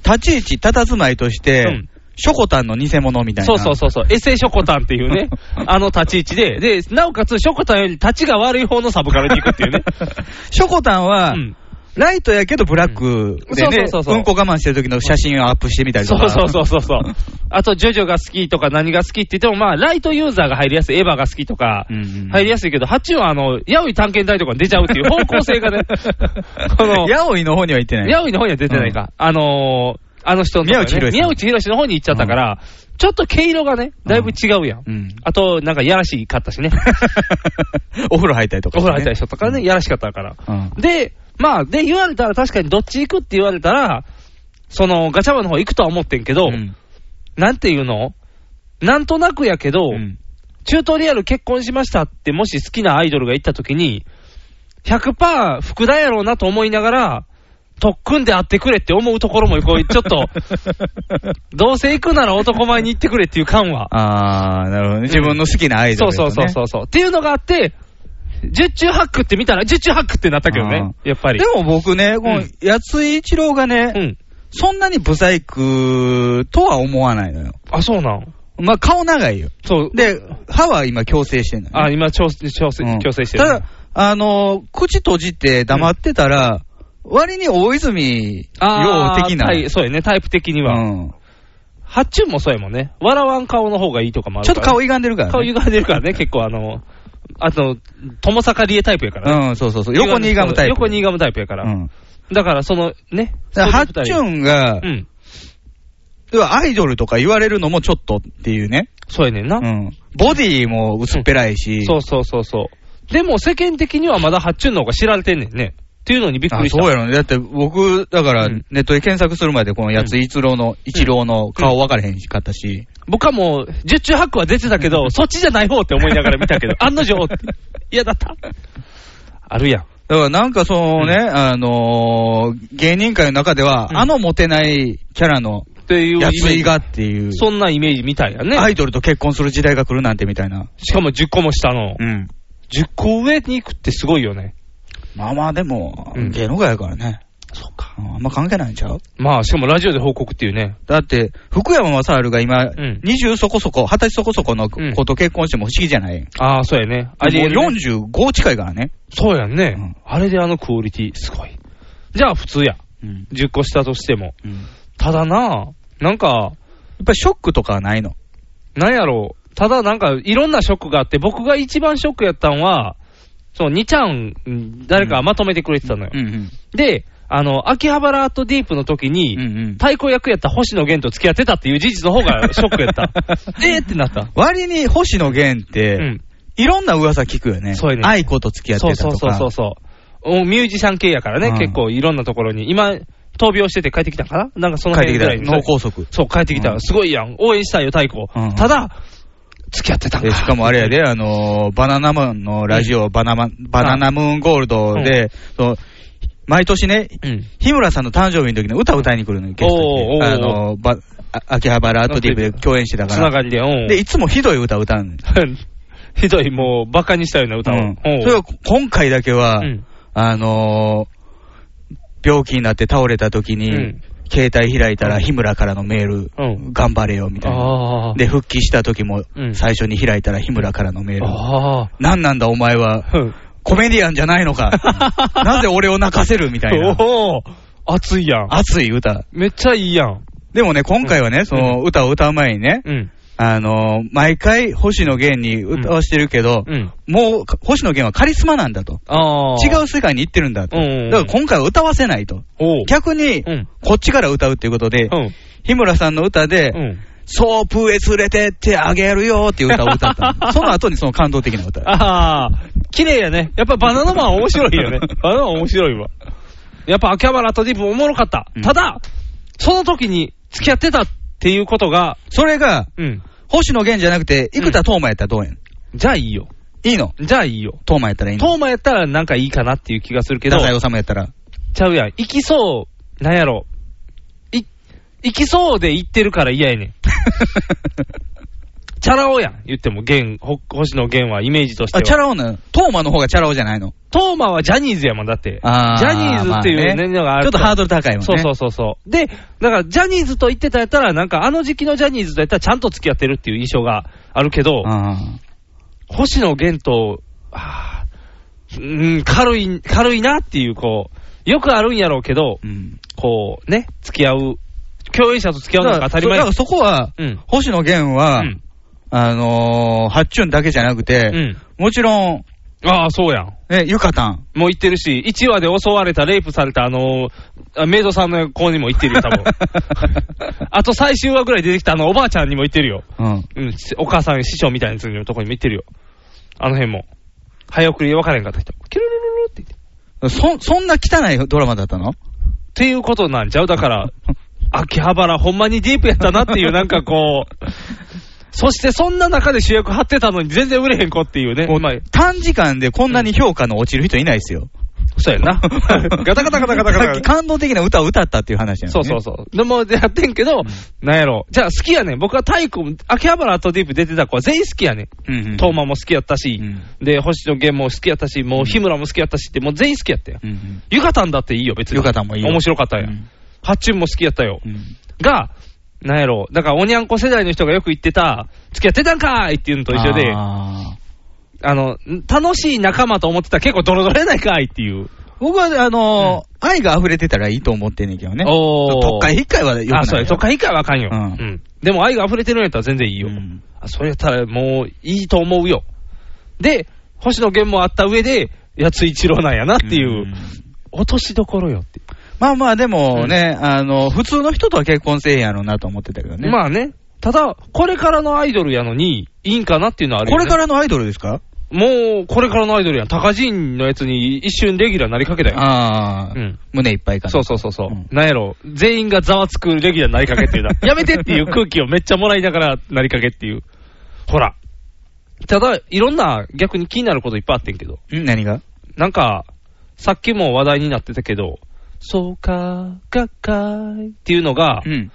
Speaker 2: 立ち位置、たたずまいとして、
Speaker 3: うん
Speaker 2: ショコタンの偽物みたいな。
Speaker 3: そうそうそうそう、エセショコタンっていう *laughs* ね、あの立ち位置で、で、なおかつショコタンより立ちが悪い方のサブカルに行くっていう *laughs* ね。
Speaker 2: ショコタンは、ライトやけどブラックでね、
Speaker 3: うんそうそうそうそう
Speaker 2: うんこ我慢してる時の写真をアップしてみたりと
Speaker 3: そ
Speaker 2: か。
Speaker 3: うそうそうそうそう。あと、ジョジョが好きとか何が好きって言っても、まあ、ライトユーザーが入りやすい、エヴァが好きとか、入りやすいけど、ハチはあの、ヤオイ探検隊とかに出ちゃうっていう方向性が
Speaker 2: *laughs*
Speaker 3: ね、この、
Speaker 2: ヤオイの方には行ってない。
Speaker 3: ヤオイの方には出てないか。あのー、あの人のとこ
Speaker 2: 宮内
Speaker 3: ね、
Speaker 2: 博さん
Speaker 3: 宮内博士の方に行っちゃったから、ちょっと毛色がね、だいぶ違うやん。 *laughs* あと、なんかやらしかったし
Speaker 2: *laughs*
Speaker 3: ね。
Speaker 2: お風呂入ったりと
Speaker 3: お
Speaker 2: か、
Speaker 3: 風呂入ったりしとったからね、やらしかったから。
Speaker 2: うん
Speaker 3: で、まあ、で、言われたら確かにどっち行くって言われたら、その、ガチャバの方行くとは思ってんけど、なんていうのなんとなくやけど、チュートリアル結婚しましたって、もし好きなアイドルが行った時に、100%福田やろうなと思いながら、特訓で会ってくれって思うところも、こう、ちょ
Speaker 2: *laughs*
Speaker 3: っと、どうせ行くなら男前に行ってくれっていう感は、
Speaker 2: あー、なるほどね。自分の好きなアイドル、ね
Speaker 3: そうそうそうそう。っていうのがあって、十中八九って見たら、十中八九ってなったけどね、やっぱり。
Speaker 2: でも僕ね、この安井一郎がね、そんなにブサイクとは思わないのよ。
Speaker 3: あ、そうなん
Speaker 2: まあ顔長いよ。
Speaker 3: そう。
Speaker 2: で、歯は今矯正してんのよ、
Speaker 3: あ、今調、調整、矯正してる。
Speaker 2: ただ、あのー口閉じて黙ってたら、割に大泉洋
Speaker 3: あー
Speaker 2: 的な、
Speaker 3: タ
Speaker 2: ち
Speaker 3: イそうやね、タイプ的には。ハッチュンもそうやもんね。笑わん顔の方がいいとかもある
Speaker 2: ょ
Speaker 3: か
Speaker 2: っ
Speaker 3: ら
Speaker 2: と
Speaker 3: ね、
Speaker 2: 顔歪んでるから、ね。
Speaker 3: 顔歪んでるからね、結構あの、あと、友坂理恵タイプやからね。
Speaker 2: うん、そうそうそう。横に歪むタイプ。
Speaker 3: 横に歪むタイプやから。だから、その、ね。
Speaker 2: だからハ
Speaker 3: そうい
Speaker 2: ッ
Speaker 3: う二
Speaker 2: チ
Speaker 3: 人
Speaker 2: ュンが、
Speaker 3: ん
Speaker 2: 要はアイドルとか言われるのもちょっとっていうね。
Speaker 3: そうやねんな。
Speaker 2: ん。ボディも薄っぺらいし。
Speaker 3: そうそうそうそう。でも、世間的にはまだハッチュンの方が知られてんねんね。っていうのにびっく
Speaker 2: あ
Speaker 3: りした。
Speaker 2: そうやろね。だって僕、だから、ネットで検索するまで、このやつ一郎の、一郎の顔分からへんかったし。
Speaker 3: 僕はもう、十中八九は出てたけど、そっちじゃない方って思いながら見
Speaker 2: *laughs*
Speaker 3: たけど、案の定、嫌だった。あるやん。
Speaker 2: だからなんかそのね、あのー芸人界の中では、あのモテないキャラの、
Speaker 3: っていうイメ
Speaker 2: や
Speaker 3: ージ
Speaker 2: ついがっていう。
Speaker 3: そんなイメージみたいやね。
Speaker 2: アイドルと結婚する時代が来るなんてみたいな。
Speaker 3: しかも10個も下の。
Speaker 2: うん。
Speaker 3: 10個上に行くってすごいよね。
Speaker 2: まあまあでも、芸能界やからね。
Speaker 3: そう
Speaker 2: か。あんま関係ないんちゃう
Speaker 3: まあ、しかもラジオで報告っていうね。
Speaker 2: だって、福山雅治が今、
Speaker 3: ん
Speaker 2: 20そこそこ、20歳そこそこの子と結婚しても不思議じゃない。
Speaker 3: ああ、そうやね。あ
Speaker 2: あ
Speaker 3: り
Speaker 2: れ
Speaker 3: える
Speaker 2: もう
Speaker 3: ね
Speaker 2: 45近いからね。
Speaker 3: そうやんね、あれであのクオリティ、すごい。じゃあ普通や。
Speaker 2: うん
Speaker 3: 10個下としても。ただな、なんか、や
Speaker 2: っぱりショックとかはないの
Speaker 3: なんやろう。ただなんか、いろんなショックがあって、僕が一番ショックやったんは、そう、2ちゃん、うん誰かまとめてくれてたのよ。で、あの、秋葉原とディープの時に、太鼓役やった星野源と付き合ってたっていう事実の方がショック
Speaker 2: *laughs*
Speaker 3: や *laughs* った。えーってなった。
Speaker 2: 割に星野源って、いろんな噂聞くよね。
Speaker 3: そうやね
Speaker 2: 愛子と付き合ってたとか。
Speaker 3: そうそうそうそうそう。おミュージシャン系やからね、
Speaker 2: うん
Speaker 3: 結構いろんなところに。今、闘病してて帰ってきたんかななんかその辺ぐらいに
Speaker 2: 帰ってきた脳梗塞
Speaker 3: そう、帰ってきた。
Speaker 2: うん
Speaker 3: すごいやん。応援したいよ、太鼓。ただ、付き合ってたん
Speaker 2: でしかもあれやで、あのーバナナムーンのラジオ、バナマバナナムーンゴールドで、そう毎年ね、日村さんの誕生日の時の歌歌いに来るのよ、ゲスト
Speaker 3: おーお
Speaker 2: に
Speaker 3: ー
Speaker 2: あのーばあ秋葉原アートディープで共演してたか
Speaker 3: つな
Speaker 2: ら。
Speaker 3: がりで、うん。
Speaker 2: で、いつもひどい歌歌うのよ。
Speaker 3: *laughs* ひどい、もう、バカにしたような歌を。
Speaker 2: うん
Speaker 3: おう
Speaker 2: それが今回だけは、あのー病気になって倒れた時に、
Speaker 3: うん
Speaker 2: 携帯開いたら日村からのメール、頑張れよみたい
Speaker 3: あ
Speaker 2: な。
Speaker 3: ー
Speaker 2: で、復帰した時も、
Speaker 3: うん
Speaker 2: 最初に開いたら日村からのメール。
Speaker 3: ああ。
Speaker 2: 何なんだお前は、コメディアンじゃないのか。
Speaker 3: *laughs*
Speaker 2: なぜ俺を泣かせるみたいな。
Speaker 3: おお熱いやん。
Speaker 2: 熱い歌。
Speaker 3: めっちゃいいやん。
Speaker 2: でもね、今回はね、その歌を歌う前にね、あの、毎回星野源に歌わしてるけど、もう星野源はカリスマなんだと。
Speaker 3: あ
Speaker 2: 違う世界に行ってるんだと。
Speaker 3: うんうんうん
Speaker 2: だから今回は歌わせないと。逆に、こっちから歌うっていうことで、日村さんの歌で、ソープへ連れてってあげるよっていう歌を歌
Speaker 3: *laughs*
Speaker 2: った。その後にその感動的な歌。
Speaker 3: ああ、綺麗やね。やっぱバナナマン面白いよね。 *laughs* バナナマン面白いわ。やっぱ秋葉原とディープおもろかった。ただ、その時に付き合ってたっていうことが、
Speaker 2: それが、
Speaker 3: うん。
Speaker 2: 星野源じゃなくて、生田斗真やったらどうやん。
Speaker 3: じゃあいいよ。
Speaker 2: いいの
Speaker 3: じゃあいいよ。
Speaker 2: 斗真やったらいいの
Speaker 3: トーマやったらなんかいいかなっていう気がするけど、
Speaker 2: 太宰
Speaker 3: ち
Speaker 2: 治やったら。
Speaker 3: ゃうやん。行きそう、なんやろ。い、行きそうで行ってるから嫌やねん。チャラ男やん。言っても、源、ほ星野源はイメージとしては。
Speaker 2: あ、チャラ男なのトーマの方がチャラ男じゃないの
Speaker 3: トーマはジャニーズやもん、だって。ジ
Speaker 2: あー
Speaker 3: ャニーズっていうねのがある
Speaker 2: ちょっとハードル高いもんね
Speaker 3: そうそうそうそう。で、だからジャニーズと言ってたやったら、なんかあの時期のジャニーズとやったらちゃんと付き合ってるっていう印象があるけど、星野源と、あーうん、軽い、軽いなっていう、こう、よくあるんやろうけど、こうね、付き合う、共演者と付き合うのが当たり前。
Speaker 2: だからそだからそこは、
Speaker 3: うん
Speaker 2: 星野源は、あのー、ハッチュンだけじゃなくて、もちろん、
Speaker 3: ああ、そうやん。
Speaker 2: ね、ゆかたん。
Speaker 3: もう行ってるし、1話で襲われた、レイプされた、あのー、メイドさんの子にも行ってるよ、多 *laughs* 分あと最終話ぐらい出てきた、あの、おばあちゃんにも行ってるよ。
Speaker 2: うん。
Speaker 3: うん、お母さん、師匠みたいなやつのとこにも行ってるよ。あの辺も。早送りで分からへんかった人。キュルルルルって言って。
Speaker 2: そ、そんな汚いドラマだったの
Speaker 3: っていうことなんちゃうだ *laughs* から、秋葉原、ほんまにディープやったなっていう、なんかこう、そしてそんな中で主役張ってたのに全然売れへん子っていうね。まあ
Speaker 2: 短時間でこんなに評価の落ちる人いないですよ。
Speaker 3: そうやな。 *laughs* ガタガタガタガタガタ
Speaker 2: さっき感動的な歌を歌ったっていう話やね。
Speaker 3: そうそうそう。でも、やってんけど、なんやろ。じゃあ、好きやねん。僕は体育、秋葉原とディープ出てた子は全員好きやね
Speaker 2: うんうん
Speaker 3: ん。トーマも好きやったし、で、星野源も好きやったし、もう日村も好きやったしって、もう全員好きやったよ。ゆかたんだっていいよ、別に。
Speaker 2: ゆかたんもいいよ
Speaker 3: 面白かったやん。ハッチュンも好きやったよ
Speaker 2: ん。
Speaker 3: が、なんやろ。だから、おにゃんこ世代の人がよく言ってた、付き合ってたんかーいっていうのと一緒で、
Speaker 2: あー
Speaker 3: あの、楽しい仲間と思ってたら結構ドロドロやないかいっていう。
Speaker 2: 僕は、あのー愛が溢れてたらいいと思ってんねんけどね。
Speaker 3: おー
Speaker 2: 特会一回はよくないよ。
Speaker 3: あ、そうや、都会以下はあかんよ。
Speaker 2: う
Speaker 3: うんん。でも愛が溢れてるんやったら全然いいよ。あ、それやったらもういいと思うよ。で、星野源もあった上で、やつ一郎なんやなっていう、落としどころよって。
Speaker 2: まあまあ、でもね、あの、普通の人とは結婚せえへんやろうなと思ってたけどね。
Speaker 3: まあね。ただ、これからのアイドルやのに、いいんかなっていうのはあるよ、
Speaker 2: こ
Speaker 3: ね。
Speaker 2: れからのアイドルですか
Speaker 3: もう、これからのアイドルやん。高人のやつに一瞬レギュラーなりかけたよ。
Speaker 2: ああ、
Speaker 3: うん
Speaker 2: 胸いっぱいかな。
Speaker 3: そうそうそうそう、なんやろ、全員がざわつくレギュラーになりかけって *laughs* いうな、やめてっていう空気をめっちゃもらいながらなりかけっていう、ほら、ただ、いろんな逆に気になることいっぱいあってんけど、
Speaker 2: ん何が
Speaker 3: なんか、さっきも話題になってたけど、そうか、がっかいっていうのが、
Speaker 2: うん。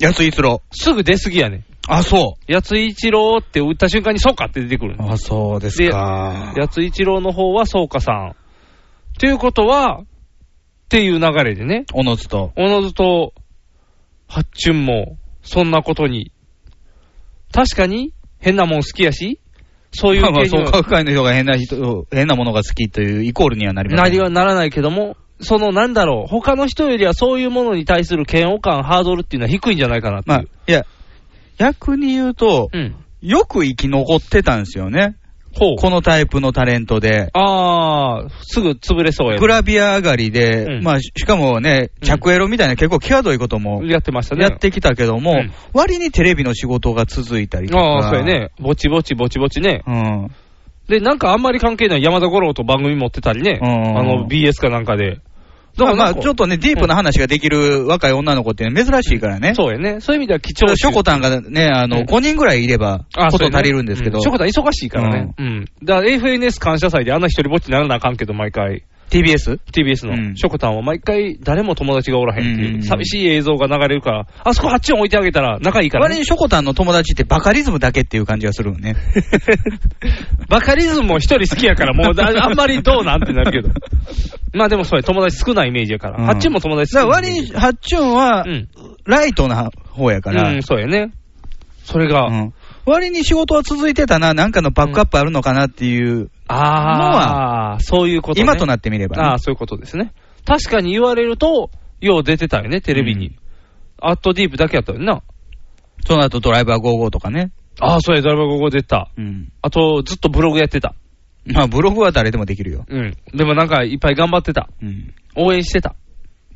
Speaker 2: 安井一郎。
Speaker 3: すぐ出すぎやねん。
Speaker 2: あ、そう。
Speaker 3: やつ一郎って打った瞬間にそうかって出てくるの。
Speaker 2: あ、そうですか。
Speaker 3: やつ一郎の方はそうかさん。ということは、っていう流れでね。
Speaker 2: おのずと。
Speaker 3: おのずと、八チュンも、そんなことに。確かに、変なもん好きやし、そういう
Speaker 2: まあまあ、
Speaker 3: 系
Speaker 2: そう
Speaker 3: に
Speaker 2: か、
Speaker 3: は
Speaker 2: 深いの人が変な人、変なものが好きというイコールにはなりま
Speaker 3: な
Speaker 2: せん
Speaker 3: りはならないけども、そのなんだろう、他の人よりはそういうものに対する嫌悪感、ハードルっていうのは低いんじゃないかなっていう。
Speaker 2: まあ、いや、逆に言うと、よく生き残ってたんですよね。
Speaker 3: こ
Speaker 2: のタイプのタレントで。
Speaker 3: あー、すぐ潰れそうや。
Speaker 2: グラビア上がりで、まあ、ししかもね、着エロみたいな結構際どいことも
Speaker 3: やってましたね。
Speaker 2: やってきたけども、割にテレビの仕事が続いたりとか。
Speaker 3: ああ、そうやね。ぼちぼちぼちぼちね。
Speaker 2: うん。
Speaker 3: で、なんかあんまり関係ない山田五郎と番組持ってたりね。
Speaker 2: ん
Speaker 3: あの、BS かなんかで。
Speaker 2: だからま
Speaker 3: なん
Speaker 2: あ、ちょっとね、ディープな話ができる若い女の子ってね珍しいからね。
Speaker 3: そうやね。そういう意味では貴重
Speaker 2: ショコタンがね、あの、5人ぐらいいれば、こ
Speaker 3: そう
Speaker 2: と
Speaker 3: やね
Speaker 2: 足りるんですけど。
Speaker 3: うショコタン忙しいからね。うん。だから FNS 感謝祭であんな一人ぼっちにならなあかんけど、毎回。
Speaker 2: TBS?TBS
Speaker 3: TBS の、ショコタンは毎回誰も友達がおらへんっていう、寂しい映像が流れるから、あそこ8音置いてあげたら仲いいから、
Speaker 2: 割
Speaker 3: ね
Speaker 2: に。ショコタンの友達ってバカリズムだけっていう感じがするよね。
Speaker 3: *laughs*
Speaker 2: *laughs*
Speaker 3: バカリズムも一人好きやから、もうだあんまりどうなんってなるけど。まあでもそうや、友達少ないイメージやから。
Speaker 2: うん
Speaker 3: ハッチュンも友達
Speaker 2: だ
Speaker 3: 少
Speaker 2: から
Speaker 3: ない。
Speaker 2: 割に、ハッチュンは、ライトな方やから。
Speaker 3: うん、そうやね。それが、
Speaker 2: 割に仕事は続いてたな、なんかのバックアップあるのかなっていう
Speaker 3: あ
Speaker 2: のは、
Speaker 3: あー、そういうこと、ね、
Speaker 2: 今となってみればね
Speaker 3: ああ、そういうことですね。確かに言われると、よう出てたよね、テレビに。アットディープだけやったよな。
Speaker 2: その後ドライバー55とかね。
Speaker 3: ああ、そうや、ドラマ55出た。あと、ずっとブログやってた。
Speaker 2: *laughs* まあ、ブログは誰でもできるよ。
Speaker 3: うん。でもなんか、いっぱい頑張ってた。
Speaker 2: うん。
Speaker 3: 応援してた。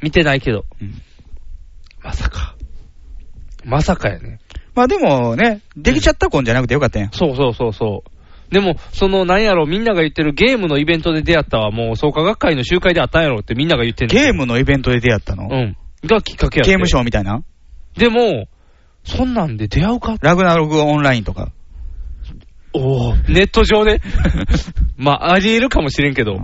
Speaker 3: 見てないけど。まさか。まさかやね。
Speaker 2: まあでもね、できちゃったんじゃなくてよかったやん。
Speaker 3: そうそうそうそう。でも、その、なんやろ、みんなが言ってるゲームのイベントで出会ったは、もう創価学会の集会であったんやろってみんなが言ってん
Speaker 2: ゲームのイベントで出会ったの
Speaker 3: うん。がきっかけやって
Speaker 2: 刑務所みたいな
Speaker 3: でも、そんなんで出会うか
Speaker 2: ラグナログオンラインとか。
Speaker 3: おおネット上
Speaker 2: *laughs*
Speaker 3: でまあ、あり得るかもしれんけど。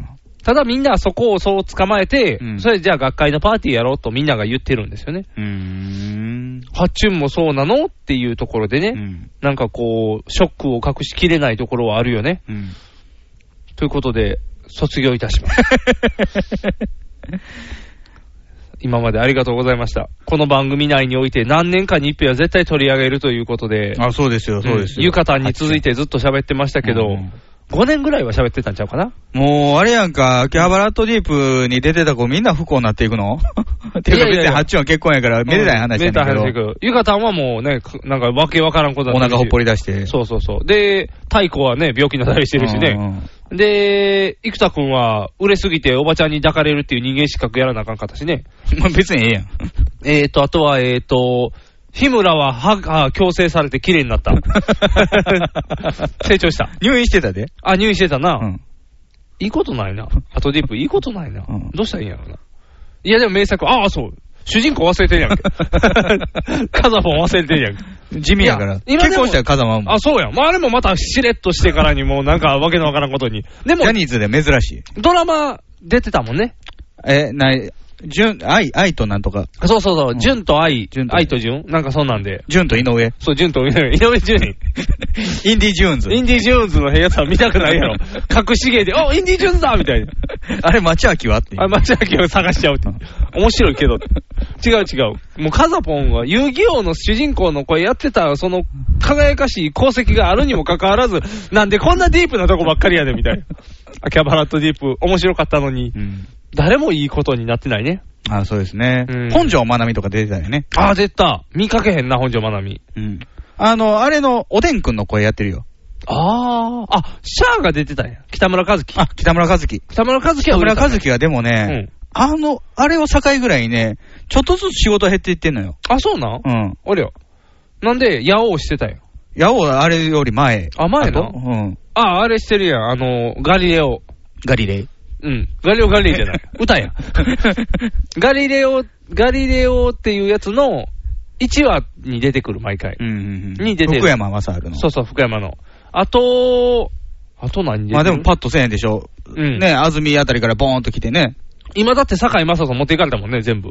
Speaker 3: ただみんなそこをそう捕まえて、それじゃあ学会のパーティーやろうとみんなが言ってるんですよね。
Speaker 2: うーん。
Speaker 3: 発注もそうなのっていうところでね、なんかこう、ショックを隠しきれないところはあるよね。
Speaker 2: うん。
Speaker 3: ということで、卒業いたします。今までありがとうございました。この番組内において何年かに一遍は絶対取り上げるということで、
Speaker 2: *laughs* あ、そうですよ、そうですよ。
Speaker 3: ゆかたんに続いてずっと喋ってましたけど、5年ぐらいは喋ってたんちゃうかな
Speaker 2: もう、あれやんか、秋葉原アットディープに出てた子みんな不幸になっていく
Speaker 3: *laughs*
Speaker 2: のっていうか
Speaker 3: いやい
Speaker 2: 別
Speaker 3: やい
Speaker 2: に
Speaker 3: や
Speaker 2: 八チは結婚やから、めでたい話やねんけ
Speaker 3: うん
Speaker 2: ど
Speaker 3: めでたい話だけど。ゆかたんはもうね、くなんかわけわからんことだ
Speaker 2: お腹ほっぽ
Speaker 3: り。
Speaker 2: り出して。
Speaker 3: そうそうそう。で、太鼓はね、病気になったりしてるしね。で、生田くんは、売れすぎておばちゃんに抱かれるっていう人間資格やらなあかんかったしね。
Speaker 2: まあ別にええ
Speaker 3: *laughs*
Speaker 2: やん。
Speaker 3: えーと、あとは、えーと、日村は歯が矯正されて綺麗にな *laughs* った。成長した。
Speaker 2: 入院してたで。
Speaker 3: あ、入院してたな。いいことないな。あとディープ、いいことないな。どうしたらいいんやろな。いや、でも名作、ああ、そう。主人公忘れてるや *laughs* んけ。カザフォン忘れてるやんけ。
Speaker 2: 地味やから。
Speaker 3: いや今でも
Speaker 2: 結婚したら風間もん。
Speaker 3: あ、そうやん。まあ、あれもまたしれっとしてからにもうなんかわけのわからんことに。でも
Speaker 2: ジャ、ニーズで珍しい。
Speaker 3: ドラマ出てたもんね。
Speaker 2: え、ない、純、愛、愛となんとか。
Speaker 3: そうそうそう。純と愛、
Speaker 2: と
Speaker 3: 愛と純なんかそんなんで。
Speaker 2: 純と井
Speaker 3: *laughs*
Speaker 2: 上。
Speaker 3: そう、純と井上、井 *laughs* 上純人。
Speaker 2: インディ・ジューンズ。
Speaker 3: インディ・ジョーンズの部屋さん見たくない *laughs* やろ。隠し芸で、おインディ・ジョーンズだみた *laughs* いな。
Speaker 2: あれ、町秋はっていう
Speaker 3: あ、町明を探しちゃうって。面白いけど。違う違う。もうカザポンは遊戯王の主人公の声やってた、その輝かしい功績があるにもかかわらず、なんでこんなディープなとこばっかりやねんみたいな。秋葉原とディープ、面白かったのに、誰もいいことになってないね。
Speaker 2: あ、そうですね
Speaker 3: うん。
Speaker 2: 本庄まなみとか出てたよね。
Speaker 3: ああ、出た。見かけへんな、本庄まなみ。
Speaker 2: うん。あの、あれの、おでんくんの声やってるよ。
Speaker 3: ああ、あ、シャアが出てたんや。北村和樹。
Speaker 2: あ、北村和樹。
Speaker 3: 北村和樹
Speaker 2: 北
Speaker 3: は売れ
Speaker 2: 村
Speaker 3: たね
Speaker 2: 和樹はでもね、あの、あれを境ぐらいね、ちょっとずつ仕事減っていってんのよ。
Speaker 3: あ、そうなん
Speaker 2: うん。
Speaker 3: おりゃ。なんで、ヤオウしてたんや。
Speaker 2: やおう、あれより前。
Speaker 3: あ、前
Speaker 2: あ
Speaker 3: な
Speaker 2: とうん。
Speaker 3: ああ、あれしてるやん。あの、ガリレオ。
Speaker 2: ガリレイ。
Speaker 3: うん。ガリレオ・ガリレイじゃない。 *laughs* 歌や。ガリレオ、ガリレオっていうやつの1話に出てくる、毎回。に出てる。
Speaker 2: 福山雅治の。
Speaker 3: そうそう、福山の。あと、あと何出てる
Speaker 2: まあでもパッとせんでしょ。
Speaker 3: うん
Speaker 2: ね、安住あたりからボーンと来てね。
Speaker 3: 今だって堺雅人持っていかれたもんね、全部。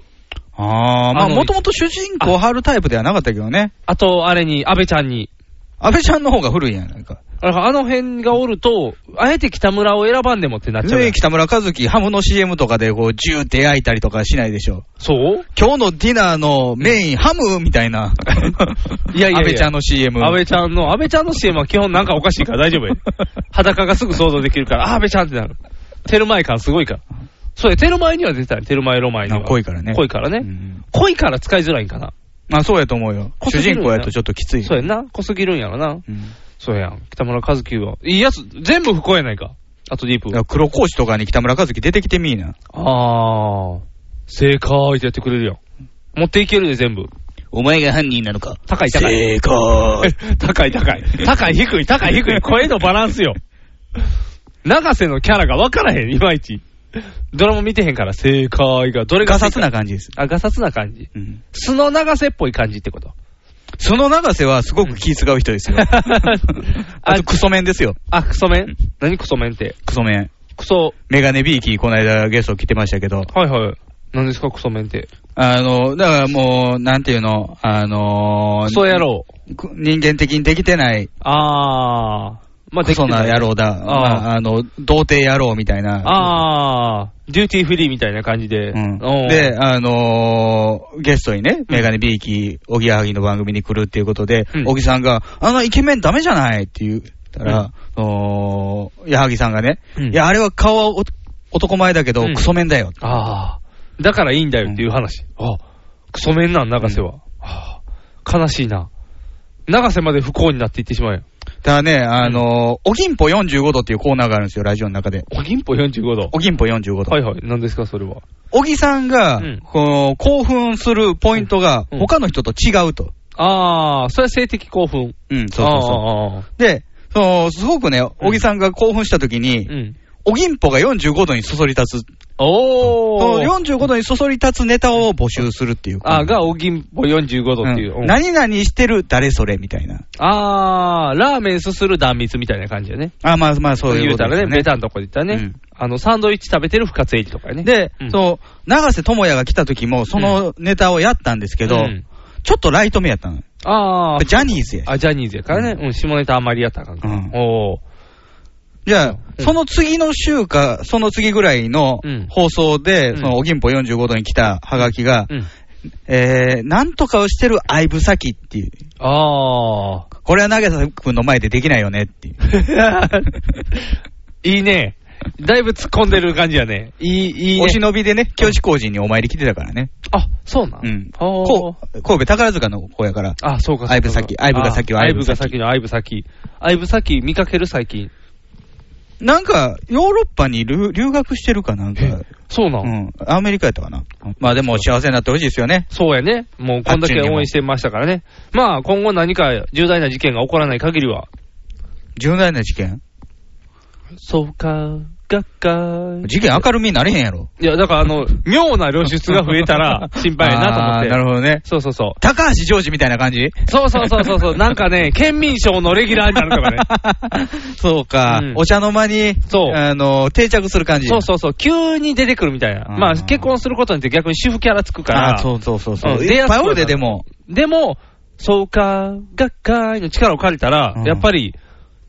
Speaker 2: ああ、ま
Speaker 3: あ
Speaker 2: あ
Speaker 3: の
Speaker 2: もともと主人公張るタイプではなかったけどね。
Speaker 3: あと、あれに、安倍ちゃんに。
Speaker 2: 安倍ちゃんの方が古いやないか。
Speaker 3: だからあの辺がおると、あえて北村を選ばんでもってなっちゃうや
Speaker 2: で、
Speaker 3: ん。
Speaker 2: 北村和樹、ハムの CM とかでこう、ジューって焼いたりとかしないでしょ。
Speaker 3: そう
Speaker 2: 今日のディナーのメイン、ハムみたいな。
Speaker 3: *laughs* いやいやいや
Speaker 2: 安倍ちゃんの CM。
Speaker 3: 安倍ちゃんの、安倍ちゃんの CM は基本なんかおかしいから大丈
Speaker 2: *laughs*
Speaker 3: 夫や。裸がすぐ想像できるから、あ、安倍ちゃんってなる。テルマエ感すごいから。そうや、テルマエには出てたよ。テルマエロマエには。
Speaker 2: あ濃いからね
Speaker 3: 濃いからね。濃いから使いづらいんかな。
Speaker 2: まあそうやと思うよ。
Speaker 3: 濃す
Speaker 2: 主
Speaker 3: ぎ
Speaker 2: 人
Speaker 3: るよな
Speaker 2: 公やとちょっときつい。
Speaker 3: そうやんな。濃すぎるんやろな。そうやん。北村和樹は。いいやつ、全部不幸やないか。あとディープ
Speaker 2: だか。ら黒講師とかに北村和樹出てきてみーな。
Speaker 3: あー。正解ってやってくれるやん。持っていけるで、全部。
Speaker 2: お前が犯人なのか。
Speaker 3: 高い高い。
Speaker 2: 正解。
Speaker 3: *laughs* 高い高い。高い低い高い低い。声のバランスよ。長瀬のキャラが分からへん、いまいち。ドラマ見てへんから、正解が。どれが
Speaker 2: ガ
Speaker 3: 正
Speaker 2: サ
Speaker 3: 解
Speaker 2: ツな感じです。
Speaker 3: あ、ガサツな感じ。
Speaker 2: うん
Speaker 3: 素の長瀬っぽい感じってこと。
Speaker 2: その長瀬はすごく気使う人ですよ。 *laughs* あとクソメンですよ。
Speaker 3: あ、クソメン何クソメンって。
Speaker 2: クソメン。
Speaker 3: クソ。
Speaker 2: メガネビーキー、この間ゲスト来てましたけど。
Speaker 3: はいはい。何ですか、クソメンって。
Speaker 2: あの、だからもう、なんていうの、あの
Speaker 3: クソ野郎。
Speaker 2: く人間的にできてない、
Speaker 3: あー。まあ、
Speaker 2: クソな野郎だ。ま
Speaker 3: あー
Speaker 2: あ、あの、童貞野郎みたいな。
Speaker 3: あー。デューティーフリーみたいな感じで。
Speaker 2: うん
Speaker 3: おー
Speaker 2: で、、あのーゲストにね、メガネビーキー、おぎやはぎの番組に来るっていうことで、小木さんが、あのイケメンダメじゃないって言ったら、その矢作さんがね、いや、あれは顔はお男前だけど、
Speaker 3: うん
Speaker 2: クソメンだよ。
Speaker 3: ああ、だからいいんだよっていう話。あクソメンなん、長瀬は。はあ悲しいな。長瀬まで不幸になっていってしまうよ。
Speaker 2: だからね、あのー、おぎんぽ45度っていうコーナーがあるんですよ、ラジオの中で。
Speaker 3: おぎんぽ45度。
Speaker 2: おぎんぽ45度。
Speaker 3: はいはい。何ですか、それは。
Speaker 2: 小木さんが、この興奮するポイントが、他の人と違うと。
Speaker 3: ああ、それは性的興奮。
Speaker 2: うん、そうそう
Speaker 3: そ
Speaker 2: で、そのすごくね、小木さんが興奮した時に、おぎんぽが45度にそそり立つ。
Speaker 3: お
Speaker 2: その45度にそそり立つネタを募集するっていう。
Speaker 3: あーが、おぎんぽ45度っていう。
Speaker 2: うん
Speaker 3: うん
Speaker 2: 何々してる誰それみたいな。
Speaker 3: あー、ラーメンすする断蜜みたいな感じだね。
Speaker 2: あ、まあまあそういう
Speaker 3: 言
Speaker 2: こ
Speaker 3: う
Speaker 2: とで
Speaker 3: たら
Speaker 2: す
Speaker 3: ね、
Speaker 2: よね。
Speaker 3: ベタのとこで言ったらね、あの、サンドイッチ食べてる不活駅とかね。
Speaker 2: で、
Speaker 3: うん
Speaker 2: そう、長瀬智也が来た時も、そのネタをやったんですけど、
Speaker 3: うん
Speaker 2: ちょっとライト目やったの。
Speaker 3: あー、
Speaker 2: ジャニーズや。
Speaker 3: あ、ジャニーズやからね、うん、下ネタあんまりやったらあかんから。おー。
Speaker 2: じゃあ、その次の週か、その次ぐらいの放送で、その、おぎんぽ45度に来たハガキが、
Speaker 3: うん
Speaker 2: えー、なんとかをしてる相武咲っていう。
Speaker 3: あ
Speaker 2: これは長瀬君の前でできないよねっていう。
Speaker 3: ー。 *laughs* いいね。だいぶ突っ込んでる感じやね。いい、いいね。
Speaker 2: お忍びでね、教師工事にお参り来てたからね。
Speaker 3: あ、そうなん
Speaker 2: うん。
Speaker 3: おー。
Speaker 2: 神戸宝塚の子やから。
Speaker 3: あ、そうか、そうか。
Speaker 2: 相武咲、相武が先は
Speaker 3: 相
Speaker 2: 相
Speaker 3: 武
Speaker 2: 武
Speaker 3: が
Speaker 2: 咲。
Speaker 3: 先の相武先。相武先見かける最近。
Speaker 2: なんか、ヨーロッパに留留学してるかなんか。
Speaker 3: そうなん
Speaker 2: うん。アメリカやったかな。まあでも幸せになってほしいですよね。
Speaker 3: そうやね。もうこんだけ応援してましたからね。まあ今後何か重大な事件が起こらない限りは。
Speaker 2: 重大な事件
Speaker 3: そうか、学会。
Speaker 2: 事件明るみになれへんやろ。
Speaker 3: いや、だからあの、妙な露出が増えたら心配やなと思っ
Speaker 2: *laughs* あー
Speaker 3: て。
Speaker 2: なるほどね。
Speaker 3: そうそうそう。
Speaker 2: 高橋ジョージみたいな感じ
Speaker 3: そうそうそうそうそう。なん
Speaker 2: *laughs*
Speaker 3: かね、県民賞のレギュラーになるとかね。
Speaker 2: そうか、
Speaker 3: うん
Speaker 2: お茶の間に、
Speaker 3: そう
Speaker 2: あの、定着する感じ。
Speaker 3: そうそうそう。急に出てくるみたいな。まあ結婚することによって逆に主婦キャラつくから。
Speaker 2: あーそうそうそうそう。
Speaker 3: うん
Speaker 2: いっぱいおる
Speaker 3: 出やす
Speaker 2: で、で
Speaker 3: くはな
Speaker 2: も。
Speaker 3: でも、創価学会の力を借りたら、やっぱり、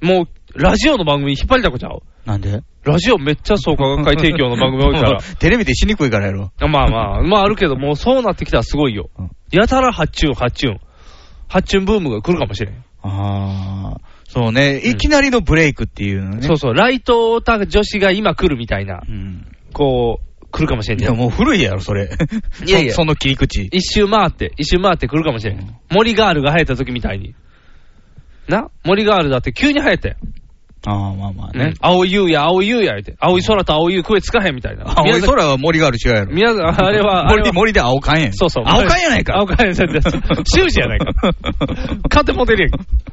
Speaker 3: もう、ラジオの番組引っ張りだこちゃう。
Speaker 2: なんで
Speaker 3: ラジオめっちゃ創価学会提供の番組多
Speaker 2: *laughs*
Speaker 3: いから。
Speaker 2: テレビでしにくいからやろ。
Speaker 3: まあまあ、まああるけど、もうそうなってきたらすごいよ。やたら発注、発注。発注ブームが来るかもしれん。
Speaker 2: ああ、そうね。いきなりのブレイクっていうのね。
Speaker 3: そうそう、ライトオタ女子が今来るみたいな、こう、来るかもしれん
Speaker 2: い
Speaker 3: ね
Speaker 2: や、もう古いやろ、それ。
Speaker 3: いやいや
Speaker 2: そその切り口。
Speaker 3: 一周回って、一周回って来るかもしれん。森ガールが流行った時みたいに。な森ガールだって急に流行ったよ。
Speaker 2: ああ、まあまあ
Speaker 3: ね
Speaker 2: ね。、
Speaker 3: 青い優や、青い優や言うて、青い空と青い優食えつかへんみたいな。
Speaker 2: 青い空は森がある違うやろ。
Speaker 3: 宮崎、宮崎あれは、あ
Speaker 2: 森
Speaker 3: れ
Speaker 2: で、
Speaker 3: は
Speaker 2: 森で青缶やん。
Speaker 3: そうそう。
Speaker 2: 青缶やないか。
Speaker 3: 青缶やないか。終始やないか。勝手モデルやん。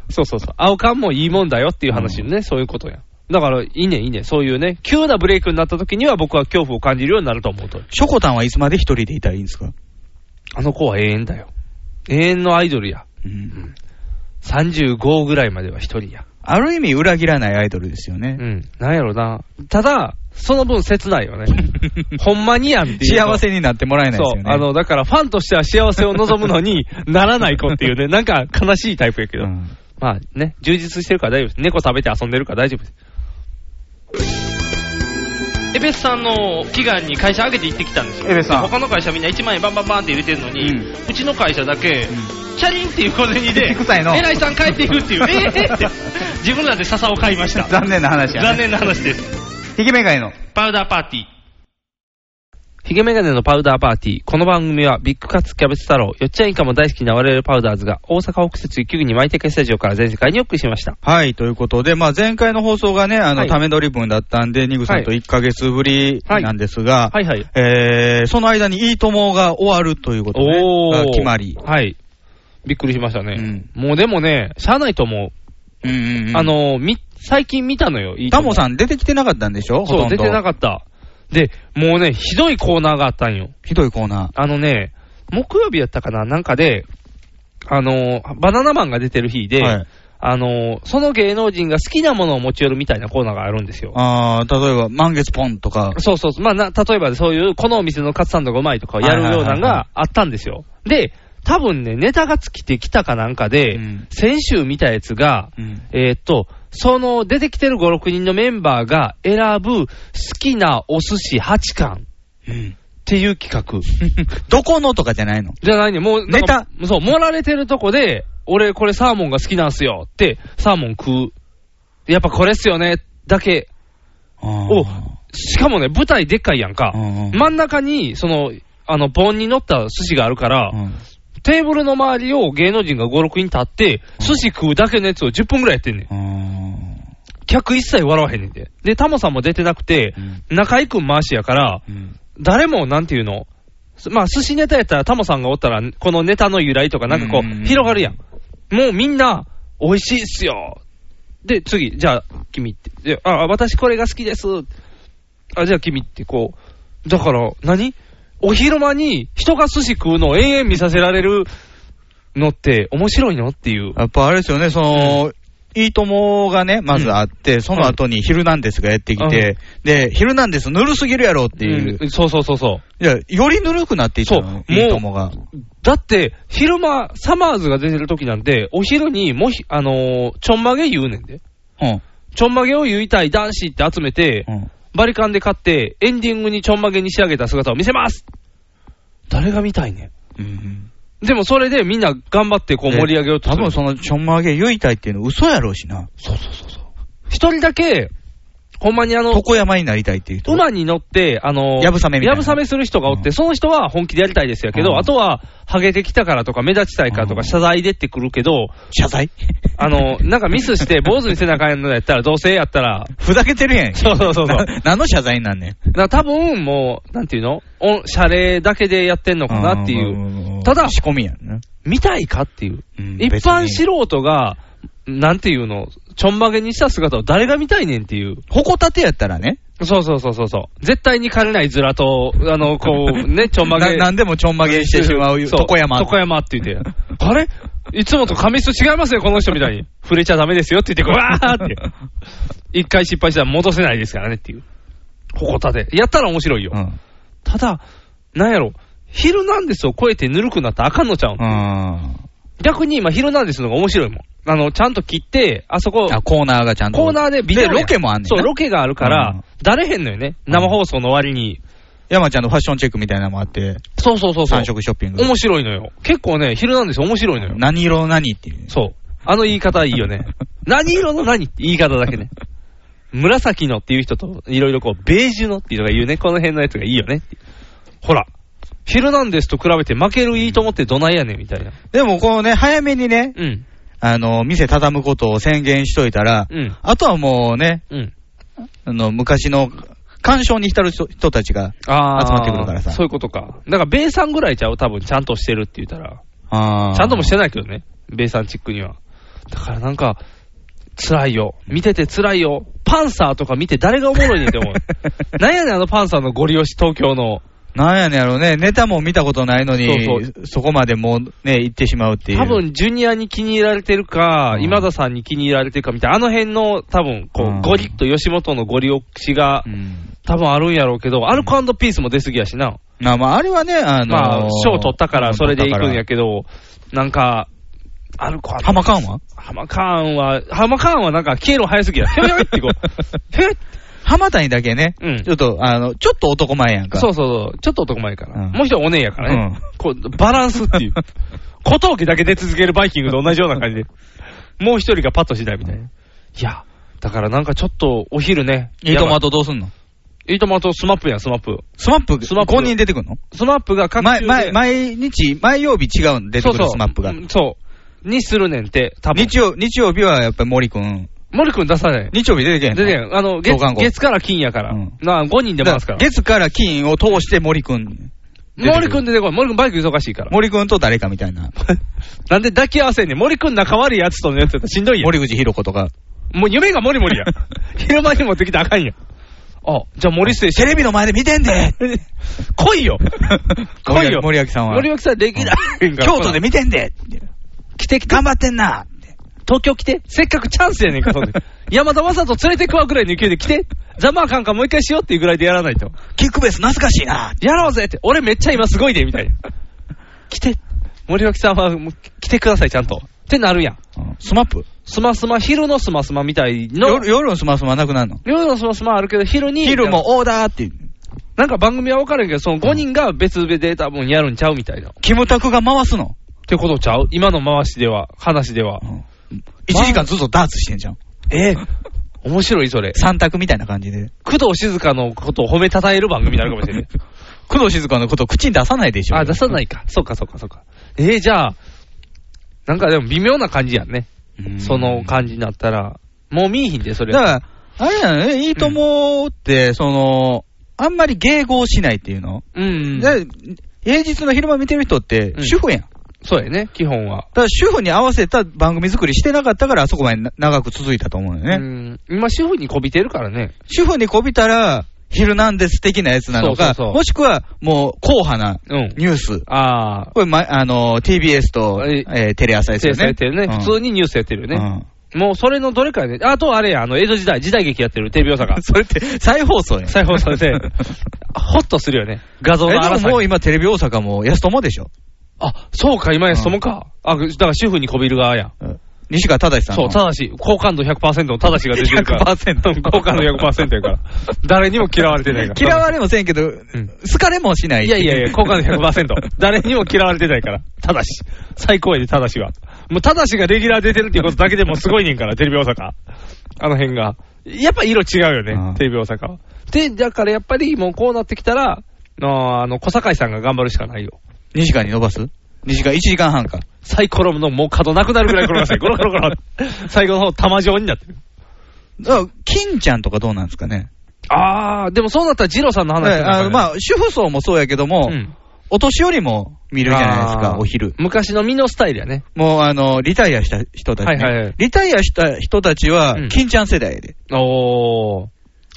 Speaker 3: そうそうそう。青缶もいいもんだよっていう話ね、そういうことや。だから、いいね、いいね。そういうね、急なブレイクになった時には僕は恐怖を感じるようになると思うと。
Speaker 2: ショコタンはいつまで一人でいたらいいんですか
Speaker 3: あの子は永遠だよ。永遠のアイドルや。
Speaker 2: うん
Speaker 3: 35ぐらいまでは一人や。
Speaker 2: ある意味裏切らないアイドルですよね。
Speaker 3: うん。なんやろな。ただ、その分切な
Speaker 2: *laughs*
Speaker 3: いよね。ほんまにやんっていうと。
Speaker 2: 幸せになってもらえないですよね。
Speaker 3: そう、あの、だからファンとしては幸せを望むのにならない子っていう
Speaker 2: *laughs*
Speaker 3: ね、なんか悲しいタイプやけど。まあね、充実してるから大丈夫です。猫食べて遊んでるから大丈夫です。エベスさんの祈願に会社上げて行ってきたんですよ。
Speaker 2: エベスさん
Speaker 3: で他の会社みんな1万円バンバンバンって入れてるのに、うちの会社だけ、チャリンっていう小銭で、
Speaker 2: 臭いの
Speaker 3: 偉いさん帰っていくっていう、えーって、自分らで笹を買いました。
Speaker 2: *laughs* 残念な話やね
Speaker 3: 残念な話です。
Speaker 2: ひげめがいの。
Speaker 3: パウダーパーティー。ヒゲメガネのパウダーパーティー。この番組はビッグカツキャベツ太郎、よっちゃん以下も大好きな我々パウダーズが大阪北節球技に巻いてけスタジオから全世界にお送りしました。
Speaker 2: はい、ということで、まあ、前回の放送がね、あ
Speaker 3: は
Speaker 2: の、
Speaker 3: い
Speaker 2: ため撮り分だったんで、ニグさんと
Speaker 3: は
Speaker 2: 1ヶ月ぶりなんですが、
Speaker 3: はいはい。
Speaker 2: えー、その間にいいともが終わるということね
Speaker 3: お
Speaker 2: が
Speaker 3: ー。
Speaker 2: 決まり。
Speaker 3: はい。びっくりしましたね。もうでもね、しゃあないと思
Speaker 2: うんうんう
Speaker 3: う。
Speaker 2: ん
Speaker 3: あ、のー、み、最近見たのよ。いいと
Speaker 2: タ
Speaker 3: も
Speaker 2: モさん出てきてなかったんでしょほと
Speaker 3: そう、
Speaker 2: ん
Speaker 3: 出
Speaker 2: ど
Speaker 3: てなかった。で、もうね、ひどいコーナーがあったんよ。
Speaker 2: ひどいコーナー。
Speaker 3: あのね、木曜日やったかな、なんかで、あのー、バナナマンが出てる日で、
Speaker 2: はい
Speaker 3: あのー、その芸能人が好きなものを持ち寄るみたいなコーナーがあるんですよ。
Speaker 2: あー、例えば、満月ポンとか。
Speaker 3: そうそうそう。まあな、例えばそういう、このお店のカツサンドがうまいとかをやるような
Speaker 2: はいはいは
Speaker 3: の
Speaker 2: いは
Speaker 3: があったんですよ。で、多分ね、ネタが尽きてきたかなんかで、先週見たやつが、えーっと、その出てきてる5、6人のメンバーが選ぶ好きなお寿司8貫っていう企画。
Speaker 2: *laughs* どこのとかじゃないの
Speaker 3: じゃないね、もう、
Speaker 2: ネタ
Speaker 3: なんかそう、盛られてるとこで、俺これサーモンが好きなんすよって、サーモン食う。やっぱこれっすよね、だけ。を、しかもね、舞台でっかいやんか。真ん中に、その、あの、盆に乗った寿司があるから、テーブルの周りを芸能人が5、6人立って、寿司食うだけのやつを10分ぐらいやってんねん。客一切笑わへんねんで。で、タモさんも出てなくて、中居くん回しやから、誰もなんていうの、すまあ、寿司ネタやったらタモさんがおったら、このネタの由来とかなんかこう、広がるやん。もうみんな、美味しいっすよ。で、次、じゃあ、君って。であ、あ私これが好きです。あ、じゃあ君ってこう。だから何、お昼間に人が寿司食うのを延々見させられるのって面白いのっていう。
Speaker 2: やっぱあれですよね、その、いいともがね、まずあって、その後にヒルナンデスがやってきて、で、ヒルナンデスぬるすぎるやろっていう。
Speaker 3: そうそうそうそう。
Speaker 2: いや、よりぬるくなっていったの、
Speaker 3: そうもう
Speaker 2: いいともが。
Speaker 3: だって、昼間、サマーズが出てる時なんで、お昼にもひ、あのーちょんまげ言うねんで。
Speaker 2: うん。
Speaker 3: ちょんまげを言いたい男子って集めて、バリカンで買って、エンディングにちょんまげに仕上げた姿を見せます誰が見たいねん。でもそれでみんな頑張ってこう盛り上げようと
Speaker 2: 多
Speaker 3: する
Speaker 2: 分そのちょんまげ言いたいっていうの嘘やろうしな。
Speaker 3: 一人だけ、ほんまにあの、
Speaker 2: 床山になりたいっていう人。
Speaker 3: 馬に乗って、あのー、
Speaker 2: やぶさめみたいな
Speaker 3: やぶさめする人がおって、その人は本気でやりたいですやけど、あとは、ハゲてきたからとか、目立ちたいからとか、謝罪でってくるけど、
Speaker 2: 謝罪
Speaker 3: あのー、なんかミスして、坊主にせなあかんのやったら、同性やったら、
Speaker 2: ふざけてるやん。
Speaker 3: そうそうそうそう。
Speaker 2: な何の謝罪なんねん。
Speaker 3: だから多分もう、なんていうのお謝礼だけでやってんのかなっていう。ただ、
Speaker 2: 仕込みやんな。
Speaker 3: 見たいかっていう。一
Speaker 2: 別
Speaker 3: 般
Speaker 2: に
Speaker 3: 素人が、なんていうの、ちょんまげにした姿を誰が見たいねんっていう。
Speaker 2: ほこたてやったらね。
Speaker 3: そうそうそうそうそう。絶対に枯れないズラと、あの、こう、ね、ちょんまげ。
Speaker 2: ななんでもちょんまげしてしまう
Speaker 3: そ
Speaker 2: 床山。
Speaker 3: 床山って言って。あれいつもと髪質違いますね、この人みたいに。触れちゃダメですよって言って、わーって。一回失敗したら戻せないですからねっていう。ほこたて。やったら面白いよ。ただ、なんやろ、ヒルナンデスを超えてぬるくなったらあかんのちゃうん。逆に今、ヒルナンデスの方が面白いもん。あの、ちゃんと切って、あそこ、
Speaker 2: あ、コーナーがちゃんと。
Speaker 3: コーナーでビデオや
Speaker 2: でロケもあんねんな
Speaker 3: そう、ロケがあるから、だれへんのよね。生放送の割に。
Speaker 2: 山ちゃんのファッションチェックみたいなのもあって、
Speaker 3: そうそうそうそう。
Speaker 2: 三色ショッピング。
Speaker 3: 面白いのよ。結構ね、ヒルナンデス面白いのよ。
Speaker 2: 何色の何っていう。
Speaker 3: そう。あの言い方いい
Speaker 2: *laughs*
Speaker 3: よね。何色の何って言い方だけね。紫のっていう人と、いろいろこう、ベージュのっていうのが言うね。この辺のやつがいいよねっていう。ほら、ヒルナンデスと比べて負けるいいと思ってどないやねんみたいな。
Speaker 2: でもこうね、早めにね、
Speaker 3: うん。
Speaker 2: あの、店畳むことを宣言しといたら、
Speaker 3: うん。
Speaker 2: あとはもうね、
Speaker 3: うん。
Speaker 2: あの、昔の鑑賞に浸る人人たちが集
Speaker 3: あー
Speaker 2: まってくるからさ。
Speaker 3: そういうことか。だから、米さんぐらいちゃう多分、ちゃんとしてるって言ったら。
Speaker 2: あー
Speaker 3: ちゃんともしてないけどね。米さんチックには。だからなんか、辛いよ。見てて辛いよ。パンサーとか見て誰がおもろいねんって思う。
Speaker 2: *laughs*
Speaker 3: なんやねん、あのパンサーのゴリ押し東京の。
Speaker 2: なんやねんやろね、ネタも見たことないのに、
Speaker 3: そう
Speaker 2: そこまでもうね、行ってしまうっていう。
Speaker 3: 多分、ジュニアに気に入られてるか、今田さんに気に入られてるかみたいな、あの辺の、多分こう、ゴリッと吉本のゴリ押しが、多分あるんやろうけど、アルコピースも出すぎやしな。
Speaker 2: まあまあ、あれはね、あのー、
Speaker 3: まあ、賞取ったから、それで行くん
Speaker 2: 取
Speaker 3: や
Speaker 2: っ
Speaker 3: けど、なんか、ある子は、
Speaker 2: 浜カーンは
Speaker 3: 浜カーンは、浜カーンはなんか、経路早すぎ
Speaker 2: *laughs*
Speaker 3: や。ひょいひょいってこう。ひょいって
Speaker 2: 浜谷だけね、
Speaker 3: うん
Speaker 2: ちょっと、あの、ちょっと男前やんか。
Speaker 3: そうそうそう。ちょっと男前から。
Speaker 2: うん
Speaker 3: もう一人お姉やからね。こう、バラン
Speaker 2: *laughs*
Speaker 3: スっていう。小峠だけ出続けるバイキングと同じような感じで。もう一人がパッとしないみたいな。いや、だからなんかちょっと、お昼ね。
Speaker 2: いいとも
Speaker 3: や
Speaker 2: あとどうすんの
Speaker 3: ばいいいともあとスマップやん、スマップ。
Speaker 2: スマップ、
Speaker 3: スマップ
Speaker 2: 5人出てくんの
Speaker 3: スマップが各
Speaker 2: 毎
Speaker 3: 中
Speaker 2: 毎
Speaker 3: で
Speaker 2: 毎日、毎曜日違うん出てく
Speaker 3: そう
Speaker 2: る
Speaker 3: そう
Speaker 2: スマップが。
Speaker 3: うんそう。にするねんって、多分。
Speaker 2: 日曜、日曜日はやっぱり森くん。
Speaker 3: 森くん出さない。
Speaker 2: 日曜日出てけへんの
Speaker 3: でね、あの、月
Speaker 2: 創刊号
Speaker 3: 月から金やから。なあ、5人で回すから。
Speaker 2: 月から金を通して森くん。
Speaker 3: 森くん出てこい。森くんバイク忙しいから。
Speaker 2: 森くんと誰かみたい
Speaker 3: *laughs*
Speaker 2: な。
Speaker 3: なんで抱き合わせんねん。森くん仲悪いやつとのやつやったらしんどいやん。
Speaker 2: 森口博子とか。
Speaker 3: もう夢がモ
Speaker 2: *laughs*
Speaker 3: リモリや。昼間に持ってきたらあかんや。あ、じゃあ森末
Speaker 2: テレビの前で見てん *laughs* で
Speaker 3: 来
Speaker 2: *laughs*
Speaker 3: いよ来いよ
Speaker 2: 森脇さんは
Speaker 3: 森脇さんレギュラーやん *laughs* か。
Speaker 2: *laughs* 京都で見てんで
Speaker 3: 来て来て。
Speaker 2: 頑張ってんな
Speaker 3: 東京来て。せっかくチャンスやねんか、そんで。山田正人連れてくわぐらいの勢いで来て。ざまあかんかもう一回しようっていうぐらいでやらないと。
Speaker 2: キックベース懐かしいな
Speaker 3: やろうぜって。俺めっちゃ今すごいで、み *laughs* たいな。来て。森脇さんはもう来てください、ちゃんと。ってなるやん。
Speaker 2: スマップ
Speaker 3: スマスマ、昼のスマスマみたいの。
Speaker 2: 夜夜のスマスマなくなるの
Speaker 3: 夜のスマスマあるけど、昼に。
Speaker 2: 昼もオーダーって。
Speaker 3: なんか番組は分からんけど、その5人が別々で多分やるんちゃうみたいな。っ
Speaker 2: キムタクが回すの
Speaker 3: てことちゃう今の回しでは、話では。
Speaker 2: ?1 時間ずっとダーツしてんじゃん。
Speaker 3: ええ面白いそれ。
Speaker 2: 三択みたいな感じで。
Speaker 3: 工藤静香のことを褒めたたえる番組になるかもしれない。
Speaker 2: 工藤静香のことを口に出さないでしょ。
Speaker 3: *laughs* あ、出さないか。そうか、そうか、そうか。えー、じゃあ、なんかでも微妙な感じやんね。その感じになったら、もう見えひんで、それ。
Speaker 2: だから、あれなのね、いいともって、その、あんまり迎合しないっていうの、
Speaker 3: うん。
Speaker 2: で平日の昼間見てる人って、
Speaker 3: うん
Speaker 2: 主婦やん。
Speaker 3: そうやね、基本は。
Speaker 2: だから主婦に合わせた番組作りしてなかったから、あそこまでな長く続いたと思うよね。
Speaker 3: うん。今、主婦にこびてるからね。
Speaker 2: 主婦にこびたら、ヒルナンデス的なやつなのか、
Speaker 3: そうそうそう
Speaker 2: もしくはもう硬派な
Speaker 3: うん。
Speaker 2: ニュース。
Speaker 3: ああ。
Speaker 2: これ、ま、あの、TBS と、
Speaker 3: え
Speaker 2: えーテレ朝ですよね。
Speaker 3: 制裁やってるね、
Speaker 2: うん
Speaker 3: 普通にニュースやってるよね。
Speaker 2: うん
Speaker 3: もうそれのどれかやね。あとあれや、あの、江戸時代、時代劇やってる、テレビ
Speaker 2: *laughs*。
Speaker 3: 大阪
Speaker 2: それって再放送やん。
Speaker 3: 再放送で、ホッとするよね。画像
Speaker 2: え
Speaker 3: が
Speaker 2: で
Speaker 3: 荒
Speaker 2: も
Speaker 3: さ
Speaker 2: も
Speaker 3: に
Speaker 2: う今テレビ大阪も安友でしょ。
Speaker 3: あ、そうか、今やそもか。あ、だから主婦にこびる側や。
Speaker 2: 西川忠さん
Speaker 3: そう、
Speaker 2: の。
Speaker 3: ただし、好感度100%のただしが出てるから。
Speaker 2: 100%
Speaker 3: *laughs* 好感度100%やから。誰にも嫌われてないから。
Speaker 2: *laughs* 嫌われもせんけど、好かれもしない。
Speaker 3: いやいやい *laughs* や、好感度100%。誰
Speaker 2: *laughs*
Speaker 3: にも嫌われてないから。ただし。最高やで、ただしは。もう、ただしがレギュラー出てるっていうことだけでもすごいねんから、テレビ大阪。あの辺が。やっぱ色違うよ
Speaker 2: うん
Speaker 3: ね、テレビ大阪は。で、だからやっぱりもうこうなってきたら、あーあの、小堺さんが頑張るしかないよ。
Speaker 2: 2時間に伸ばす ?2 時間、1時間半か。
Speaker 3: サイコロのもう角なくなるぐらい転がして、ゴロゴロゴロ。最後の方、玉状になってる。
Speaker 2: だから金ちゃんとかどうなんですかね。
Speaker 3: あー、でもそうなったらジローさんの話
Speaker 2: ええあのまあ、主婦層もそうやけども、
Speaker 3: うん
Speaker 2: お年寄りも見るじゃないです
Speaker 3: あ
Speaker 2: か、
Speaker 3: ー
Speaker 2: お昼。
Speaker 3: 昔のミノスタイルやね。
Speaker 2: もう、あの、リタイアした人たち、ね
Speaker 3: はいはいはい
Speaker 2: リタイアした人たちは
Speaker 3: うん、
Speaker 2: 金ちゃん世代やで。
Speaker 3: おー。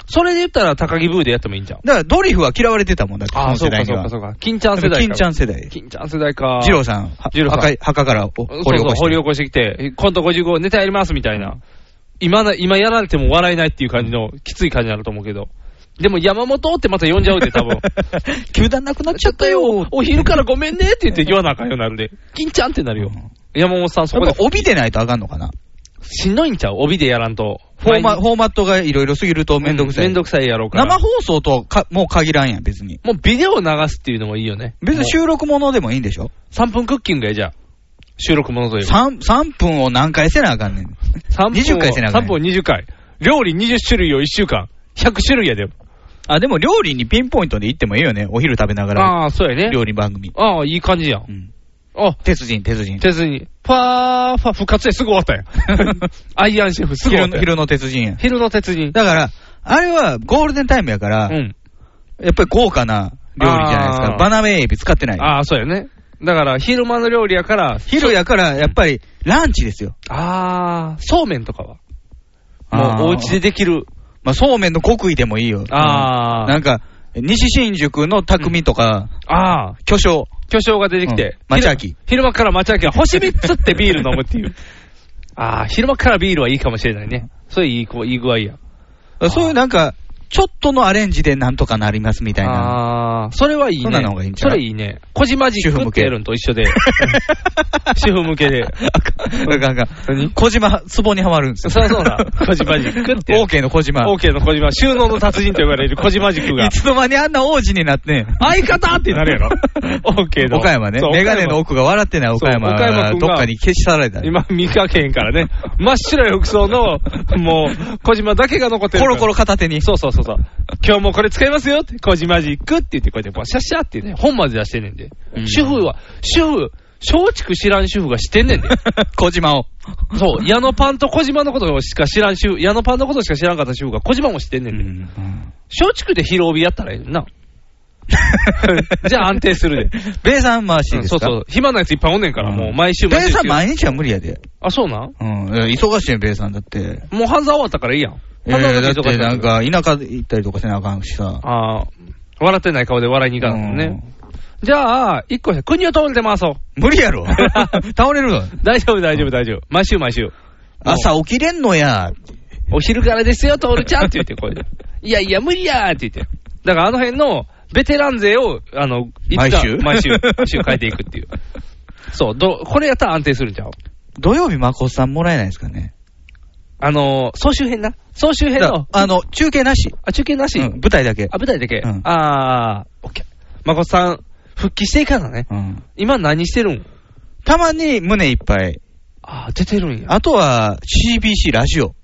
Speaker 3: それで言ったら高木ブーでやってもいいんじゃん。
Speaker 2: だから、ドリフは嫌われてたもんだって、
Speaker 3: ああ、
Speaker 2: そ
Speaker 3: そう
Speaker 2: の世代
Speaker 3: か
Speaker 2: に
Speaker 3: そう
Speaker 2: は
Speaker 3: かそうか。金ちゃん世代か。
Speaker 2: 金ちゃん世代。
Speaker 3: 金ちゃん世代か。
Speaker 2: 二郎さん、は
Speaker 3: 二郎さん
Speaker 2: 墓い墓からお
Speaker 3: そう
Speaker 2: 掘り起
Speaker 3: そ
Speaker 2: こ
Speaker 3: う
Speaker 2: し
Speaker 3: 掘
Speaker 2: *laughs*
Speaker 3: り
Speaker 2: て。
Speaker 3: 起こしてきて、今度55ネタやりますみたいな。今な、今やられても笑えないっていう感じの、きつい感じになると思うけど。でも山本ってまた呼んじゃうで、 *laughs* 多分。
Speaker 2: 球団なくなっちゃったよ。
Speaker 3: お昼からごめんねって言って言わなあかんようになるで。金ちゃんってなるよ。山本さんそこ
Speaker 2: や
Speaker 3: で
Speaker 2: っぱ。帯でないとあかんのかな。
Speaker 3: しんどいんちゃう帯でやらんと。
Speaker 2: フォーマフォーマットがいろいろすぎるとめんどくさい。
Speaker 3: めんどくさいやろうから。
Speaker 2: 生放送とかもう限らんやん、別に。
Speaker 3: もうビデオ流すっていうのもいいよね。
Speaker 2: 別に収録ものでもいいんでしょ
Speaker 3: 3分クッキングや、じゃあ。収録ものといえば。
Speaker 2: 3, 3分を何回せなあかんねん。
Speaker 3: 3分
Speaker 2: 20回せなあかん
Speaker 3: 3
Speaker 2: ねん。
Speaker 3: 分20回。料理20種類を1週間。100種類やで。
Speaker 2: あ、でも料理にピンポイントで行ってもいいよね。お昼食べながら。
Speaker 3: ああ、そうやね。
Speaker 2: 料理番組。
Speaker 3: ああ、いい感じやん。
Speaker 2: うん
Speaker 3: あ、
Speaker 2: 鉄人、鉄人。
Speaker 3: 鉄に。ファー、ファー、復活ですぐ終わったやん。 *laughs* アイアンシェフ、すぐ終わ
Speaker 2: 昼
Speaker 3: った
Speaker 2: の
Speaker 3: やん。
Speaker 2: 昼の鉄人や。
Speaker 3: 昼の鉄人。
Speaker 2: だから、あれはゴールデンタイムやから、
Speaker 3: うん。
Speaker 2: やっぱり豪華な料理じゃないです
Speaker 3: あ
Speaker 2: か。
Speaker 3: ー
Speaker 2: バナメイエビ使ってない。
Speaker 3: ああ、そうやね。だから、昼間の料理やから、
Speaker 2: 昼やから、やっぱりランチですよ。
Speaker 3: ああ、そうめんとかは。
Speaker 2: あー
Speaker 3: もう、お家でできる。
Speaker 2: まあ、そうめんの極意でもいいよ。
Speaker 3: あー
Speaker 2: なんか、西新宿の匠とか、
Speaker 3: ああ、
Speaker 2: 巨匠。
Speaker 3: 巨匠が出てきて、
Speaker 2: うん
Speaker 3: 昼
Speaker 2: 町秋
Speaker 3: 昼間から町秋は星3つってビール飲むっ
Speaker 2: *laughs*
Speaker 3: ていう。ああ、昼間からビールはいいかもしれないね。それいいこいい具合や。
Speaker 2: そういうなんか、ちょっとのアレンジでなんとかなりますみたいな。
Speaker 3: ああー、それはいいね。
Speaker 2: そんなの方がいいんちゃ
Speaker 3: そうれいいね。小島ジックってやるのと一緒で。 *laughs* 主
Speaker 2: 主
Speaker 3: 婦向
Speaker 2: *laughs*
Speaker 3: けで。
Speaker 2: あかんあかん。小島、ツボにはまるんですよ。
Speaker 3: そりゃそうだ小島
Speaker 2: *laughs*
Speaker 3: に食って
Speaker 2: OK の小島。
Speaker 3: OK の小島、収納の達人と呼ばれる小島ジックが
Speaker 2: い。つの間にあんな王子になってね。
Speaker 3: 相方ってなる
Speaker 2: *laughs*
Speaker 3: やろ。OK の。
Speaker 2: 岡山ね
Speaker 3: そう。岡
Speaker 2: メ
Speaker 3: 山
Speaker 2: ガネの奥が笑ってない岡山
Speaker 3: そう岡山君が
Speaker 2: どっかに消し去られた。
Speaker 3: 今見かけへんからね。真っ白い服装の、もう、小島だけが残ってる
Speaker 2: コ
Speaker 3: か
Speaker 2: ロ
Speaker 3: ら。
Speaker 2: コロ片手に。
Speaker 3: そうそうそうそう。今日もこれ使いますよって、小島ジックって言って、こうやって、シャッシャってね、本まで出してんねんで。
Speaker 2: うん
Speaker 3: 主婦は、主婦、松竹知らん主婦が知ってんね
Speaker 2: *laughs*
Speaker 3: んで。
Speaker 2: 小島を。
Speaker 3: そう、矢野パンと小島のことしか知らん主婦、矢野パンのことしか知らんかった主婦が小島も知ってんねんで。松竹で広帯やったらええねんな。じゃあ安定するで。
Speaker 2: ベイさん回し
Speaker 3: う
Speaker 2: で
Speaker 3: ん
Speaker 2: す
Speaker 3: そう
Speaker 2: か
Speaker 3: そう。暇なやついっぱいおんねんから、もう毎週
Speaker 2: ベ
Speaker 3: 毎
Speaker 2: イ
Speaker 3: 週。
Speaker 2: さん毎日は無理やで。
Speaker 3: あ、そうなん
Speaker 2: うん。忙しいよ、ベイさんだって。
Speaker 3: もう半沢終わったからいいやん。
Speaker 2: え
Speaker 3: 半沢
Speaker 2: ーだっ
Speaker 3: だけ忙し
Speaker 2: て
Speaker 3: い
Speaker 2: なんか、田舎行ったりとかせなあかんしさ。
Speaker 3: ああ、笑ってない顔で笑いに行かんもんね。じゃあ、一個、国を通れて回そう。
Speaker 2: 無理や
Speaker 3: *laughs*
Speaker 2: ろ倒れるわ。
Speaker 3: 大丈夫、大丈夫、大丈夫。毎週、毎週。
Speaker 2: 朝起きれんのや。
Speaker 3: お昼からですよ、徹ちゃんって言って、これ。いやいや、無理やーって言って。だからあの辺のベテラン勢を、あの、いつか
Speaker 2: 毎週
Speaker 3: 毎週、毎週変えていくっていう。そう、ど、これやったら安定するんちゃう
Speaker 2: 土曜日、マコさんもらえないですかね。
Speaker 3: あのー、総集編な。総集編
Speaker 2: だ
Speaker 3: の、
Speaker 2: あの、中継なし。
Speaker 3: あ、中継なし。
Speaker 2: うん舞台だけ
Speaker 3: あ、。舞台だけ。
Speaker 2: うん
Speaker 3: あー、オッケー。誠さん、復帰していかなね。
Speaker 2: うん
Speaker 3: 今何してるん
Speaker 2: たまに胸いっぱい。
Speaker 3: あー、出てるんや。
Speaker 2: あとは、CBC ラジオ。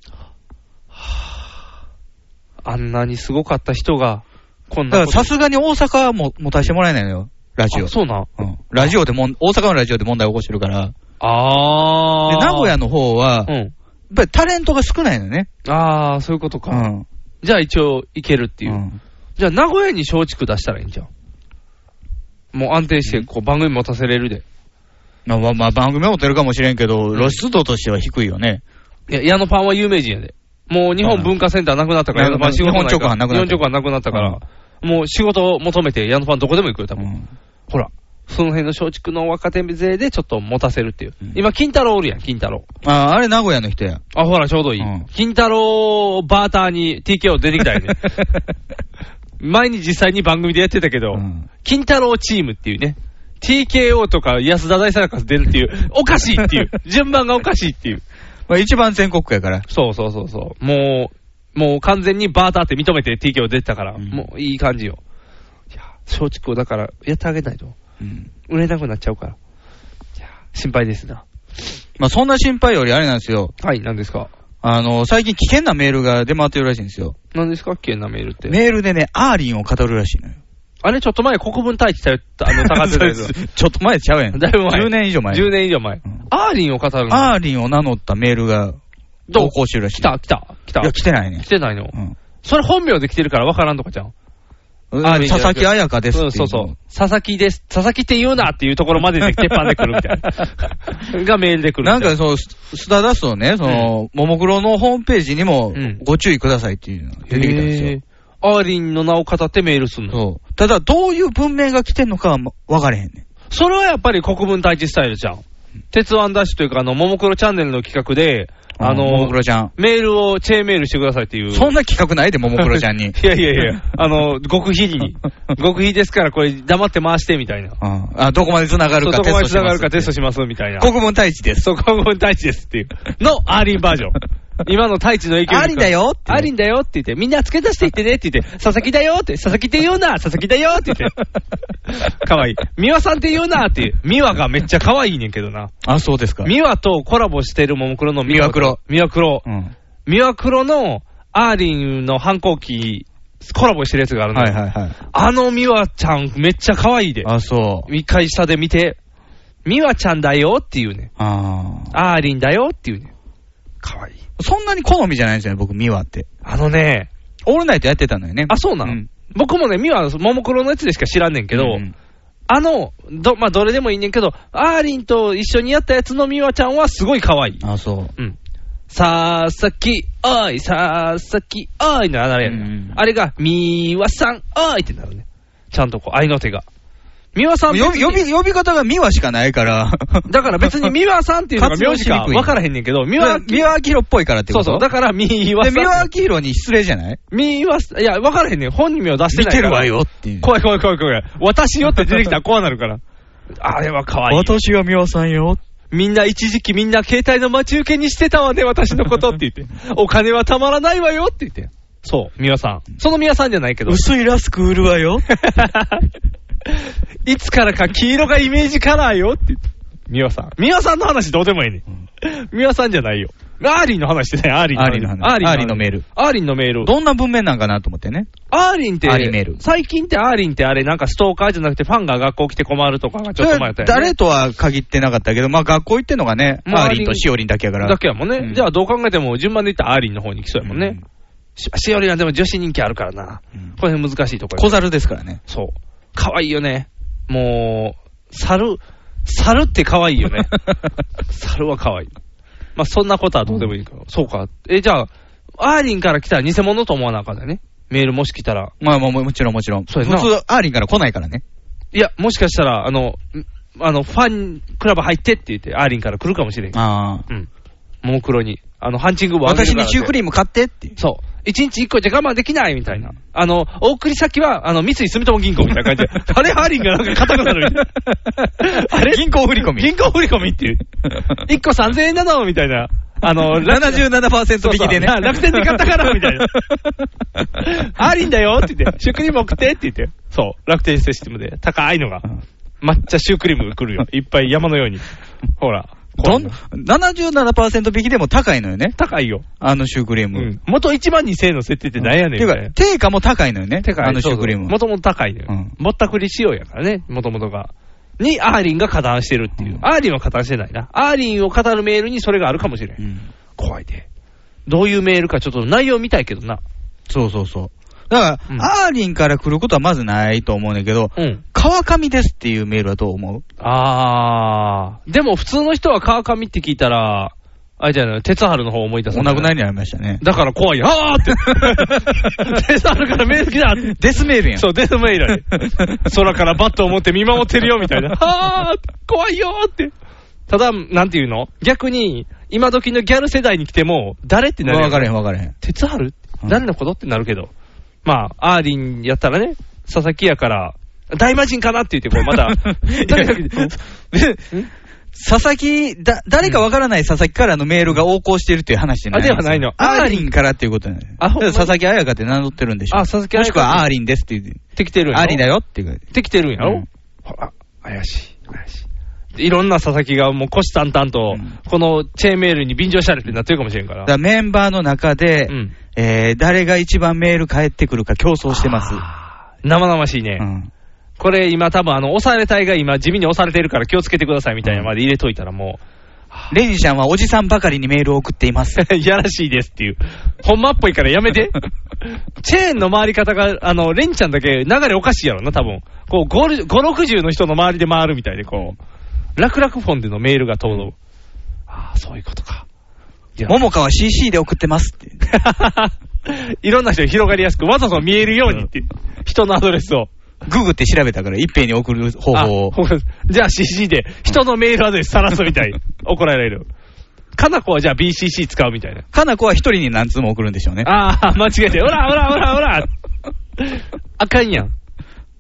Speaker 3: あんなにすごかった人が、こん
Speaker 2: だか
Speaker 3: な
Speaker 2: ら
Speaker 3: こと
Speaker 2: さすがに大阪はもう持たせてもらえないのよ、ラジオ。
Speaker 3: あそうなん。
Speaker 2: うんラジオでもん、大阪のラジオで問題起こしてるから。
Speaker 3: あ
Speaker 2: で、
Speaker 3: ー。
Speaker 2: 名古屋の方は、
Speaker 3: うん
Speaker 2: やっぱりタレントが少ないのね。
Speaker 3: あー、そういうこと
Speaker 2: う
Speaker 3: か。
Speaker 2: ん。
Speaker 3: じゃあ一応いけるっていう。じゃあ名古屋に松竹出したらいいんじゃん。もう安定して、こう番組持たせれるで。
Speaker 2: まあ、まあまあ、番組は持てるかもしれんけど、露出度としては低いよね。
Speaker 3: いや、矢野パンは有名人やで。もう日本文化センターなくなったから、
Speaker 2: あ
Speaker 3: 矢野パン仕事ないから
Speaker 2: 日本直販なくなった
Speaker 3: 日本直販なくなったから、もう仕事を求めて矢野パンどこでも行くよ、多分。ほら。その辺の松竹の若手勢でちょっと持たせるっていう。今、金太郎おるやん、金太郎。
Speaker 2: ああ、あれ名古屋の人や。
Speaker 3: あ、ほら、ちょうどいい。金太郎バーターに TKO 出てきた
Speaker 2: *laughs*
Speaker 3: よね。前に実際に番組でやってたけど、金太郎チームっていうね、TKO とか安田大サーカス出るっていう、おかしいって *laughs* いう、順番がおかしいっていう。
Speaker 2: まあ、一番全国区やから。
Speaker 3: そうそうそうそう。もう、もう完全にバーターって認めて TKO 出てたから、もういい感じよ。いや、松竹をだからやってあげないと、
Speaker 2: うん
Speaker 3: 売れなくなっちゃうから。いや、心配ですな。
Speaker 2: まあ、そんな心配よりあれなんですよ。
Speaker 3: はい、何ですか
Speaker 2: あの、最近危険なメールが出回ってるらしいんですよ。
Speaker 3: 何ですか危険なメールって。
Speaker 2: メールでね、アーリンを語るらしいのよ。
Speaker 3: あれ、ちょっと前、国分太一さん、あ *laughs* の、高瀬です。
Speaker 2: *laughs* ちょっと前ちゃうやん。
Speaker 3: だいぶ前。
Speaker 2: 10年以上前。
Speaker 3: 10年以上前。アーリンを語るの。
Speaker 2: アーリンを名乗ったメールが
Speaker 3: どう
Speaker 2: 投稿してるらしい。
Speaker 3: 来た、来た、来た。
Speaker 2: いや、来てないね
Speaker 3: 来。てないの。
Speaker 2: ん
Speaker 3: それ本名で来てるから分からんとかじゃん。
Speaker 2: うん
Speaker 3: アーリンじゃ
Speaker 2: 佐
Speaker 3: な
Speaker 2: 々
Speaker 3: くて
Speaker 2: 木彩香ですってい
Speaker 3: うん
Speaker 2: う。
Speaker 3: そうそう。佐々木です。佐々木って言うなっていうところまでで鉄板で来るみた
Speaker 2: *laughs*
Speaker 3: いな。がメールで来るみた
Speaker 2: ないんかそう、ススターダストのね、その、ももクロのホームページにも、ご注意くださいっていうのが出てきたんですよ。
Speaker 3: へーアーリンの名を語ってメールするの。
Speaker 2: そう。ただ、どういう文明が来てんのかはま分かれへんね。
Speaker 3: それはやっぱり国分太一スタイルじゃん。鉄腕ダッシュというか、あの、ももクロチャンネルの企画で、あの、
Speaker 2: ももクロちゃん。
Speaker 3: メールをチェーンメールしてくださいっていう。。
Speaker 2: そんな企画ないで、ももクロちゃんに
Speaker 3: いやいやいや、あの、極秘に、
Speaker 2: *laughs*
Speaker 3: 極秘ですからこれ黙って回してみたいな。
Speaker 2: うんあ、どこまで繋がる
Speaker 3: そ
Speaker 2: か
Speaker 3: うど
Speaker 2: テ
Speaker 3: こ
Speaker 2: スト
Speaker 3: まで
Speaker 2: しま
Speaker 3: 繋がる
Speaker 2: す
Speaker 3: かテストしますみたいな。
Speaker 2: 国分太一です。
Speaker 3: そう、国分太一ですっていう。の、アーリンバージ
Speaker 2: *laughs*
Speaker 3: ョン。 *laughs* 今の太一の影響力
Speaker 2: アーリンだよって
Speaker 3: アーリンだよって言って、みんな付け出していってねって言って、佐々木だよって、佐々木って言うな、佐々木だよって
Speaker 2: *laughs*
Speaker 3: 言って。かわいい。美和さんって言うなっていう。美和がめっちゃかわいいねんけどな。
Speaker 2: あ、そうですか。
Speaker 3: ミワとコラボしてるももクロのミワ黒。ミワ黒。ミワ黒のアーリンの反抗期、コラボしてるやつがあるの。
Speaker 2: はいはいはい。
Speaker 3: あのミワちゃんめっちゃ可愛いで。
Speaker 2: あ、そう。
Speaker 3: 一回下で見て、ミワちゃんだよっていうね。
Speaker 2: あ
Speaker 3: アーリンだよっていうね。可愛い
Speaker 2: あ。そんなに好みじゃないんですよね、僕、ミワって。
Speaker 3: あのね、
Speaker 2: オールナイトやってたのよね。
Speaker 3: あ、そうなの、僕もね、ミワ、ももクロのやつでしか知らんねんけど、あの、ど、まあ、どれでもいいねんけど、アーリンと一緒にやったやつのミワちゃんはすごい可愛い。
Speaker 2: あ、そう。
Speaker 3: さーさき、おい、さーさき、おいのあれやねん、あれが、みーわさん、おいってなるね。ちゃんとこう、愛の手が。みわさん
Speaker 2: 呼
Speaker 3: 別
Speaker 2: び
Speaker 3: に
Speaker 2: 呼び呼び方がミワしかないから。
Speaker 3: *laughs* だから別
Speaker 2: *laughs*
Speaker 3: にみわさんっていうのが名字か分からへんねんけど、み
Speaker 2: ミ
Speaker 3: わ
Speaker 2: ワ、、ミワアキロっぽいからって
Speaker 3: そ
Speaker 2: こ
Speaker 3: う
Speaker 2: と
Speaker 3: そう、だからみーわさ
Speaker 2: で
Speaker 3: ん。
Speaker 2: ミワアキロに失礼じゃない
Speaker 3: みーわさん、いや、分からへんねん。本名出して
Speaker 2: 見
Speaker 3: ないか
Speaker 2: て
Speaker 3: ら。
Speaker 2: るわよっていう。
Speaker 3: 怖い怖い怖い怖い。私よって出て *laughs* きたら怖なるから。あれは可愛い。
Speaker 2: 私がミワさんよ。
Speaker 3: みんな一時期みんな携帯の待ち受けにしてたわね、私のことって *laughs* 言って。お金はたまらないわよって言って。そう、ミワさん。そのミワさんじゃないけ *laughs* ど。
Speaker 2: 薄いラスク売るわ
Speaker 3: *laughs*
Speaker 2: よ。
Speaker 3: いつからか黄色がイメージカラーよって言って。ミワさん。ミワさんの話どうでもいいね。ミワさんじゃないよ。アーリンの話してない、アーリン
Speaker 2: アーリンの話アーリンのメール。
Speaker 3: アーリンのメール。
Speaker 2: どんな文面なんかなと思ってね。
Speaker 3: アーリンって
Speaker 2: アーリンメール、
Speaker 3: 最近ってアーリンってあれ、なんかストーカーじゃなくてファンが学校来て困るとかがちょっと前やったよね
Speaker 2: 誰とは限ってなかったけど、まあ学校行ってんのがね、
Speaker 3: まあ
Speaker 2: アーリンとシオリンだけやから。
Speaker 3: だけやもんね。じゃあどう考えても順番で言ったらアーリンの方に来そうやもんね。ししおりはでも女子人気あるからな。この辺難しいところ。
Speaker 2: 小猿ですからね。
Speaker 3: そう。可愛いよね。もう、猿、猿って可愛いよ *laughs* ね。猿は可愛い。まあそんなことはどうでもいいから。そうか。え、じゃあ、アーリンから来たら偽物と思わなあかんだよね。メールもし来たら。
Speaker 2: まあまあももちろんもちろん。
Speaker 3: そう
Speaker 2: 普
Speaker 3: やな
Speaker 2: 通、アーリンから来ないからね。
Speaker 3: いや、もしかしたら、あの、んあの、ファンクラブ入ってって言って、アーリンから来るかもしれん。
Speaker 2: ああ。
Speaker 3: うん。ももクロに。あの、ハンチング部
Speaker 2: 私にシュークリーム買ってって。
Speaker 3: そう。一日一個じゃ我慢できないみたいな。あの、お送り先は、あの、三井住友銀行みたいな感じ *laughs* で。あれ、ハーリンがなんか硬くなるみたいな。 *laughs* *laughs* あれ
Speaker 2: 銀行振り込
Speaker 3: *laughs*
Speaker 2: み。
Speaker 3: 銀行振り込みっていう。一個3000円なのみたいな。あ *laughs* の、楽天
Speaker 2: 77%引き
Speaker 3: *laughs*
Speaker 2: でね。
Speaker 3: そうそう楽天で買ったからみた *laughs* いな。アーリンだよって言って、シュークリーム送ってって言って。そう。楽天システムで。高いのが。抹茶シュークリームが来るよ。いっぱい山のように。ほら。
Speaker 2: *laughs* どん、77%引きでも高いのよね。
Speaker 3: 高いよ。
Speaker 2: あのシュークリーム。うん、
Speaker 3: 元1万2000円の設定って何やねん
Speaker 2: て
Speaker 3: み
Speaker 2: いう
Speaker 3: たいな
Speaker 2: か、定価も高いのよね。あのシュークリーム。
Speaker 3: もともと高いのよ。ぼったくり仕様やからね、もともとが。に、アーリンが加担してるっていう。アーリンは加担してないな。アーリンを語るメールにそれがあるかもしれん。怖いで。どういうメールかちょっと内容見たいけどな。
Speaker 2: そうそうそう。だから、アーリンから来ることはまずないと思うんだけど、
Speaker 3: うん
Speaker 2: 川上ですっていうメールはどう思う
Speaker 3: あー。でも普通の人は川上って聞いたら、あれじゃない、鉄春の方を思い出す。
Speaker 2: お亡くなりになりました
Speaker 3: *laughs*
Speaker 2: ね。
Speaker 3: だから怖い。あー
Speaker 2: *laughs*
Speaker 3: って。デスあるからメール来たって。
Speaker 2: デスメールやん。
Speaker 3: そう、デスメールやね。空からバットを持って見守ってるよ、みたいな。あー怖いよーって。ただ、なんていうの逆に、今時のギャル世代に来ても、誰ってなる
Speaker 2: わかれへんわかれへん。
Speaker 3: 鉄春誰のことってなるけど。まあ、アーリンやったらね、佐々木やから、大魔人かなって言って、こう
Speaker 2: *laughs*
Speaker 3: また、誰々 *laughs*
Speaker 2: 佐々木、だ、誰かわからない佐々木からのメールが横行してるっていう話じゃない
Speaker 3: あではないの
Speaker 2: アーリンからっていうことなのよ。
Speaker 3: あほんまに
Speaker 2: 佐々木彩香って名乗ってるんでしょ。
Speaker 3: あ佐々木彩
Speaker 2: もし
Speaker 3: 香
Speaker 2: くはアーリンですって言っ
Speaker 3: ってきてる
Speaker 2: て。
Speaker 3: んやろ
Speaker 2: アーリンだよっていう。
Speaker 3: ってきてるんやろ、ほら、怪しい、怪しい。いろんな佐々木がもう虎視眈々と、このチェーンメールに便乗したれってなってるかもしれんから。
Speaker 2: だからメンバーの中で、えー誰が一番メール返ってくるか競争してます。
Speaker 3: 生々しいね。これ今多分あの、押され隊が今地味に押されてるから気をつけてくださいみたいなまで入れといたらも
Speaker 2: レニシャンはおじさんばかりにメールを送っています。
Speaker 3: *laughs* う、いやらしいですっていう。ほんまっぽいからやめて。チェーンの回り方が、あの、レンちゃんだけ流れおかしいやろな、多分。こう、5、60の人の周りで回るみたいで、こう、楽々フォンでのメールが通る。ああ、そういうことか。 *laughs*
Speaker 2: 桃香は CC で送ってますって。
Speaker 3: いろんな人に広がりやすく、わざと見えるようにって、人のアドレスを。
Speaker 2: ググって調べたから、一遍に送る方法を。
Speaker 3: じゃあ CC で、人のメールアドレス晒すみたい。怒られる。かなこはじゃあ BCC 使うみたいな。
Speaker 2: かなこは一人に何通も送るんでしょうね。
Speaker 3: *laughs* ああ、間違えて、ほらほらほらほら。あかんやん。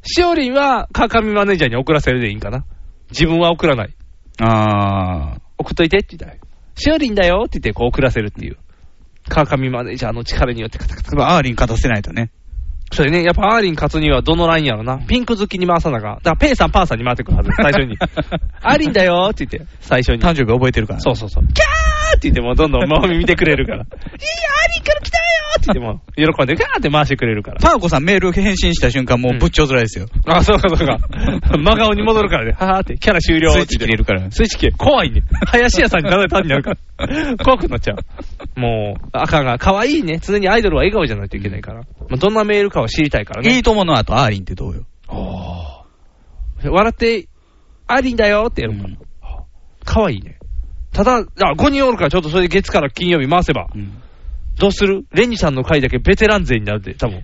Speaker 3: しおりんは、川上マネージャーに送らせるでいいんかな。自分は送らない。
Speaker 2: ああ。
Speaker 3: 送っといてって言ったら、しおりんだよって言って、こう送らせるっていう。川上マネージャーの力によってカタカタカタ
Speaker 2: やっぱアーリン勝たせないとね。
Speaker 3: それね、やっぱアーリン勝つにはどのラインやろな。ピンク好きに回さなあかん。だからペイさんパーさんに回ってくるはず、最初 *laughs* に。アーリンだよーって言って、最初に。
Speaker 2: 誕生日覚えてるから、ね。
Speaker 3: そうそうそう。キャーって言ってもうどんどん周り見てくれる *laughs* から。いいよ、アーリンから来たよーって言ってもう、喜んでガーって回してくれるから。
Speaker 2: パーコさんメール返信した瞬間、もうぶっちょづらいですよ。
Speaker 3: あ、そうかそうか。 *laughs* 真顔に戻るからね。はーって、キャラ終了
Speaker 2: スイッチ切れるから。
Speaker 3: スイッチ切れ怖いね。林家さんにただ単になるから。 *laughs* 怖くなっちゃう。もう、あかんが、可愛いね。常にアイドルは笑顔じゃないといけないから。まあ、どんなメールかを知りたいからね。
Speaker 2: いいともの後、アーリンってどうよ。
Speaker 3: 笑って、ありんだよってやるから。かわいいね。ただ、あ、5人おるからちょっとそれで月から金曜日回せば。どうするレニさんの回だけベテラン勢になるで、多分。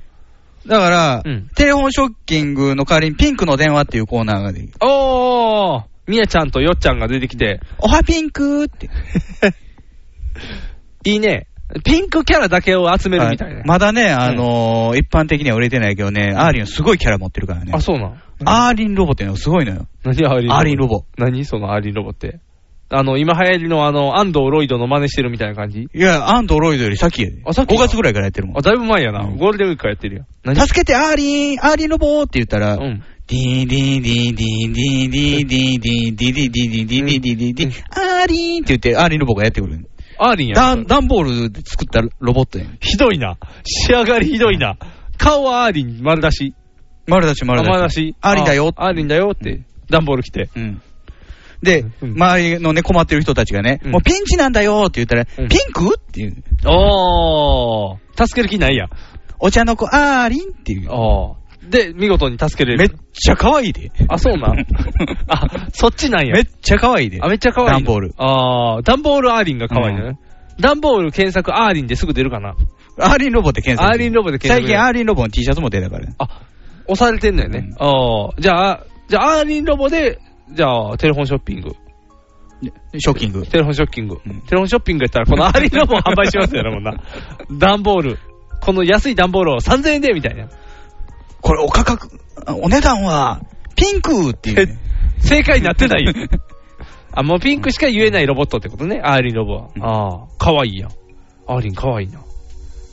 Speaker 2: だから、テレフォンショッキングの代わりにピンクの電話っていうコーナーができる。
Speaker 3: おーみやちゃんとよっちゃんが出てきて、
Speaker 2: おはピンクーって。
Speaker 3: *laughs* いいね。ピンクキャラだけを集めるみたいな。
Speaker 2: まだね、あのー一般的には売れてないけどね、アーリンはすごいキャラ持ってるからね。
Speaker 3: あ、そうなん
Speaker 2: アーリンロボっていうのがすごいのよ。
Speaker 3: 何アーリン
Speaker 2: アーリンロボ。
Speaker 3: 何そのアーリンロボって。あの、今流行りのあの、安藤ロイドの真似してるみたいな感じ
Speaker 2: いや、アンドロイドより先やで。
Speaker 3: あ、さっき。
Speaker 2: 5月ぐらいからやってるもん。
Speaker 3: あ、だいぶ前やな。ゴールデンウィークからやってるよ。何
Speaker 2: 助けて、アーリンアーリンロボーって言ったら、ディーディーディーディーディーディーディーディーディーディーディーディーディーディーディーディーアーリンって言って、アーリンロボがやってくる。
Speaker 3: アーリンやん
Speaker 2: ダン、ダンボールで作ったロボットやん。
Speaker 3: ひどいな。仕上がりひどいな。顔はアーリン丸出し。
Speaker 2: 丸出し、丸出し。
Speaker 3: あ丸出し。
Speaker 2: アーリンだよ。
Speaker 3: あアーリンだよって、ダンボール来て。
Speaker 2: うん。で、周りのね、困ってる人たちがね、
Speaker 3: うん
Speaker 2: もうピンチなんだよって言ったら、ピンクっていう。
Speaker 3: おー。助ける気ないやん。
Speaker 2: お茶の子、アーリンっていう。
Speaker 3: おー。で、見事に助けれる。めっ
Speaker 2: ちゃ可愛いで。
Speaker 3: あ、そう *laughs* なん。あ、そっちなんや。
Speaker 2: めっちゃ可愛いで。
Speaker 3: あ、めっちゃ可愛い。
Speaker 2: ダンボール。
Speaker 3: あー、ダンボールアーリンが可愛いね。ダンボール検索アーリンですぐ出るかな。
Speaker 2: アーリンロボって検索。
Speaker 3: アーリンロボで検索
Speaker 2: 最近アーリンロボの T シャツも出たからね。
Speaker 3: 押されてんだよね。あー、じゃあ、じゃあアーリンロボで、じゃあ、テレフォンショッピング。
Speaker 2: ショッキング。
Speaker 3: テレフォンショッキング。テレフォンショッピングやったら、 *laughs* このアーリンロボを販売しますよな、もんな。段ボール。この安い段ボールを3000円で、みたいな。
Speaker 2: これお価格、あお値段は、ピンクっていうね。
Speaker 3: 正解になってないよ。 *laughs* あ、もうピンクしか言えないロボットってことね、アーリンロボは。ああ、かわいいやん。アーリンかわいいな。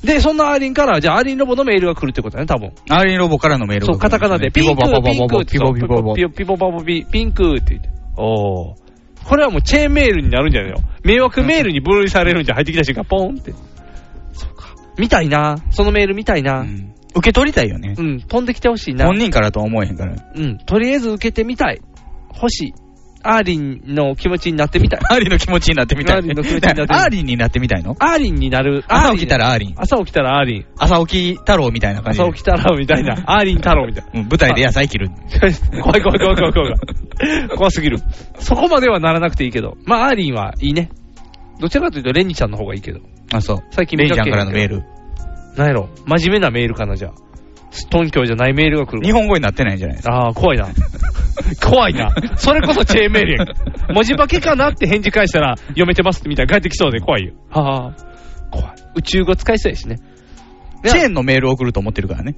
Speaker 3: で、そんなアーリンから、じゃあアーリンロボのメールが来るってことだね、多分。
Speaker 2: アーリンロボからのメール
Speaker 3: そう、カタカナで、ピンク、ピンクって、
Speaker 2: ピボボボボボピボ
Speaker 3: ピボピ
Speaker 2: ピ
Speaker 3: ボ
Speaker 2: ボ
Speaker 3: ボ
Speaker 2: ボ
Speaker 3: ピンクって言って。おー。これはもうチェーンメールになるんじゃないの迷惑メールに分類されるんじゃん入ってきた瞬間、ポーンって。そうか。見たいな。そのメール見たいな。
Speaker 2: 受け取りたいよね。
Speaker 3: うん、飛んできてほしいな。
Speaker 2: 本人からとは思えへん
Speaker 3: *laughs*
Speaker 2: から。
Speaker 3: うん、とりあえず受けてみたい。欲しい。アーリンの気持ちになってみたい。
Speaker 2: *laughs* アーリンの気持ちになってみたい。
Speaker 3: アーリンの気持ちになってみたい
Speaker 2: アーリンになってみた
Speaker 3: *laughs*
Speaker 2: いの
Speaker 3: アーリンになる。
Speaker 2: 朝起きたらアーリン。
Speaker 3: 朝起きたらアーリン。
Speaker 2: 朝起き太郎みたいな感じ。
Speaker 3: 朝起きたらみたいな。アーリン太郎みたいな。
Speaker 2: うん舞台で野菜切る。
Speaker 3: *laughs* 怖い怖い怖い怖い怖い怖い。怖すぎる。そこまではならなくていいけど。まあ、アーリンはいいね。どちらかというと、レンニちゃんの方がいいけど。
Speaker 2: あ、そう。
Speaker 3: 最近
Speaker 2: レ
Speaker 3: 見
Speaker 2: イ
Speaker 3: か
Speaker 2: ち
Speaker 3: け
Speaker 2: ゃ
Speaker 3: へ
Speaker 2: ん
Speaker 3: んけど
Speaker 2: からのメール。
Speaker 3: なんやろ真面目なメールかな、じゃあ。ストンキョウじゃないメールが来る。
Speaker 2: 日本語になってないんじゃないですか。
Speaker 3: ああ、怖いな。 *laughs* 怖いな。それこそチェーンメールやん。文字化けかなって返事返したら、読めてますってみたいな返ってきそうで怖いよ。はあ、怖い。宇宙語使いそうやしね。
Speaker 2: チェーンのメール送ると思ってるからね。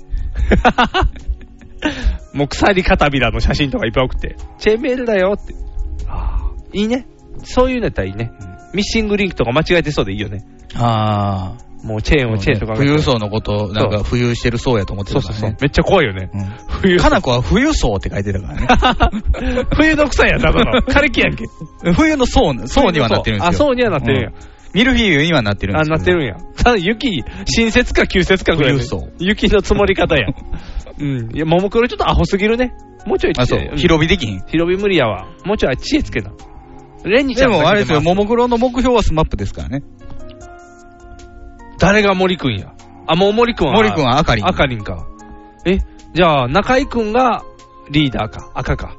Speaker 3: *laughs* もう鎖片びらの写真とかいっぱい送って、チェーンメールだよって。ああ、いいね。そういうのやったらいいね。ミッシングリンクとか間違えてそうでいいよね。
Speaker 2: ああ。
Speaker 3: もうチェーンをチェーンとか。
Speaker 2: 富裕層のこと、なんか
Speaker 3: そ
Speaker 2: 浮遊してる層やと思って
Speaker 3: そ
Speaker 2: る
Speaker 3: う
Speaker 2: か
Speaker 3: そ
Speaker 2: ら
Speaker 3: うそう
Speaker 2: ね。。
Speaker 3: めっちゃ怖いよね。
Speaker 2: うん。かなこは富裕層って書いてたから *laughs* ね。
Speaker 3: *laughs* 冬の草や、ただの。枯れ木やんけ。
Speaker 2: 冬の層、層にはなってるんですよ。
Speaker 3: あ、そうにはなってるんや
Speaker 2: うん。ミルフィーユにはなってるんで
Speaker 3: あ、
Speaker 2: すけど
Speaker 3: なってるんや。ただ雪、新雪か旧雪かぐらいの
Speaker 2: 富裕層。
Speaker 3: 雪の積もり *laughs* 方や。うん。いや、ももクロちょっとアホすぎるね。もうちょい知恵
Speaker 2: あ、そう。
Speaker 3: ん
Speaker 2: 広火できひん。
Speaker 3: 広び無理やわ。もうちょい知恵つけな。レンジち
Speaker 2: で
Speaker 3: ゃん
Speaker 2: もあれですよ、
Speaker 3: 先出
Speaker 2: も
Speaker 3: ま
Speaker 2: もクロの目標はスマップですからね。
Speaker 3: 誰が森くんや。あ、もう森くんは。
Speaker 2: 森くんはあかりん
Speaker 3: あかりんか。え、じゃあ、中井くんがリーダーか。赤か。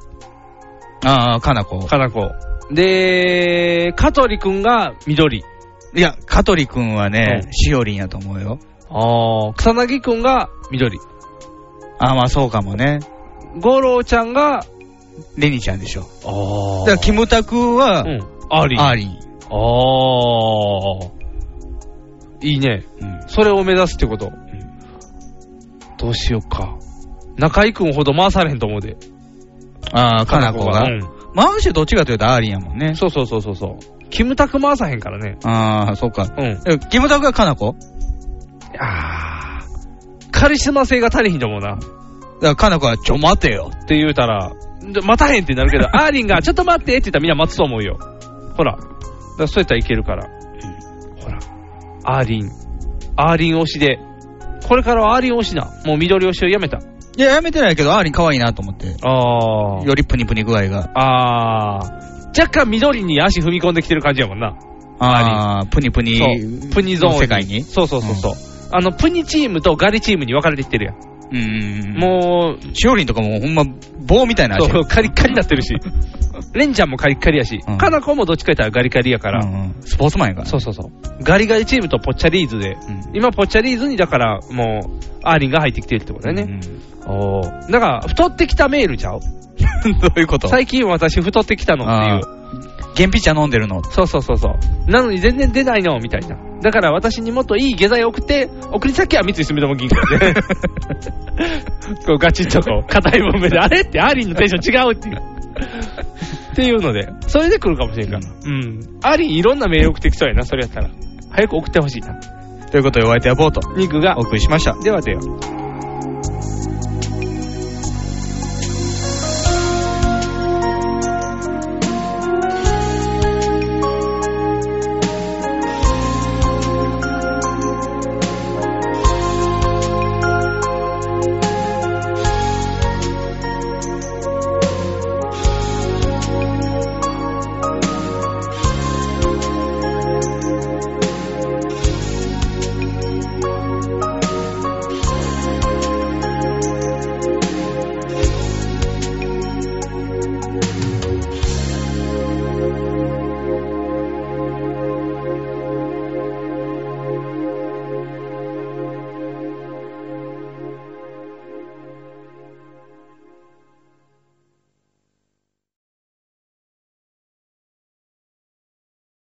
Speaker 2: ああ、かなこ。
Speaker 3: かなこ。で、香取くんが緑。
Speaker 2: いや、香取くんは
Speaker 3: う
Speaker 2: ね、
Speaker 3: ん
Speaker 2: しおりんやと思うよ。
Speaker 3: ああ、草薙くんが緑。
Speaker 2: ああ、まあそうかもね。
Speaker 3: 五郎ちゃんが、
Speaker 2: レニちゃんでしょ。
Speaker 3: あ
Speaker 2: だから、キムタクは
Speaker 3: う、ん。アーリー。
Speaker 2: アーリン。
Speaker 3: あー。いいね。
Speaker 2: うん
Speaker 3: それを目指すってこと。どうしようか。中井くんほど回されへんと思うで。
Speaker 2: ああ、かなこが
Speaker 3: う。ん
Speaker 2: マウシュどっちかというとアーリンやもんね。
Speaker 3: そうそうそうそうそう。キムタク回さへんからね。
Speaker 2: ああ、そうか。
Speaker 3: うん。
Speaker 2: えキムタクはかなこ
Speaker 3: あー。カリスマ性が足りひんと思うな。
Speaker 2: だから、かなこは、ちょ待てよ。
Speaker 3: って言うたら、で待たへんってなるけ
Speaker 2: *laughs*
Speaker 3: ど、アーリンが、ちょっと待ってって言ったらみんな待つと思うよ。ほら。だからそうやったらいけるから。ほら。アーリン。アーリン推しで。これからはアーリン推しな。もう緑推しをやめた。
Speaker 2: いや、やめてないけど、アーリン可愛いなと思って。
Speaker 3: あー。
Speaker 2: よりプニプニ具合が。
Speaker 3: あー。若干緑に足踏み込んできてる感じやもんな。
Speaker 2: ああ、プニプニ
Speaker 3: そう。プニゾーンに。
Speaker 2: の世界に。
Speaker 3: そうそうそうそう。あの、プニチームとガリチームに分かれてきてるやん。
Speaker 2: うんうんうん。
Speaker 3: もう、
Speaker 2: しおりんとかもほんま棒みたいな足
Speaker 3: そう、カリッカリになって
Speaker 2: *laughs*
Speaker 3: るし。レンちゃんもカリッカリやし、
Speaker 2: うん
Speaker 3: かなこもどっちか言ったらガリガリやから、
Speaker 2: うんうんスポーツマンやから。
Speaker 3: そうそうそう。ガリガリチームとポッチャリーズで、
Speaker 2: うん
Speaker 3: 今ポッチャリーズにだからもう、アーリンが入ってきてるってことだよね。おーだから、太ってきたメールちゃう
Speaker 2: うん *laughs* どういうこと
Speaker 3: 最近私太ってきたの
Speaker 2: あ
Speaker 3: っていう。
Speaker 2: ー原ピ茶飲んでるの。
Speaker 3: そうそうそうそう。なのに全然出ないのみたいな。だから私にもっといい下剤を送って、送り先は三井住友銀行 *laughs* で。こうガチッとこう、硬い文面で、あれってアーリンのテンション違うっていう。っていうので、それで来るかもしれんから。うん。アーリンいろんなメール送ってきそうやな、それやったら。早く送ってほしいな。
Speaker 2: ということで、お相手はボート。
Speaker 3: ニクが、
Speaker 2: お送りしました。
Speaker 3: ではでは。